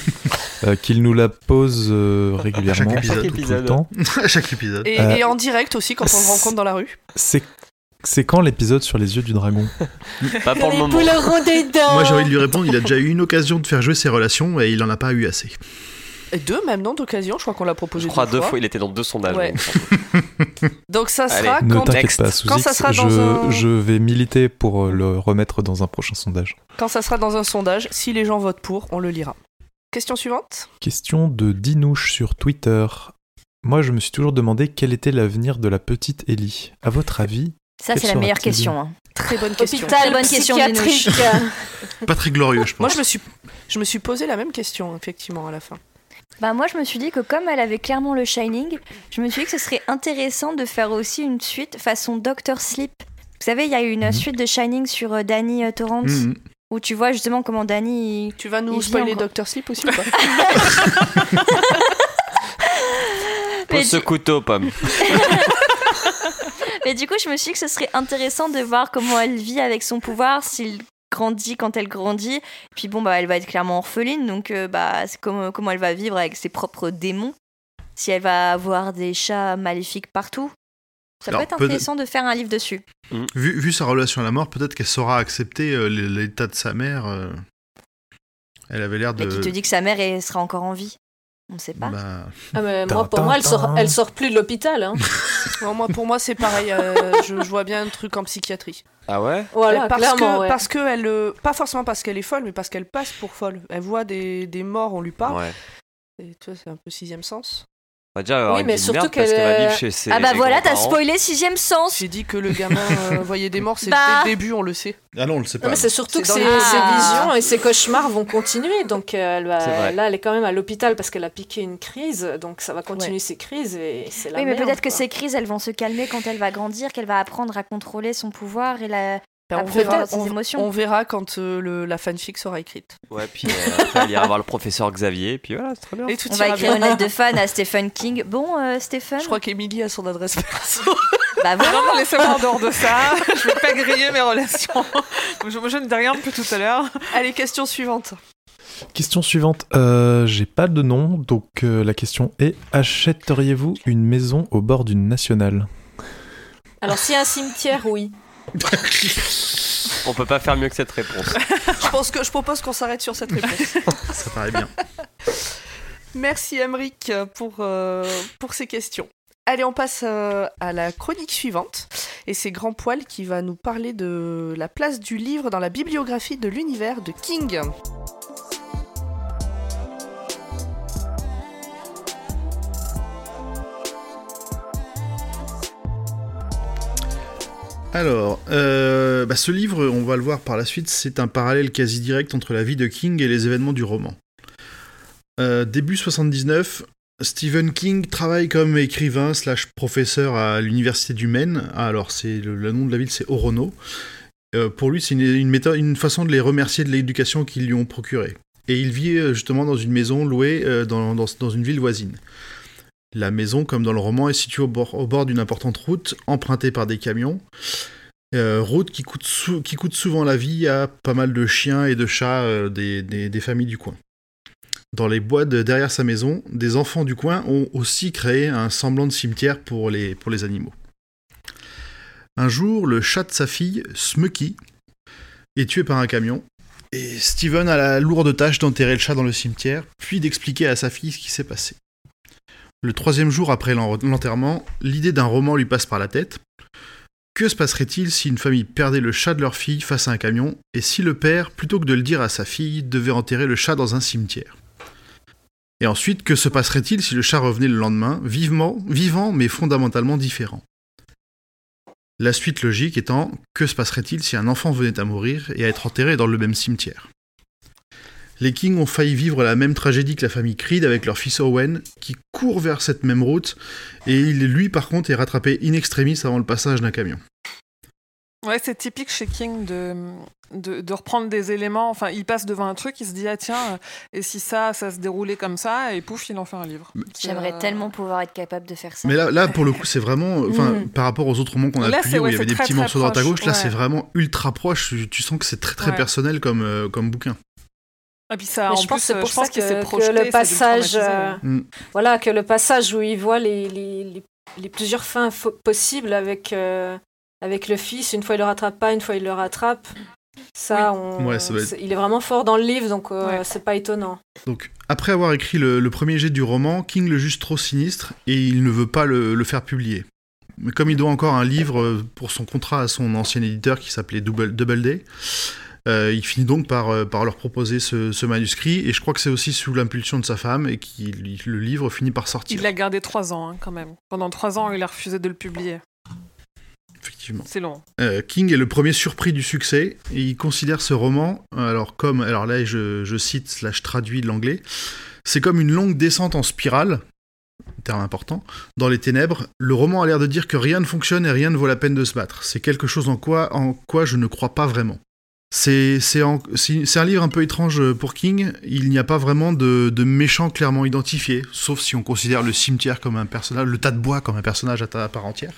Speaker 7: euh, qu'il nous la pose euh, régulièrement,
Speaker 4: Chaque
Speaker 7: tout- tout le
Speaker 2: épisode.
Speaker 7: temps.
Speaker 4: À chaque épisode.
Speaker 1: Et,
Speaker 7: Euh,
Speaker 1: et en direct aussi, quand on le rencontre dans la rue.
Speaker 7: C'est c'est quand l'épisode sur les yeux du dragon
Speaker 2: Pas pour le moment.
Speaker 4: Moi j'ai envie de lui répondre, il a déjà eu une occasion de faire jouer ses relations et il en a pas eu assez.
Speaker 1: Et deux, même non, d'occasion, je crois qu'on l'a proposé
Speaker 2: Je crois deux fois, il était dans deux sondages.
Speaker 1: Ouais.
Speaker 2: donc.
Speaker 1: Donc ça
Speaker 2: Allez.
Speaker 1: sera
Speaker 7: Ne
Speaker 1: quand,
Speaker 7: t'inquiète
Speaker 2: next.
Speaker 7: pas, sous
Speaker 1: Quand
Speaker 7: X,
Speaker 1: ça sera
Speaker 7: je,
Speaker 1: dans un-
Speaker 7: je vais militer pour euh, le remettre dans un prochain sondage.
Speaker 1: quand ça sera dans un sondage. Si les gens votent pour, on le lira. Question suivante
Speaker 7: Question de Dinouche sur Twitter. Moi, je me suis toujours demandé quel était l'avenir de la petite Ellie. À votre avis
Speaker 3: Ça, c'est la
Speaker 7: Quelle
Speaker 3: meilleure
Speaker 7: sera-t-il
Speaker 3: question. hein.
Speaker 1: Très bonne question.
Speaker 3: Très bonne question,
Speaker 8: psychiatrique.
Speaker 4: Pas très glorieux, je
Speaker 1: Moi,
Speaker 4: pense.
Speaker 1: je me, suis, je me suis posé la même question, hein. effectivement, à la fin.
Speaker 3: Bah, moi, je me suis dit que comme elle avait clairement le Shining, je me suis dit que ce serait intéressant de faire aussi une suite façon Doctor Sleep. Vous savez, il y a eu une
Speaker 7: Mhm.
Speaker 3: suite de Shining sur euh, Danny euh, Torrance,
Speaker 4: Mhm.
Speaker 3: où tu vois justement comment Danny. il-
Speaker 1: Tu vas
Speaker 3: Il
Speaker 1: nous
Speaker 3: vit
Speaker 1: spoiler
Speaker 3: encore.
Speaker 1: Doctor Sleep aussi ou pas
Speaker 3: Mais
Speaker 2: Pose ce
Speaker 3: du-
Speaker 2: couteau, pomme.
Speaker 3: Mais du coup, je me suis dit que ce serait intéressant de voir comment elle vit avec son pouvoir, s'il grandit quand elle grandit. Puis bon, bah, elle va être clairement orpheline, donc euh, bah, c'est comme- comment elle va vivre avec ses propres démons. Si elle va avoir des chats maléfiques partout. Ça
Speaker 4: Alors,
Speaker 3: peut être
Speaker 4: peut-
Speaker 3: intéressant de faire un livre dessus.
Speaker 4: Vu, vu sa relation à la mort, peut-être qu'elle saura accepter euh, l'état de sa mère. euh. Elle avait l'air
Speaker 3: Mais qui te
Speaker 4: de.
Speaker 3: dit que sa mère elle sera encore en vie On sait pas.
Speaker 4: Bah,
Speaker 8: Ah, mais
Speaker 7: Tin,
Speaker 8: moi, pour
Speaker 7: tin,
Speaker 8: moi, elle sort,
Speaker 7: tin.
Speaker 8: elle sort plus de l'hôpital. hein.
Speaker 1: Non, moi, pour moi, c'est pareil. euh, je, je vois bien un truc en psychiatrie.
Speaker 2: Ah ouais
Speaker 8: Voilà,
Speaker 1: parce
Speaker 8: clairement.
Speaker 1: que,
Speaker 8: ouais.
Speaker 1: parce que elle, euh, pas forcément parce qu'elle est folle, mais parce qu'elle passe pour folle. Elle voit des, des morts, on lui parle.
Speaker 2: Ouais.
Speaker 1: Et tu vois, c'est un peu sixième sens.
Speaker 2: On va déjà avoir
Speaker 8: Oui,
Speaker 2: une
Speaker 8: mais
Speaker 2: vie de
Speaker 8: surtout
Speaker 2: merde parce
Speaker 8: qu'elle,
Speaker 2: qu'elle va vivre
Speaker 8: euh,
Speaker 2: chez ses
Speaker 3: Ah bah voilà, t'as
Speaker 2: grands-parents.
Speaker 3: spoilé sixième sens
Speaker 1: J'ai dit que le gamin euh, voyait des morts, c'est
Speaker 3: Bah.
Speaker 1: dès le début, on le sait.
Speaker 4: Ah non, on le sait pas.
Speaker 8: Non, mais c'est surtout
Speaker 1: C'est
Speaker 8: que
Speaker 1: dans
Speaker 8: ses,
Speaker 1: les-
Speaker 8: ses
Speaker 3: Ah.
Speaker 8: visions et ses cauchemars vont continuer. Donc euh, elle va-
Speaker 2: C'est vrai.
Speaker 8: là, elle est quand même à l'hôpital parce qu'elle a piqué une crise. Donc ça va continuer
Speaker 1: Ouais.
Speaker 8: ses crises et c'est la
Speaker 3: Oui, mais
Speaker 8: merde,
Speaker 3: peut-être que
Speaker 8: quoi.
Speaker 3: ces crises, elles vont se calmer quand elle va grandir, qu'elle va apprendre à contrôler son pouvoir et la...
Speaker 1: Ben,
Speaker 3: à
Speaker 1: on,
Speaker 3: prévoir
Speaker 1: verra,
Speaker 3: ses
Speaker 1: on-
Speaker 3: émotions.
Speaker 1: on verra quand euh, le- la fanfic sera écrite.
Speaker 2: Ouais, puis euh, après, elle ira voir le professeur Xavier, et puis voilà, c'est très bien.
Speaker 1: Et tout
Speaker 3: On
Speaker 1: ira
Speaker 3: va écrire
Speaker 1: bien.
Speaker 3: une lettre de fan à Stephen King. Bon, euh, Stephen,
Speaker 1: Je crois qu'Emilie a son adresse perso.
Speaker 3: bah
Speaker 6: Non,
Speaker 3: voilà.
Speaker 6: non, laissez-moi en dehors de ça. Je vais pas griller mes relations. Je, moi, je ne dis rien depuis tout à l'heure.
Speaker 1: Allez, question suivante.
Speaker 7: Question suivante. Euh, J'ai pas de nom, donc euh, la question est achèteriez-vous une maison au bord d'une nationale
Speaker 8: Alors, s'il y a un cimetière, oui.
Speaker 2: On peut pas faire mieux que cette réponse.
Speaker 1: Je, pense que, je propose qu'on s'arrête sur cette réponse.
Speaker 4: Ça paraît bien.
Speaker 1: Merci Emric pour, euh, pour ces questions. Allez, on passe euh, à la chronique suivante. Et c'est Grand Poil qui va nous parler de la place du livre dans la bibliographie de l'univers de King.
Speaker 4: Alors, euh, bah, ce livre, on va le voir par la suite, c'est un parallèle quasi direct entre la vie de King et les événements du roman. Euh, début 79, Stephen King travaille comme écrivain slash professeur à l'université du Maine. Ah, alors, c'est le, le nom de la ville, c'est Orono. Euh, pour lui, c'est une, une, méthode- une façon de les remercier de l'éducation qu'ils lui ont procurée. Et il vit euh, justement dans une maison louée euh, dans, dans- dans une ville voisine. La maison, comme dans le roman, est située au bord, au bord d'une importante route, empruntée par des camions. Euh, route qui coûte, sou- qui coûte souvent la vie à pas mal de chiens et de chats euh, des- des- des familles du coin. Dans les bois de derrière sa maison, des enfants du coin ont aussi créé un semblant de cimetière pour les, pour les animaux. Un jour, le chat de sa fille, Smucky, est tué par un camion, et Steven a la lourde tâche d'enterrer le chat dans le cimetière, puis d'expliquer à sa fille ce qui s'est passé. Le troisième jour après l'en- l'enterrement, l'idée d'un roman lui passe par la tête. Que se passerait-il si une famille perdait le chat de leur fille face à un camion, et si le père, plutôt que de le dire à sa fille, devait enterrer le chat dans un cimetière et ensuite, que se passerait-il si le chat revenait le lendemain, vivement, vivant mais fondamentalement différent La suite logique étant, que se passerait-il si un enfant venait à mourir et à être enterré dans le même cimetière Les Kings ont failli vivre la même tragédie que la famille Creed avec leur fils Owen, qui court vers cette même route, et il, lui par contre est rattrapé in extremis avant le passage d'un camion.
Speaker 6: Ouais, c'est typique chez King de, de, de reprendre des éléments. Enfin, il passe devant un truc, il se dit, ah tiens, et si ça, ça se déroulait comme ça, et pouf, il en fait un livre. C'est,
Speaker 3: J'aimerais
Speaker 6: euh,
Speaker 3: tellement pouvoir être capable de faire ça.
Speaker 4: Mais là, là pour le coup, c'est vraiment. Enfin,
Speaker 3: Mm.
Speaker 4: par rapport aux autres romans qu'on a
Speaker 6: Là,
Speaker 4: pu
Speaker 6: c'est-
Speaker 4: lire où
Speaker 6: ouais,
Speaker 4: il y avait
Speaker 6: c'est
Speaker 4: des
Speaker 6: très,
Speaker 4: petits
Speaker 6: très
Speaker 4: morceaux droite à
Speaker 6: proche,
Speaker 4: gauche, là,
Speaker 6: ouais.
Speaker 4: c'est vraiment ultra proche. Tu, tu sens que c'est très, très
Speaker 6: Ouais.
Speaker 4: personnel comme, euh, comme bouquin.
Speaker 6: Et puis ça,
Speaker 8: Mais
Speaker 6: en
Speaker 8: euh, je pense que
Speaker 6: plus,
Speaker 8: c'est
Speaker 6: je
Speaker 8: pour
Speaker 6: pense
Speaker 8: ça
Speaker 6: qu'il
Speaker 8: que-
Speaker 6: s'est
Speaker 8: que
Speaker 6: projeté,
Speaker 8: le
Speaker 6: ça a dû
Speaker 8: passage,
Speaker 6: traumatiser.
Speaker 4: Mm.
Speaker 8: Voilà, que le passage où il voit les, les, les- les plusieurs fins fo- possibles avec, euh, avec le fils, une fois il le rattrape pas, une fois il le rattrape. Ça, on,
Speaker 4: Ouais, ça doit être-
Speaker 8: c'est- il est vraiment fort dans le livre, donc euh,
Speaker 6: Ouais.
Speaker 8: c'est pas étonnant.
Speaker 4: Donc, après avoir écrit le, le premier jet du roman, King le juge trop sinistre et il ne veut pas le, le faire publier. Mais comme il doit encore un livre euh, pour son contrat à son ancien éditeur qui s'appelait Double, Double Day, euh, il finit donc par, euh, par leur proposer ce, ce manuscrit et je crois que c'est aussi sous l'impulsion de sa femme et que le livre finit par
Speaker 8: euh,
Speaker 4: sortir.
Speaker 6: Il l'a gardé trois ans, hein, quand même. Pendant trois ans, il a refusé de le publier.
Speaker 4: Effectivement.
Speaker 6: C'est long.
Speaker 4: Euh, King est le premier surpris du succès et il considère ce roman, euh, alors comme, alors là je, je cite slash traduis de l'anglais, c'est comme une longue descente en spirale, terme important, dans les ténèbres. Le roman a l'air de dire que rien ne fonctionne et rien ne vaut la peine de se battre. C'est quelque chose en quoi, en quoi je ne crois pas vraiment. C'est c'est en- c'est- c'est un livre un peu étrange pour King, il n'y a pas vraiment de, de méchant clairement identifié, sauf si on considère le cimetière comme un personnage, le tas de bois comme un personnage à, ta- à part entière.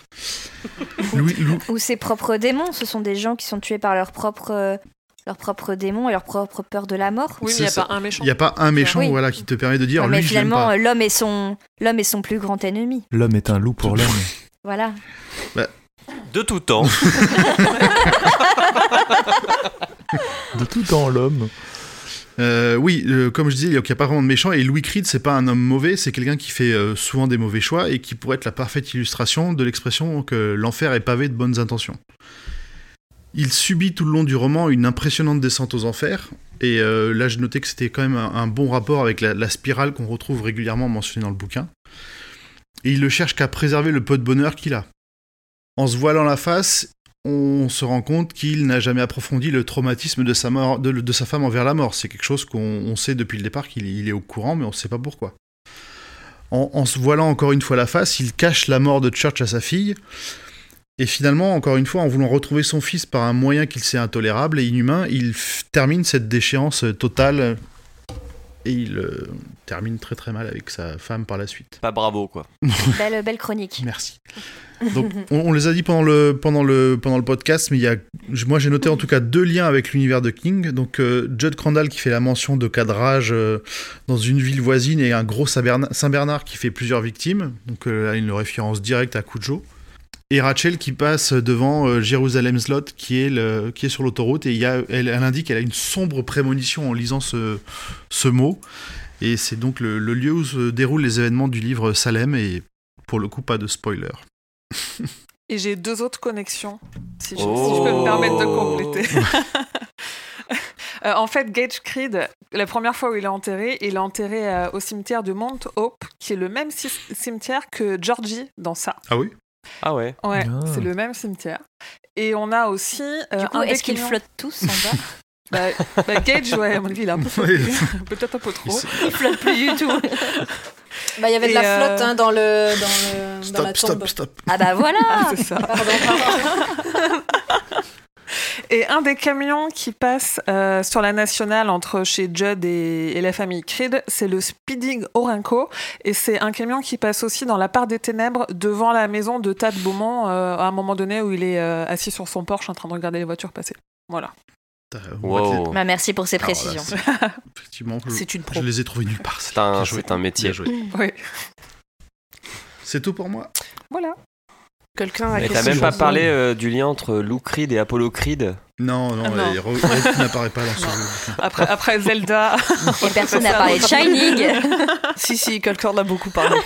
Speaker 4: Louis- Lou-
Speaker 3: Ou ses propres démons, ce sont des gens qui sont tués par leurs propres euh, leurs propres démons et leur propre peur de la mort.
Speaker 6: Oui, mais
Speaker 4: C'est
Speaker 6: il n'y a
Speaker 4: ça.
Speaker 6: pas un méchant.
Speaker 4: Il n'y a pas un méchant
Speaker 3: Oui.
Speaker 4: voilà, qui te permet de dire
Speaker 3: Ouais,
Speaker 4: lui,
Speaker 3: mais
Speaker 4: je l'aime
Speaker 3: finalement,
Speaker 4: pas.
Speaker 3: euh, l'homme est son l'homme est son plus grand ennemi.
Speaker 7: L'homme est un loup pour l'homme.
Speaker 3: Voilà.
Speaker 2: De tout temps.
Speaker 7: De tout temps, l'homme.
Speaker 4: Euh, oui, euh, comme je disais, il n'y a pas vraiment de méchant. Et Louis Creed, c'est pas un homme mauvais, c'est quelqu'un qui fait euh, souvent des mauvais choix et qui pourrait être la parfaite illustration de l'expression que l'enfer est pavé de bonnes intentions. Il subit tout le long du roman une impressionnante descente aux enfers. Et euh, là, j'ai noté que c'était quand même un, un bon rapport avec la, la spirale qu'on retrouve régulièrement mentionnée dans le bouquin. Et il ne cherche qu'à préserver le peu de bonheur qu'il a. En se voilant la face, on se rend compte qu'il n'a jamais approfondi le traumatisme de sa, mort, de, de sa femme envers la mort. C'est quelque chose qu'on on sait depuis le départ qu'il il est au courant, mais on ne sait pas pourquoi. En, en se voilant encore une fois la face, il cache la mort de Church à sa fille. Et finalement, encore une fois, en voulant retrouver son fils par un moyen qu'il sait intolérable et inhumain, il f- termine cette déchéance euh, totale. Et il euh, termine très très mal avec sa femme par la suite.
Speaker 2: Pas bravo, quoi.
Speaker 3: Belle belle chronique.
Speaker 4: Merci. Donc, on, on les a dit pendant le, pendant le, pendant le podcast, mais il y a, je- moi j'ai noté en tout cas deux liens avec l'univers de King. Donc, euh, Judd Crandall qui fait la mention de cadrage euh, dans une ville voisine et un gros Saint-Bernard Saint-Bernard qui fait plusieurs victimes. Donc, euh, là, une référence directe à Cujo. et Rachel qui passe devant euh, Jérusalem Slot qui est, le, qui est sur l'autoroute et il y a, elle, elle indique qu'elle a une sombre prémonition en lisant ce, ce mot. Et c'est donc le, le lieu où se déroulent les événements du livre Salem et pour le coup pas de spoiler.
Speaker 6: Et j'ai deux autres connexions, si je, si
Speaker 2: Oh.
Speaker 6: je peux me permettre de compléter. Euh, en fait, Gage Creed, la première fois où il est enterré, il est enterré euh, au cimetière de Mount Hope, qui est le même ci- cimetière que Georgie dans ça.
Speaker 4: Ah oui
Speaker 2: Ah ouais.
Speaker 6: Ouais,
Speaker 7: Ah.
Speaker 6: c'est le même cimetière. Et on a aussi. euh,
Speaker 3: Du coup,
Speaker 6: un
Speaker 3: est-ce qu'ils
Speaker 6: déclinant-
Speaker 3: flottent tous en bas
Speaker 6: bah, bah, Gage, ouais, à mon avis, il a un peu flotté. Peut-être un peu trop. Euh,
Speaker 3: Ils flottent plus du tout.
Speaker 8: Bah, il y avait de
Speaker 6: Et,
Speaker 8: la
Speaker 6: euh,
Speaker 8: flotte hein, dans, le, dans, le, dans la
Speaker 4: Stop,
Speaker 8: tombe.
Speaker 4: stop, stop.
Speaker 3: Ah bah voilà
Speaker 6: C'est ça.
Speaker 8: Pardon, pardon.
Speaker 6: Et un des camions qui passe euh, sur la nationale entre chez Judd et, et la famille Creed, c'est le Speeding Orinco. Et c'est un camion qui passe aussi dans la part des ténèbres devant la maison de Tad Beaumont euh, à un moment donné où il est euh, assis sur son porche en train de regarder les voitures passer. Voilà.
Speaker 4: Putain, on va te les-
Speaker 2: Wow.
Speaker 3: bah, Merci pour ces
Speaker 4: Alors là,
Speaker 3: précisions.
Speaker 4: c'est- Effectivement, je,
Speaker 1: C'est une pro.
Speaker 4: je les ai trouvés nulle part.
Speaker 2: Ah, C'est un,
Speaker 4: Bien joué.
Speaker 2: c'est un métier.
Speaker 4: Bien joué.
Speaker 6: Oui.
Speaker 4: C'est tout pour moi.
Speaker 6: Voilà.
Speaker 1: Quelqu'un
Speaker 3: Ah,
Speaker 1: a
Speaker 2: Et t'as
Speaker 1: quelque
Speaker 2: même pas
Speaker 1: chose
Speaker 2: parlé euh, du lien entre Lou Creed et Apollo Creed
Speaker 4: Non, non,
Speaker 6: Ah, non.
Speaker 4: et Ro- Ro- n'apparaît pas dans ce
Speaker 6: Non.
Speaker 4: jeu.
Speaker 6: Après, après Zelda.
Speaker 3: Et personne n'a parlé de Shining
Speaker 1: Si, si, quelqu'un en a beaucoup parlé.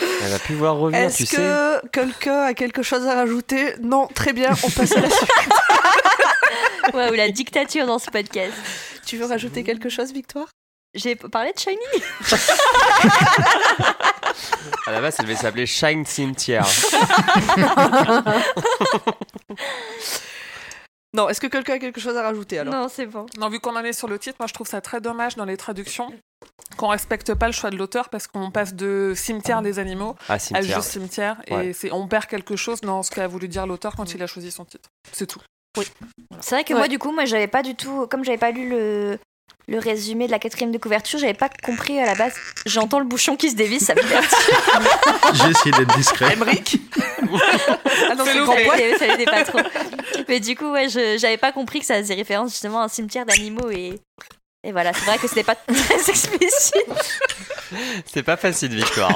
Speaker 2: Elle a pu voir revenir, tu
Speaker 1: Est-ce
Speaker 2: sais.
Speaker 1: que quelqu'un a quelque chose à rajouter Non, très bien, on passe à la suite.
Speaker 3: Waouh, la dictature dans ce podcast.
Speaker 1: Tu veux rajouter quelque chose, Victoire
Speaker 3: J'ai parlé de Shining
Speaker 2: À la base, elle devait s'appeler Shine Cimetière.
Speaker 1: Non, est-ce que quelqu'un a quelque chose à rajouter alors
Speaker 3: Non, c'est bon.
Speaker 6: Non, vu qu'on en est sur le titre, moi je trouve ça très dommage dans les traductions qu'on respecte pas le choix de l'auteur parce qu'on passe de cimetière des animaux
Speaker 2: Ah,
Speaker 6: à
Speaker 2: cimetière.
Speaker 6: juste cimetière et
Speaker 2: Ouais.
Speaker 6: c'est on perd quelque chose dans ce qu'a voulu dire l'auteur quand il a choisi son titre. C'est tout.
Speaker 3: C'est vrai que
Speaker 1: Ouais.
Speaker 3: moi, du coup, moi, j'avais pas du tout. Comme j'avais pas lu le, le résumé de la quatrième de couverture, j'avais pas compris à la base. J'entends le bouchon qui se dévisse, ça me divertit.
Speaker 4: J'ai essayé d'être discret.
Speaker 1: Emric
Speaker 6: Ah non,
Speaker 3: ça l'aidait- ça l'aidait pas trop. Mais du coup, ouais, je- j'avais pas compris que ça faisait référence justement à un cimetière d'animaux et. Et voilà, c'est vrai que c'était pas très explicite.
Speaker 2: C'est pas facile, Victoire.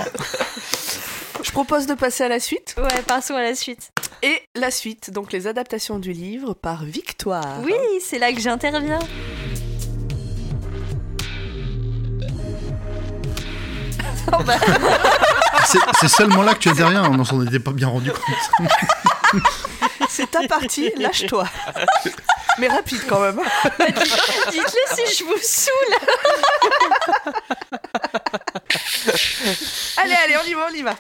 Speaker 1: Je propose de passer à la suite.
Speaker 3: Ouais, passons à la suite.
Speaker 1: Et la suite, donc les adaptations du livre par
Speaker 9: Ah,
Speaker 1: Victoire.
Speaker 3: Oui, c'est là que j'interviens.
Speaker 4: C'est c'est seulement là que tu interviens, on s'en était pas bien rendu
Speaker 3: Oh.
Speaker 4: compte.
Speaker 1: C'est ta partie, lâche-toi. Mais rapide quand même.
Speaker 3: Dites-le si je vous saoule.
Speaker 1: Allez, allez, on y va, on y va.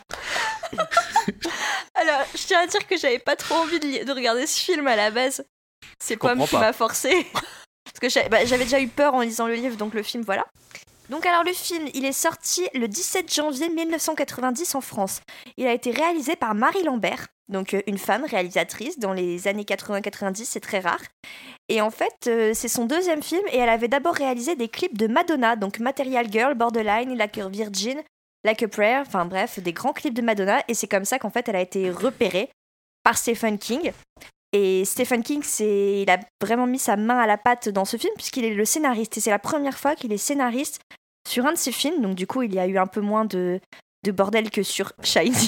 Speaker 3: Alors, je tiens à dire que j'avais pas trop envie de, li- de regarder ce film à la base. C'est Pomme
Speaker 2: comprends
Speaker 3: qui
Speaker 2: pas.
Speaker 3: m'a forcé. Parce que j'avais bah, j'avais déjà eu peur en lisant le livre, donc le film, voilà. Donc alors le film, il est sorti le 17 janvier 1990 en France. Il a été réalisé par Marie Lambert, donc euh, une femme réalisatrice dans les années 80-90, c'est très rare. Et en fait, euh, c'est son deuxième film et elle avait d'abord réalisé des clips de Madonna, donc Material Girl, Borderline, La Cure Virgin, Like a Prayer, enfin bref, des grands clips de Madonna, et c'est comme ça qu'en fait elle a été repérée par Stephen King. Et Stephen King, c'est, il a vraiment mis sa main à la pâte dans ce film, puisqu'il est le scénariste, et c'est la première fois qu'il est scénariste sur un de ses films, donc du coup il y a eu un peu moins de, de bordel que sur Shining.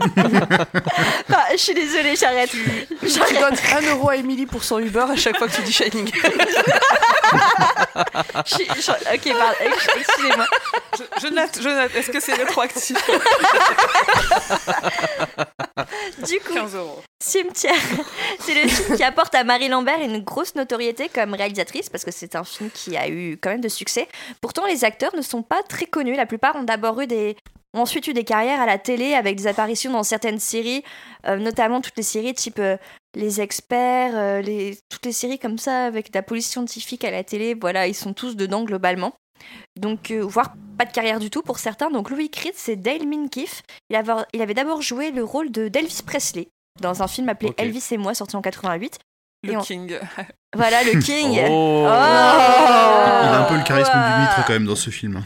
Speaker 3: Enfin, je suis désolée, j'arrête.
Speaker 1: Tu
Speaker 3: J'arrête.
Speaker 1: donnes un euro à Emily pour son Uber à chaque fois que tu dis Shining.
Speaker 3: Je suis- je- ok, pardon, ex- excusez-moi.
Speaker 6: Je, je note, je note. Est-ce que c'est rétroactif
Speaker 3: Du coup,
Speaker 6: 15 euros.
Speaker 3: Cimetière. C'est le film qui apporte à Marie Lambert une grosse notoriété comme réalisatrice parce que c'est un film qui a eu quand même de succès. Pourtant, les acteurs ne sont pas très connus. La plupart ont d'abord eu des ont ensuite eu des carrières à la télé avec des apparitions dans certaines séries, euh, notamment toutes les séries type euh, Les Experts, euh, les... toutes les séries comme ça avec de la police scientifique à la télé. Voilà, ils sont tous dedans globalement. Donc, euh, voire pas de carrière du tout pour certains. Donc, Louis Creed, c'est Dale Minkiff. Il avait, il avait d'abord joué le rôle de d'Elvis Presley dans un film appelé
Speaker 2: Ok.
Speaker 3: Elvis et moi, sorti en 88.
Speaker 6: Le
Speaker 3: Et on-
Speaker 6: King.
Speaker 3: Voilà le King.
Speaker 2: Oh.
Speaker 4: Il a un peu le charisme
Speaker 3: Ouah.
Speaker 4: du mitre quand même dans ce film.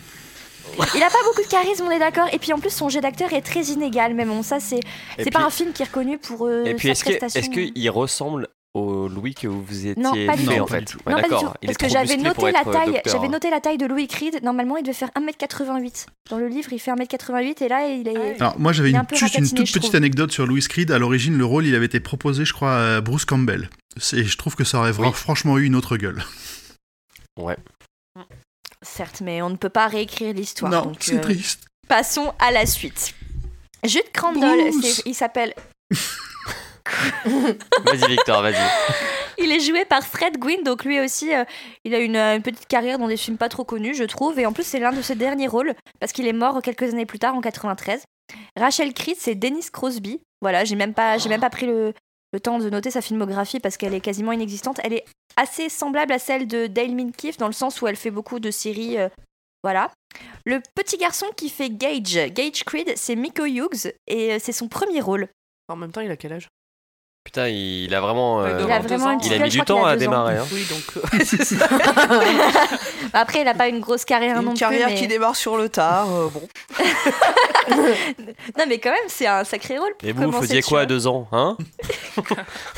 Speaker 3: Il a pas beaucoup de charisme, on est d'accord. Et puis en plus, son jet d'acteur est très inégal, même. Bon, ça, c'est
Speaker 2: Et
Speaker 3: c'est pas
Speaker 2: puis-
Speaker 3: un film qui est reconnu pour euh,
Speaker 2: Et puis,
Speaker 3: sa
Speaker 2: est-ce que-
Speaker 3: prestation.
Speaker 2: est-ce qu'il ressemble au Louis que vous vous étiez
Speaker 3: Non, pas du
Speaker 2: fait
Speaker 3: tout.
Speaker 2: en fait. Ouais,
Speaker 3: non, pas du tout.
Speaker 2: d'accord. Il est
Speaker 3: Parce
Speaker 2: trop
Speaker 3: que j'avais
Speaker 2: musclé pour
Speaker 3: noté, la
Speaker 2: être euh,
Speaker 3: taille,
Speaker 2: docteur. hein.
Speaker 3: j'avais noté la taille de Louis Creed. Normalement, il devait faire 1m88. Dans le livre, il fait 1m88 et là, il est.
Speaker 4: Alors moi j'avais
Speaker 3: Il est
Speaker 4: une-
Speaker 3: un peu
Speaker 4: juste une
Speaker 3: ratatiné,
Speaker 4: toute
Speaker 3: je
Speaker 4: petite
Speaker 3: trouve.
Speaker 4: anecdote sur Louis Creed. À l'origine, le rôle il avait été proposé, je crois, à Bruce Campbell. Et je trouve que ça aurait vra-
Speaker 2: Oui.
Speaker 4: franchement eu une autre gueule.
Speaker 3: Certes, mais on ne peut pas réécrire l'histoire.
Speaker 4: non,
Speaker 3: donc,
Speaker 4: c'est
Speaker 3: euh,
Speaker 4: triste.
Speaker 3: Passons à la suite. Jude Crandall,
Speaker 4: Bruce.
Speaker 3: c'est- il s'appelle.
Speaker 2: Vas-y Victor, vas-y.
Speaker 3: Il est joué par Fred Gwynn, donc lui aussi, euh, il a une, euh, une petite carrière dans des films pas trop connus, je trouve. Et en plus, c'est l'un de ses derniers rôles, parce qu'il est mort quelques années plus tard, en 93. Rachel Creed, c'est Dennis Crosby. Voilà, j'ai même pas, j'ai même pas pris le, le temps de noter sa filmographie parce qu'elle est quasiment inexistante. Elle est assez semblable à celle de Dale Minkiff dans le sens où elle fait beaucoup de séries. euh, voilà. Le petit garçon qui fait Gage, Gage Creed, c'est Miko Hughes et euh, c'est son premier rôle.
Speaker 1: En même temps, il a quel âge
Speaker 2: Putain, il a vraiment. euh,
Speaker 6: Il
Speaker 3: Il a
Speaker 6: deux
Speaker 3: vraiment
Speaker 6: ans.
Speaker 3: un
Speaker 6: Il
Speaker 3: petit
Speaker 2: il a
Speaker 3: gueule,
Speaker 2: mis
Speaker 3: je
Speaker 2: du
Speaker 3: crois qu'il
Speaker 2: temps
Speaker 3: a
Speaker 2: à
Speaker 3: deux ans.
Speaker 2: démarrer. hein.
Speaker 1: Oui, donc euh, c'est ça.
Speaker 3: Après, il a pas une grosse carrière
Speaker 1: Une
Speaker 3: non plus,
Speaker 1: carrière
Speaker 3: mais-
Speaker 1: qui démarre sur le tard. euh, bon.
Speaker 3: Non, mais quand même, c'est un sacré rôle. pour
Speaker 2: Et vous, vous
Speaker 3: commencer,
Speaker 2: faisiez
Speaker 3: tu
Speaker 2: quoi à
Speaker 3: vois.
Speaker 2: deux ans hein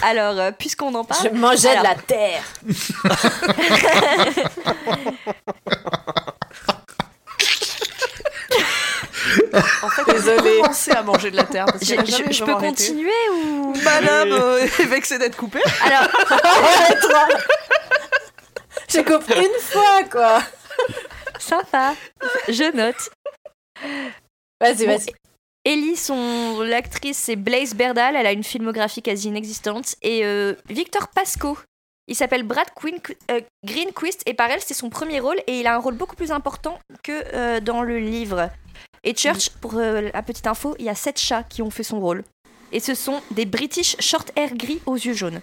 Speaker 3: Alors, euh, puisqu'on en
Speaker 8: Je
Speaker 3: parle,
Speaker 8: mangeais
Speaker 3: Alors.
Speaker 8: de la terre.
Speaker 1: En fait, désolé. Commencez à manger de la terre. Parce que
Speaker 3: j'ai-
Speaker 1: elle a
Speaker 3: je,
Speaker 1: jamais
Speaker 3: je peux
Speaker 1: vraiment arrêté.
Speaker 3: continuer ou
Speaker 1: Madame euh, est vexée d'être coupée.
Speaker 3: Alors,
Speaker 8: J'ai compris une fois, quoi.
Speaker 3: sympa. Je note.
Speaker 8: Vas-y,
Speaker 3: Bon,
Speaker 8: vas-y.
Speaker 3: Ellie, son l'actrice, c'est Blaise Berdal. Elle a une filmographie quasi inexistante. Et euh, Victor Pasco. Il s'appelle Brad Quinn, euh, Greenquist et par elle, c'est son premier rôle et il a un rôle beaucoup plus important que euh, dans le livre. Et Church, pour euh, la petite info, il y a sept chats qui ont fait son rôle. Et ce sont des British short-hair gris aux yeux jaunes.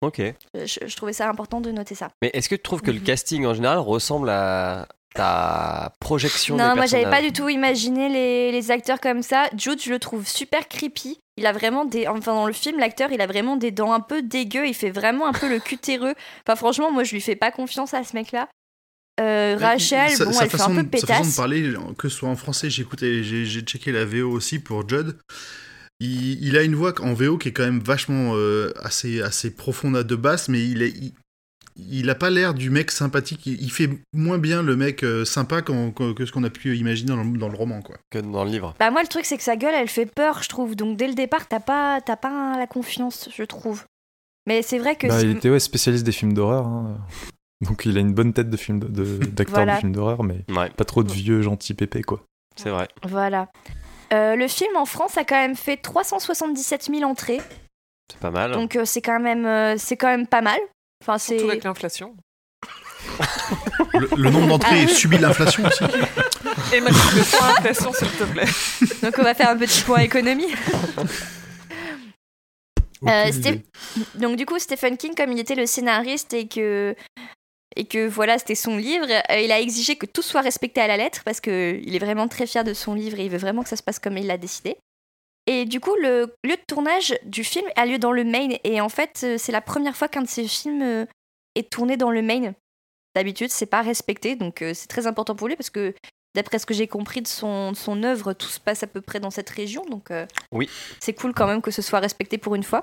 Speaker 2: Ok.
Speaker 3: Euh, Je, je trouvais ça important de noter ça.
Speaker 2: Mais est-ce que tu trouves que le
Speaker 3: Mhm.
Speaker 2: casting en général ressemble à ta projection
Speaker 3: non,
Speaker 2: des
Speaker 3: moi j'avais pas
Speaker 2: personnages
Speaker 3: du tout imaginé les, les acteurs comme ça. Jude, je le trouve super creepy. Il a vraiment des. Enfin, dans le film, l'acteur, il a vraiment des dents un peu dégueu. Il fait vraiment un peu le cutéreux. Enfin, franchement, moi je lui fais pas confiance à ce mec-là. Euh, Rachel,
Speaker 4: Bah, Sa-
Speaker 3: bon,
Speaker 4: sa
Speaker 3: elle fait
Speaker 4: façon
Speaker 3: un peu
Speaker 4: de- Sa façon de
Speaker 3: pétasse.
Speaker 4: parler, que ce soit en français, j'ai écouté- j'ai j'ai checké la VO aussi pour Judd. Il, il a une voix en VO qui est quand même vachement euh, assez, assez profonde à deux basses, mais il est. il- il a pas l'air du mec sympathique. Il il fait moins bien le mec euh, sympa qu'en- que que ce qu'on a pu imaginer dans le, dans le roman, quoi.
Speaker 2: que dans le livre
Speaker 3: Bah, moi, le truc, c'est que sa gueule, elle fait peur, je trouve. Donc, dès le départ, t'as pas, t'as pas un- la confiance, je trouve. Mais c'est vrai que.
Speaker 7: Bah,
Speaker 3: si-
Speaker 7: il était ouais, spécialiste des films d'horreur. hein. Donc il a une bonne tête de film de- de- d'acteur de,
Speaker 3: Voilà.
Speaker 7: film d'horreur, mais
Speaker 2: Ouais,
Speaker 7: pas trop de vieux gentil pépé quoi.
Speaker 2: c'est vrai.
Speaker 3: Voilà. Euh, le film en France a quand même fait 377 000 entrées.
Speaker 2: C'est pas
Speaker 4: Ah.
Speaker 2: mal.
Speaker 3: Donc euh, c'est quand même euh, c'est quand même pas mal. Enfin c'est
Speaker 6: Surtout avec l'inflation.
Speaker 4: Le, le nombre d'entrées
Speaker 3: Ah.
Speaker 4: subit l'inflation aussi.
Speaker 6: Et maintenant, fais-toi inflation, s'il te plaît.
Speaker 3: donc on va faire un petit point économie. Euh,
Speaker 7: Aucune
Speaker 3: c'était-
Speaker 7: idée.
Speaker 3: donc du coup Stephen King comme il était le scénariste et que et que voilà c'était son livre, euh, il a exigé que tout soit respecté à la lettre parce que il est vraiment très fier de son livre et il veut vraiment que ça se passe comme il l'a décidé. Et du coup le lieu de tournage du film a lieu dans le Maine et en fait euh, c'est la première fois qu'un de ses films euh, est tourné dans le Maine. D'habitude c'est pas respecté donc euh, c'est très important pour lui parce que D'après ce que j'ai compris de son, de son œuvre, tout se passe à peu près dans cette région, donc euh,
Speaker 2: Oui.
Speaker 3: c'est cool quand même que ce soit respecté pour une fois.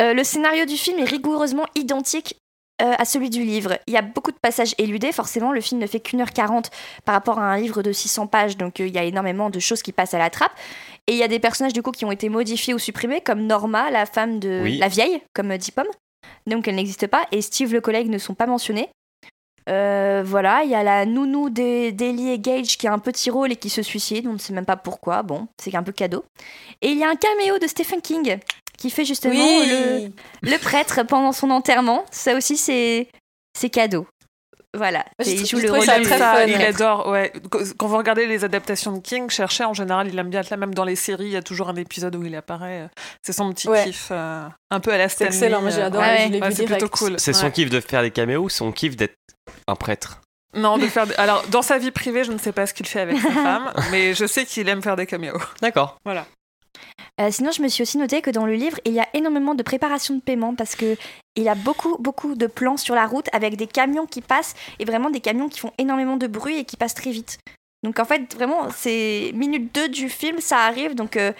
Speaker 3: Euh, le scénario du film est rigoureusement identique euh, à celui du livre. Il y a beaucoup de passages éludés, forcément le film ne fait qu'une heure 40 par rapport à un livre de 600 pages, donc euh, il y a énormément de choses qui passent à la trappe. Et il y a des personnages du coup qui ont été modifiés ou supprimés, comme Norma, la femme de
Speaker 2: Oui.
Speaker 3: la vieille, comme dit Pomme, donc elle n'existe pas, et Steve le collègue ne sont pas mentionnés. Euh, voilà, il y a la nounou des d'Ellie et Gage qui a un petit rôle et qui se suicide, on ne sait même pas pourquoi, bon, c'est un peu cadeau. Et il y a un caméo de Stephen King qui fait justement le,
Speaker 8: Oui.
Speaker 3: le prêtre pendant son enterrement, ça aussi c'est c'est cadeau. Voilà,
Speaker 8: J'ai
Speaker 3: Et il
Speaker 8: trou-
Speaker 3: joue
Speaker 8: j'ai
Speaker 3: le
Speaker 8: trouvé
Speaker 3: rôle
Speaker 8: ça
Speaker 3: du
Speaker 8: très
Speaker 3: prêtre.
Speaker 8: fun.
Speaker 6: Il adore, ouais. Qu- Quand vous regardez les adaptations de King, cherchez en général, il aime bien être là, même dans les séries, il y a toujours un épisode où il apparaît. C'est son petit
Speaker 8: Ouais.
Speaker 6: kiff, euh, un peu à la
Speaker 8: C'est
Speaker 6: Stanley.
Speaker 8: excellent, moi
Speaker 6: euh,
Speaker 8: j'ai adoré,
Speaker 3: ouais.
Speaker 8: je l'ai
Speaker 6: ouais,
Speaker 8: vu
Speaker 6: c'est plutôt
Speaker 8: direct.
Speaker 6: cool.
Speaker 2: C'est son
Speaker 6: Ouais.
Speaker 2: kiff de faire des caméos ou son kiff d'être un prêtre
Speaker 6: Non, de faire. des- Alors, dans sa vie privée, je ne sais pas ce qu'il fait avec sa femme, mais je sais qu'il aime faire des caméos.
Speaker 2: D'accord.
Speaker 6: Voilà.
Speaker 3: Euh, sinon, je me suis aussi noté que dans le livre, il y a énormément de préparation de paiement parce que il a beaucoup, beaucoup de plans sur la route avec des camions qui passent et vraiment des camions qui font énormément de bruit et qui passent très vite. Donc en fait, vraiment, c'est minute 2 du film, ça arrive. Donc euh,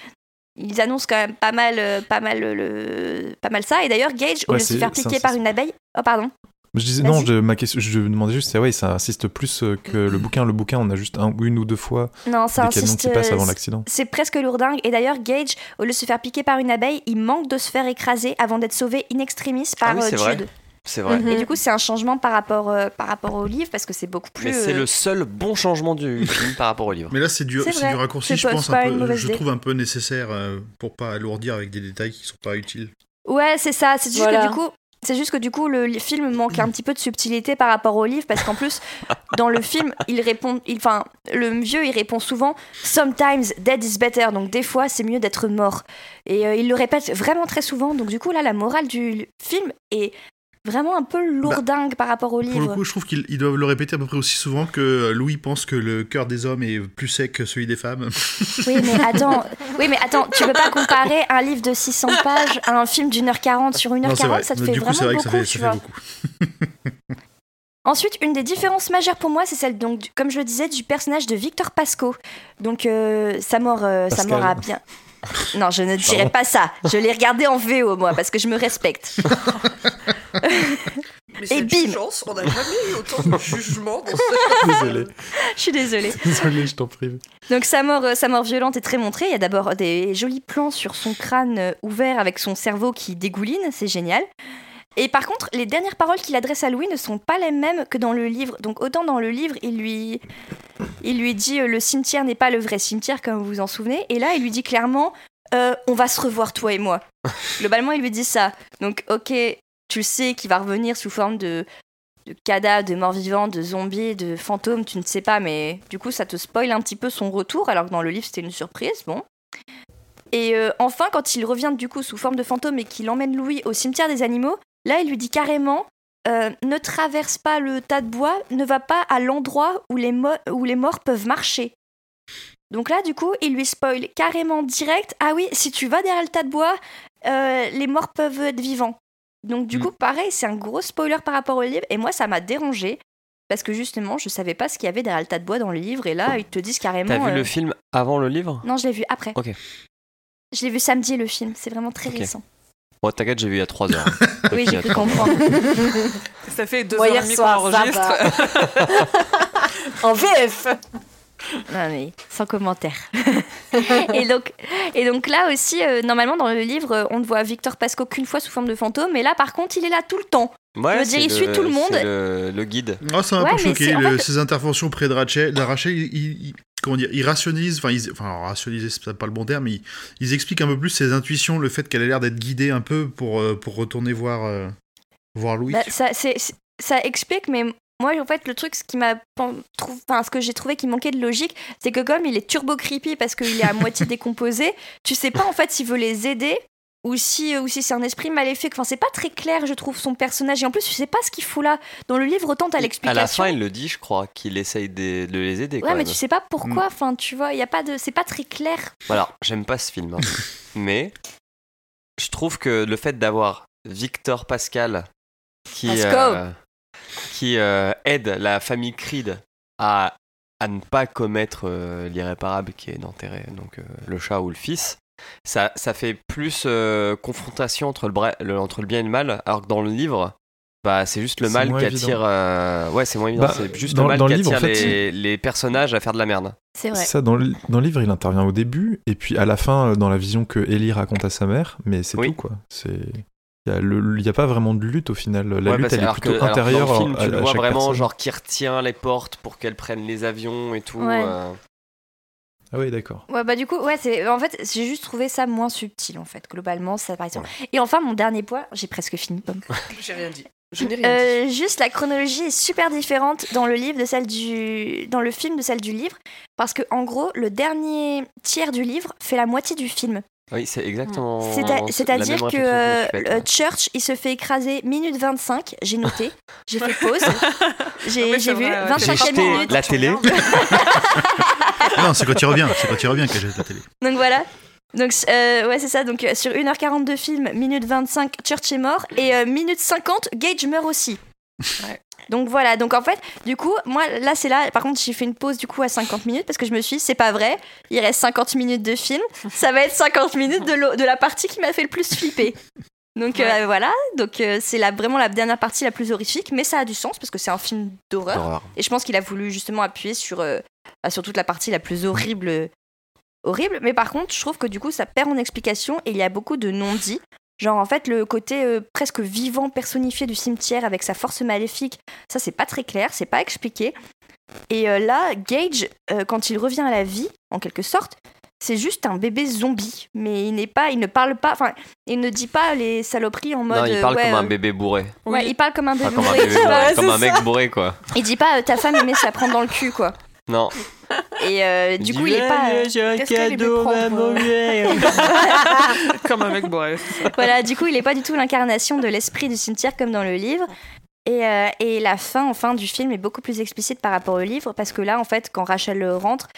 Speaker 3: ils annoncent quand même pas mal, euh, pas mal, euh, le, pas mal ça. Et d'ailleurs, Gage, au
Speaker 7: Ouais,
Speaker 3: lieu de se
Speaker 7: c'est-
Speaker 3: faire
Speaker 7: c'est
Speaker 3: piquer
Speaker 7: un-
Speaker 3: par une abeille, oh pardon,
Speaker 7: Je disais, non,
Speaker 3: Vas-y.
Speaker 7: je, ma question, je demandais juste, c'est ouais, ça insiste plus euh, que le bouquin. Le bouquin, on a juste un, une ou deux fois
Speaker 3: non, ça
Speaker 7: des canons
Speaker 3: insiste.
Speaker 7: qui passent
Speaker 3: euh,
Speaker 7: avant l'accident.
Speaker 3: c'est presque lourdingue. Et d'ailleurs, Gage, au lieu de se faire piquer par une abeille, il manque de se faire écraser avant d'être sauvé in extremis par
Speaker 2: Ah oui,
Speaker 3: euh,
Speaker 2: c'est
Speaker 3: Jude.
Speaker 2: vrai. C'est vrai.
Speaker 3: Et du coup, c'est un changement par rapport, euh, par rapport au livre parce que c'est beaucoup plus.
Speaker 2: Mais c'est
Speaker 3: euh,
Speaker 2: le seul bon changement du film par rapport au livre.
Speaker 4: Mais là, c'est du,
Speaker 3: C'est
Speaker 4: c'est
Speaker 3: vrai.
Speaker 4: du raccourci,
Speaker 3: C'est
Speaker 4: je
Speaker 3: pas-
Speaker 4: pense,
Speaker 3: c'est pas
Speaker 4: un
Speaker 3: une
Speaker 4: peu,
Speaker 3: mauvaise
Speaker 4: je
Speaker 3: idée.
Speaker 4: trouve un peu nécessaire euh, pour pas alourdir avec des détails qui sont pas utiles.
Speaker 3: euh, Ouais, c'est ça. C'est juste
Speaker 8: Voilà.
Speaker 3: que du coup. C'est juste que du coup, le li- film manque un petit peu de subtilité par rapport au livre, parce qu'en plus, dans le film, il répond, il- enfin, le vieux, il répond souvent Sometimes dead is better, donc des fois, c'est mieux d'être mort. Et euh, il le répète vraiment très souvent, donc du coup, là, la morale du film est vraiment un peu lourdingue par rapport au
Speaker 4: Pour le
Speaker 3: livre.
Speaker 4: coup, je trouve qu'ils ils doivent le répéter à peu près aussi souvent que Louis pense que le cœur des hommes est plus sec que celui des femmes.
Speaker 3: Oui, mais attends, oui, mais attends, tu peux pas comparer un livre de 600 pages à un film d'une heure 40 sur une heure
Speaker 4: non, c'est
Speaker 3: 40
Speaker 4: vrai.
Speaker 3: ça te
Speaker 4: Mais
Speaker 3: fait
Speaker 4: du coup,
Speaker 3: vraiment
Speaker 4: c'est vrai que
Speaker 3: beaucoup,
Speaker 4: ça fait,
Speaker 3: tu
Speaker 4: ça
Speaker 3: vois.
Speaker 4: fait beaucoup.
Speaker 3: Ensuite, une des différences majeures pour moi, c'est celle, donc, du- comme je le disais, du personnage de Victor Pasco. Donc, euh, sa mort, euh, sa
Speaker 7: Pascal.
Speaker 3: mort a bien. Non, je ne dirais pas ça. Je l'ai regardé en VO, moi, parce que je me respecte.
Speaker 1: Mais
Speaker 3: Et
Speaker 1: c'est
Speaker 3: bim.
Speaker 1: une chance, on n'a jamais eu autant de jugements dans ce
Speaker 7: Désolé,
Speaker 3: Je suis désolée.
Speaker 7: désolé, je t'en prie.
Speaker 3: Donc, sa mort, euh, sa mort violente est très montrée. Il y a d'abord des jolis plans sur son crâne euh, ouvert avec son cerveau qui dégouline. C'est génial. Et par contre, les dernières paroles qu'il adresse à Louis ne sont pas les mêmes que dans le livre. Donc autant dans le livre, il lui, il lui dit euh, le cimetière n'est pas le vrai cimetière, comme vous vous en souvenez. Et là, il lui dit clairement, Euh, on va se revoir toi et moi. Globalement, il lui dit ça. Donc ok, tu sais qu'il va revenir sous forme de, de cadavre, de mort-vivant, de zombie, de fantôme, tu ne sais pas. Mais du coup, ça te spoil un petit peu son retour, alors que dans le livre, c'était une surprise. Bon. Et euh, enfin, quand il revient du coup sous forme de fantôme et qu'il emmène Louis au cimetière des animaux, Là, il lui dit carrément euh, ne traverse pas le tas de bois, ne va pas à l'endroit où les, mo- où les morts peuvent marcher. Donc là, du coup, il lui spoil carrément direct ah oui, si tu vas derrière le tas de bois, euh, les morts peuvent être vivants. Donc, du
Speaker 2: Mm.
Speaker 3: coup, pareil, c'est un gros spoiler par rapport au livre, et moi, ça m'a dérangé. Parce que justement, je savais pas ce qu'il y avait derrière le tas de bois dans le livre, et là, ils te disent carrément.
Speaker 2: T'as vu
Speaker 3: euh,
Speaker 2: le film avant le livre
Speaker 3: Non, je l'ai vu après.
Speaker 2: Ok.
Speaker 3: Je l'ai vu samedi, le film. C'est vraiment très
Speaker 2: Ok.
Speaker 3: récent.
Speaker 2: Oh, t'inquiète, j'ai vu il y a 3 heures.
Speaker 3: Oui,
Speaker 2: Il y
Speaker 3: j'ai
Speaker 2: a
Speaker 3: pu
Speaker 2: trois heures.
Speaker 3: comprendre.
Speaker 6: Ça fait deux
Speaker 8: Moi,
Speaker 6: heures et
Speaker 8: hier
Speaker 6: demie qu'on
Speaker 8: soir, ça
Speaker 6: enregistre.
Speaker 8: En VF
Speaker 3: Non, mais sans commentaire. et, donc, et donc là aussi, euh, normalement dans le livre, euh, on ne voit Victor Pasco qu'une fois sous forme de fantôme, mais là par contre, il est là tout le temps.
Speaker 2: Ouais,
Speaker 3: Je veux dire,
Speaker 2: c'est
Speaker 3: il suit tout le monde.
Speaker 2: c'est Le, le guide.
Speaker 4: Ah, ça m'a
Speaker 3: Ouais,
Speaker 4: un peu
Speaker 3: mais
Speaker 4: choqué,
Speaker 3: c'est- en
Speaker 4: le-
Speaker 3: fait-
Speaker 4: ces interventions près de Rachel. de Rachel, il, il- comment dire, il rationalise, enfin, ils- enfin alors, rationaliser, c'est peut-être pas le bon terme, mais ils, ils expliquent un peu plus ses intuitions, le fait qu'elle a l'air d'être guidée un peu pour, euh, pour retourner voir, euh, voir Louis.
Speaker 3: Bah, ça, c'est- c'est- ça explique, mais moi en fait, le truc, ce qui m'a pen- trou- enfin, ce que j'ai trouvé qui manquait de logique, c'est que comme il est turbo creepy parce qu'il est à moitié décomposé, tu sais pas en fait s'il veut les aider ou si, euh, ou si c'est un esprit maléfique. Enfin, c'est pas très clair, je trouve, son personnage. Et en plus, tu sais pas ce qu'il fout là. Dans le livre, autant t'as
Speaker 2: À
Speaker 3: l'explication.
Speaker 2: la fin, il le dit, je crois, qu'il essaye de, de les aider.
Speaker 3: Ouais,
Speaker 2: quand
Speaker 3: mais
Speaker 2: même. Mm.
Speaker 3: tu sais pas pourquoi. Enfin, tu vois, il y a pas de, c'est pas très clair.
Speaker 2: Alors, j'aime pas ce film, hein. mais je trouve que le fait d'avoir Victor Pascal qui,
Speaker 3: Pasco.
Speaker 2: euh, qui euh, aide la famille Creed à, à ne pas commettre euh, l'irréparable qui est d'enterrer donc euh, le chat ou le fils, ça, ça fait plus euh, confrontation entre le, bra- le- entre le bien et le mal, alors que dans le livre. Bah, c'est juste le
Speaker 7: C'est
Speaker 2: mal
Speaker 7: moins
Speaker 2: qui
Speaker 7: évident.
Speaker 2: attire. euh, Ouais, c'est moins évident.
Speaker 7: Bah,
Speaker 2: c'est juste
Speaker 7: dans-
Speaker 2: le mal
Speaker 7: dans
Speaker 2: qui
Speaker 7: le livre, en
Speaker 2: attire
Speaker 7: fait,
Speaker 2: les, les personnages à faire de la merde.
Speaker 3: C'est
Speaker 7: C'est Ça, dans le, dans le livre, il intervient au début, et puis à la fin, euh, dans la vision que Ellie raconte à sa mère, mais c'est
Speaker 2: Oui.
Speaker 7: tout, quoi. C'est... Il n'y a, pas vraiment de lutte au final. La
Speaker 2: Ouais,
Speaker 7: lutte,
Speaker 2: parce-
Speaker 7: elle est
Speaker 2: alors
Speaker 7: plutôt
Speaker 2: que- alors que
Speaker 7: intérieure.
Speaker 2: dans le film,
Speaker 7: à-
Speaker 2: tu le
Speaker 7: à
Speaker 2: vois
Speaker 7: chaque
Speaker 2: vraiment,
Speaker 7: personne.
Speaker 2: genre, qui retient les portes pour qu'elles prennent les avions et tout.
Speaker 3: Ouais.
Speaker 2: euh.
Speaker 7: Ah oui, d'accord.
Speaker 3: Ouais, bah du coup, ouais, c'est en fait, j'ai juste trouvé ça moins subtil en fait, globalement, ça par exemple. Et enfin, mon dernier point, j'ai presque fini. pardon.
Speaker 1: J'ai rien dit. Je n'ai rien dit.
Speaker 3: Euh, juste la chronologie est super différente dans le livre de celle du dans le film de celle du livre parce que en gros, le dernier tiers du livre fait la moitié du film.
Speaker 2: Oui, c'est exactement.
Speaker 1: Oh,
Speaker 3: C'est à- C'est-à-dire que euh, le Church, il se fait écraser minute 25, j'ai noté, j'ai fait pause.
Speaker 1: Ah
Speaker 6: Non,
Speaker 3: J'ai
Speaker 6: mais
Speaker 3: j'ai
Speaker 6: c'est
Speaker 3: vu
Speaker 6: vrai, ouais.
Speaker 3: 25
Speaker 2: jeté
Speaker 3: minutes.
Speaker 2: la télé.
Speaker 4: Ah non, c'est quand il revient, c'est quand il revient qu'elle jette la télé.
Speaker 3: Donc voilà. Donc euh, ouais, c'est ça. Donc euh, sur 1h40 de film, minute 25, Church est mort et euh, minute 50, Gage meurt aussi.
Speaker 6: Ouais.
Speaker 3: Donc voilà, donc en fait, du coup, moi là c'est là, par contre j'ai fait une pause du coup à 50 minutes parce que je me suis dit c'est pas vrai, il reste 50 minutes de film, ça va être 50 minutes de, l'o- de la partie qui m'a fait le plus flipper. Donc euh, voilà, donc euh, c'est la, vraiment la dernière partie la plus horrifique, mais ça a du sens parce que c'est un film d'horreur.
Speaker 2: Horreur.
Speaker 3: Et je pense qu'il a voulu justement appuyer sur, euh, bah, sur toute la partie la plus horrible. euh, horrible. Mais par contre, je trouve que du coup, ça perd en explication et il y a beaucoup de non-dits. Genre, en fait, le côté euh, presque vivant, personnifié du cimetière avec sa force maléfique, ça, c'est pas très clair, c'est pas expliqué. Et euh, là, Gage, euh, quand il revient à la vie, en quelque sorte, c'est juste un bébé zombie. Mais il n'est pas, il ne parle pas, enfin, il ne dit pas les saloperies en mode.
Speaker 2: Non, il parle
Speaker 3: euh, ouais,
Speaker 2: comme un
Speaker 3: euh,
Speaker 2: bébé bourré.
Speaker 3: ouais, il parle comme un bébé.
Speaker 2: Enfin, comme un
Speaker 3: bourré,
Speaker 2: bébé
Speaker 3: tu vois.
Speaker 2: bourré, comme un mec bourré, quoi.
Speaker 3: Il dit pas euh, ta femme aimait ça prendre dans le cul, quoi.
Speaker 2: Non.
Speaker 3: Et euh, du coup, il est pas. euh,
Speaker 2: J'ai un
Speaker 1: qu'est-ce qu'elle euh, aimait prendre,
Speaker 6: Comme un mec bourré.
Speaker 3: voilà, du coup, il n'est pas du tout l'incarnation de l'esprit du cimetière comme dans le livre. Et, euh, et la fin, enfin, du film est beaucoup plus explicite par rapport au livre, parce que là, en fait, quand Rachel euh, rentre,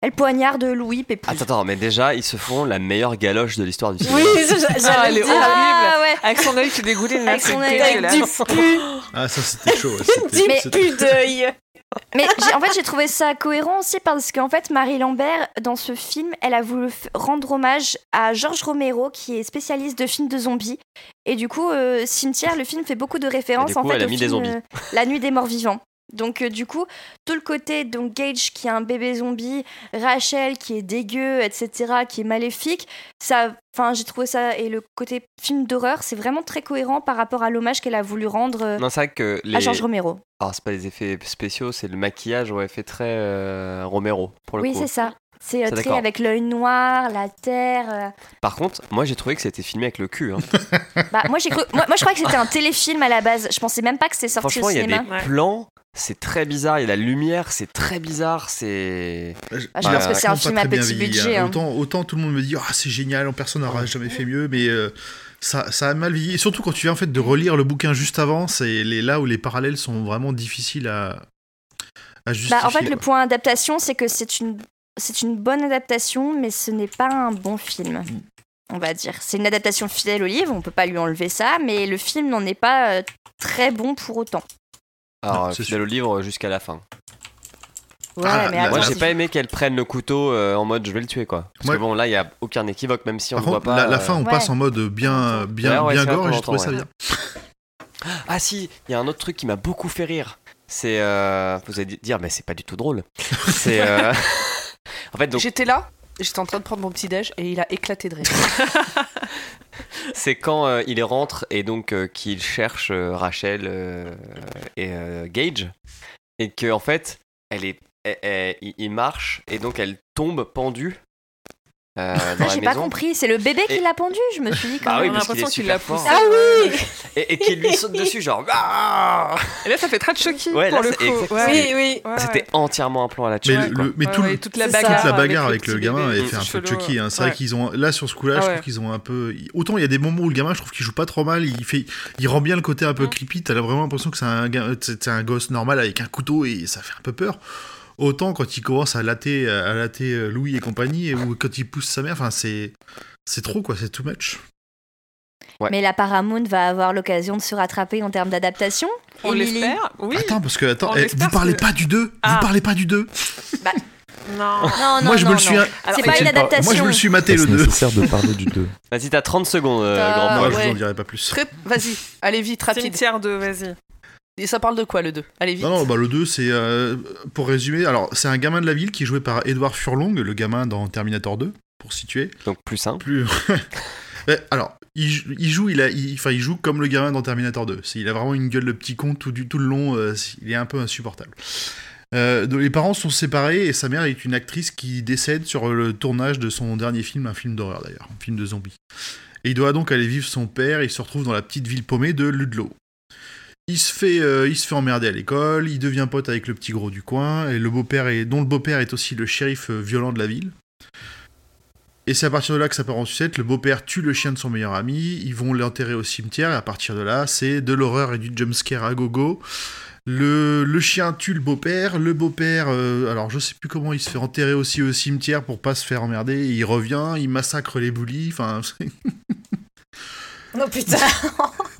Speaker 3: elle poignarde Louis Pépou.
Speaker 2: Attends, attends, mais déjà, ils se font la meilleure galoche de l'histoire du cinéma.
Speaker 6: Ah, elle est horrible.
Speaker 3: ah ouais
Speaker 6: Avec son œil qui dégouline. là,
Speaker 3: Avec
Speaker 6: c'est
Speaker 3: son œil.
Speaker 6: dégueulasse.
Speaker 8: Du pu,
Speaker 4: Ah, ça c'était chaud. ouais, c'était-
Speaker 8: du
Speaker 4: c'était-
Speaker 8: pu d'œil.
Speaker 3: Mais j'ai- en fait, j'ai trouvé ça cohérent aussi parce qu'en fait, Marie Lambert, dans ce film, elle a voulu f- rendre hommage à Georges Romero, qui est spécialiste de films de zombies. Et du coup, euh, Cimetière, le film fait beaucoup de références
Speaker 2: Et du
Speaker 3: en
Speaker 2: coup,
Speaker 3: fait
Speaker 2: elle a
Speaker 3: au
Speaker 2: mis
Speaker 3: film,
Speaker 2: des zombies.
Speaker 3: euh, La Nuit des Morts Vivants. Donc euh, du coup, tout le côté donc Gage qui est un bébé zombie, Rachel qui est dégueu, etc., qui est maléfique, ça, enfin j'ai trouvé ça et le côté film d'horreur, c'est vraiment très cohérent par rapport à l'hommage qu'elle a voulu rendre euh,
Speaker 2: Non, c'est vrai que les.
Speaker 3: à Georges Romero.
Speaker 2: Alors, c'est pas les effets spéciaux, c'est le maquillage, ouais, fait très euh, Romero, pour le
Speaker 3: Oui,
Speaker 2: coup.
Speaker 3: c'est ça. C'est euh,
Speaker 2: Ça,
Speaker 3: très
Speaker 2: d'accord.
Speaker 3: avec l'œil noir, la terre.
Speaker 2: Par contre, moi, j'ai trouvé que c'était filmé avec le cul. hein.
Speaker 3: euh. Bah, moi, j'ai cru... moi, moi, je crois que c'était un téléfilm à la base. Je pensais même pas que c'était sorti au
Speaker 2: Franchement, il y a
Speaker 3: cinéma.
Speaker 2: des plans, c'est très bizarre. Il y a la lumière, c'est très bizarre. C'est.
Speaker 3: Ah, je pense que c'est un
Speaker 4: Ils l'ont
Speaker 3: film
Speaker 4: Bah, pas
Speaker 3: à
Speaker 4: très bien
Speaker 3: petit
Speaker 4: vieilli,
Speaker 3: budget,
Speaker 4: hein.
Speaker 3: hein.
Speaker 4: Autant, autant tout le monde me dit ah c'est génial, personne n'aura jamais fait mieux, mais euh, ça, ça a mal vieilli. Et surtout quand tu viens en fait de relire le bouquin juste avant, c'est les- là où les parallèles sont vraiment difficiles à, à justifier.
Speaker 3: Bah, en fait, le point adaptation, c'est que c'est une... c'est une bonne adaptation, mais ce n'est pas un bon film. On va dire. C'est une adaptation fidèle au livre, on peut pas lui enlever ça, mais le film n'en est pas euh, très bon pour autant.
Speaker 2: Alors, euh,
Speaker 4: Non, Ah, c'est
Speaker 2: fidèle au livre jusqu'à la fin.
Speaker 3: Ouais,
Speaker 4: Ah,
Speaker 3: mais
Speaker 4: là,
Speaker 3: attends,
Speaker 2: Moi,
Speaker 4: la-
Speaker 2: j'ai
Speaker 3: tu-
Speaker 2: pas aimé qu'elle prenne le couteau euh, en mode je vais le tuer, quoi. Parce
Speaker 4: Ouais.
Speaker 2: que bon, là, il y a aucun équivoque, même si on
Speaker 4: Par
Speaker 2: le voit
Speaker 4: contre,
Speaker 2: pas.
Speaker 4: la, la
Speaker 2: euh,
Speaker 4: fin, on
Speaker 3: ouais.
Speaker 4: passe en mode bien, bien,
Speaker 2: Ouais, ouais,
Speaker 4: bien
Speaker 2: c'est vrai
Speaker 4: gore et
Speaker 2: qu'on
Speaker 4: j'ai trouvé
Speaker 2: l'entend,
Speaker 4: ça
Speaker 2: ouais.
Speaker 4: bien.
Speaker 2: Ah si, il y a un autre truc qui m'a beaucoup fait rire. C'est, euh, vous allez dire, mais c'est pas du tout drôle. c'est, euh, en fait, donc,
Speaker 1: J'étais là, j'étais en train de prendre mon petit déj et il a éclaté de rire.
Speaker 2: c'est quand euh, il rentre et donc euh, qu'il cherche euh, Rachel euh, et euh, Gage et que en fait, elle est, elle- elle- il- il marche et donc elle tombe pendue euh, dans
Speaker 3: Ah,
Speaker 2: la
Speaker 3: j'ai pas
Speaker 2: maison.
Speaker 3: compris. C'est le bébé qui
Speaker 2: Et-
Speaker 3: l'a pendu. Je me suis dit quand
Speaker 2: Bah oui,
Speaker 3: même.
Speaker 6: On a
Speaker 2: parce qu'il est
Speaker 6: l'impression qu'il
Speaker 2: super
Speaker 6: l'a
Speaker 2: fort.
Speaker 6: poussé. Ah
Speaker 8: oui
Speaker 2: Et, et qu'il lui saute dessus, genre. Ah
Speaker 6: Et là, ça fait très Chucky
Speaker 2: Ouais,
Speaker 6: pour
Speaker 2: là,
Speaker 6: le
Speaker 2: c'est
Speaker 6: coup.
Speaker 2: exactement-
Speaker 8: Oui,
Speaker 6: Ouais.
Speaker 8: oui.
Speaker 6: Ouais, ouais.
Speaker 2: C'était entièrement un plan à la
Speaker 4: Mais,
Speaker 2: tuer.
Speaker 4: le- mais tout, le-
Speaker 6: Ouais, toute la
Speaker 8: C'est ça.
Speaker 6: bagarre,
Speaker 4: toute la bagarre avec,
Speaker 6: petit
Speaker 4: le gamin
Speaker 6: bébé,
Speaker 4: avait fait un peu
Speaker 6: chelou,
Speaker 4: Chucky. hein. C'est
Speaker 6: ouais.
Speaker 4: vrai qu'ils ont là sur ce coup-là,
Speaker 6: Ah
Speaker 4: je
Speaker 6: ouais.
Speaker 4: trouve qu'ils ont un peu. Autant il y a des moments où le gamin, je trouve qu'il joue pas trop mal. Il fait, il rend bien le côté un peu
Speaker 6: Mm.
Speaker 4: creepy. T'as vraiment l'impression que c'est un, ga- c'est c'est un gosse normal avec un couteau et ça fait un peu peur. Autant quand il commence à latter, à latter euh, Louis et compagnie, ou quand il pousse sa mère, enfin c'est, c'est trop quoi, c'est too much.
Speaker 2: Ouais.
Speaker 3: Mais la Paramount va avoir l'occasion de se rattraper en termes d'adaptation.
Speaker 6: On
Speaker 3: Emily.
Speaker 6: l'espère, oui.
Speaker 4: Attends parce que attends,
Speaker 6: On
Speaker 4: eh,
Speaker 6: espère
Speaker 4: vous parlez
Speaker 6: que-
Speaker 4: pas du 2
Speaker 6: Ah.
Speaker 4: vous parlez pas du 2
Speaker 6: Non.
Speaker 3: Non, non,
Speaker 4: Moi je
Speaker 3: non,
Speaker 4: me le
Speaker 3: non.
Speaker 4: suis,
Speaker 6: Alors,
Speaker 3: C'est pas une
Speaker 7: Faut-il pas-
Speaker 3: adaptation.
Speaker 4: moi je me le suis maté
Speaker 7: Est-ce
Speaker 4: le Ah, 2
Speaker 7: nécessaire de parler du 2
Speaker 2: Vas-y, t'as 30 secondes, euh,
Speaker 1: Euh,
Speaker 2: grand Paul.
Speaker 4: Moi je vous en
Speaker 1: ouais.
Speaker 4: dirai pas plus.
Speaker 1: Très... Vas-y, allez vite, rapide.
Speaker 6: Cimetière de, vas-y.
Speaker 1: Et ça parle de quoi le 2 Allez vite.
Speaker 4: Non, non, bah, le 2, c'est. euh, pour résumer, alors, c'est un gamin de la ville qui est joué par Edward Furlong, le gamin dans Terminator 2, pour situer.
Speaker 2: Donc plus simple.
Speaker 4: Plus. Ouais, alors, il, jou- il joue, il a, il, enfin, il joue comme le gamin dans Terminator 2. C'est- il a vraiment une gueule de petit con tout, du, tout le long, euh, c'est- il est un peu insupportable. Euh, donc, les parents sont séparés et sa mère est une actrice qui décède sur le tournage de son dernier film, un film d'horreur d'ailleurs, un film de zombie. Et il doit donc aller vivre son père, il se retrouve dans la petite ville paumée de Ludlow. Il se fait, euh, il se fait emmerder à l'école, il devient pote avec le petit gros du coin, et le beau-père est, dont le beau-père est aussi le shérif euh, violent de la ville. Et c'est à partir de là que ça part en sucette. Le beau-père tue le chien de son meilleur ami. Ils vont l'enterrer au cimetière. Et à partir de là, c'est de l'horreur et du jumpscare à gogo. Le, le chien tue le beau-père. Le beau-père, euh, alors je sais plus comment, il se fait enterrer aussi au cimetière pour pas se faire emmerder. Et il revient, il massacre les boulis. Enfin,
Speaker 8: Non, putain.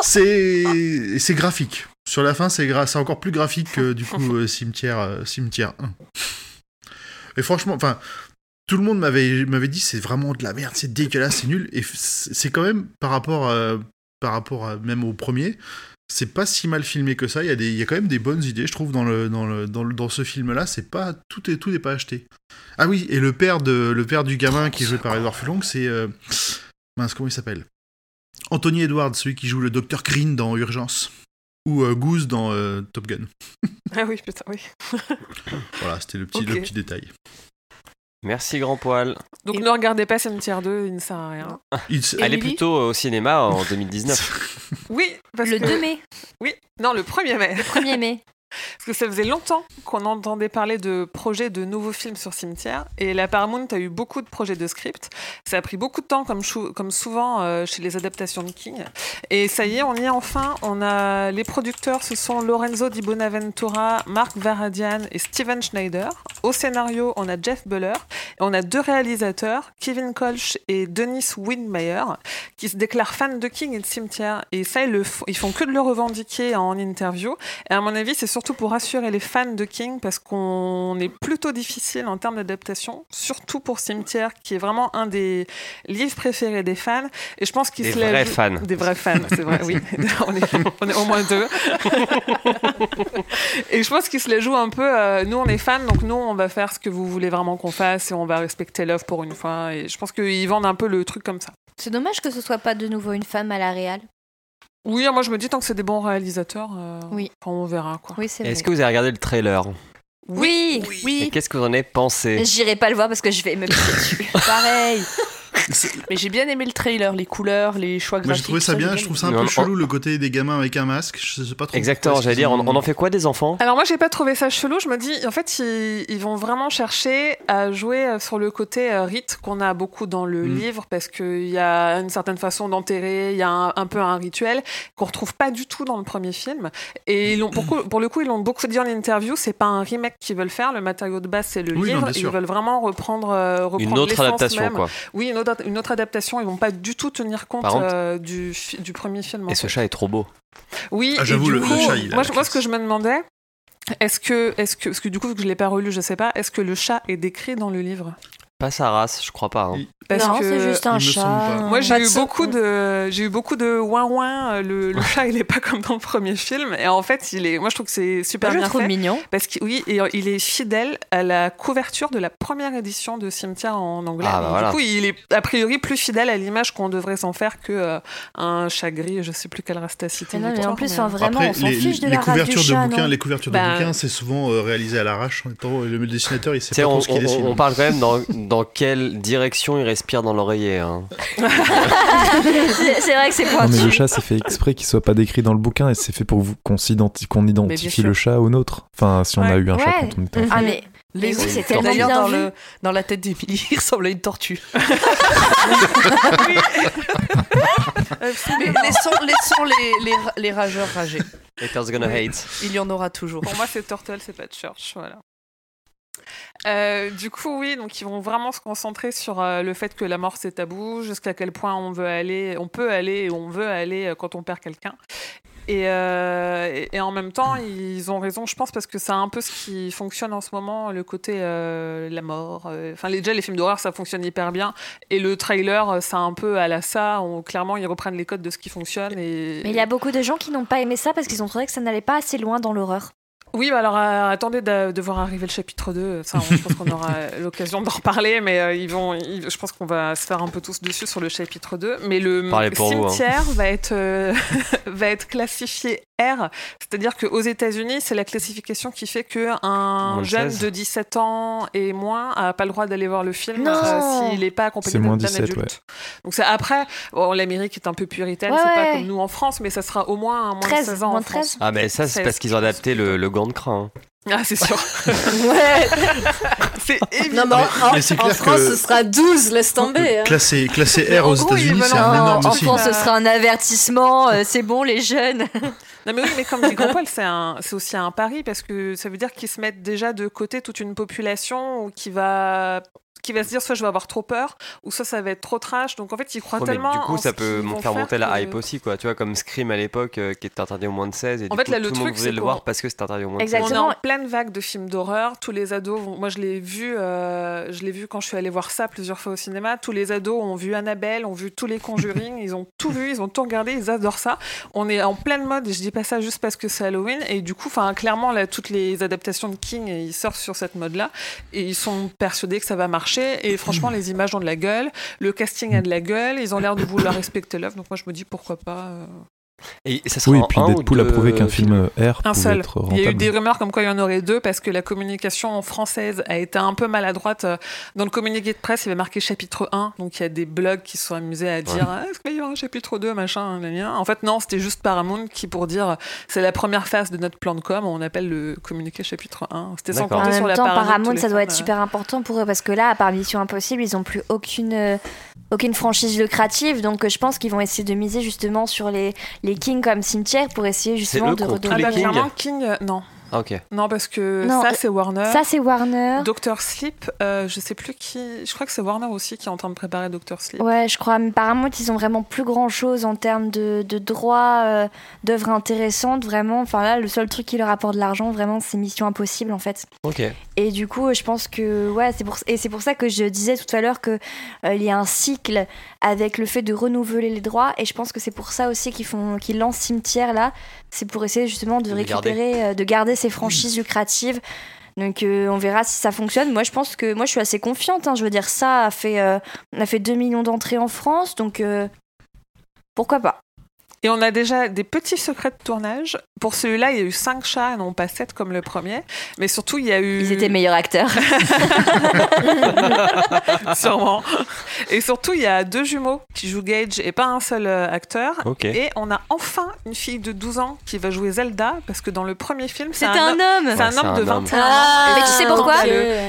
Speaker 4: c'est c'est graphique. Sur la fin, c'est gra- c'est encore plus graphique que du coup euh, cimetière, euh, cimetière 1. Et franchement, enfin, tout le monde m'avait m'avait dit c'est vraiment de la merde, c'est dégueulasse, c'est nul. Et f- c'est c'est quand même par rapport, euh, par rapport à- même au premier, c'est pas si mal filmé que ça. Il y a des, il y a quand même des bonnes idées, je trouve, dans le, dans le, dans le- dans ce film-là. C'est pas tout est tout n'est pas acheté. Ah oui, et le père de, le père du gamin qui est joué par Edward Furlong, c'est euh, mince comment il s'appelle Anthony Edwards, celui qui joue le docteur Green dans Urgence ou euh, Goose dans euh, Top Gun.
Speaker 6: Ah oui, putain, oui.
Speaker 4: Voilà, c'était le petit,
Speaker 6: Ok.
Speaker 4: le petit détail.
Speaker 2: Merci, grand poil.
Speaker 6: Donc ne regardez pas Cimetière 2, il ne sert à rien.
Speaker 4: Il s-
Speaker 2: Allez
Speaker 5: Emily
Speaker 2: plutôt au cinéma en 2019.
Speaker 6: Oui, parce
Speaker 3: Le
Speaker 6: que...
Speaker 3: 2 mai,
Speaker 6: Oui, non, le 1er mai.
Speaker 3: 1er mai.
Speaker 6: Parce que ça faisait longtemps qu'on entendait parler de projets de nouveaux films sur cimetière. Et la Paramount a eu beaucoup de projets de script. Ça a pris beaucoup de temps, comme, chou- comme souvent euh, chez les adaptations de King. Et ça y est, on y est enfin. On a les producteurs, ce sont Lorenzo Di Bonaventura, Mark Varadian et Steven Schneider. Au scénario, on a Jeff Buller. Et on a deux réalisateurs, Kevin Kolsch et Dennis Windmeyer, qui se déclarent fans de King et de cimetière. Et ça, ils, le f- ils font que de le revendiquer en interview. Et à mon avis, c'est surtout pour rassurer les fans de King parce qu'on est plutôt difficile en termes d'adaptation, surtout pour Cimetière, qui est vraiment un des livres préférés des fans. Et je pense qu'ils
Speaker 2: Des
Speaker 6: se lèvent-
Speaker 2: vrais fans.
Speaker 6: Des vrais fans, c'est vrai, oui. on, est, on est au moins deux. et je pense qu'ils se la jouent un peu. euh, nous, on est fans, donc nous, on va faire ce que vous voulez vraiment qu'on fasse et on va respecter l'œuvre pour une fois. Et je pense qu'ils vendent un peu le truc comme ça.
Speaker 3: C'est dommage que ce soit pas de nouveau une femme à la réal.
Speaker 6: Oui, moi, je me dis tant que c'est des bons réalisateurs, euh,
Speaker 3: Oui.
Speaker 6: enfin, on verra quoi.
Speaker 3: Oui, c'est vrai.
Speaker 2: Est-ce que vous avez regardé le trailer
Speaker 3: Oui,
Speaker 2: Et
Speaker 3: oui.
Speaker 2: qu'est-ce que vous en avez pensé
Speaker 3: J'irai pas le voir parce que je vais me piquer dessus.
Speaker 5: Pareil.
Speaker 4: C'est-
Speaker 5: Mais j'ai bien aimé le trailer, les couleurs, les choix graphiques.
Speaker 4: Moi, j'ai trouvé ça
Speaker 5: j'ai
Speaker 4: bien,
Speaker 5: bien
Speaker 4: je trouve ça un
Speaker 2: Non,
Speaker 4: peu
Speaker 2: on-
Speaker 4: chelou le côté des gamins avec un masque, je sais pas trop.
Speaker 2: Exactement,
Speaker 4: pourquoi
Speaker 2: j'allais
Speaker 4: est-ce qu'ils
Speaker 2: dire, on,
Speaker 4: ont-
Speaker 2: on en fait quoi des enfants
Speaker 6: Alors moi j'ai pas trouvé ça chelou, je me dis en fait ils, ils vont vraiment chercher à jouer euh, sur le côté euh, rite qu'on a beaucoup dans le
Speaker 4: Mm.
Speaker 6: livre parce qu'il y a une certaine façon d'enterrer, il y a un, un peu un rituel qu'on retrouve pas du tout dans le premier film et ils l'ont pour, coup- pour le coup ils l'ont beaucoup dit en interview, c'est pas un remake qu'ils veulent faire, le matériau de base c'est le
Speaker 4: Oui, non,
Speaker 6: livre,
Speaker 4: bien
Speaker 6: ils
Speaker 4: sûr.
Speaker 6: veulent vraiment reprendre, euh, reprendre
Speaker 2: Une autre
Speaker 6: l'essence
Speaker 2: adaptation,
Speaker 6: même.
Speaker 2: quoi.
Speaker 6: Oui, une autre, une autre adaptation, ils vont pas du tout tenir compte
Speaker 2: Par contre-
Speaker 6: euh, du, fi- du premier film. en
Speaker 2: Et ce chat est trop beau.
Speaker 6: oui,
Speaker 4: Ah,
Speaker 6: et
Speaker 4: j'avoue,
Speaker 6: du
Speaker 4: le-
Speaker 6: coup,
Speaker 4: le chat, il a la
Speaker 6: moi, je- moi,
Speaker 4: classe.
Speaker 6: ce que je me demandais, est-ce que, est-ce que, parce que du coup, vu que je l'ai pas relu, je sais pas, est-ce que le chat est décrit dans le livre
Speaker 2: Pas sa race, je crois pas. hein.
Speaker 6: Parce
Speaker 3: non,
Speaker 6: que
Speaker 3: c'est juste un
Speaker 4: il me semble
Speaker 3: chat.
Speaker 4: pas.
Speaker 6: moi, j'ai
Speaker 3: Pas de
Speaker 6: eu
Speaker 3: son-
Speaker 6: beaucoup de, j'ai eu beaucoup de ouin ouin. euh, Le, le chat, il est pas comme dans le premier film. Et en fait, il est, moi, je trouve que c'est super
Speaker 3: Moi, je le
Speaker 6: bien
Speaker 3: trouve
Speaker 6: fait.
Speaker 3: mignon.
Speaker 6: Parce que oui, et, euh, il est fidèle à la couverture de la première édition de Cimetière en anglais.
Speaker 2: Ah, bah
Speaker 6: Et
Speaker 2: voilà.
Speaker 6: Du coup, il est a priori plus fidèle à l'image qu'on devrait s'en faire que euh, un chat gris. Je sais plus quelle race t'as cité.
Speaker 3: Mais non, mais
Speaker 6: Victor,
Speaker 3: en plus,
Speaker 6: mais-
Speaker 3: enfin, vraiment,
Speaker 4: Après,
Speaker 3: on s'en
Speaker 4: les,
Speaker 3: fiche de
Speaker 4: les
Speaker 3: la race
Speaker 4: couvertures
Speaker 3: du chat,
Speaker 4: de bouquins,
Speaker 3: non
Speaker 4: les couvertures
Speaker 6: Bah-
Speaker 4: de bouquins, c'est souvent euh, réalisé à l'arrache. en étant- Le le dessinateur, il sait
Speaker 2: Tu
Speaker 4: pas
Speaker 2: sais, on,
Speaker 4: trop ce qu'il
Speaker 2: on-
Speaker 4: dessine.
Speaker 2: on parle quand même dans, dans quelle direction il respire dans l'oreiller. hein.
Speaker 3: C'est c'est vrai que c'est
Speaker 7: Non, mais le
Speaker 3: pointu.
Speaker 7: chat, c'est fait exprès qu'il soit pas décrit dans le bouquin et c'est fait pour vous- qu'on s'identi- qu'on identifie
Speaker 5: sûr.
Speaker 7: le chat au nôtre. Enfin, si on a
Speaker 6: Ouais.
Speaker 7: eu un chat
Speaker 3: Ouais.
Speaker 7: quand on était enfant.
Speaker 3: Ah mais
Speaker 5: Les
Speaker 3: Mais oui,
Speaker 5: autres,
Speaker 3: c'est tellement
Speaker 5: D'ailleurs,
Speaker 3: bien
Speaker 5: dans,
Speaker 3: vu.
Speaker 5: le- dans la tête d'Emilie, il ressemble à une tortue. Mais laissons laissons les, les, les rageurs rager.
Speaker 2: Haters gonna hate.
Speaker 5: Il y en aura toujours.
Speaker 6: Pour moi, c'est Turtle, c'est pas Church, voilà. Euh, du coup, oui, donc ils vont vraiment se concentrer sur euh, le fait que la mort c'est tabou, jusqu'à quel point on veut aller, on peut aller et on veut aller euh, quand on perd quelqu'un. Et, euh, et- et en même temps, ils ont raison, je pense, parce que c'est un peu ce qui fonctionne en ce moment, le côté euh, la mort. euh, Enfin, les- déjà, les films d'horreur, ça fonctionne hyper bien. Et le trailer, euh, c'est un peu à la ça. On, clairement, ils reprennent les codes de ce qui fonctionne. Et...
Speaker 3: Mais il y a beaucoup de gens qui n'ont pas aimé ça parce qu'ils ont trouvé que ça n'allait pas assez loin dans l'horreur.
Speaker 6: Oui, bah alors euh, attendez d'a- de, voir arriver le chapitre 2. Ça, on- je pense qu'on aura euh, l'occasion d'en reparler, mais euh, ils vont, ils- je pense qu'on va se faire un peu tous dessus sur le chapitre 2. Mais le
Speaker 2: Parlez pour vous, hein.
Speaker 6: cimetière va, être, euh, va être classifié R, c'est-à-dire qu'aux États-Unis, c'est la classification qui fait
Speaker 2: Moins
Speaker 6: qu'un
Speaker 2: de
Speaker 6: jeune
Speaker 2: 16.
Speaker 6: de 17 ans et moins n'a pas le droit d'aller voir le film
Speaker 3: Non.
Speaker 6: euh, s'il n'est pas accompagné
Speaker 7: C'est moins
Speaker 6: d'un d'un
Speaker 7: 17,
Speaker 6: adulte.
Speaker 7: ouais.
Speaker 6: Donc c'est après, bon, l'Amérique est un peu puritaine,
Speaker 3: Ouais,
Speaker 6: c'est
Speaker 3: ouais.
Speaker 6: pas comme nous en France, mais ça sera au moins un moins
Speaker 3: 13,
Speaker 6: de 16 ans
Speaker 3: moins
Speaker 6: en
Speaker 3: de 13.
Speaker 6: France.
Speaker 2: Ah, mais ça, c'est
Speaker 6: Seize,
Speaker 2: parce qu'ils ont
Speaker 6: je pense,
Speaker 2: adapté le, le gant de crin. hein.
Speaker 6: Ah, c'est sûr.
Speaker 8: Ouais.
Speaker 6: c'est évident.
Speaker 8: Non, mais en,
Speaker 4: mais c'est
Speaker 8: en
Speaker 4: clair
Speaker 8: France,
Speaker 4: que-
Speaker 8: ce sera 12, laisse tomber. hein.
Speaker 4: Classé, classé
Speaker 6: Mais
Speaker 4: R
Speaker 6: en
Speaker 4: aux
Speaker 6: gros, il est
Speaker 4: États-Unis, c'est
Speaker 6: malin.
Speaker 4: un
Speaker 3: Non,
Speaker 4: énorme
Speaker 3: Oh, en
Speaker 4: signe.
Speaker 3: France, ce sera un avertissement. euh, c'est bon, les jeunes.
Speaker 6: Non mais oui, mais comme dit Grand Poil, c'est un- c'est aussi un pari parce que ça veut dire qu'ils se mettent déjà de côté toute une population ou qui va qui va se dire soit je vais avoir trop peur, ou soit ça va être trop trash. Donc en fait, il croit
Speaker 2: Ouais, mais
Speaker 6: tellement.
Speaker 2: du
Speaker 6: en
Speaker 2: coup, ça
Speaker 6: ce
Speaker 2: peut
Speaker 6: qu'ils vont
Speaker 2: faire monter la
Speaker 6: que-
Speaker 2: hype aussi, quoi. Tu vois, comme Scream à l'époque, euh, qui était interdit au moins de 16, et
Speaker 6: En
Speaker 2: du
Speaker 6: fait,
Speaker 2: coup,
Speaker 6: là,
Speaker 2: tout
Speaker 6: le
Speaker 2: le monde
Speaker 6: truc,
Speaker 2: voulait
Speaker 6: c'est
Speaker 2: le
Speaker 6: qu'on-
Speaker 2: voir parce que c'était interdit au moins de 16.
Speaker 6: On est
Speaker 3: Exactement.
Speaker 6: en pleine vague de films d'horreur. Tous les ados, vont- moi je l'ai vu, euh, je l'ai vu quand je suis allée voir ça plusieurs fois au cinéma. Tous les ados ont vu Annabelle, ont vu tous les Conjuring, ils ont tout vu, ils ont tout regardé, ils adorent ça. On est en pleine mode et je dis pas ça juste parce que c'est Halloween. Et du coup, enfin clairement là, toutes les adaptations de King, ils sortent sur cette mode là et ils sont persuadés que ça va marcher. Et franchement, les images ont de la gueule, le casting a de la gueule, ils ont l'air de vouloir respecter l'œuvre. Donc moi je me dis pourquoi pas. euh,
Speaker 2: Et ça sera
Speaker 7: Oui,
Speaker 2: en
Speaker 7: et puis
Speaker 2: un ou
Speaker 7: Deadpool a
Speaker 2: deux
Speaker 7: prouvé qu'un film euh, R
Speaker 6: un
Speaker 7: pouvait
Speaker 6: seul.
Speaker 7: être
Speaker 6: Il y a eu
Speaker 7: rentable.
Speaker 6: des rumeurs comme quoi il y en aurait deux parce que la communication française a été un peu maladroite. Euh, Dans le communiqué de presse, il y avait marqué chapitre 1, donc il y a des blogs qui se sont amusés à dire Ah, est-ce qu'il va y avoir un chapitre 2, machin, gna, gna. En fait, non, c'était juste Paramount qui, pour dire c'est la première phase de notre plan de com, on appelle le communiqué chapitre 1. C'était sans
Speaker 2: D'accord.
Speaker 6: compter
Speaker 3: En
Speaker 6: sur
Speaker 3: même
Speaker 6: la
Speaker 3: temps,
Speaker 6: parade de tous
Speaker 3: Paramount,
Speaker 6: les
Speaker 3: ça doit
Speaker 6: fans,
Speaker 3: être
Speaker 6: euh.
Speaker 3: super important pour eux parce que là, à part Mission Impossible, ils n'ont plus aucune, euh, aucune franchise lucrative. Donc, euh, je pense qu'ils vont essayer de miser justement sur les, les Kings comme cimetière pour essayer justement
Speaker 2: eux qui
Speaker 3: de
Speaker 2: ont tous
Speaker 6: Ah
Speaker 3: redonner.
Speaker 2: les
Speaker 6: bah,
Speaker 2: King.
Speaker 6: clairement, King, euh, non.
Speaker 2: Ah, ok.
Speaker 6: Non, parce que
Speaker 3: Non,
Speaker 6: ça,
Speaker 3: euh,
Speaker 6: c'est Warner.
Speaker 3: Ça, c'est Warner.
Speaker 6: Doctor Sleep, euh, je sais plus qui. Je crois que c'est Warner aussi qui est en train de préparer Doctor Sleep.
Speaker 3: Ouais, je crois. Mais Paramount, ils ont vraiment plus grand chose en termes de, de droits, euh, d'œuvres intéressantes, vraiment. Enfin, là, le seul truc qui leur apporte de l'argent, vraiment, c'est Mission Impossible, en fait.
Speaker 2: Ok.
Speaker 3: Et du coup, je pense que ouais, c'est pour et c'est pour ça que je disais tout à l'heure que euh, il y a un cycle avec le fait de renouveler les droits et je pense que c'est pour ça aussi qu'ils font qu'ils lancent cimetière là, c'est pour essayer justement de
Speaker 2: De les garder.
Speaker 3: récupérer euh, de garder ces franchises lucratives. Donc euh, on verra si ça fonctionne. Moi je pense que moi je suis assez confiante hein. je veux dire ça a fait euh, on a fait 2 millions d'entrées en France donc euh, pourquoi pas.
Speaker 6: Et on a déjà des petits secrets de tournage. Pour celui-là, il y a eu cinq chats et non pas sept comme le premier. Mais surtout, il y a eu.
Speaker 3: Ils étaient meilleurs acteurs.
Speaker 6: Sûrement. Et surtout, il y a deux jumeaux qui jouent Gage et pas un seul euh, acteur.
Speaker 2: Ok.
Speaker 6: Et on a enfin une fille de 12 ans qui va jouer Zelda parce que dans le premier film, c'est
Speaker 3: C'était
Speaker 6: un,
Speaker 3: un
Speaker 6: homme-
Speaker 3: homme.
Speaker 6: c'est un
Speaker 2: Ouais,
Speaker 6: homme
Speaker 2: c'est
Speaker 6: de
Speaker 2: un homme.
Speaker 6: 21
Speaker 3: Ah.
Speaker 6: ans.
Speaker 3: Mais tu sais pourquoi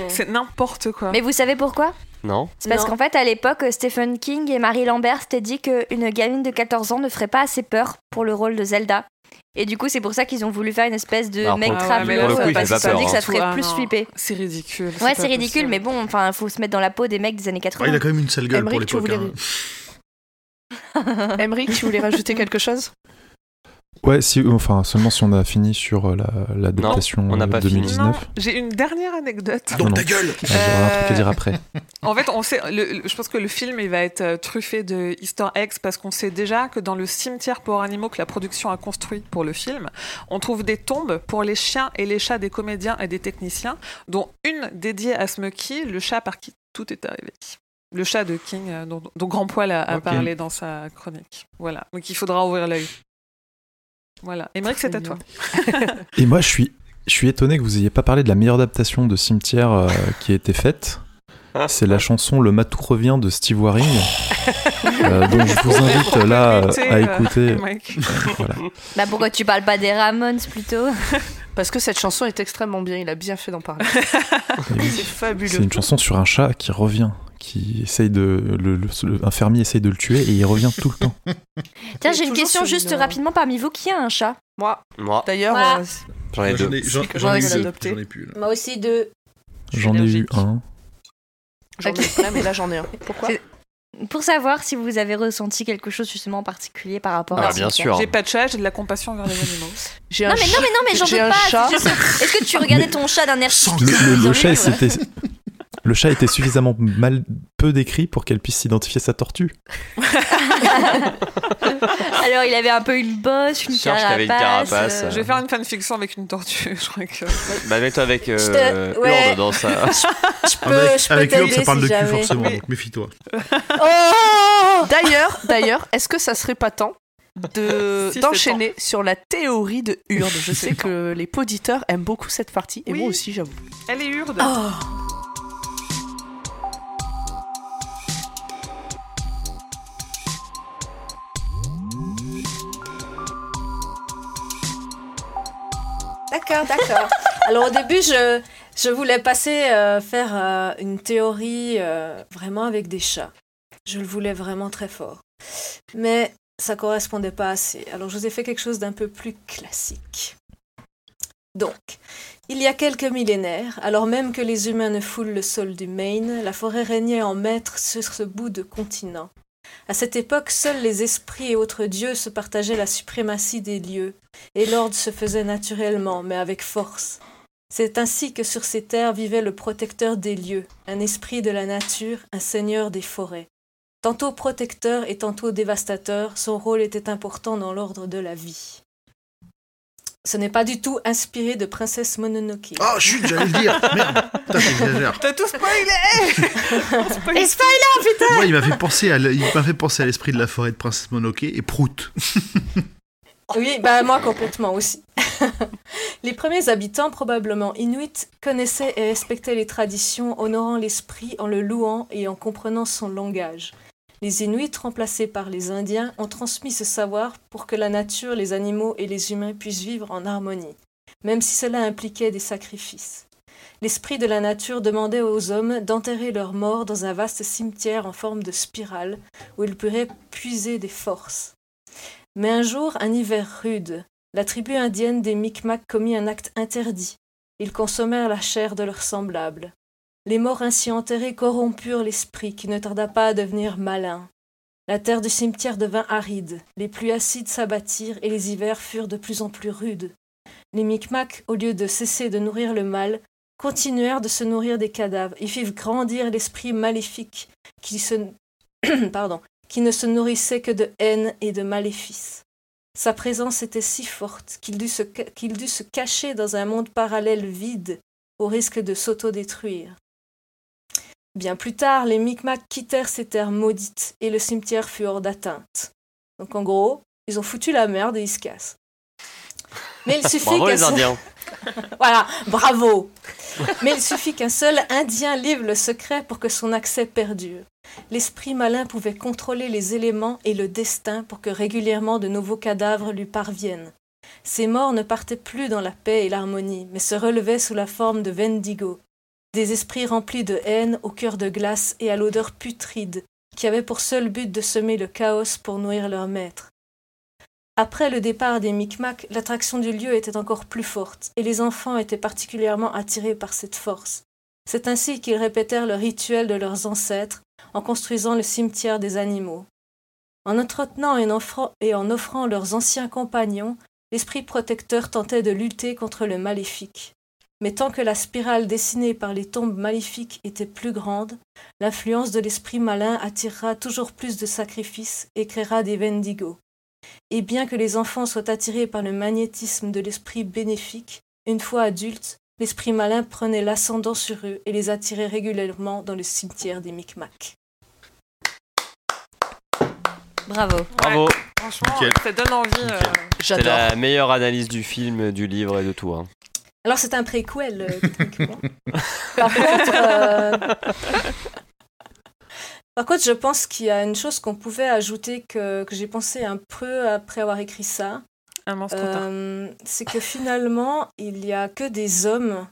Speaker 6: C'est n'importe quoi.
Speaker 3: Mais vous savez pourquoi
Speaker 2: Non
Speaker 3: C'est parce
Speaker 8: Euh, Non.
Speaker 3: qu'en fait, à l'époque, Stephen King et Marie Lambert s'étaient dit qu'une gamine de 14 ans ne ferait pas assez peur pour le rôle de Zelda. Et du coup, c'est pour ça qu'ils ont voulu faire une espèce de
Speaker 2: Alors, pour
Speaker 3: mec
Speaker 2: le-
Speaker 6: Ah ouais, mais
Speaker 3: travelot
Speaker 6: là,
Speaker 2: pour le coup,
Speaker 3: euh,
Speaker 2: il
Speaker 3: parce
Speaker 2: fait
Speaker 3: qu'ils
Speaker 2: pas
Speaker 3: se sont
Speaker 2: peur,
Speaker 3: dit que ça
Speaker 6: hein.
Speaker 3: ferait
Speaker 6: Ah,
Speaker 3: plus
Speaker 6: non.
Speaker 3: flipper.
Speaker 6: C'est ridicule.
Speaker 3: Ouais,
Speaker 6: pas
Speaker 3: c'est ridicule,
Speaker 6: possible.
Speaker 3: mais bon, enfin, faut se mettre dans la peau des mecs des années
Speaker 4: Ah, il
Speaker 3: 80.
Speaker 4: a quand même une sale gueule
Speaker 1: Aymeric,
Speaker 4: pour
Speaker 1: tu
Speaker 4: l'époque.
Speaker 1: voulais- Emmerich, tu voulais rajouter quelque chose
Speaker 7: Ouais, si, enfin, seulement si on a fini sur euh, la- l'adaptation
Speaker 2: on n'a
Speaker 7: euh,
Speaker 2: pas fini.
Speaker 6: Non, Euh.
Speaker 7: 2019.
Speaker 6: j'ai une dernière anecdote.
Speaker 7: Non,
Speaker 4: Donc
Speaker 7: non.
Speaker 4: ta gueule
Speaker 7: Ah, J'aurais un truc à dire après.
Speaker 6: En fait, on sait, le- le- je pense que le film il va être euh, truffé de Easter eggs parce qu'on sait déjà que dans le cimetière pour animaux que la production a construit pour le film, on trouve des tombes pour les chiens et les chats des comédiens et des techniciens, dont une dédiée à Smoky, le chat par qui tout est arrivé. Le chat de King, euh, dont, dont Grand Poil a, a
Speaker 2: Ok.
Speaker 6: parlé dans sa chronique. Voilà. Donc il faudra ouvrir l'œil. Voilà. Émeric, c'est à toi.
Speaker 7: Et moi, je suis, je suis étonné que vous n'ayez pas parlé de la meilleure adaptation de Cimetière euh, qui a été faite. C'est la chanson Le Matou revient de Steve Waring. Euh, donc je vous invite euh, là euh, à écouter.
Speaker 6: Émeric.
Speaker 7: Voilà.
Speaker 3: Bah pourquoi tu parles pas des Ramones plutôt
Speaker 1: Parce que cette chanson est extrêmement bien, il a bien fait d'en parler.
Speaker 7: Et oui,
Speaker 1: C'est
Speaker 7: C'est
Speaker 1: fabuleux.
Speaker 7: une chanson sur un chat qui revient, qui essaye de. Le, le- le- un fermier essaye de le tuer et il revient tout le temps.
Speaker 3: Tiens,
Speaker 1: Et
Speaker 3: j'ai une
Speaker 1: toujours
Speaker 3: question
Speaker 1: sur
Speaker 3: juste
Speaker 1: une-
Speaker 3: rapidement parmi vous qui a un chat
Speaker 1: Moi,
Speaker 2: Moi,
Speaker 1: d'ailleurs,
Speaker 8: Moi.
Speaker 1: euh,
Speaker 2: j'en ai
Speaker 4: Moi,
Speaker 2: deux.
Speaker 4: J'en ai, j'en-
Speaker 1: Si, que
Speaker 4: j'en ai
Speaker 1: moi
Speaker 4: eu
Speaker 1: aussi.
Speaker 4: deux, j'en ai plus. là.
Speaker 8: Moi aussi deux.
Speaker 1: Je suis
Speaker 7: J'en ai eu
Speaker 1: allergique.
Speaker 7: un.
Speaker 1: j'en ai plein, mais là j'en ai un. Pourquoi
Speaker 3: C'est- pour savoir si vous avez ressenti quelque chose justement en particulier par rapport
Speaker 2: Ah,
Speaker 3: à
Speaker 2: bah, bien
Speaker 3: Cimetière.
Speaker 2: sûr.
Speaker 6: J'ai pas de chat, j'ai de la compassion envers les animaux.
Speaker 1: J'ai
Speaker 3: Non
Speaker 1: un
Speaker 3: mais non mais non mais j'en
Speaker 1: J'ai
Speaker 3: veux
Speaker 1: un
Speaker 3: pas.
Speaker 1: chat.
Speaker 3: c'est juste- Est-ce que tu regardais
Speaker 7: Mais-
Speaker 3: ton chat d'un air
Speaker 7: Le, le- le chat
Speaker 3: Sans-
Speaker 7: c'était. Le chat était suffisamment mal peu décrit pour qu'elle puisse s'identifier sa tortue.
Speaker 3: Alors, il avait un peu une bosse, une
Speaker 2: Serge qui
Speaker 3: carapace.
Speaker 2: avait une carapace,
Speaker 3: euh,
Speaker 6: Je vais faire une fanfiction avec une tortue, je crois que.
Speaker 2: Bah, mets-toi avec euh,
Speaker 8: Je te- ouais.
Speaker 2: Lourdes dans ça.
Speaker 8: Je
Speaker 4: Ah,
Speaker 8: peux,
Speaker 4: mais
Speaker 8: je
Speaker 4: avec avec
Speaker 8: peux
Speaker 4: Urbe,
Speaker 8: t'aider
Speaker 4: ça parle
Speaker 8: si
Speaker 4: de cul
Speaker 8: jamais.
Speaker 4: forcément,
Speaker 6: Mais-
Speaker 4: donc méfie-toi.
Speaker 1: D'ailleurs, d'ailleurs, est-ce que ça serait pas temps de
Speaker 6: Si, c'est
Speaker 1: d'enchaîner sur la théorie de Hurde Je sais que les poditeurs aiment beaucoup cette partie et
Speaker 6: Oui.
Speaker 1: moi aussi, j'avoue.
Speaker 6: Elle est hurde.
Speaker 8: D'accord, d'accord. Alors au début, je, je voulais passer euh, faire euh, une théorie euh, vraiment avec des chats. Je le voulais vraiment très fort. Mais ça correspondait pas assez. Alors je vous ai fait quelque chose d'un peu plus classique. Donc, il y a quelques millénaires, alors même que les humains ne foulent le sol du Maine, la forêt régnait en maître sur ce bout de continent. À cette époque, seuls les esprits et autres dieux se partageaient la suprématie des lieux, et l'ordre se faisait naturellement, mais avec force. C'est ainsi que sur ces terres vivait le protecteur des lieux, un esprit de la nature, un seigneur des forêts. Tantôt protecteur et tantôt dévastateur, son rôle était important dans l'ordre de la vie. Ce n'est pas du tout inspiré de Princesse Mononoke.
Speaker 4: Oh, chut, j'allais le dire Merde Putain, j'exagère.
Speaker 6: T'as tout spoilé On spoil-
Speaker 3: Et spoiler, putain
Speaker 4: Moi, il m'a fait penser à le- il m'a fait penser à l'esprit de la forêt de Princesse Mononoke et Prout.
Speaker 8: Oui, bah moi complètement aussi. les premiers habitants, probablement inuits, connaissaient et respectaient les traditions, honorant l'esprit en le louant et en comprenant son langage. Les Inuits, remplacés par les Indiens, ont transmis ce savoir pour que la nature, les animaux et les humains puissent vivre en harmonie, même si cela impliquait des sacrifices. L'esprit de la nature demandait aux hommes d'enterrer leurs morts dans un vaste cimetière en forme de spirale, où ils pourraient puiser des forces. Mais un jour, un hiver rude, la tribu indienne des Micmacs commit un acte interdit. Ils consommèrent la chair de leurs semblables. Les morts ainsi enterrés corrompurent l'esprit qui ne tarda pas à devenir malin. La terre du cimetière devint aride, les pluies acides s'abattirent et les hivers furent de plus en plus rudes. Les Micmacs, au lieu de cesser de nourrir le mal, continuèrent de se nourrir des cadavres et firent grandir l'esprit maléfique qui se... Pardon qui ne se nourrissait que de haine et de maléfices. Sa présence était si forte qu'il dut, se ca- qu'il dut se cacher dans un monde parallèle vide, au risque de s'autodétruire. Bien plus tard, les Micmacs quittèrent ces terres maudites et le cimetière fut hors d'atteinte. Donc en gros, ils ont foutu la merde et ils se cassent. Mais il suffit
Speaker 2: Bravo
Speaker 8: qu'à
Speaker 2: les
Speaker 8: ce-
Speaker 2: Indiens.
Speaker 8: voilà, bravo. Mais il suffit qu'un seul Indien livre le secret pour que son accès perdure. L'esprit malin pouvait contrôler les éléments et le destin pour que régulièrement de nouveaux cadavres lui parviennent. Ces morts ne partaient plus dans la paix et l'harmonie, mais se relevaient sous la forme de Wendigo, des esprits remplis de haine, au cœur de glace et à l'odeur putride, qui avaient pour seul but de semer le chaos pour nourrir leur maître. Après le départ des Micmacs, l'attraction du lieu était encore plus forte, et les enfants étaient particulièrement attirés par cette force. C'est ainsi qu'ils répétèrent le rituel de leurs ancêtres en construisant le cimetière des animaux. En entretenant et en offrant, et en offrant leurs anciens compagnons, l'esprit protecteur tentait de lutter contre le maléfique. Mais tant que la spirale dessinée par les tombes maléfiques était plus grande, l'influence de l'esprit malin attirera toujours plus de sacrifices et créera des Wendigos et bien que les enfants soient attirés par le magnétisme de l'esprit bénéfique, une fois adultes, l'esprit malin prenait l'ascendant sur eux et les attirait régulièrement dans le cimetière des Micmacs.
Speaker 3: Bravo.
Speaker 2: Bravo.
Speaker 6: Franchement,
Speaker 4: Nickel.
Speaker 6: ça donne envie. euh,
Speaker 2: C'est
Speaker 1: J'adore.
Speaker 2: la meilleure analyse du film, du livre et de tout. hein.
Speaker 8: Alors c'est un préquel, euh, techniquement. Par contre, euh, par contre, je pense qu'il y a une chose qu'on pouvait ajouter que, que j'ai pensé un peu après avoir écrit ça.
Speaker 6: Un monstre trop tard.
Speaker 8: Euh, c'est que finalement, il n'y a que des hommes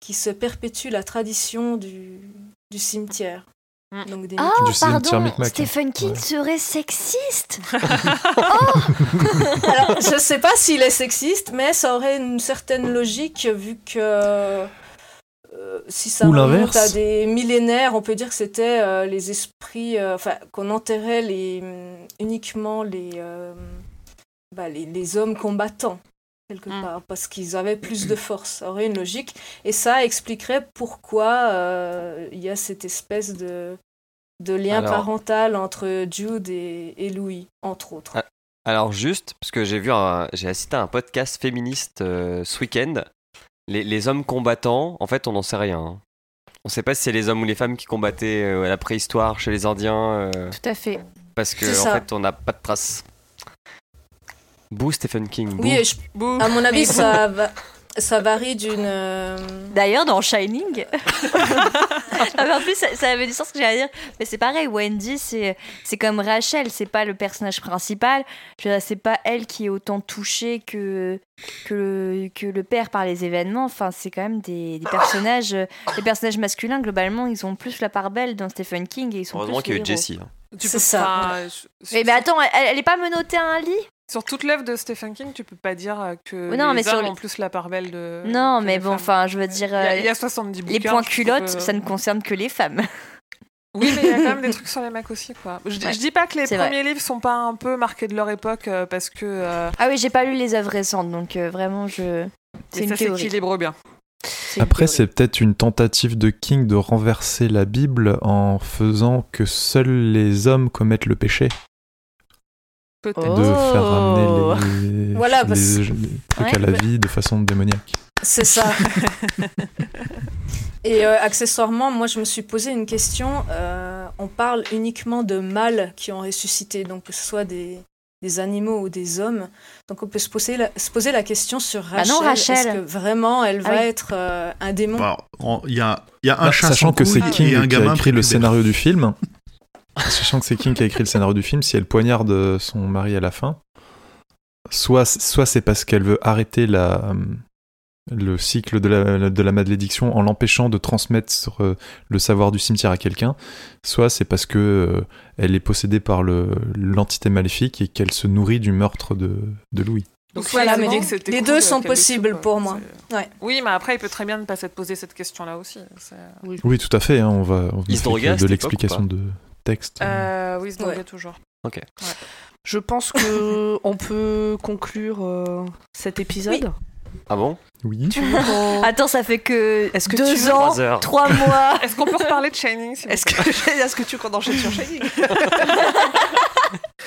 Speaker 8: qui se perpétuent la tradition du, du cimetière.
Speaker 6: Mm.
Speaker 8: Donc des
Speaker 3: Oh,
Speaker 7: Du sixième tiers
Speaker 3: pardon,
Speaker 7: Micmac, hein.
Speaker 3: Stephen King
Speaker 7: Ouais.
Speaker 3: serait sexiste
Speaker 8: Alors, je sais pas s'il est sexiste, mais ça aurait une certaine logique vu que euh, si ça
Speaker 7: Ou
Speaker 8: remonte
Speaker 7: l'inverse.
Speaker 8: à des millénaires, on peut dire que c'était euh, les esprits, euh, enfin qu'on enterrait les, hum, uniquement les, euh, bah, les les hommes combattants quelque
Speaker 6: Mm.
Speaker 8: part parce qu'ils avaient plus de force. Ça aurait une logique et ça expliquerait pourquoi euh, il y a cette espèce de de lien
Speaker 2: Alors-
Speaker 8: parental entre Jude et, et Louis, entre autres.
Speaker 2: Alors juste, parce que j'ai vu, un- j'ai assisté à un podcast féministe euh, ce week-end. Les, les hommes combattants, en fait, on n'en sait rien. hein. On ne sait pas si c'est les hommes ou les femmes qui combattaient euh, à la préhistoire chez les Indiens, euh,
Speaker 3: Tout à fait.
Speaker 2: parce que
Speaker 8: C'est
Speaker 2: en
Speaker 8: ça.
Speaker 2: fait, on n'a pas de traces. Boo Stephen King. Boo.
Speaker 8: Oui, et je
Speaker 6: Bouh.
Speaker 8: À mon avis,
Speaker 6: Mais
Speaker 8: ça, va- ça varie d'une. euh,
Speaker 3: D'ailleurs, dans Shining. Non, mais en plus, ça, ça avait du sens ce que j'allais dire. Mais c'est pareil, Wendy, c'est c'est comme Rachel, c'est pas le personnage principal. Je veux dire, c'est pas elle qui est autant touchée que, que, le, que le père par les événements. Enfin, c'est quand même des, des personnages. euh, Les personnages masculins, globalement, ils ont plus la part belle dans Stephen King et ils sont
Speaker 2: Heureusement
Speaker 3: plus
Speaker 2: qu'il y a eu
Speaker 3: les héros.
Speaker 2: Jessie. hein.
Speaker 6: Tu
Speaker 8: C'est
Speaker 6: peux
Speaker 8: ça.
Speaker 3: Eh
Speaker 6: pas- je-
Speaker 3: ben, Mais, mais attends, elle, elle est pas menottée à un lit
Speaker 6: Sur toute l'œuvre de Stephen King, tu peux pas dire euh, que
Speaker 3: Oui, non,
Speaker 6: les
Speaker 3: mais sur
Speaker 6: hommes
Speaker 3: le-
Speaker 6: ont plus la part belle de.
Speaker 3: Non,
Speaker 6: que
Speaker 3: mais
Speaker 6: les
Speaker 3: bon,
Speaker 6: femmes.
Speaker 3: enfin, je veux dire,
Speaker 6: Il y a-
Speaker 3: euh,
Speaker 6: il y, a 70
Speaker 3: les
Speaker 6: bouquins,
Speaker 3: points
Speaker 6: je trouve,
Speaker 3: culottes,
Speaker 6: euh,
Speaker 3: ça ne concerne que les femmes.
Speaker 6: Oui, mais il y a quand même des trucs sur les Mac aussi, quoi. Je, dis-
Speaker 3: Ouais.
Speaker 6: je dis pas que les
Speaker 3: C'est
Speaker 6: premiers
Speaker 3: vrai.
Speaker 6: livres sont pas un peu marqués de leur époque euh, parce que. euh,
Speaker 3: Ah oui, j'ai pas lu les œuvres récentes, donc euh, vraiment, je. C'est
Speaker 6: mais
Speaker 3: une
Speaker 6: ça
Speaker 3: théorie.
Speaker 6: s'équilibre bien.
Speaker 3: C'est une
Speaker 7: Après,
Speaker 3: théorie.
Speaker 7: c'est peut-être une tentative de King de renverser la Bible en faisant que seuls les hommes commettent le péché.
Speaker 6: Peut-être.
Speaker 3: Oh.
Speaker 7: De faire ramener les,
Speaker 8: Voilà,
Speaker 7: les-
Speaker 8: parce-
Speaker 7: les trucs
Speaker 3: Ouais,
Speaker 7: à la
Speaker 8: mais-
Speaker 7: vie de façon démoniaque.
Speaker 8: C'est ça. Et euh, accessoirement, moi, je me suis posé une question. euh, on parle uniquement de mâles qui ont ressuscité, donc que ce soit des, des animaux ou des hommes. Donc on peut se poser la, se poser la question sur
Speaker 3: Ah
Speaker 8: Rachel.
Speaker 3: non,
Speaker 8: Est-ce
Speaker 3: Rachel.
Speaker 8: que vraiment elle va
Speaker 3: Ah oui.
Speaker 8: être euh, un démon
Speaker 4: Alors, en- il y a, il y a un
Speaker 7: Bah,
Speaker 4: chat
Speaker 7: sachant
Speaker 4: sans
Speaker 7: que c'est
Speaker 4: couilles
Speaker 7: King
Speaker 4: et un
Speaker 7: qui
Speaker 4: gamin
Speaker 7: a écrit
Speaker 4: pris
Speaker 7: le
Speaker 4: des-
Speaker 7: scénario du film. sachant que c'est King qui a écrit le scénario du film, si elle poignarde euh, son mari à la fin, soit, soit c'est parce qu'elle veut arrêter la, euh, le cycle de la, de la malédiction en l'empêchant de transmettre sur, euh, le savoir du cimetière à quelqu'un, soit c'est parce que euh, elle est possédée par le- l'entité maléfique et qu'elle se nourrit du meurtre de, de Louis.
Speaker 6: Donc
Speaker 8: voilà,
Speaker 6: ils ont
Speaker 8: mais
Speaker 6: dit
Speaker 8: donc,
Speaker 6: que c'était
Speaker 8: les
Speaker 6: cool,
Speaker 8: deux
Speaker 6: euh,
Speaker 8: sont
Speaker 6: qu'elle le tue,
Speaker 8: possibles
Speaker 6: quoi.
Speaker 8: pour moi.
Speaker 6: C'est-
Speaker 8: Ouais.
Speaker 6: Oui, mais après, il peut très bien ne pas s'être posé cette question-là aussi. C'est-
Speaker 7: Oui, tout à fait, hein, on va on ne
Speaker 2: Ils se
Speaker 7: fait que
Speaker 2: droguaient à
Speaker 7: de
Speaker 2: cette époque ou
Speaker 7: l'explication de texte.
Speaker 6: Euh, oui, c'est
Speaker 8: Ouais.
Speaker 6: toujours.
Speaker 1: Je pense que on peut conclure euh, cet épisode.
Speaker 2: Ah bon
Speaker 7: Oui.
Speaker 1: Tu veux qu'on-
Speaker 3: Attends, ça fait que
Speaker 1: Est-ce que
Speaker 3: deux
Speaker 1: tu veux-
Speaker 3: ans,
Speaker 2: Trois heures.
Speaker 3: trois mois.
Speaker 6: Est-ce qu'on peut reparler de Shining s'il vous
Speaker 1: Est-ce que, est-ce que tu veux qu'on enchaîne sur Shaggy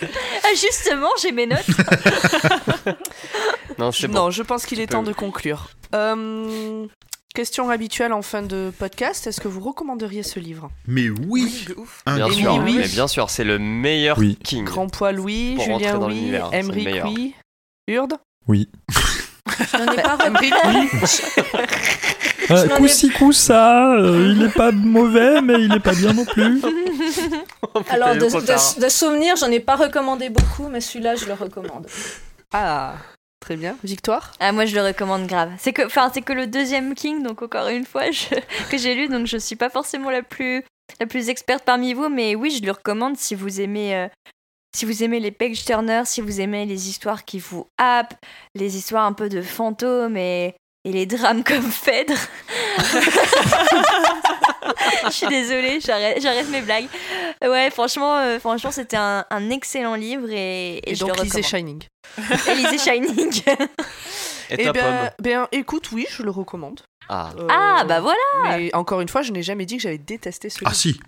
Speaker 3: Ah, Justement, j'ai mes notes.
Speaker 2: Non, c'est bon.
Speaker 1: Non, je pense qu'il est
Speaker 2: peux-
Speaker 1: temps de conclure. Euh, question habituelle en fin de podcast est-ce que vous recommanderiez ce livre
Speaker 4: Mais
Speaker 6: plaît
Speaker 4: oui
Speaker 6: De ouf.
Speaker 4: un
Speaker 2: Bien
Speaker 1: Et
Speaker 4: grand-
Speaker 2: sûr,
Speaker 1: oui.
Speaker 2: mais bien sûr, c'est le meilleur
Speaker 7: Oui.
Speaker 2: King.
Speaker 1: Grand Poil, oui.
Speaker 2: Pour rentrer
Speaker 1: Julien,
Speaker 2: dans
Speaker 1: oui.
Speaker 2: l'univers, c'est le
Speaker 1: Emmerich,
Speaker 2: meilleur.
Speaker 1: oui. Urde
Speaker 7: Oui.
Speaker 8: Je n'en ai pas repris.
Speaker 7: Euh,
Speaker 8: Je m'en ai-
Speaker 7: coussi coussa, euh, il est pas mauvais, mais il est pas bien non plus.
Speaker 8: Alors,
Speaker 2: il
Speaker 8: de,
Speaker 2: est trop tard.
Speaker 8: de, de souvenirs, j'en ai pas recommandé beaucoup, mais celui-là, je le recommande.
Speaker 1: Ah, très bien. Victoire
Speaker 3: Ah, moi, je le recommande grave. C'est que, enfin, c'est que le deuxième King, donc encore une fois, je- que j'ai lu, donc je suis pas forcément la plus, la plus experte parmi vous, mais oui, je le recommande si vous aimez, euh, si vous aimez les page turners, si vous aimez les histoires qui vous happent, les histoires un peu de fantômes et, et les drames comme Phèdre. je suis désolée, j'arrête, j'arrête mes blagues. Ouais, franchement, euh, franchement, c'était un, un excellent livre et, et
Speaker 1: Et
Speaker 3: je
Speaker 1: donc,
Speaker 3: le
Speaker 1: lisez
Speaker 3: recommande.
Speaker 1: Shining.
Speaker 3: Et lisez Shining.
Speaker 2: Et
Speaker 1: Eh
Speaker 2: ta
Speaker 1: ben,
Speaker 2: pomme.
Speaker 1: ben, écoute, oui, je le recommande.
Speaker 2: Ah,
Speaker 1: Euh,
Speaker 3: ah, bah voilà.
Speaker 1: Mais encore une fois, je n'ai jamais dit que j'avais détesté ce
Speaker 4: Ah
Speaker 1: livre.
Speaker 4: si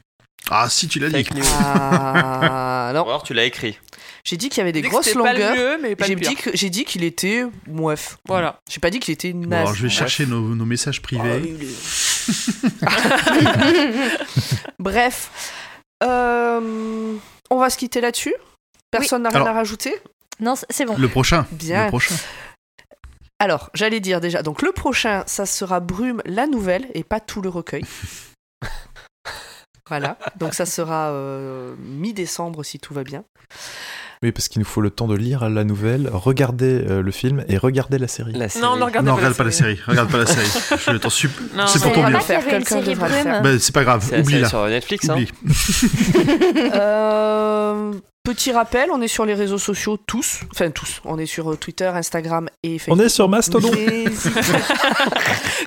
Speaker 4: Ah si, tu l'as dit
Speaker 2: fake news.
Speaker 1: Ah, non.
Speaker 2: Ou Alors tu l'as écrit.
Speaker 1: J'ai dit qu'il y avait des
Speaker 6: Dis que
Speaker 1: grosses
Speaker 6: c'était pas
Speaker 1: longueurs.
Speaker 6: le mieux, mais pas
Speaker 1: J'ai
Speaker 6: le pire.
Speaker 1: dit que- j'ai dit qu'il était mouef.
Speaker 6: Voilà.
Speaker 1: J'ai pas dit qu'il était
Speaker 4: Bon, alors,
Speaker 1: naze.
Speaker 4: je vais chercher nos, nos messages privés.
Speaker 1: Bref, Euh, on va se quitter là-dessus. Personne n'a rien
Speaker 4: Alors-
Speaker 1: à rajouter.
Speaker 3: Non, c'est- c'est bon.
Speaker 4: Le prochain.
Speaker 1: Bien.
Speaker 4: Le prochain.
Speaker 1: Alors, j'allais dire déjà. Donc le prochain, ça sera Brume la nouvelle et pas tout le recueil. voilà. Donc ça sera euh, mi-décembre si tout va bien.
Speaker 7: Oui, parce qu'il nous faut le temps de lire la nouvelle, regarder euh, le film et regarder la série.
Speaker 2: La
Speaker 6: Non, ne regarde
Speaker 4: non, regarde pas la série. Regarde pas la série. Je t'en supplie.
Speaker 6: Non,
Speaker 4: C'est pour
Speaker 3: Je savais
Speaker 4: ton bien.
Speaker 3: pas qu'il y avait une
Speaker 1: Quelqu'un
Speaker 3: série
Speaker 1: devra le
Speaker 3: Brume.
Speaker 1: faire.
Speaker 4: Bah, c'est pas grave,
Speaker 2: C'est la
Speaker 4: oublie
Speaker 2: série
Speaker 4: la.
Speaker 2: sur Netflix. Hein.
Speaker 4: Oublie.
Speaker 1: Euh, petit rappel, on est sur les réseaux sociaux tous. Enfin tous. On est sur euh, Twitter, Instagram et Facebook.
Speaker 7: On est sur Mastodon,
Speaker 1: N'hésitez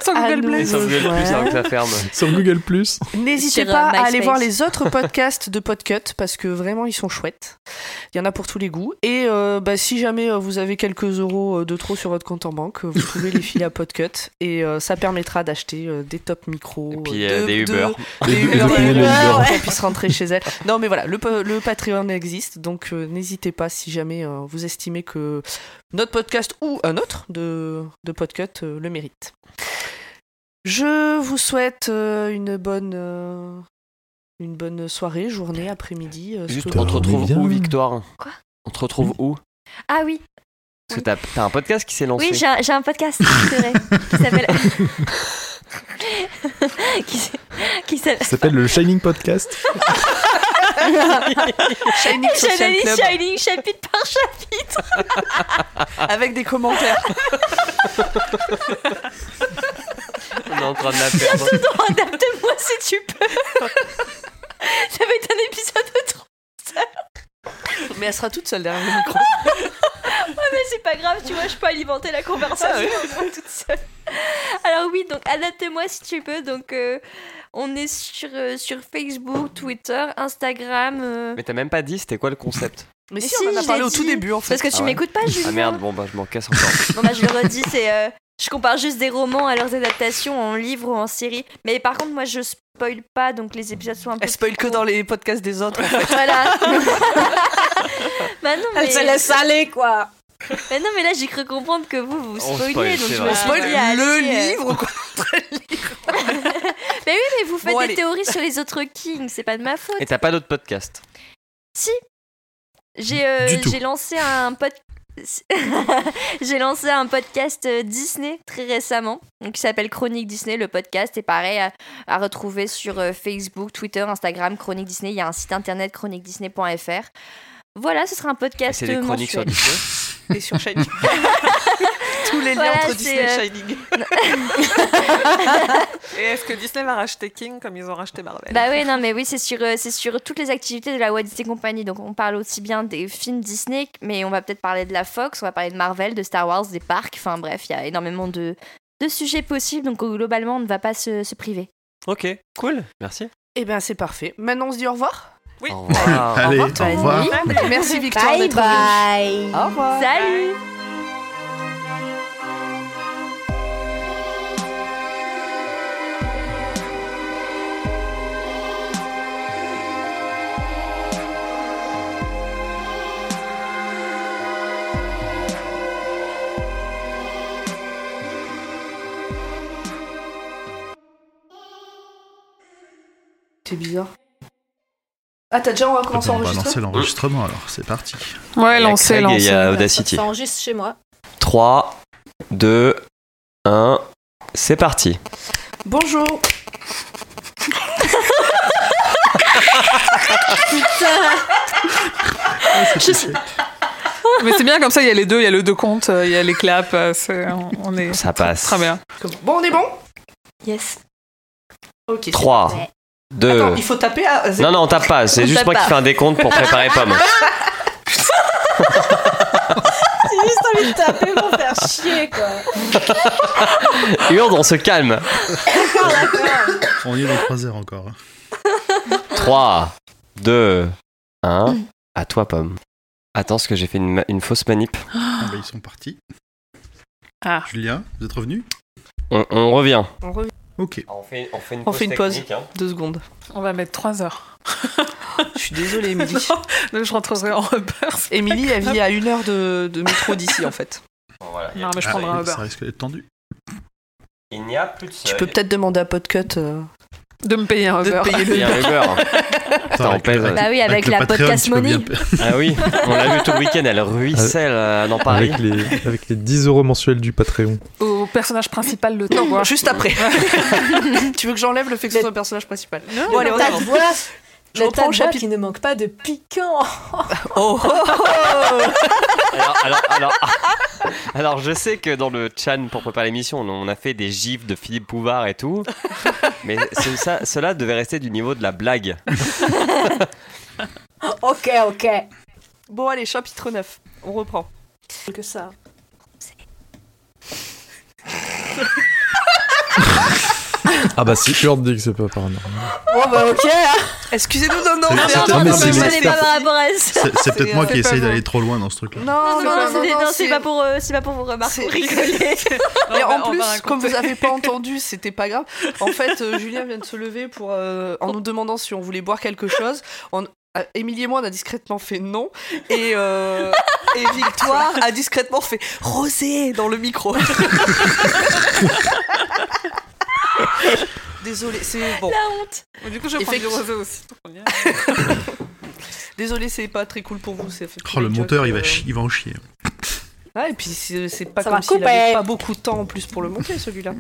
Speaker 6: Sans
Speaker 1: Ah, non.
Speaker 2: Et
Speaker 6: Google Play.
Speaker 2: sur Google
Speaker 1: Ouais.
Speaker 2: Plus avant que ça ferme.
Speaker 7: sur Google Plus.
Speaker 1: N'hésitez
Speaker 3: Sur,
Speaker 1: pas
Speaker 3: euh,
Speaker 1: à aller
Speaker 3: MySpace.
Speaker 1: voir les autres podcasts de Podcut parce que vraiment ils sont chouettes. Il y en a pour tous les goûts. Et euh, bah, si jamais euh, vous avez quelques euros euh, de trop sur votre compte en banque, euh, vous pouvez les filer à Podcut et euh, ça permettra d'acheter euh, des top micros,
Speaker 2: Et puis
Speaker 1: euh,
Speaker 2: euh,
Speaker 1: de-
Speaker 2: des
Speaker 1: de-
Speaker 2: Uber.
Speaker 1: des
Speaker 7: Et de-
Speaker 1: Uber,
Speaker 7: de payer
Speaker 1: des
Speaker 7: les
Speaker 1: Uber
Speaker 7: Uber.
Speaker 1: pour qu'on puisse rentrer chez elle. Non mais voilà, le, pa- le Patreon existe donc euh, n'hésitez pas si jamais euh, vous estimez que notre podcast ou un autre de, de Podcut euh, le mérite. Je vous souhaite euh, une bonne euh, une bonne soirée, journée, après-midi. euh,
Speaker 2: Juste,
Speaker 1: ce que
Speaker 2: on
Speaker 1: vous
Speaker 2: te
Speaker 7: Putain,
Speaker 2: retrouve
Speaker 7: mais bien.
Speaker 2: où, Victoire
Speaker 3: Quoi
Speaker 2: On te retrouve où
Speaker 3: Ah oui,
Speaker 2: Parce que t'as t'as un podcast qui s'est lancé.
Speaker 3: oui, j'ai un, j'ai un podcast, c'est vrai, qui s'appelle. qui s- qui s'appelle.
Speaker 7: Ça s'appelle le Shining Podcast.
Speaker 1: Shining Social
Speaker 3: J'analyse
Speaker 1: Club
Speaker 3: Shining chapitre par chapitre.
Speaker 1: avec des commentaires.
Speaker 2: On est en train de la perdre.
Speaker 3: Non, adapte-moi si tu peux. Ça va être un épisode de trop.
Speaker 1: Mais elle sera toute seule derrière le micro.
Speaker 3: c'est pas grave, tu vois, je peux alimenter la conversation toute seule. Alors oui, donc adapte-moi si tu peux. Donc euh, on est sur, euh, sur Facebook, Twitter, Instagram. euh,
Speaker 2: Mais t'as même pas dit c'était quoi le concept
Speaker 1: Mais
Speaker 3: Mais
Speaker 1: si,
Speaker 3: si,
Speaker 1: on en a
Speaker 3: je
Speaker 1: parlé
Speaker 3: l'ai
Speaker 1: au tout
Speaker 3: dit.
Speaker 1: début en fait.
Speaker 3: Parce que tu
Speaker 2: Ah ouais.
Speaker 3: m'écoutes pas, Julien.
Speaker 2: Ah merde, bon bah je m'en casse encore.
Speaker 3: Non, bah, je le redis, c'est. euh, je compare juste des romans à leurs adaptations en livre ou en série. Mais par contre, moi, je spoil pas, donc les épisodes sont un peu.
Speaker 1: Elle spoil que dans les podcasts des autres.
Speaker 3: Voilà. bah non, mais.
Speaker 8: Elle se laisse aller, quoi.
Speaker 3: Bah non, mais là, j'ai cru comprendre que vous, vous
Speaker 2: On
Speaker 3: spoiliez.
Speaker 2: spoil,
Speaker 3: donc
Speaker 2: c'est
Speaker 3: je
Speaker 2: vrai.
Speaker 3: me
Speaker 1: On
Speaker 3: suis
Speaker 1: spoil
Speaker 3: dit, allez,
Speaker 1: le
Speaker 3: euh,
Speaker 1: livre quoi.
Speaker 3: Mais oui, mais vous faites
Speaker 1: Bon,
Speaker 3: des
Speaker 1: allez.
Speaker 3: théories sur les autres kings, c'est pas de ma faute.
Speaker 2: Et t'as pas d'autres podcasts
Speaker 3: Si J'ai euh,
Speaker 4: Du tout.
Speaker 3: j'ai lancé un pod... J'ai lancé un podcast euh, Disney très récemment, donc qui s'appelle Chronique Disney. Le podcast est pareil à, à retrouver sur euh, Facebook, Twitter, Instagram, Chronique Disney. Il y a un site internet chroniquedisney.fr. Voilà, ce sera un
Speaker 2: Et
Speaker 3: podcast
Speaker 2: C'est des
Speaker 3: euh,
Speaker 2: chroniques sur
Speaker 3: mensuel.
Speaker 2: Disney
Speaker 1: Et sur Shining. Tous les liens
Speaker 3: Voilà,
Speaker 1: entre
Speaker 3: c'est,
Speaker 1: Disney
Speaker 3: euh,
Speaker 1: et Shining.
Speaker 6: Et est-ce que Disney va racheter King comme ils ont racheté Marvel
Speaker 3: Bah oui, non, mais oui, c'est sur, euh, c'est sur toutes les activités de la Walt Disney Company. Donc on parle aussi bien des films Disney, mais on va peut-être parler de la Fox, on va parler de Marvel, de Star Wars, des parcs. Enfin bref, il y a énormément de, de sujets possibles. Donc globalement, on ne va pas se, se priver.
Speaker 2: Ok, cool, merci.
Speaker 1: Eh ben c'est parfait. Maintenant on se dit au revoir.
Speaker 6: Oui.
Speaker 2: Ah, Au revoir.
Speaker 4: Allez, au
Speaker 1: revoir, toi,
Speaker 4: revoir.
Speaker 1: Merci Victoire d'être venue.
Speaker 8: bye.
Speaker 1: Au revoir.
Speaker 3: Salut
Speaker 1: C'est bizarre. Ah t'as déjà on va
Speaker 4: Bon,
Speaker 1: commencer à
Speaker 4: on va
Speaker 1: enregistrer
Speaker 4: lancer l'enregistrement alors, c'est parti.
Speaker 6: Ouais,
Speaker 2: Il y a
Speaker 6: lancez,
Speaker 2: Craig et il y
Speaker 6: lancez.
Speaker 2: a Audacity.
Speaker 8: Ça enregistre chez moi.
Speaker 2: 3, 2, 1, c'est parti.
Speaker 1: Bonjour.
Speaker 6: Mais c'est bien comme ça, il y a les deux, il y a le deux comptes, euh, il y a les claps, euh, c'est- on on est
Speaker 2: Ça passe.
Speaker 6: très bien.
Speaker 1: Comment- Bon on est bon
Speaker 3: Yes.
Speaker 1: Ok. c'est-
Speaker 2: 3,
Speaker 3: Ouais.
Speaker 1: Attends,
Speaker 2: 2.
Speaker 1: il faut taper à zéro.
Speaker 2: euh, Non, non, on tape pas, c'est
Speaker 3: On
Speaker 2: juste
Speaker 3: tape
Speaker 2: moi qui
Speaker 3: pas.
Speaker 2: fais un décompte pour préparer Pomme.
Speaker 8: J'ai juste envie de taper pour faire chier, quoi.
Speaker 2: Hurde, on se calme.
Speaker 4: On y est dans 3 heures encore. hein.
Speaker 2: 3, 2, 1, à toi Pomme. Attends, parce que j'ai fait une, ma- une fausse manip.
Speaker 4: Ah, bah, ils sont partis.
Speaker 6: Ah.
Speaker 4: Julien, vous êtes revenu
Speaker 2: On, on revient.
Speaker 1: On revient
Speaker 4: Ok.
Speaker 2: On fait, une hein.
Speaker 1: On fait une pause. deux secondes.
Speaker 6: On va mettre 3 heures.
Speaker 1: Je suis désolée Émilie.
Speaker 6: Non, je rentrerai en Uber.
Speaker 1: Émilie elle vit à une heure de, de métro d'ici en fait.
Speaker 6: Non, mais je
Speaker 4: Ah,
Speaker 6: prendrai un Uber.
Speaker 4: ça risque d'être tendu.
Speaker 2: Il n'y a plus de seuil.
Speaker 1: Tu peux peut-être demander à Podcut euh,
Speaker 6: De me payer un
Speaker 1: de
Speaker 6: Uber.
Speaker 1: te payer
Speaker 2: Il y
Speaker 1: le
Speaker 2: a un Uber. Attends,
Speaker 4: Attends,
Speaker 2: on pèse.
Speaker 3: Bah oui, avec,
Speaker 4: le
Speaker 3: la
Speaker 4: Patreon,
Speaker 3: podcast
Speaker 4: tu peux
Speaker 3: money.
Speaker 4: bien payer.
Speaker 2: Ah oui, on l'a vu tout le week-end, elle ruisselle euh, dans Paris.
Speaker 7: Avec les, avec les 10 euros mensuels du Patreon.
Speaker 6: Au personnage principal, le temps.
Speaker 1: Bon, juste après. tu veux que j'enlève le fait que ce soit un personnage principal Bon, allez, on
Speaker 8: Ta
Speaker 1: avance.
Speaker 8: voix,
Speaker 1: Je
Speaker 8: le
Speaker 1: reprends au
Speaker 8: tas
Speaker 1: chapitre.
Speaker 8: qui ne manque pas de piquant.
Speaker 1: Oh, oh, oh.
Speaker 2: Alors, alors, alors, alors, je sais que dans le chan pour préparer l'émission, on- on a fait des gifs de Philippe Pouvard et tout, mais ce- ça, cela devait rester du niveau de la blague.
Speaker 8: Ok, ok.
Speaker 1: Bon, allez, chapitre 9. On reprend.
Speaker 8: Que ça.
Speaker 7: Ah bah si Hurde dit que c'est pas paranormal.
Speaker 1: Oh,
Speaker 8: Bon, bah, ok.
Speaker 1: Excusez-nous, non, non, on
Speaker 4: C'est-
Speaker 1: est
Speaker 4: c'est
Speaker 1: en
Speaker 4: un
Speaker 1: train de
Speaker 4: homme,
Speaker 1: faire
Speaker 4: c'est
Speaker 1: un
Speaker 3: C'est
Speaker 4: une
Speaker 3: pas
Speaker 1: débat.
Speaker 3: par rapport à ça.
Speaker 4: C'est c'est peut-être moi
Speaker 1: c'est
Speaker 4: qui
Speaker 1: pas
Speaker 4: essaye
Speaker 1: bon.
Speaker 4: d'aller trop loin dans ce truc-là.
Speaker 1: Non,
Speaker 3: Non, non,
Speaker 1: non,
Speaker 3: c'est- non,
Speaker 1: non,
Speaker 3: c'est pas pour, euh, c'est pas pour vos remarques
Speaker 1: C'est-
Speaker 3: ou rigoler.
Speaker 8: Oh,
Speaker 1: Mais en
Speaker 8: bah,
Speaker 6: On va- on
Speaker 1: plus,
Speaker 6: va raconter.
Speaker 1: comme vous avez pas entendu, c'était pas grave. En fait, euh, Julien vient de se lever pour, euh, en nous demandant si on voulait boire quelque chose. On- euh, Émilie et moi, on a discrètement fait non. Et, euh, et Victoire a discrètement fait rosé dans le micro. Désolé, c'est bon.
Speaker 3: La honte.
Speaker 6: Du coup, je vais prendre du
Speaker 1: Effectivement.
Speaker 6: rosé aussi. On y est.
Speaker 1: Désolé, c'est pas très cool pour vous. ça fait
Speaker 4: Oh,
Speaker 1: tous
Speaker 4: le
Speaker 1: les
Speaker 4: monteur,
Speaker 1: jokes,
Speaker 4: il va,
Speaker 1: euh,
Speaker 4: chi- il va en chier.
Speaker 1: Ah, et puis c'est c'est pas
Speaker 8: Ça
Speaker 1: comme
Speaker 8: va
Speaker 1: s'il
Speaker 8: couper.
Speaker 1: avait pas beaucoup de temps en plus pour le monter celui-là.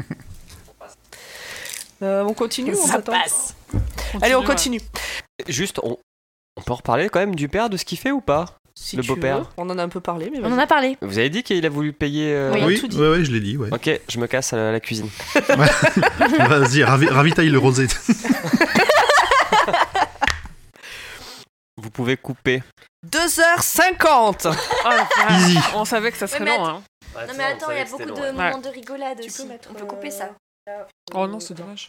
Speaker 1: Euh, on continue ou on
Speaker 8: Ça
Speaker 1: attend
Speaker 8: passe.
Speaker 1: Allez, on
Speaker 6: ouais.
Speaker 1: continue.
Speaker 2: Juste, on, on peut reparler quand même du père, de ce qu'il fait ou pas
Speaker 1: Si
Speaker 2: Le
Speaker 1: tu veux.
Speaker 2: beau-père.
Speaker 1: On en a un peu parlé, mais
Speaker 3: On
Speaker 1: vas-y.
Speaker 3: en a parlé.
Speaker 2: Vous avez dit qu'il a voulu payer. euh,
Speaker 1: Oui. on a
Speaker 4: Oui,
Speaker 1: tout dit.
Speaker 4: ouais, ouais, je l'ai dit, ouais.
Speaker 2: Ok, je me casse à la cuisine.
Speaker 4: Vas-y, ravi- ravitaille le rosé.
Speaker 2: Vous pouvez couper
Speaker 1: 2h50
Speaker 6: Oh, la vache.
Speaker 4: Easy.
Speaker 6: On savait que ça serait
Speaker 3: mais
Speaker 6: long. Hein.
Speaker 3: Non mais attends, il y a beaucoup de moments de rigolade
Speaker 1: Tu
Speaker 3: aussi.
Speaker 1: peux mettre, euh,
Speaker 3: On peut couper ça.
Speaker 6: Oh non, c'est dommage.